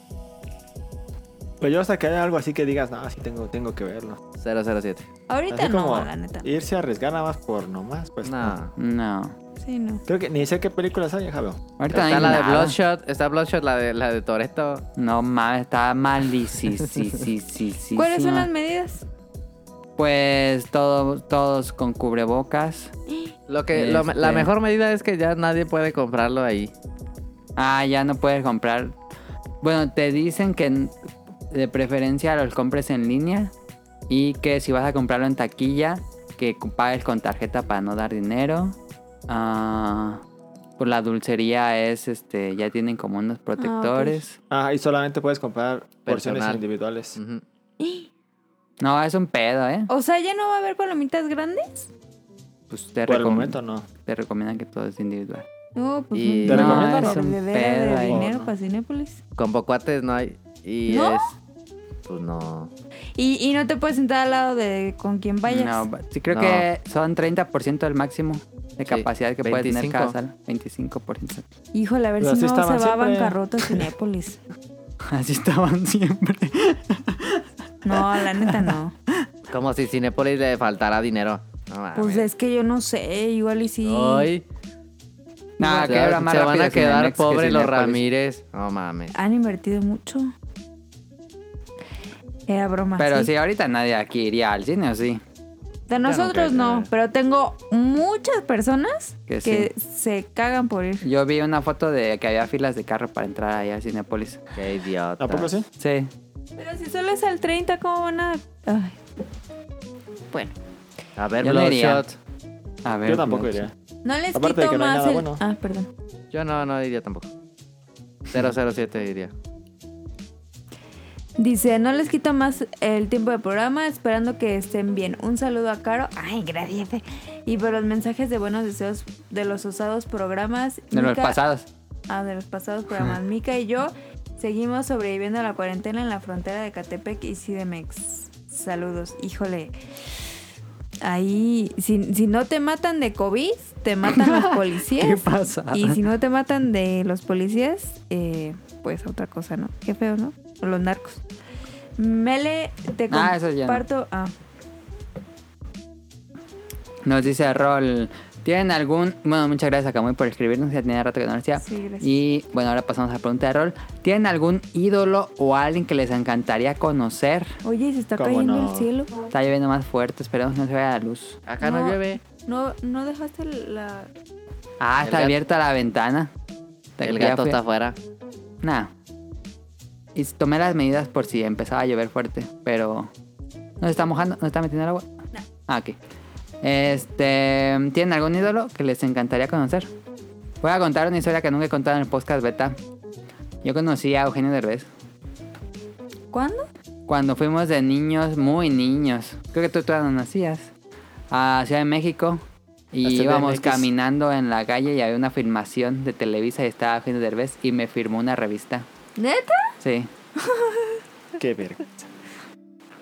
[SPEAKER 3] Pues yo hasta que haya algo así que digas, no, sí tengo, tengo que verlo.
[SPEAKER 2] 007.
[SPEAKER 7] Ahorita
[SPEAKER 3] Así
[SPEAKER 7] no, la neta.
[SPEAKER 3] irse a arriesgar nada más por nomás, pues.
[SPEAKER 2] No.
[SPEAKER 1] No.
[SPEAKER 7] Sí, no.
[SPEAKER 3] Creo que ni sé qué películas hay, déjame.
[SPEAKER 1] Ahorita no
[SPEAKER 2] Está
[SPEAKER 1] hay
[SPEAKER 2] la de
[SPEAKER 1] nada.
[SPEAKER 2] Bloodshot, está Bloodshot, la de, la de Toreto.
[SPEAKER 1] No mames, está malísimo. Sí, sí, sí, sí,
[SPEAKER 7] ¿Cuáles
[SPEAKER 1] sí,
[SPEAKER 7] son
[SPEAKER 1] ma-
[SPEAKER 7] las medidas?
[SPEAKER 1] Pues todo- todos con cubrebocas.
[SPEAKER 2] Lo que, lo-
[SPEAKER 1] Este.
[SPEAKER 2] la mejor medida es que ya nadie puede comprarlo ahí.
[SPEAKER 1] Ah, ya no puedes comprar. Bueno, te dicen que n- de preferencia los compres en línea y que si vas a comprarlo en taquilla, que cu- pagues con tarjeta para no dar dinero. Ah, pues la dulcería es, este, ya tienen como unos protectores.
[SPEAKER 3] Ah, y solamente puedes comprar porciones
[SPEAKER 2] Personal. Mm,
[SPEAKER 3] individuales.
[SPEAKER 2] Ujú.
[SPEAKER 1] No, es un pedo, ¿eh?
[SPEAKER 7] O sea, ¿ya no va a haber palomitas grandes?
[SPEAKER 1] Pues te,
[SPEAKER 3] Por el
[SPEAKER 1] recom-
[SPEAKER 3] momento no.
[SPEAKER 1] te recomiendan que todo es individual.
[SPEAKER 7] No, pues
[SPEAKER 2] Y-
[SPEAKER 7] no,
[SPEAKER 3] ¿Te recomiendo
[SPEAKER 7] es
[SPEAKER 1] no?
[SPEAKER 7] un
[SPEAKER 1] Es un
[SPEAKER 7] bebedero
[SPEAKER 1] pedo
[SPEAKER 7] de
[SPEAKER 1] ahí.
[SPEAKER 7] dinero
[SPEAKER 3] No.
[SPEAKER 7] para Cinépolis.
[SPEAKER 2] Con Pocuates no hay. Y
[SPEAKER 7] ¿No?
[SPEAKER 2] es. Pues no.
[SPEAKER 7] Y, y no te puedes sentar al lado de con quien vayas.
[SPEAKER 1] No, ba- sí creo
[SPEAKER 2] No.
[SPEAKER 1] que son 30% el máximo de
[SPEAKER 2] Sí,
[SPEAKER 1] capacidad que puede tener cada
[SPEAKER 2] 25.
[SPEAKER 1] sala. 25%.
[SPEAKER 7] Híjole, a ver
[SPEAKER 3] Pero
[SPEAKER 7] si
[SPEAKER 3] así
[SPEAKER 7] no se va
[SPEAKER 3] estaban
[SPEAKER 7] a
[SPEAKER 3] siempre.
[SPEAKER 7] bancarrota Cinépolis.
[SPEAKER 1] Así estaban siempre.
[SPEAKER 7] No, la neta no.
[SPEAKER 2] Como si Cinépolis le faltara dinero. No mames.
[SPEAKER 7] Pues es que yo no sé, igual y sí.
[SPEAKER 2] Ay,
[SPEAKER 1] Nah,
[SPEAKER 2] se-
[SPEAKER 1] que era más
[SPEAKER 2] se van
[SPEAKER 1] rápido
[SPEAKER 2] a quedar
[SPEAKER 1] Cinemex que
[SPEAKER 2] pobres los
[SPEAKER 1] Cinépolis.
[SPEAKER 2] Ramírez. No mames.
[SPEAKER 7] Han invertido mucho. Era broma.
[SPEAKER 1] Pero
[SPEAKER 3] ¿Ah,
[SPEAKER 7] sí.
[SPEAKER 1] sí, ahorita nadie aquí iría al cine, ¿o sí?
[SPEAKER 7] De nosotros
[SPEAKER 2] creo que-
[SPEAKER 7] no, pero tengo muchas personas
[SPEAKER 1] Que
[SPEAKER 7] que,
[SPEAKER 1] sí.
[SPEAKER 7] se cagan por ir.
[SPEAKER 1] Yo vi una foto de que había filas de carro para entrar allá al Cinepolis.
[SPEAKER 2] Qué idiota.
[SPEAKER 3] ¿A poco sí?
[SPEAKER 1] Sí.
[SPEAKER 7] Pero si solo es al 30, ¿cómo van a...? Ay. Bueno,
[SPEAKER 2] A ver,
[SPEAKER 1] Yo no iría.
[SPEAKER 2] Bloodshot.
[SPEAKER 1] A
[SPEAKER 2] Ah,
[SPEAKER 1] ver.
[SPEAKER 3] Yo tampoco
[SPEAKER 1] pues,
[SPEAKER 3] iría.
[SPEAKER 7] no les
[SPEAKER 3] Aparte de
[SPEAKER 7] quito
[SPEAKER 3] que no hay
[SPEAKER 7] más
[SPEAKER 3] nada
[SPEAKER 7] el...
[SPEAKER 3] bueno.
[SPEAKER 7] Ah, perdón.
[SPEAKER 2] Yo no, no diría tampoco. 007 diría.
[SPEAKER 7] Dice, no les quito más el tiempo de programa, esperando que estén bien. Un saludo a Caro. Ay, gracias. Y por los mensajes de buenos deseos de los usados programas.
[SPEAKER 1] De los
[SPEAKER 7] Mica-
[SPEAKER 1] pasados.
[SPEAKER 7] Ah, de los pasados programas. Mica y yo seguimos sobreviviendo a la cuarentena en la frontera de Catepec y Cidemex. Saludos. Híjole. Ahí, si, si no te matan de COVID, te matan los
[SPEAKER 1] ¿Qué
[SPEAKER 7] policías.
[SPEAKER 1] pasa?
[SPEAKER 7] Y si no te matan de los policías, eh, pues otra cosa, ¿no? Qué feo, ¿no? O los narcos. Mele, te
[SPEAKER 1] Ah, eso ya no.
[SPEAKER 7] comparto. Ah,
[SPEAKER 1] Nos dice Rol. ¿Tienen algún.? Bueno, muchas gracias a Camuy por escribirnos. Ya tenía rato que no lo hacía.
[SPEAKER 7] Sí, gracias.
[SPEAKER 1] Y bueno, ahora pasamos a la pregunta de Rol. ¿Tienen algún ídolo o alguien que les encantaría conocer?
[SPEAKER 7] Oye, se está
[SPEAKER 3] ¿Cómo
[SPEAKER 7] cayendo
[SPEAKER 3] no?
[SPEAKER 7] el cielo.
[SPEAKER 1] Está lloviendo más fuerte, esperemos que no se vaya la luz.
[SPEAKER 2] Acá no,
[SPEAKER 7] No.
[SPEAKER 2] llueve.
[SPEAKER 7] No, no dejaste la.
[SPEAKER 1] Ah,
[SPEAKER 2] El
[SPEAKER 1] está
[SPEAKER 2] gato-
[SPEAKER 1] abierta la ventana.
[SPEAKER 2] El
[SPEAKER 1] Ya
[SPEAKER 2] gato
[SPEAKER 1] fui-
[SPEAKER 2] está afuera.
[SPEAKER 1] Nada. Y tomé las medidas por si empezaba a llover fuerte, pero no se está mojando, no se está metiendo el agua. Ah, ok. Este, ¿tienen algún ídolo que les encantaría conocer? Voy a contar una historia que nunca he contado en el podcast beta. Yo conocí a Eugenio Derbez
[SPEAKER 7] ¿Cuándo?
[SPEAKER 1] cuando fuimos de niños, muy niños. Creo que tú todavía no nacías. A Ciudad de México.
[SPEAKER 3] A
[SPEAKER 1] Y
[SPEAKER 3] Ciudad de
[SPEAKER 1] íbamos
[SPEAKER 3] México.
[SPEAKER 1] caminando en la calle y había una filmación de Televisa y estaba Eugenio Derbez y me firmó una revista.
[SPEAKER 7] ¿Neta?
[SPEAKER 1] Sí.
[SPEAKER 3] Qué verga.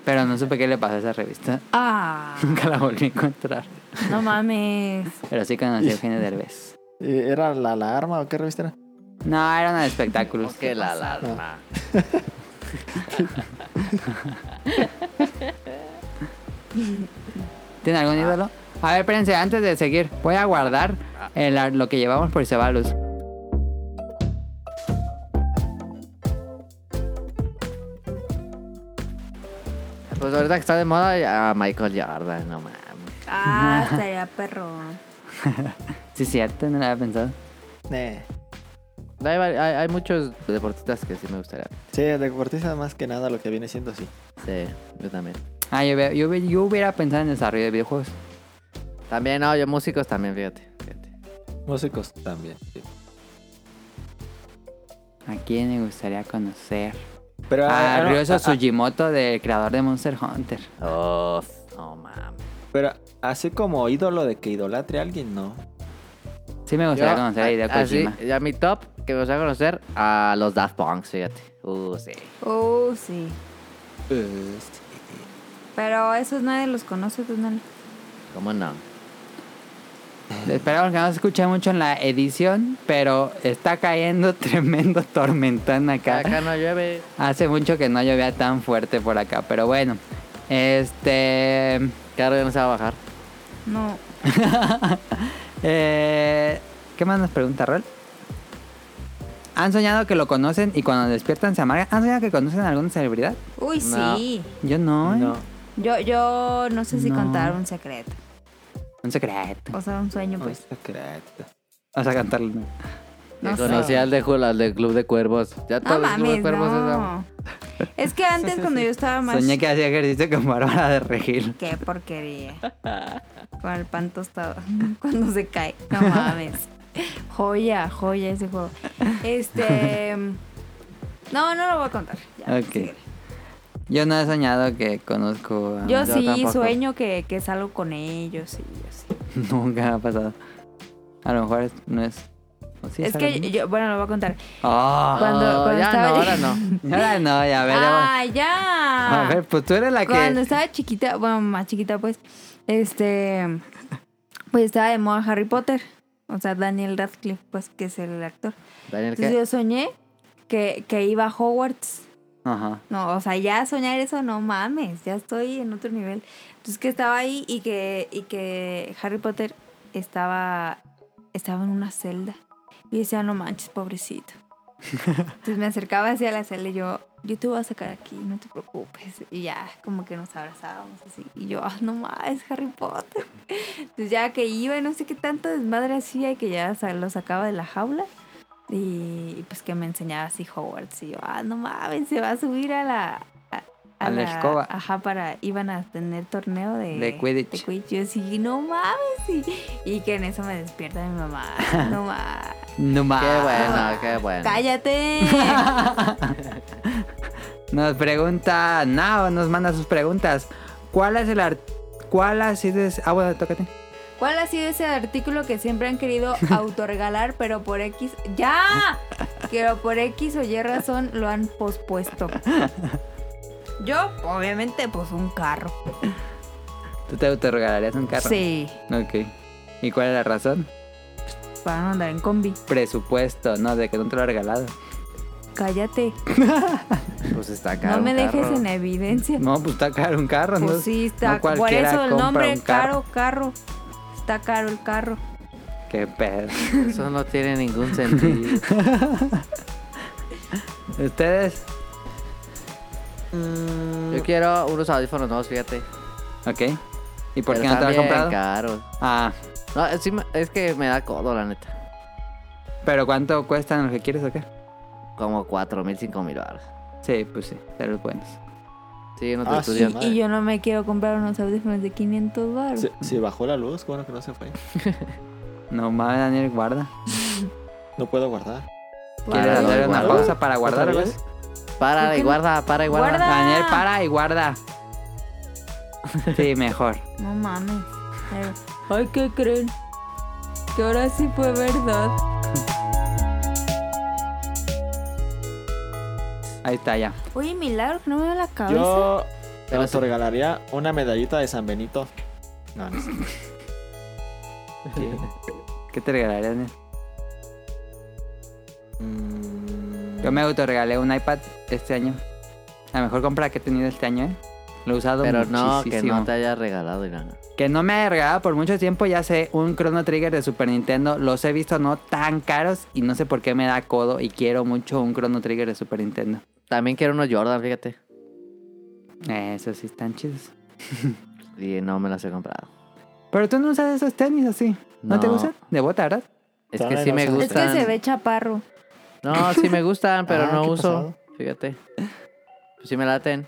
[SPEAKER 1] Pero no supe qué le pasó a esa revista.
[SPEAKER 7] Ah,
[SPEAKER 1] Nunca la volví a encontrar.
[SPEAKER 7] no mames.
[SPEAKER 1] Pero sí conocí a Eugenio Derbez.
[SPEAKER 3] Eh, ¿Era la alarma o qué revista era?
[SPEAKER 1] No, era una de espectáculos.
[SPEAKER 2] Que la alarma.
[SPEAKER 1] ¿Tiene
[SPEAKER 3] Ah.
[SPEAKER 1] algún ídolo? A ver, espérense, antes de seguir, voy a guardar el- lo que llevamos por si se va la luz.
[SPEAKER 2] Pues ahorita que está de moda a Michael Jordan, no mames.
[SPEAKER 7] Ah, estaría perro.
[SPEAKER 1] Sí, cierto, no lo había pensado.
[SPEAKER 3] Eh,
[SPEAKER 2] Hay, vari- hay- hay muchos deportistas que sí me gustaría.
[SPEAKER 3] Sí, deportista más que nada lo que viene siendo así.
[SPEAKER 2] Sí, yo también.
[SPEAKER 1] Ah, yo, hubiera- yo hubiera- yo hubiera pensado en desarrollo de videojuegos.
[SPEAKER 2] También, no, yo músicos también, fíjate. fíjate.
[SPEAKER 3] Músicos también. sí.
[SPEAKER 1] ¿A quién me gustaría conocer?
[SPEAKER 3] Pero
[SPEAKER 1] A
[SPEAKER 3] ah, no,
[SPEAKER 1] Ryoso
[SPEAKER 3] ah, ah,
[SPEAKER 1] Sugimoto, del creador de Monster Hunter.
[SPEAKER 2] Oh, no mames.
[SPEAKER 3] pero así como ídolo de que idolatre a alguien, no.
[SPEAKER 1] Sí me gustaría
[SPEAKER 2] Yo,
[SPEAKER 3] ah,
[SPEAKER 1] conocer a
[SPEAKER 2] a-
[SPEAKER 1] Hideo
[SPEAKER 2] así,
[SPEAKER 1] Kojima.
[SPEAKER 2] ya mi top, que me gustaría conocer, a los Daft Punk, fíjate. Uh, sí.
[SPEAKER 7] Oh, sí. Pero esos nadie los conoce, pues, Tonali.
[SPEAKER 2] ¿Cómo no?
[SPEAKER 1] Esperamos que no se escuche mucho en la edición, pero está cayendo tremendo tormentón acá.
[SPEAKER 2] Acá no llueve.
[SPEAKER 1] Hace mucho que no llovía tan fuerte por acá, pero bueno. Este.
[SPEAKER 2] Claro, ya no se va a bajar.
[SPEAKER 7] No.
[SPEAKER 1] eh, ¿Qué más nos pregunta Rol? ¿Han soñado que lo conocen y cuando despiertan se amargan? ¿Han soñado que conocen a alguna celebridad?
[SPEAKER 7] Uy,
[SPEAKER 2] No.
[SPEAKER 7] sí.
[SPEAKER 1] Yo no. ¿eh?
[SPEAKER 7] Yo, yo no sé si
[SPEAKER 1] No.
[SPEAKER 7] contar un secreto.
[SPEAKER 1] Un secreto.
[SPEAKER 7] O sea, un sueño, pues.
[SPEAKER 1] Un secreto. Vamos a cantarlo.
[SPEAKER 7] No
[SPEAKER 2] Que
[SPEAKER 7] sé.
[SPEAKER 2] conocí al de, Jul- al del Club de Cuervos. Ya
[SPEAKER 7] No
[SPEAKER 2] todos los Club de
[SPEAKER 7] mames,
[SPEAKER 2] Cuervos es la-
[SPEAKER 7] no. Es que antes cuando yo estaba más...
[SPEAKER 1] Soñé que hacía ejercicio con Bárbara de Regil.
[SPEAKER 7] Qué porquería. Con el pan tostado. Cuando se cae. No mames. Joya, joya ese juego. Este. No, no lo voy a contar. Ya,
[SPEAKER 1] Ok.
[SPEAKER 7] sigue.
[SPEAKER 1] Yo no he soñado que conozco a...
[SPEAKER 7] Yo, sí
[SPEAKER 2] tampoco.
[SPEAKER 7] sueño que, que salgo con ellos. Sí, yo sí.
[SPEAKER 1] Nunca ha pasado. A lo mejor es- no es... ¿o sí
[SPEAKER 7] es
[SPEAKER 1] algo
[SPEAKER 7] que
[SPEAKER 1] mío?
[SPEAKER 7] yo, bueno, lo voy a contar.
[SPEAKER 1] ¡Oh!
[SPEAKER 7] Cuando-
[SPEAKER 2] No,
[SPEAKER 7] cuando
[SPEAKER 2] ya
[SPEAKER 7] estaba-
[SPEAKER 2] no, ahora no.
[SPEAKER 1] Ahora no, ya veremos.
[SPEAKER 7] ah, ya.
[SPEAKER 1] A ver, pues tú eres la
[SPEAKER 7] Cuando
[SPEAKER 1] que...
[SPEAKER 7] estaba chiquita, bueno, más chiquita pues, este, pues estaba de moda Harry Potter. O sea, Daniel Radcliffe, pues, que es el actor.
[SPEAKER 2] Daniel,
[SPEAKER 7] Entonces
[SPEAKER 2] ¿qué?
[SPEAKER 7] yo soñé que, que iba a Hogwarts.
[SPEAKER 1] Ajá.
[SPEAKER 7] No, o sea, ya soñar eso, no mames, ya estoy en otro nivel. Entonces que estaba ahí y que, y que Harry Potter estaba, estaba en una celda. Y decía, no manches, pobrecito. Entonces me acercaba hacia la celda y yo, yo te voy a sacar aquí, no te preocupes. Y ya, como que nos abrazábamos así. Y yo, ah, no mames, Harry Potter. Entonces ya que iba y no sé qué tanto desmadre hacía y que ya sa- lo sacaba de la jaula. Y, y, pues que me enseñaba así Hogwarts. Y yo, ah, no mames, se va a subir a la... A,
[SPEAKER 1] A la escoba.
[SPEAKER 7] Ajá, para... Iban a tener torneo de...
[SPEAKER 1] De Quidditch.
[SPEAKER 7] Eh, de Yo sí, no mames. Y, y que en eso me despierta mi mamá. No mames.
[SPEAKER 1] No más.
[SPEAKER 2] Qué bueno, qué bueno.
[SPEAKER 7] Ah. Cállate.
[SPEAKER 1] Nos pregunta Nao, nos manda sus preguntas. ¿Cuál es el ar... ¿Cuál ha sido... ese- Ah, bueno, tócate.
[SPEAKER 7] ¿Cuál ha sido ese artículo que siempre han querido autorregalar, pero por X... ¡Ya! Pero por X o Y razón lo han pospuesto. Yo, obviamente, pues un carro.
[SPEAKER 1] ¿Tú te autorregalarías un carro?
[SPEAKER 7] Sí,
[SPEAKER 1] Ok. ¿Y cuál es la razón?
[SPEAKER 7] para no andar en combi.
[SPEAKER 1] Presupuesto, no, de que no te lo ha regalado.
[SPEAKER 7] Cállate,
[SPEAKER 2] Pues está caro.
[SPEAKER 7] no me
[SPEAKER 2] un
[SPEAKER 7] dejes
[SPEAKER 2] carro.
[SPEAKER 7] en evidencia.
[SPEAKER 1] No, pues está caro un carro, ¿no?
[SPEAKER 7] Pues sí, está.
[SPEAKER 1] no
[SPEAKER 7] por
[SPEAKER 1] cualquiera
[SPEAKER 7] eso el
[SPEAKER 1] compra
[SPEAKER 7] nombre,
[SPEAKER 1] un
[SPEAKER 7] caro, carro. Está caro el carro.
[SPEAKER 1] Qué pedo.
[SPEAKER 2] Eso no tiene ningún sentido.
[SPEAKER 1] ¿Ustedes?
[SPEAKER 2] Yo quiero unos audífonos nuevos, fíjate.
[SPEAKER 1] Ok. ¿Y por
[SPEAKER 2] Pero
[SPEAKER 1] qué no te lo
[SPEAKER 2] están
[SPEAKER 1] has
[SPEAKER 2] bien
[SPEAKER 1] comprado?
[SPEAKER 2] caros.
[SPEAKER 1] Ah,
[SPEAKER 2] No, es, sí me- es que me da codo, la neta.
[SPEAKER 1] pero ¿cuánto cuestan los que quieres o qué?
[SPEAKER 2] Como 4 mil, 5 mil baros.
[SPEAKER 1] Sí, pues sí, de los buenos.
[SPEAKER 2] Sí, no te
[SPEAKER 3] Ah,
[SPEAKER 2] estudian.
[SPEAKER 3] sí.
[SPEAKER 7] Y yo no me quiero comprar unos audífonos de 500 baros.
[SPEAKER 3] Se, se bajó la luz, qué bueno que no se fue.
[SPEAKER 1] No mames, Daniel, guarda.
[SPEAKER 3] No puedo guardar.
[SPEAKER 1] ¿Quieres
[SPEAKER 2] Guarda,
[SPEAKER 1] hacer una
[SPEAKER 2] guarda.
[SPEAKER 1] pausa para guardar?
[SPEAKER 3] ¿Otra
[SPEAKER 1] algo?
[SPEAKER 3] vez?
[SPEAKER 2] Para
[SPEAKER 7] ¿Por
[SPEAKER 2] y
[SPEAKER 7] qué no?
[SPEAKER 2] guarda, para y guarda.
[SPEAKER 7] Guarda.
[SPEAKER 1] Daniel, para y guarda. Sí, mejor.
[SPEAKER 7] No mames. Pero- Ay, ¿qué creen? Que ahora sí fue verdad.
[SPEAKER 1] Ahí está ya.
[SPEAKER 7] Oye, milagro, que no me veo la cabeza.
[SPEAKER 3] Yo
[SPEAKER 2] Pero
[SPEAKER 3] te regalaría una medallita de San Benito. No, no sé.
[SPEAKER 1] ¿Qué te regalaría, Daniel?
[SPEAKER 3] mm,
[SPEAKER 1] Yo me autorregalé un iPad este año. La mejor compra que he tenido este año, ¿eh? Lo he usado
[SPEAKER 2] Pero no,
[SPEAKER 1] muchísimo.
[SPEAKER 2] que no te haya regalado, Irán.
[SPEAKER 1] Que no me haya regalado por mucho tiempo, ya sé, un Chrono Trigger de Super Nintendo. Los he visto no tan caros y no sé por qué me da codo y quiero mucho un Chrono Trigger de Super Nintendo.
[SPEAKER 2] También quiero unos Jordan, fíjate.
[SPEAKER 1] Eh, Esos sí están chidos.
[SPEAKER 2] Y no me las he comprado.
[SPEAKER 1] Pero tú no usas esos tenis así. ¿No, te
[SPEAKER 2] No.
[SPEAKER 1] gustan? De bota, ¿verdad?
[SPEAKER 2] Es
[SPEAKER 3] Todavía
[SPEAKER 2] que sí
[SPEAKER 3] no
[SPEAKER 2] me
[SPEAKER 3] se
[SPEAKER 7] es que
[SPEAKER 2] gustan.
[SPEAKER 7] se ve chaparro.
[SPEAKER 2] No, sí me gustan, pero
[SPEAKER 3] Ah,
[SPEAKER 2] no
[SPEAKER 3] qué
[SPEAKER 2] uso.
[SPEAKER 3] pasado.
[SPEAKER 2] Fíjate. Pues sí me laten.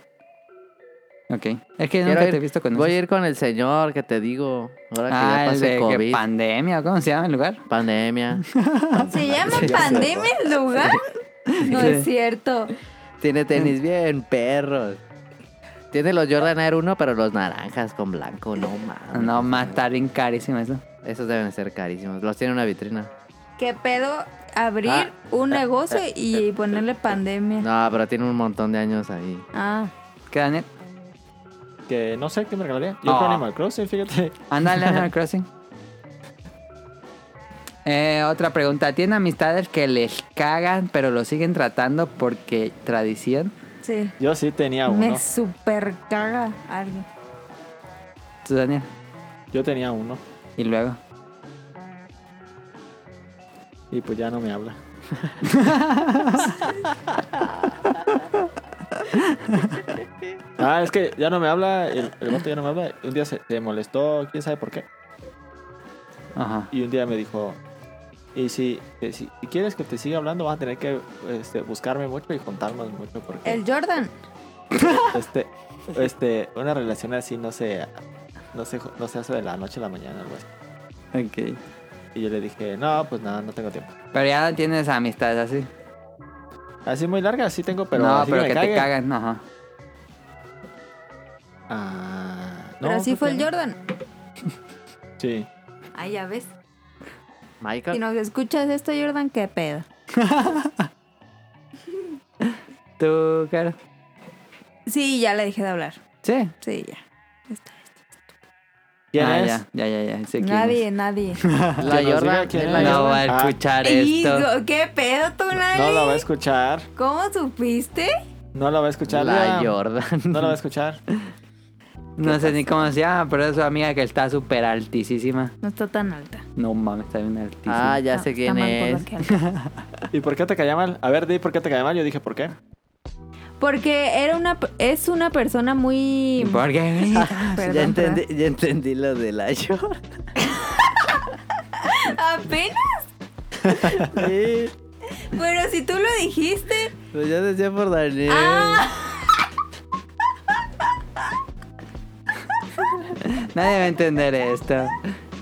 [SPEAKER 1] Ok. Es que yo
[SPEAKER 2] Quiero
[SPEAKER 1] nunca
[SPEAKER 2] ir-
[SPEAKER 1] te he visto con
[SPEAKER 2] Voy a
[SPEAKER 1] esos.
[SPEAKER 2] ir con el señor que te digo. Ahora que
[SPEAKER 1] Ah,
[SPEAKER 2] ya
[SPEAKER 1] el de
[SPEAKER 2] pasé
[SPEAKER 1] que
[SPEAKER 2] COVID.
[SPEAKER 1] pandemia, ¿o ¿cómo se llama el lugar?
[SPEAKER 2] Pandemia.
[SPEAKER 7] ¿Se llama
[SPEAKER 3] Sí, ya sé.
[SPEAKER 7] pandemia el lugar? No es cierto.
[SPEAKER 2] Tiene tenis bien, perros. Tiene los Jordan Air 1, pero los naranjas con blanco. No mames.
[SPEAKER 1] No, más está bien carísimo eso.
[SPEAKER 2] Esos deben ser carísimos. Los tiene en una vitrina.
[SPEAKER 7] ¿Qué pedo abrir
[SPEAKER 2] Ah.
[SPEAKER 7] un negocio y ponerle pandemia?
[SPEAKER 2] No, pero tiene un montón de años ahí.
[SPEAKER 7] Ah,
[SPEAKER 1] ¿Qué, Daniel?
[SPEAKER 3] que no sé qué me regalaría. Yo creo
[SPEAKER 1] Ah.
[SPEAKER 3] Animal Crossing, fíjate.
[SPEAKER 1] Ándale, Animal Crossing. Eh, otra pregunta. ¿Tiene amistades que les cagan, pero lo siguen tratando porque tradición?
[SPEAKER 7] Sí.
[SPEAKER 3] Yo sí tenía uno.
[SPEAKER 7] Me super caga alguien.
[SPEAKER 1] ¿Tú, Daniel?
[SPEAKER 3] Yo tenía uno.
[SPEAKER 1] Y luego.
[SPEAKER 3] Y pues ya no me habla. ah, es que ya no me habla. El, el vato ya no me habla. Un día se, se molestó, quién sabe por qué.
[SPEAKER 1] Ajá.
[SPEAKER 3] Y un día me dijo: Y si, eh, si, si quieres que te siga hablando, vas a tener que este, buscarme mucho y contarnos mucho. Porque
[SPEAKER 7] El Jordan.
[SPEAKER 3] este, este, una relación así no se, no, se, no se hace de la noche a la mañana. Algo así.
[SPEAKER 1] Ok.
[SPEAKER 3] Y yo le dije: No, pues nada, no tengo tiempo.
[SPEAKER 1] Pero ya no tienes amistades así.
[SPEAKER 3] Así muy larga, sí tengo, pero.
[SPEAKER 1] no,
[SPEAKER 3] así
[SPEAKER 1] pero
[SPEAKER 3] me
[SPEAKER 1] que, te
[SPEAKER 3] cague.
[SPEAKER 1] cagan. Ajá.
[SPEAKER 3] Ah,
[SPEAKER 7] Pero
[SPEAKER 3] no,
[SPEAKER 7] así
[SPEAKER 3] creo
[SPEAKER 7] fue
[SPEAKER 3] que
[SPEAKER 7] el
[SPEAKER 3] no.
[SPEAKER 7] Jordan.
[SPEAKER 3] Sí.
[SPEAKER 7] Ay, ya ves.
[SPEAKER 2] Michael.
[SPEAKER 7] Si nos escuchas esto, Jordan, qué pedo.
[SPEAKER 1] ¿Tú, Caro?
[SPEAKER 7] Sí, ya le dejé de hablar.
[SPEAKER 1] Sí.
[SPEAKER 7] Sí, ya. Está.
[SPEAKER 3] ¿Quién
[SPEAKER 1] Ah,
[SPEAKER 3] es?
[SPEAKER 1] Ya, ya, ya. ya. sé quién
[SPEAKER 7] Nadie, nadie.
[SPEAKER 2] La
[SPEAKER 3] Que nos diga
[SPEAKER 2] Jordan.
[SPEAKER 3] quién
[SPEAKER 2] es
[SPEAKER 1] es.
[SPEAKER 2] la
[SPEAKER 1] No
[SPEAKER 2] Jordan.
[SPEAKER 1] va a
[SPEAKER 3] Ah.
[SPEAKER 1] escuchar esto.
[SPEAKER 7] Hijo, ¿Qué pedo tú, nadie?
[SPEAKER 3] No lo va a escuchar.
[SPEAKER 7] ¿Cómo supiste?
[SPEAKER 3] No lo va a escuchar.
[SPEAKER 2] La
[SPEAKER 3] Liam.
[SPEAKER 2] Jordan.
[SPEAKER 3] No lo va a escuchar.
[SPEAKER 1] No sé ni cómo se llama, pero es su amiga que está súper altísima.
[SPEAKER 7] No está tan alta.
[SPEAKER 1] No mames, está bien altísima.
[SPEAKER 2] Ah, ya
[SPEAKER 7] No,
[SPEAKER 2] sé
[SPEAKER 7] está
[SPEAKER 2] quién
[SPEAKER 7] más gorda
[SPEAKER 2] es.
[SPEAKER 7] que alta.
[SPEAKER 3] ¿Y por qué te caía mal? A ver, di por qué te caía mal. Yo dije, ¿por qué?
[SPEAKER 7] Porque era una, es una persona muy...
[SPEAKER 1] ¿Por qué?
[SPEAKER 7] Ah, Perdón,
[SPEAKER 2] Ya entendí, ya entendí lo de la Jordan.
[SPEAKER 7] perdón. Apenas. Pero si tú lo dijiste.
[SPEAKER 2] Pues yo decía por Daniel.
[SPEAKER 1] Ah. Nadie va a entender esto.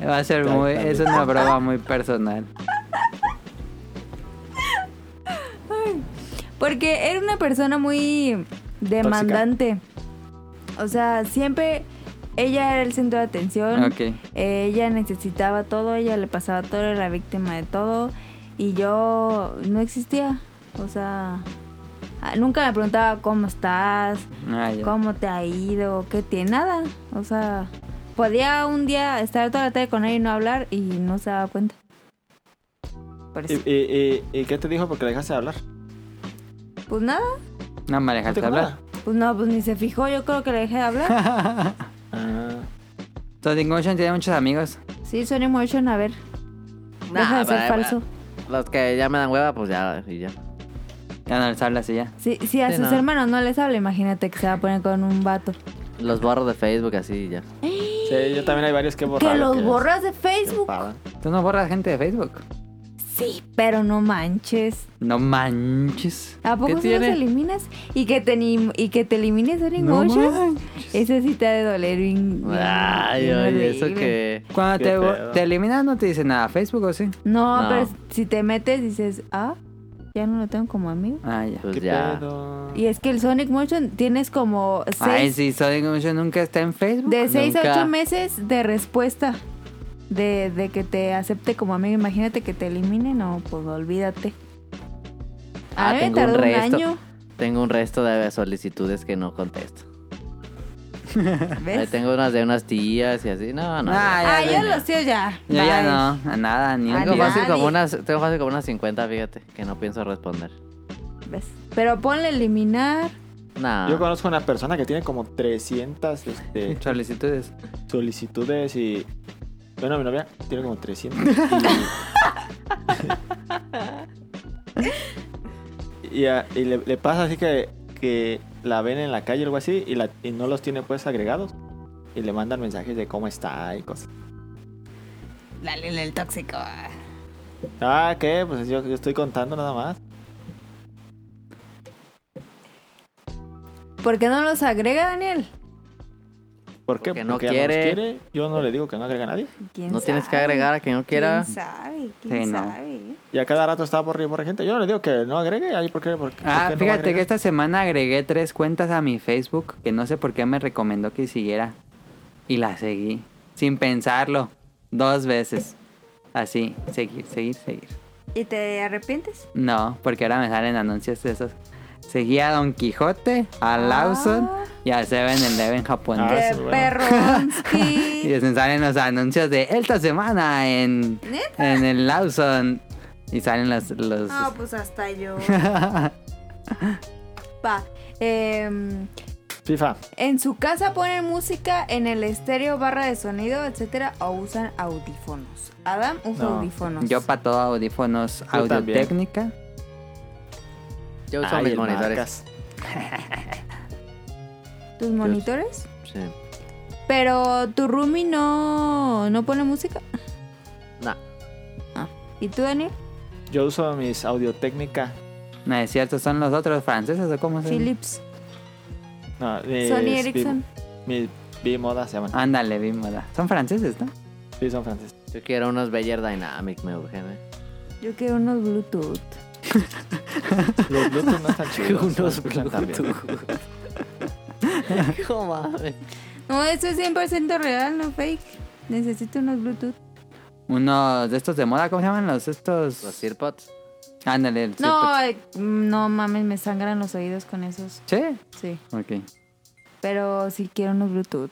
[SPEAKER 1] Va a ser muy. Es una broma muy personal.
[SPEAKER 7] Porque era una persona muy demandante. O sea, siempre ella era el centro de atención.
[SPEAKER 1] Ah, Ok.
[SPEAKER 7] Ella necesitaba todo, ella le pasaba todo, era la víctima de todo. Y yo no existía. O sea, ah, nunca me preguntaba cómo estás,
[SPEAKER 1] Ah, ya.
[SPEAKER 7] cómo te ha ido, qué tiene, nada. O sea, podía un día estar toda la tarde con ella y no hablar y no se daba cuenta. Por
[SPEAKER 3] ¿Y,
[SPEAKER 7] eso,
[SPEAKER 3] y, y- y qué te dijo porque le dejaste de hablar?
[SPEAKER 7] Pues nada,
[SPEAKER 1] No me
[SPEAKER 3] ¿No te
[SPEAKER 1] dejaste
[SPEAKER 3] dijo
[SPEAKER 1] hablar.
[SPEAKER 7] pues no, pues ni se fijó, yo creo que le dejé de hablar.
[SPEAKER 3] nada? Ah,
[SPEAKER 1] Sonic Motion tiene muchos amigos.
[SPEAKER 7] Sí, Sony Motion, a ver,
[SPEAKER 2] Nah,
[SPEAKER 7] deja de
[SPEAKER 2] bah,
[SPEAKER 7] ser
[SPEAKER 2] bah.
[SPEAKER 7] falso.
[SPEAKER 2] Los que ya me dan hueva, pues ya. Y ya.
[SPEAKER 1] Ya no les hablas y ya.
[SPEAKER 7] Si, si a
[SPEAKER 2] Sí,
[SPEAKER 7] sus
[SPEAKER 2] no.
[SPEAKER 7] hermanos no les habla, imagínate que se va a poner con un vato.
[SPEAKER 2] Los borro de Facebook así y ya.
[SPEAKER 3] sí, yo también hay varios que he borrado.
[SPEAKER 7] Que los
[SPEAKER 3] que-
[SPEAKER 7] borras de
[SPEAKER 3] que
[SPEAKER 7] Facebook.
[SPEAKER 3] pagan.
[SPEAKER 1] Tú no borras gente de Facebook.
[SPEAKER 7] Sí, pero no manches.
[SPEAKER 1] No manches.
[SPEAKER 7] ¿A poco sí los
[SPEAKER 1] tiene?
[SPEAKER 7] eliminas? Y que te, elim- y que te elimines Sonic
[SPEAKER 1] No
[SPEAKER 7] Motion.
[SPEAKER 1] manches.
[SPEAKER 7] Ese sí te ha de doler bien. bien-
[SPEAKER 2] Ay,
[SPEAKER 7] bien
[SPEAKER 2] oye, eso
[SPEAKER 7] horrible.
[SPEAKER 2] que.
[SPEAKER 1] Cuando
[SPEAKER 3] Qué
[SPEAKER 1] te, bo-
[SPEAKER 3] pedo.
[SPEAKER 1] te eliminas no te dice nada. ¿Facebook o sí?
[SPEAKER 7] No,
[SPEAKER 2] No.
[SPEAKER 7] pero si te metes dices, ah, ya no lo tengo como amigo.
[SPEAKER 1] Ah, ya.
[SPEAKER 2] Pues
[SPEAKER 3] ¿Qué
[SPEAKER 2] ya.
[SPEAKER 3] pedo?
[SPEAKER 7] Y es que el Sonic Motion tienes
[SPEAKER 2] Ah,
[SPEAKER 7] como seis,
[SPEAKER 1] Ay, sí, Sonic Motion nunca está en Facebook.
[SPEAKER 7] de 6 a
[SPEAKER 2] nunca.
[SPEAKER 7] 8 meses de respuesta. De, de que te acepte como amigo. Imagínate que te eliminen o pues olvídate.
[SPEAKER 2] Ah,
[SPEAKER 7] A mí me
[SPEAKER 2] tengo un
[SPEAKER 7] tardó un
[SPEAKER 2] resto.
[SPEAKER 7] año.
[SPEAKER 2] Tengo un resto de solicitudes que no contesto. Ahí
[SPEAKER 7] ¿Ves?
[SPEAKER 2] tengo unas de unas tías y así. No, no.
[SPEAKER 1] Ah,
[SPEAKER 7] Ah,
[SPEAKER 1] ya,
[SPEAKER 7] yo
[SPEAKER 1] ya.
[SPEAKER 7] los tíos ya.
[SPEAKER 1] Yo ya
[SPEAKER 7] Bye.
[SPEAKER 1] no. A nada, ni
[SPEAKER 7] Ah,
[SPEAKER 1] un
[SPEAKER 2] Tengo
[SPEAKER 7] ya.
[SPEAKER 1] día.
[SPEAKER 2] fácil, como
[SPEAKER 7] Nadie.
[SPEAKER 2] unas, tengo fácil como unas 50, fíjate, que no pienso responder.
[SPEAKER 7] ¿Ves? Pero ponle eliminar.
[SPEAKER 2] No.
[SPEAKER 3] Yo conozco una persona que tiene como 300 este,
[SPEAKER 1] Solicitudes.
[SPEAKER 3] solicitudes y. Bueno, mi novia tiene como 300. Y, y a- y le, le pasa así que, que la ven en la calle o algo así y, la, y no los tiene pues agregados. Y le mandan mensajes de cómo está y cosas.
[SPEAKER 5] Dale el tóxico.
[SPEAKER 3] Ah, ¿qué? Pues yo, yo estoy contando nada más.
[SPEAKER 7] ¿Por qué no los agrega, Daniel?
[SPEAKER 3] ¿Por qué?
[SPEAKER 2] Porque no
[SPEAKER 3] ella los
[SPEAKER 2] quiere.
[SPEAKER 3] quiere. Yo no le digo que no agrega a nadie.
[SPEAKER 7] ¿Quién
[SPEAKER 2] No tienes que
[SPEAKER 7] sabe?
[SPEAKER 2] agregar a quien no quiera.
[SPEAKER 7] ¿Quién sabe? ¿Quién
[SPEAKER 1] Sí, no.
[SPEAKER 7] sabe?
[SPEAKER 3] Y a cada rato está por arriba por gente. Yo no le digo que no agregue. Ahí porque, porque,
[SPEAKER 1] Ah, fíjate que esta semana agregué tres cuentas a mi Facebook que no sé por qué me recomendó que siguiera. Y la seguí. Sin pensarlo. Dos veces. Así. Seguir, seguir, seguir.
[SPEAKER 7] ¿Y te arrepientes?
[SPEAKER 1] No, porque ahora me salen anuncios de esos. Seguía a Don Quijote,
[SPEAKER 7] Ah.
[SPEAKER 1] a Lawson y a Seven Eleven japonés.
[SPEAKER 3] Ah,
[SPEAKER 7] ¡Qué
[SPEAKER 3] sí, bueno.
[SPEAKER 1] Y
[SPEAKER 7] perronsky!
[SPEAKER 1] les salen los anuncios de esta semana en,
[SPEAKER 7] ¿Neta?
[SPEAKER 1] en el Lawson. Y salen los... los...
[SPEAKER 7] No, pues hasta yo. Pa. em,
[SPEAKER 3] FIFA.
[SPEAKER 7] en su casa ponen música en el estéreo, barra de sonido, etcétera, o usan audífonos. Adam usa
[SPEAKER 3] No.
[SPEAKER 7] audífonos.
[SPEAKER 1] Yo para todo audífonos
[SPEAKER 3] Yo
[SPEAKER 1] audio
[SPEAKER 3] también.
[SPEAKER 1] técnica.
[SPEAKER 2] Yo uso
[SPEAKER 3] Ay,
[SPEAKER 2] mis
[SPEAKER 3] el
[SPEAKER 2] monitores.
[SPEAKER 3] Marcas.
[SPEAKER 7] ¿Tus monitores?
[SPEAKER 2] Sí.
[SPEAKER 7] Pero tu roomie no, no pone música. Ah.
[SPEAKER 2] No.
[SPEAKER 7] ¿Y tú, Daniel?
[SPEAKER 3] Yo uso mis audio técnica.
[SPEAKER 1] No es cierto, son los otros franceses o cómo se llama?
[SPEAKER 7] Philips.
[SPEAKER 3] No, mis
[SPEAKER 7] Sony
[SPEAKER 3] bi-
[SPEAKER 7] Ericsson.
[SPEAKER 3] Mis B-Moda ah, se llaman.
[SPEAKER 1] Ándale, bien moda. Son franceses, ¿no?
[SPEAKER 3] Sí, son franceses.
[SPEAKER 2] Yo quiero unos Beyer Dynamic, me urgen, eh.
[SPEAKER 7] Yo quiero unos Bluetooth.
[SPEAKER 3] Los Bluetooth no están chidos. no se escuchan tan bien.
[SPEAKER 2] No mames.
[SPEAKER 7] No, eso es 100% real, no fake. Necesito unos Bluetooth.
[SPEAKER 1] Unos de estos de moda, ¿cómo se llaman los estos?
[SPEAKER 2] Los earpods.
[SPEAKER 1] Ándale, el
[SPEAKER 7] No, eh, no mames, me sangran los oídos con esos.
[SPEAKER 1] ¿Sí?
[SPEAKER 7] Sí.
[SPEAKER 1] Ok.
[SPEAKER 7] Pero sí quiero unos Bluetooth.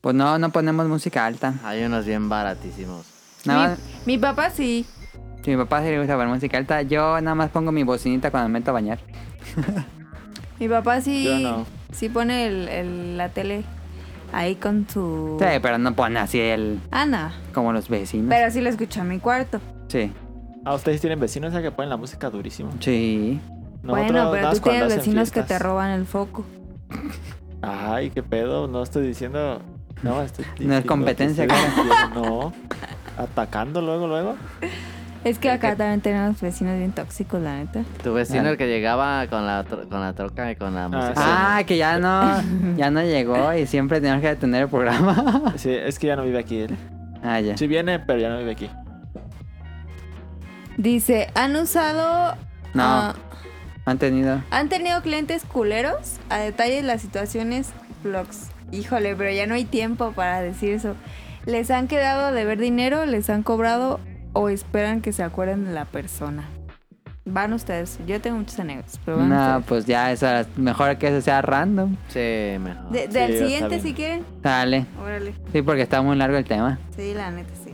[SPEAKER 1] Pues no, no ponemos música alta.
[SPEAKER 2] Hay unos bien baratísimos.
[SPEAKER 1] Nada
[SPEAKER 7] mi,
[SPEAKER 1] más,
[SPEAKER 7] mi papá sí.
[SPEAKER 1] si a mi papá sí le gusta poner música alta, yo nada más pongo mi bocinita cuando me meto a bañar.
[SPEAKER 7] Mi papá sí.
[SPEAKER 3] Yo no.
[SPEAKER 7] Sí pone el- el- la tele ahí con su.
[SPEAKER 1] Sí, pero no pone así el...
[SPEAKER 7] Ana.
[SPEAKER 1] como los vecinos.
[SPEAKER 7] Pero sí lo escucho en mi cuarto.
[SPEAKER 1] Sí.
[SPEAKER 3] Ah, ustedes tienen vecinos ya que ponen la música durísimo.
[SPEAKER 1] Sí.
[SPEAKER 7] bueno,
[SPEAKER 3] Nosotros
[SPEAKER 7] pero
[SPEAKER 3] más
[SPEAKER 7] tú tienes
[SPEAKER 3] cuando hacen
[SPEAKER 7] vecinos que te
[SPEAKER 3] fiestas.
[SPEAKER 7] roban el foco.
[SPEAKER 3] Ay, qué pedo, no estoy diciendo. No, estoy
[SPEAKER 1] No es
[SPEAKER 3] diciendo
[SPEAKER 1] competencia,
[SPEAKER 3] que estoy diciendo, No, atacando luego, luego.
[SPEAKER 7] Es que
[SPEAKER 2] El
[SPEAKER 7] acá
[SPEAKER 2] que-
[SPEAKER 7] también tenemos vecinos bien tóxicos, la neta.
[SPEAKER 2] Tu vecino,
[SPEAKER 1] Ah.
[SPEAKER 2] el que llegaba con la, tro- con la troca y con la música.
[SPEAKER 1] Ah, que ya no, ya no llegó y siempre tenemos que detener el programa.
[SPEAKER 3] Sí, es que ya no vive aquí él.
[SPEAKER 1] Ah, ya.
[SPEAKER 3] Sí viene, pero ya no vive aquí.
[SPEAKER 7] Dice, ¿han usado.
[SPEAKER 1] No.
[SPEAKER 7] ah,
[SPEAKER 1] Han tenido.
[SPEAKER 7] ¿Han tenido clientes culeros? A detalle las situaciones, blogs. Híjole, pero ya no hay tiempo para decir eso. ¿Les han quedado de ver dinero? ¿Les han cobrado? ¿O esperan que se acuerden de la persona? Van ustedes. Yo tengo muchos anécdotas, pero van
[SPEAKER 1] No,
[SPEAKER 7] ustedes.
[SPEAKER 1] pues ya, eso, mejor que eso sea random.
[SPEAKER 2] Sí, mejor.
[SPEAKER 7] De-
[SPEAKER 3] Sí,
[SPEAKER 7] del
[SPEAKER 3] está
[SPEAKER 7] siguiente,
[SPEAKER 3] bien.
[SPEAKER 7] si quieren.
[SPEAKER 1] Dale.
[SPEAKER 7] Órale.
[SPEAKER 1] Sí, porque está muy largo el tema.
[SPEAKER 7] Sí, la neta, sí.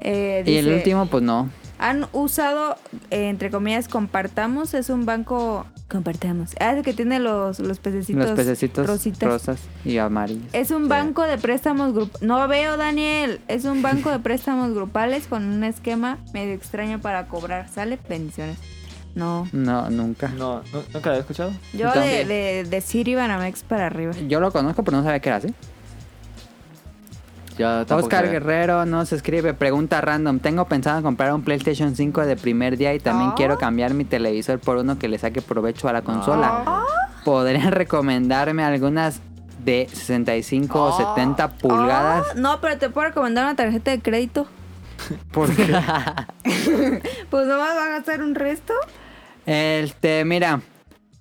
[SPEAKER 7] Eh,
[SPEAKER 1] Y el
[SPEAKER 7] dice,
[SPEAKER 1] último, pues no.
[SPEAKER 7] Han usado, eh, entre comillas, compartamos. Es un banco. Compartamos. Ah, es el que tiene los, los pececitos.
[SPEAKER 1] Los pececitos
[SPEAKER 7] rositas.
[SPEAKER 1] rosas y amarillos.
[SPEAKER 7] Es un banco de préstamos grupales. No veo, Daniel. Es un banco de préstamos grupales con un esquema medio extraño para cobrar. ¿Sale? Bendiciones. No.
[SPEAKER 1] No, nunca.
[SPEAKER 3] No, nu- nunca lo había escuchado.
[SPEAKER 7] Yo de,
[SPEAKER 1] Entonces-
[SPEAKER 7] de, de City Banamex para arriba.
[SPEAKER 1] Yo lo conozco, pero no sabía qué era así.
[SPEAKER 2] Yo tampoco
[SPEAKER 1] Oscar
[SPEAKER 2] sé.
[SPEAKER 1] Guerrero nos escribe, pregunta random, tengo pensado comprar un PlayStation 5 de primer día y también
[SPEAKER 7] Ah.
[SPEAKER 1] quiero cambiar mi televisor por uno que le saque provecho a la consola.
[SPEAKER 7] Ah.
[SPEAKER 1] ¿Podrían recomendarme algunas de 65 o 70 pulgadas?
[SPEAKER 7] Ah, no, pero te puedo recomendar una tarjeta de crédito.
[SPEAKER 1] Porque,
[SPEAKER 7] Pues nomás va a gastar un resto.
[SPEAKER 1] este, mira,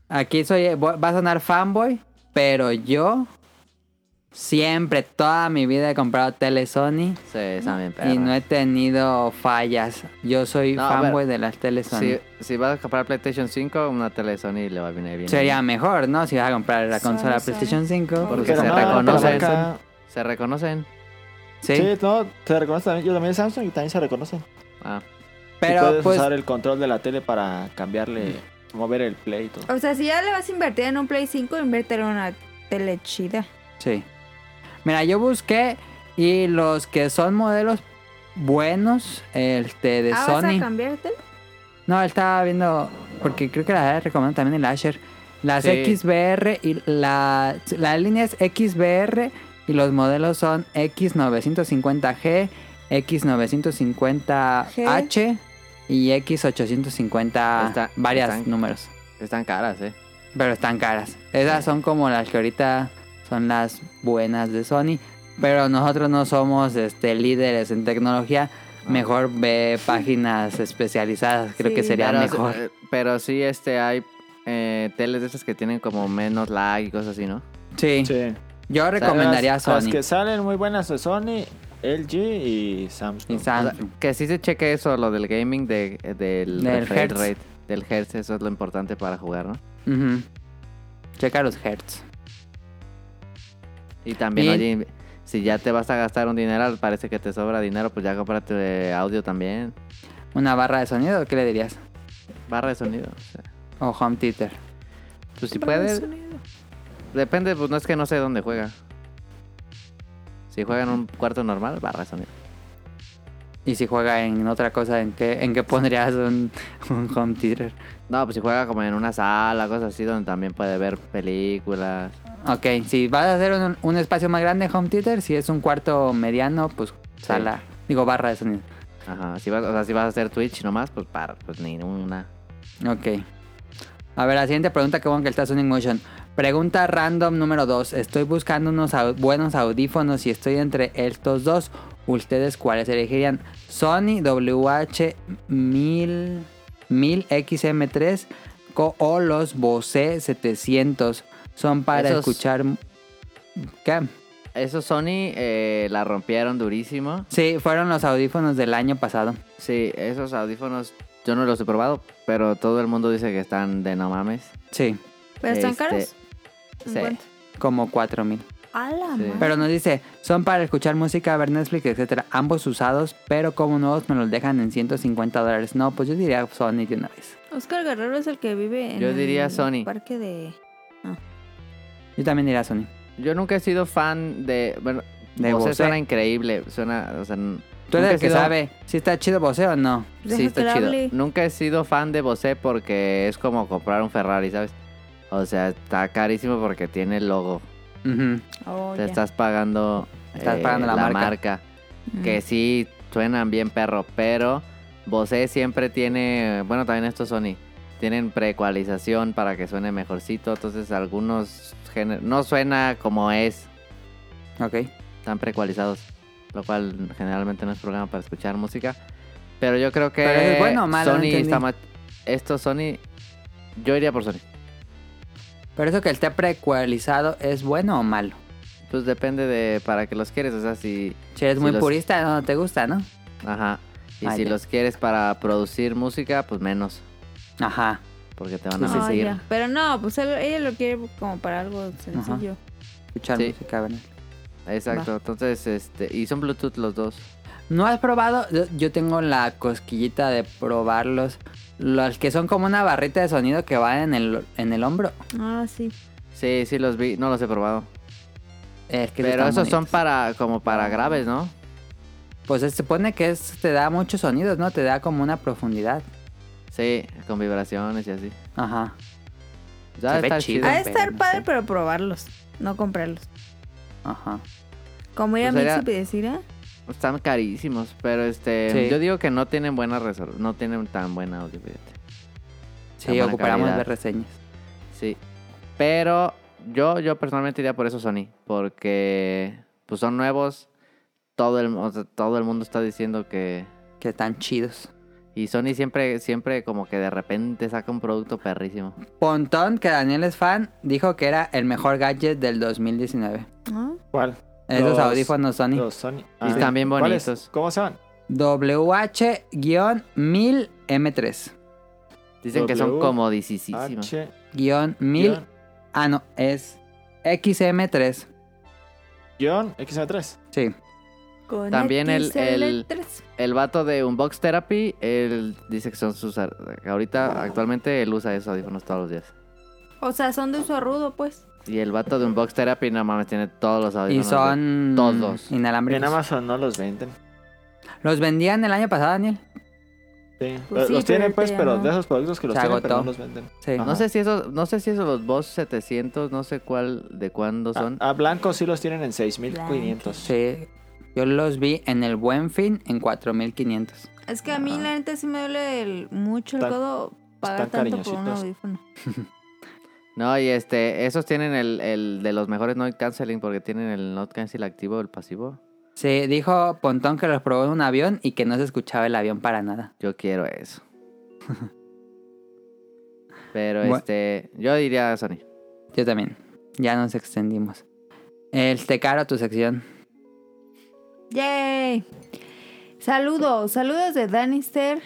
[SPEAKER 1] aquí soy, voy- va a sonar fanboy, pero yo siempre, toda mi vida he comprado tele Sony.
[SPEAKER 2] Sí, está bien,
[SPEAKER 1] Y no
[SPEAKER 2] pero.
[SPEAKER 1] he tenido fallas. Yo soy
[SPEAKER 2] No,
[SPEAKER 1] fanboy
[SPEAKER 2] pero-
[SPEAKER 1] de las teles Sony.
[SPEAKER 2] Si, si vas a comprar PlayStation 5, una tele Sony le va a venir bien.
[SPEAKER 1] Sería mejor, ¿no? Si vas a comprar la
[SPEAKER 7] Sony,
[SPEAKER 1] consola
[SPEAKER 7] Sony.
[SPEAKER 1] PlayStation pues, 5.
[SPEAKER 7] Porque
[SPEAKER 2] se
[SPEAKER 3] no, pero
[SPEAKER 2] reconocen.
[SPEAKER 3] acá-
[SPEAKER 2] ¿Se reconocen?
[SPEAKER 1] Sí,
[SPEAKER 3] Sí, no, se reconoce también. Yo también Samsung y también se reconocen.
[SPEAKER 2] Ah,
[SPEAKER 3] y
[SPEAKER 1] pero
[SPEAKER 3] puedes
[SPEAKER 1] pues...
[SPEAKER 3] usar el control de la tele para cambiarle, mover el play y todo.
[SPEAKER 7] O sea, si ya le vas a invertir en un Play 5, invierte en una tele chida.
[SPEAKER 1] Sí. Mira, yo busqué y los que son modelos buenos, este de
[SPEAKER 7] ah, ¿vas a
[SPEAKER 1] Sony.
[SPEAKER 7] cambiar de tele?
[SPEAKER 1] No, él estaba viendo, porque creo que la recomendado también el Asher. Las
[SPEAKER 2] Sí.
[SPEAKER 1] XBR y la, la línea es XBR y los modelos son X950G, X950H y X850,
[SPEAKER 2] Está-
[SPEAKER 1] varias
[SPEAKER 2] están-
[SPEAKER 1] números.
[SPEAKER 2] están caras, ¿eh?
[SPEAKER 1] Pero están caras. Esas son como las que ahorita son las buenas de Sony. Pero nosotros no somos este, líderes en tecnología. Mejor ve páginas especializadas. Creo que
[SPEAKER 7] Sí.
[SPEAKER 1] sería
[SPEAKER 2] pero,
[SPEAKER 1] mejor.
[SPEAKER 2] eh, Pero sí, este, hay eh, teles de esas que tienen como menos lag y cosas así, ¿no?
[SPEAKER 1] Sí.
[SPEAKER 3] Sí.
[SPEAKER 1] Yo recomendaría
[SPEAKER 3] Las- Las
[SPEAKER 1] Sony.
[SPEAKER 3] que salen muy buenas son Sony, LG y Samsung.
[SPEAKER 1] Y
[SPEAKER 2] O sea,
[SPEAKER 1] Samsung.
[SPEAKER 2] que sí se cheque eso, lo del gaming de,
[SPEAKER 1] Del
[SPEAKER 2] del refresh
[SPEAKER 1] hertz.
[SPEAKER 2] rate. del hertz, eso es lo importante para jugar, ¿no?
[SPEAKER 1] Ujú. Checa los hertz.
[SPEAKER 2] Y también,
[SPEAKER 1] Bien.
[SPEAKER 2] oye, si ya te vas a gastar un dinero, parece que te sobra dinero, pues ya cómprate eh, audio también.
[SPEAKER 1] ¿Una barra de sonido? ¿Qué le dirías?
[SPEAKER 2] Barra de sonido. o sea.
[SPEAKER 1] O home theater.
[SPEAKER 2] Pues si puedes. Depende, pues no es que no sé dónde juega. Si juega en un cuarto normal, barra de sonido.
[SPEAKER 1] Y si juega en otra cosa, ¿en qué, en qué pondrías un, un home theater?
[SPEAKER 2] No, pues si juega como en una sala, cosas así, donde también puede ver películas.
[SPEAKER 1] Ok, si vas a hacer un, un espacio más grande, home theater, si es un cuarto mediano, pues sala. Digo, barra de sonido.
[SPEAKER 2] Ajá, si vas, o sea, si vas a hacer Twitch nomás, pues para, pues ni una.
[SPEAKER 1] Ok. A ver, la siguiente pregunta que bueno que está Sonic Motion. Pregunta random número 2. Estoy buscando unos au- buenos audífonos y estoy entre estos dos. ¿Ustedes cuáles elegirían? Sony WH-1000 1000XM3 co- o los Bose 700. Son para
[SPEAKER 2] Esos-
[SPEAKER 1] escuchar... ¿Qué?
[SPEAKER 2] Esos Sony eh, la rompieron durísimo.
[SPEAKER 1] Sí, fueron los audífonos del año pasado.
[SPEAKER 2] Sí, esos audífonos yo no los he probado, pero todo el mundo dice que están de no mames.
[SPEAKER 1] Sí,
[SPEAKER 7] Pero están
[SPEAKER 2] Este,
[SPEAKER 7] caros. ¿En
[SPEAKER 2] sí.
[SPEAKER 7] cuánto?
[SPEAKER 1] como 4000.
[SPEAKER 7] A la
[SPEAKER 2] Sí.
[SPEAKER 7] madre.
[SPEAKER 1] Pero nos dice, son para escuchar música, ver Netflix, etcétera. Ambos usados, pero como nuevos me los dejan en 150 dólares. No, pues yo diría Sony de una vez.
[SPEAKER 7] Oscar Guerrero es el que vive en
[SPEAKER 2] Yo diría
[SPEAKER 7] el
[SPEAKER 2] Sony.
[SPEAKER 7] parque de...
[SPEAKER 1] Yo también diría Sony.
[SPEAKER 2] Yo nunca he sido fan de. Bueno,
[SPEAKER 1] De
[SPEAKER 2] Bose
[SPEAKER 1] Bose.
[SPEAKER 2] suena increíble. Suena. O sea, n-
[SPEAKER 1] Tú
[SPEAKER 2] nunca
[SPEAKER 1] eres
[SPEAKER 2] he
[SPEAKER 1] el que
[SPEAKER 2] sido-
[SPEAKER 1] sabe si está chido voceo o no.
[SPEAKER 7] Deja
[SPEAKER 2] sí, está
[SPEAKER 7] que
[SPEAKER 2] chido.
[SPEAKER 7] hable.
[SPEAKER 2] Nunca he sido fan de Bose porque es como comprar un Ferrari, ¿sabes? O sea, está carísimo porque tiene el logo.
[SPEAKER 1] Ujú.
[SPEAKER 7] Oh,
[SPEAKER 2] Te
[SPEAKER 7] ya.
[SPEAKER 2] estás pagando. eh,
[SPEAKER 1] Estás pagando la marca.
[SPEAKER 2] Que
[SPEAKER 7] Mm.
[SPEAKER 2] sí suenan bien perro, pero Bose siempre tiene. Bueno, también estos Sony. Tienen preecualización para que suene mejorcito. Entonces, algunos. géner- No suena como es.
[SPEAKER 1] Ok.
[SPEAKER 2] están precualizados, lo cual generalmente no es programa para escuchar música. Pero yo creo que
[SPEAKER 1] Pero es bueno o malo, no
[SPEAKER 2] Sony
[SPEAKER 1] entendí.
[SPEAKER 2] está más... Esto Sony... Yo iría por Sony.
[SPEAKER 1] Pero eso que esté precualizado, ¿es bueno o malo?
[SPEAKER 2] Pues depende de para qué los quieres. O sea, si...
[SPEAKER 1] Si eres
[SPEAKER 2] Si
[SPEAKER 1] muy
[SPEAKER 2] los-
[SPEAKER 1] purista, no te gusta, ¿no?
[SPEAKER 2] Ajá. Y
[SPEAKER 1] Ah,
[SPEAKER 2] si
[SPEAKER 1] ya.
[SPEAKER 2] los quieres para producir música, pues menos.
[SPEAKER 1] Ajá.
[SPEAKER 2] Porque te van a
[SPEAKER 1] Sí, sí,
[SPEAKER 7] Oh,
[SPEAKER 2] seguir.
[SPEAKER 7] ya. Pero no, pues él- ella lo quiere como para algo sencillo.
[SPEAKER 1] Escuchar
[SPEAKER 2] Sí.
[SPEAKER 1] música, ver Netflix.
[SPEAKER 2] Exacto. Entonces, este... Y son Bluetooth los dos.
[SPEAKER 1] ¿No has probado? Yo- Yo tengo la cosquillita de probarlos. Los que son como una barrita de sonido que va en el, en el hombro.
[SPEAKER 7] Ah, sí.
[SPEAKER 2] Sí, sí los vi. No los he probado.
[SPEAKER 1] Es que sí
[SPEAKER 2] Pero
[SPEAKER 1] están
[SPEAKER 2] esos son
[SPEAKER 1] bonitos.
[SPEAKER 2] para... Como para graves, ¿no?
[SPEAKER 1] Pues se supone que es, te da muchos sonidos, ¿no? Te da como una profundidad.
[SPEAKER 2] Sí, con vibraciones y así.
[SPEAKER 1] Ajá.
[SPEAKER 2] Ya
[SPEAKER 1] Se ve
[SPEAKER 2] está
[SPEAKER 1] chido.
[SPEAKER 2] chido.
[SPEAKER 7] Ha de
[SPEAKER 1] pero
[SPEAKER 7] estar
[SPEAKER 1] no
[SPEAKER 7] padre,
[SPEAKER 1] sé.
[SPEAKER 7] pero probarlos, no comprarlos.
[SPEAKER 1] Ajá.
[SPEAKER 7] Como ir a
[SPEAKER 2] Pues era-
[SPEAKER 7] Mixup y decir, ah,
[SPEAKER 2] Están carísimos, pero este,
[SPEAKER 1] Sí.
[SPEAKER 2] yo digo que no tienen buena resolución, no tienen tan buena audio, fíjate.
[SPEAKER 1] Sí,
[SPEAKER 2] buena
[SPEAKER 1] ocupáramos
[SPEAKER 2] calidad.
[SPEAKER 1] de reseñas.
[SPEAKER 2] Sí. Pero yo, yo personalmente iría por esos Sony, porque pues son nuevos, todo el, o sea, todo el mundo está diciendo que...
[SPEAKER 1] Que están chidos.
[SPEAKER 2] Y Sony siempre, siempre como que de repente saca un producto perrísimo.
[SPEAKER 1] Pontón, que Daniel es fan, dijo que era el mejor gadget del 2019.
[SPEAKER 7] ah,
[SPEAKER 3] ¿Cuál?
[SPEAKER 1] Esos
[SPEAKER 3] Los-
[SPEAKER 1] audífonos Sony.
[SPEAKER 3] Los Sony.
[SPEAKER 2] Y están bien
[SPEAKER 3] ¿Cuáles?
[SPEAKER 2] bonitos.
[SPEAKER 3] ¿Cómo se llaman?
[SPEAKER 1] WH-1000M3.
[SPEAKER 2] Dicen que son
[SPEAKER 3] W,
[SPEAKER 2] comodisísimos.
[SPEAKER 3] H.
[SPEAKER 1] Guión 1000. Ah, no, es XM3.
[SPEAKER 3] Guión XM3.
[SPEAKER 1] Sí.
[SPEAKER 7] con
[SPEAKER 2] También el-
[SPEAKER 7] XL3".
[SPEAKER 2] El vato de Unbox Therapy, él dice que son sus... ar- Ahorita, actualmente, él usa esos audífonos todos los días.
[SPEAKER 7] O sea, son de uso rudo, pues.
[SPEAKER 2] Y el vato de Unbox Therapy, no mames, tiene todos los
[SPEAKER 1] Y
[SPEAKER 2] audífonos. güey.
[SPEAKER 1] son
[SPEAKER 2] todos.
[SPEAKER 1] inalámbricos.
[SPEAKER 3] En Amazon no los venden.
[SPEAKER 1] Los vendían el año pasado, Daniel.
[SPEAKER 3] Sí. los
[SPEAKER 7] Pues sí,
[SPEAKER 3] los
[SPEAKER 7] pero
[SPEAKER 3] tienen
[SPEAKER 7] ahorita
[SPEAKER 3] pues,
[SPEAKER 7] ya
[SPEAKER 3] pero
[SPEAKER 7] no.
[SPEAKER 3] de esos productos que los
[SPEAKER 1] Se
[SPEAKER 3] tienen, pero no
[SPEAKER 1] agotó.
[SPEAKER 3] los venden.
[SPEAKER 1] Sí.
[SPEAKER 2] No sé si esos, no sé si esos los Boss 700, no sé cuál, de
[SPEAKER 1] Ah, Pues
[SPEAKER 2] cuándo son.
[SPEAKER 3] A, a blancos sí los tienen en 6500.
[SPEAKER 1] Sí, yo los vi en el Buen Fin en 4500.
[SPEAKER 7] Es que a mí, la neta, sí me duele el- mucho el
[SPEAKER 3] Están-
[SPEAKER 7] codo pagar
[SPEAKER 3] están
[SPEAKER 7] tanto por un
[SPEAKER 3] cariñositos.
[SPEAKER 7] audífono.
[SPEAKER 2] No, y este, esos tienen el, el de los mejores noise canceling porque tienen el noise cancel activo, el pasivo.
[SPEAKER 1] Sí, dijo Pontón que los probó en un avión y que no se escuchaba el avión para nada.
[SPEAKER 2] Yo quiero eso. Pero
[SPEAKER 1] Bueno.
[SPEAKER 2] este, yo diría Sony.
[SPEAKER 1] Yo también. Ya nos extendimos. Este caro tu sección.
[SPEAKER 7] ¡Yay! Saludos, saludos de Danister,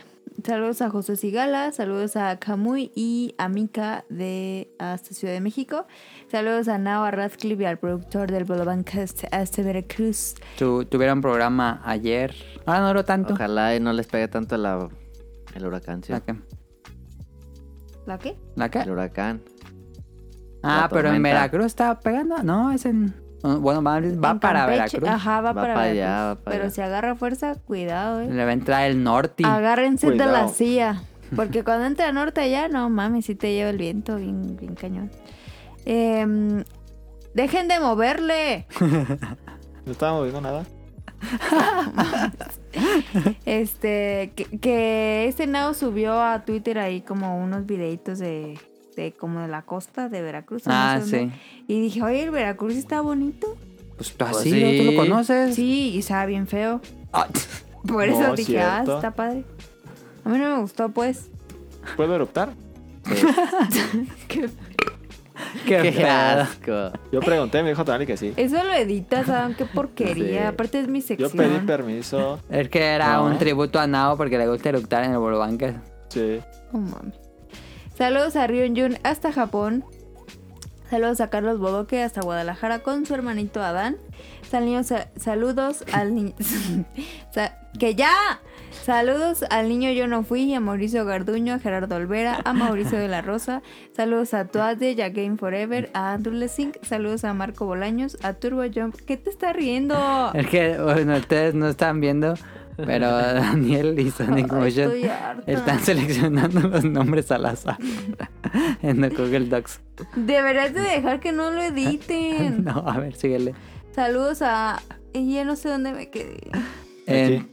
[SPEAKER 7] Saludos a José Sigala, saludos a Camuy y a Mika de hasta Ciudad de México. Saludos a Nao, a Radcliffe y al productor del Bolobancast, hasta este, Veracruz.
[SPEAKER 1] Tu- tuvieron programa ayer. Ahora no lo tanto.
[SPEAKER 2] Ojalá y no les pegue tanto la, el huracán, sí.
[SPEAKER 1] ¿La qué?
[SPEAKER 7] ¿La qué?
[SPEAKER 1] ¿La qué?
[SPEAKER 2] El huracán.
[SPEAKER 1] Ah,
[SPEAKER 2] La
[SPEAKER 1] pero en
[SPEAKER 2] tormenta.
[SPEAKER 1] Veracruz está pegando. No, es en. Bueno, va, va
[SPEAKER 7] En
[SPEAKER 1] para
[SPEAKER 7] Campeche.
[SPEAKER 1] Veracruz.
[SPEAKER 7] Ajá, va,
[SPEAKER 2] Va
[SPEAKER 7] para
[SPEAKER 2] para
[SPEAKER 7] Veracruz.
[SPEAKER 2] allá, va para
[SPEAKER 7] Pero
[SPEAKER 2] allá.
[SPEAKER 7] si agarra fuerza, cuidado, eh.
[SPEAKER 1] Le va a entrar el norte.
[SPEAKER 7] Agárrense de la
[SPEAKER 3] Cuidado.
[SPEAKER 7] silla. Porque cuando entra norte allá, no mames, si te lleva el viento bien, bien cañón. Em, dejen de moverle.
[SPEAKER 3] No estábamos viendo nada.
[SPEAKER 7] Este, que, que este Nao subió a Twitter ahí como unos videitos de, de como de la costa de Veracruz. o no
[SPEAKER 1] Ah,
[SPEAKER 7] sé dónde.
[SPEAKER 1] sí.
[SPEAKER 7] Y dije, oye, el Veracruz está bonito.
[SPEAKER 1] Pues tú
[SPEAKER 2] Pues
[SPEAKER 1] así,
[SPEAKER 2] sí.
[SPEAKER 1] tú lo conoces.
[SPEAKER 7] Sí, y estaba bien feo.
[SPEAKER 1] Ah,
[SPEAKER 7] Por eso
[SPEAKER 3] No,
[SPEAKER 7] dije,
[SPEAKER 3] cierto.
[SPEAKER 7] ah, está padre. A mí no me gustó, pues.
[SPEAKER 3] ¿Puedo eruptar?
[SPEAKER 7] Que-
[SPEAKER 1] qué
[SPEAKER 2] ¡Qué
[SPEAKER 1] pedo.
[SPEAKER 2] asco!
[SPEAKER 7] Eh.
[SPEAKER 3] Yo pregunté, me dijo Tali que sí.
[SPEAKER 7] Eso lo editas, ¿saben qué porquería?
[SPEAKER 2] Sí.
[SPEAKER 7] Aparte es mi sección.
[SPEAKER 3] Yo pedí permiso.
[SPEAKER 1] Es que era
[SPEAKER 3] No.
[SPEAKER 1] un tributo a Nao porque le gusta eructar en el Bolobanque.
[SPEAKER 3] Sí.
[SPEAKER 7] No mames. Saludos a Ryun Jun hasta Japón. Saludos a Carlos Bodoque hasta Guadalajara con su hermanito Adán. Saludos, a- saludos al niño. ¡Que ya! Saludos al niño Yo No Fui, a Mauricio Garduño, a Gerardo Olvera, a Mauricio de la Rosa. Saludos a Tuaz de Ya Game Forever, a Andrew Lessing. Saludos a Marco Bolaños, a Turbo Jump. ¿Qué te está riendo?
[SPEAKER 1] Es que, bueno, ustedes no están viendo, pero Daniel y Sonic
[SPEAKER 7] Ay,
[SPEAKER 1] Motion
[SPEAKER 7] estoy harta.
[SPEAKER 1] están seleccionando los nombres al azar en el Google Docs.
[SPEAKER 7] Deberías de dejar que no lo editen.
[SPEAKER 1] No, a ver, síguele.
[SPEAKER 7] Saludos a. y Ya no sé dónde me quedé.
[SPEAKER 1] En,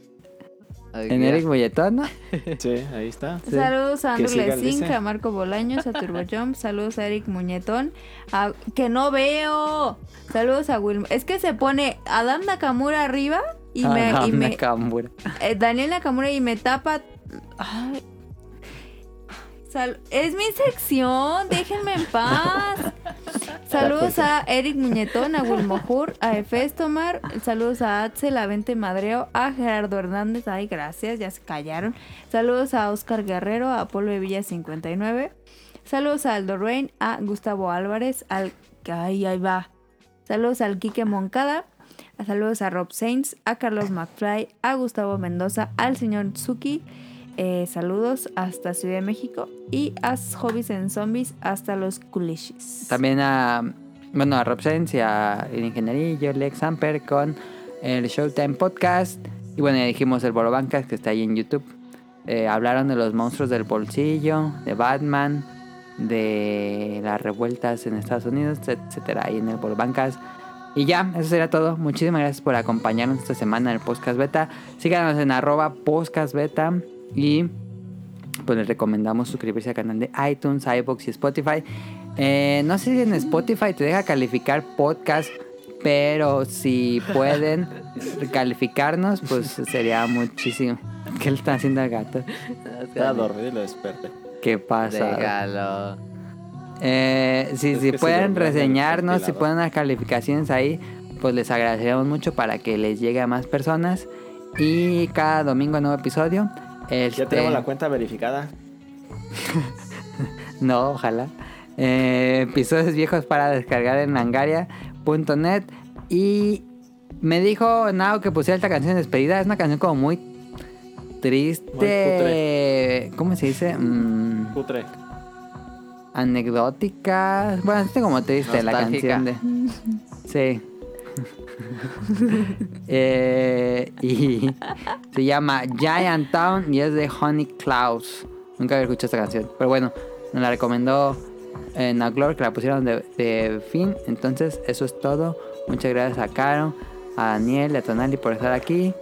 [SPEAKER 2] Ay,
[SPEAKER 1] en
[SPEAKER 2] qué
[SPEAKER 1] Eric Bolletón, ¿no?
[SPEAKER 3] Sí, ahí está.
[SPEAKER 7] Saludos a
[SPEAKER 3] Que
[SPEAKER 7] Andrew
[SPEAKER 3] siga el
[SPEAKER 7] Lessing,
[SPEAKER 3] dice.
[SPEAKER 7] a Marco Bolaños, a Turbo Jump. Saludos a Eric Muñetón. a- que no veo. Saludos a Wilma. Es que se pone Adam Nakamura arriba y me.
[SPEAKER 1] Ah,
[SPEAKER 7] y
[SPEAKER 1] no,
[SPEAKER 7] me-
[SPEAKER 1] Nakamura.
[SPEAKER 7] eh, Daniel Nakamura y me tapa. Ay. Sal- es mi sección, déjenme en paz. Saludos a Eric Muñetón, a Wilmojur, a Efestomar, saludos a Axel, a Vente Madreo, a Gerardo Hernández, ay gracias, ya se callaron. Saludos a Oscar Guerrero, a Polo de Villa 59, saludos a Aldo Rain, a Gustavo Álvarez, al... Ay, ahí va. Saludos al Quique Moncada, a saludos a Rob Sainz, a Carlos McFly, a Gustavo Mendoza, al señor Tsuki. eh, saludos hasta Ciudad de México y a Hobbies en Zombies hasta los Kulishis.
[SPEAKER 1] También a, bueno, a Rob Sainz y a el ingenierillo, Lex Amper con el Showtime Podcast. Y bueno, ya dijimos el Bolobancas que está ahí en YouTube. Eh, hablaron de los monstruos del bolsillo, de Batman, de las revueltas en Estados Unidos, etcétera, ahí en el Bolobancas. Y ya, eso sería todo. Muchísimas gracias por acompañarnos esta semana en el Podcast Beta. Síganos en arroba Podcast Beta y pues les recomendamos suscribirse al canal de iTunes, iBox y Spotify. Eh, no sé si en Spotify te deja calificar podcast, pero si pueden calificarnos, pues sería muchísimo. ¿Qué le está haciendo al gato?
[SPEAKER 3] Estaba dormido y lo desperté.
[SPEAKER 1] ¿Qué pasa?
[SPEAKER 2] Déjalo.
[SPEAKER 1] Eh, si
[SPEAKER 3] Es
[SPEAKER 1] si
[SPEAKER 3] que se
[SPEAKER 1] pueden
[SPEAKER 3] durmió en el
[SPEAKER 1] reseñarnos, si
[SPEAKER 3] ventilador.
[SPEAKER 1] ponen las calificaciones ahí, pues les agradeceríamos mucho para que les llegue a más personas. Y cada domingo nuevo episodio.
[SPEAKER 3] Ya
[SPEAKER 1] Este,
[SPEAKER 3] tenemos la cuenta verificada.
[SPEAKER 1] No, ojalá. Eh, episodios viejos para descargar en langaria.net. Y me dijo Nao que pusiera esta canción de despedida. Es una canción como muy
[SPEAKER 3] Muy
[SPEAKER 1] triste.
[SPEAKER 3] cutre.
[SPEAKER 1] ¿Cómo se dice? Mm,
[SPEAKER 3] Putre.
[SPEAKER 1] anecdótica. Bueno, es como triste la
[SPEAKER 2] Nostálgica.
[SPEAKER 1] canción de. Sí. Eh, y se llama Giant Town y es de Honey Klaus. Nunca había escuchado esta canción. Pero bueno, nos la recomendó en Outlaw, que la pusieron de, de fin. Entonces, eso es todo. Muchas gracias a Caro, a Daniel y a Tonali por estar aquí.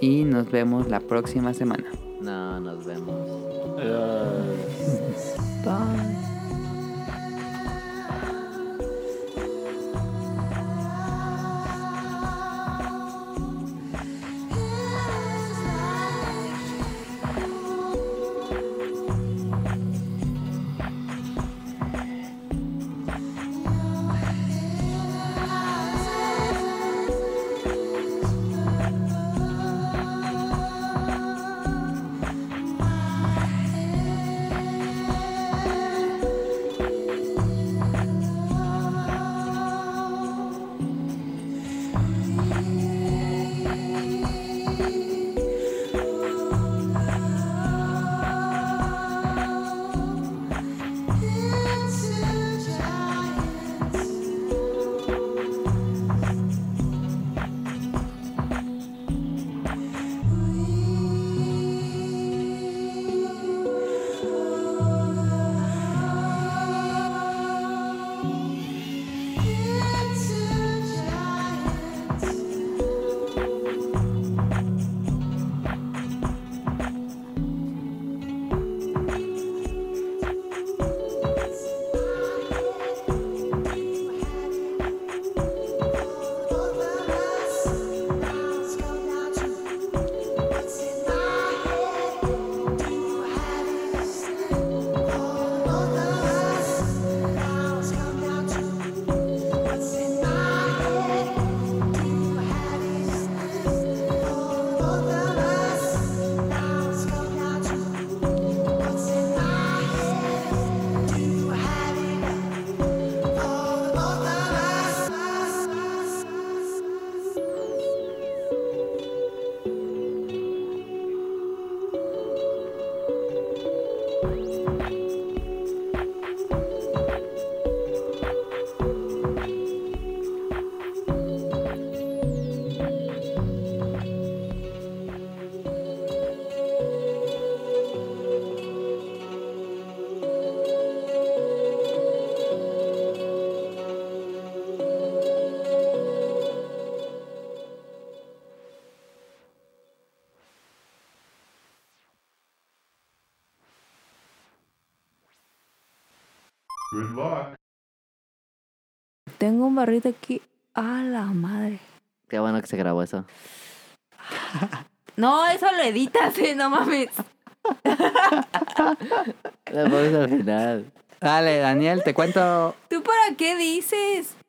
[SPEAKER 1] Y nos vemos la próxima semana.
[SPEAKER 2] No, nos vemos.
[SPEAKER 3] Eh,
[SPEAKER 8] 「
[SPEAKER 7] Tengo un barrito aquí. A la madre.
[SPEAKER 2] Qué bueno que se grabó eso.
[SPEAKER 7] No, eso lo editas, eh, no mames.
[SPEAKER 2] Lo pones al final.
[SPEAKER 1] Dale, Daniel, te cuento.
[SPEAKER 7] ¿Tú para qué dices?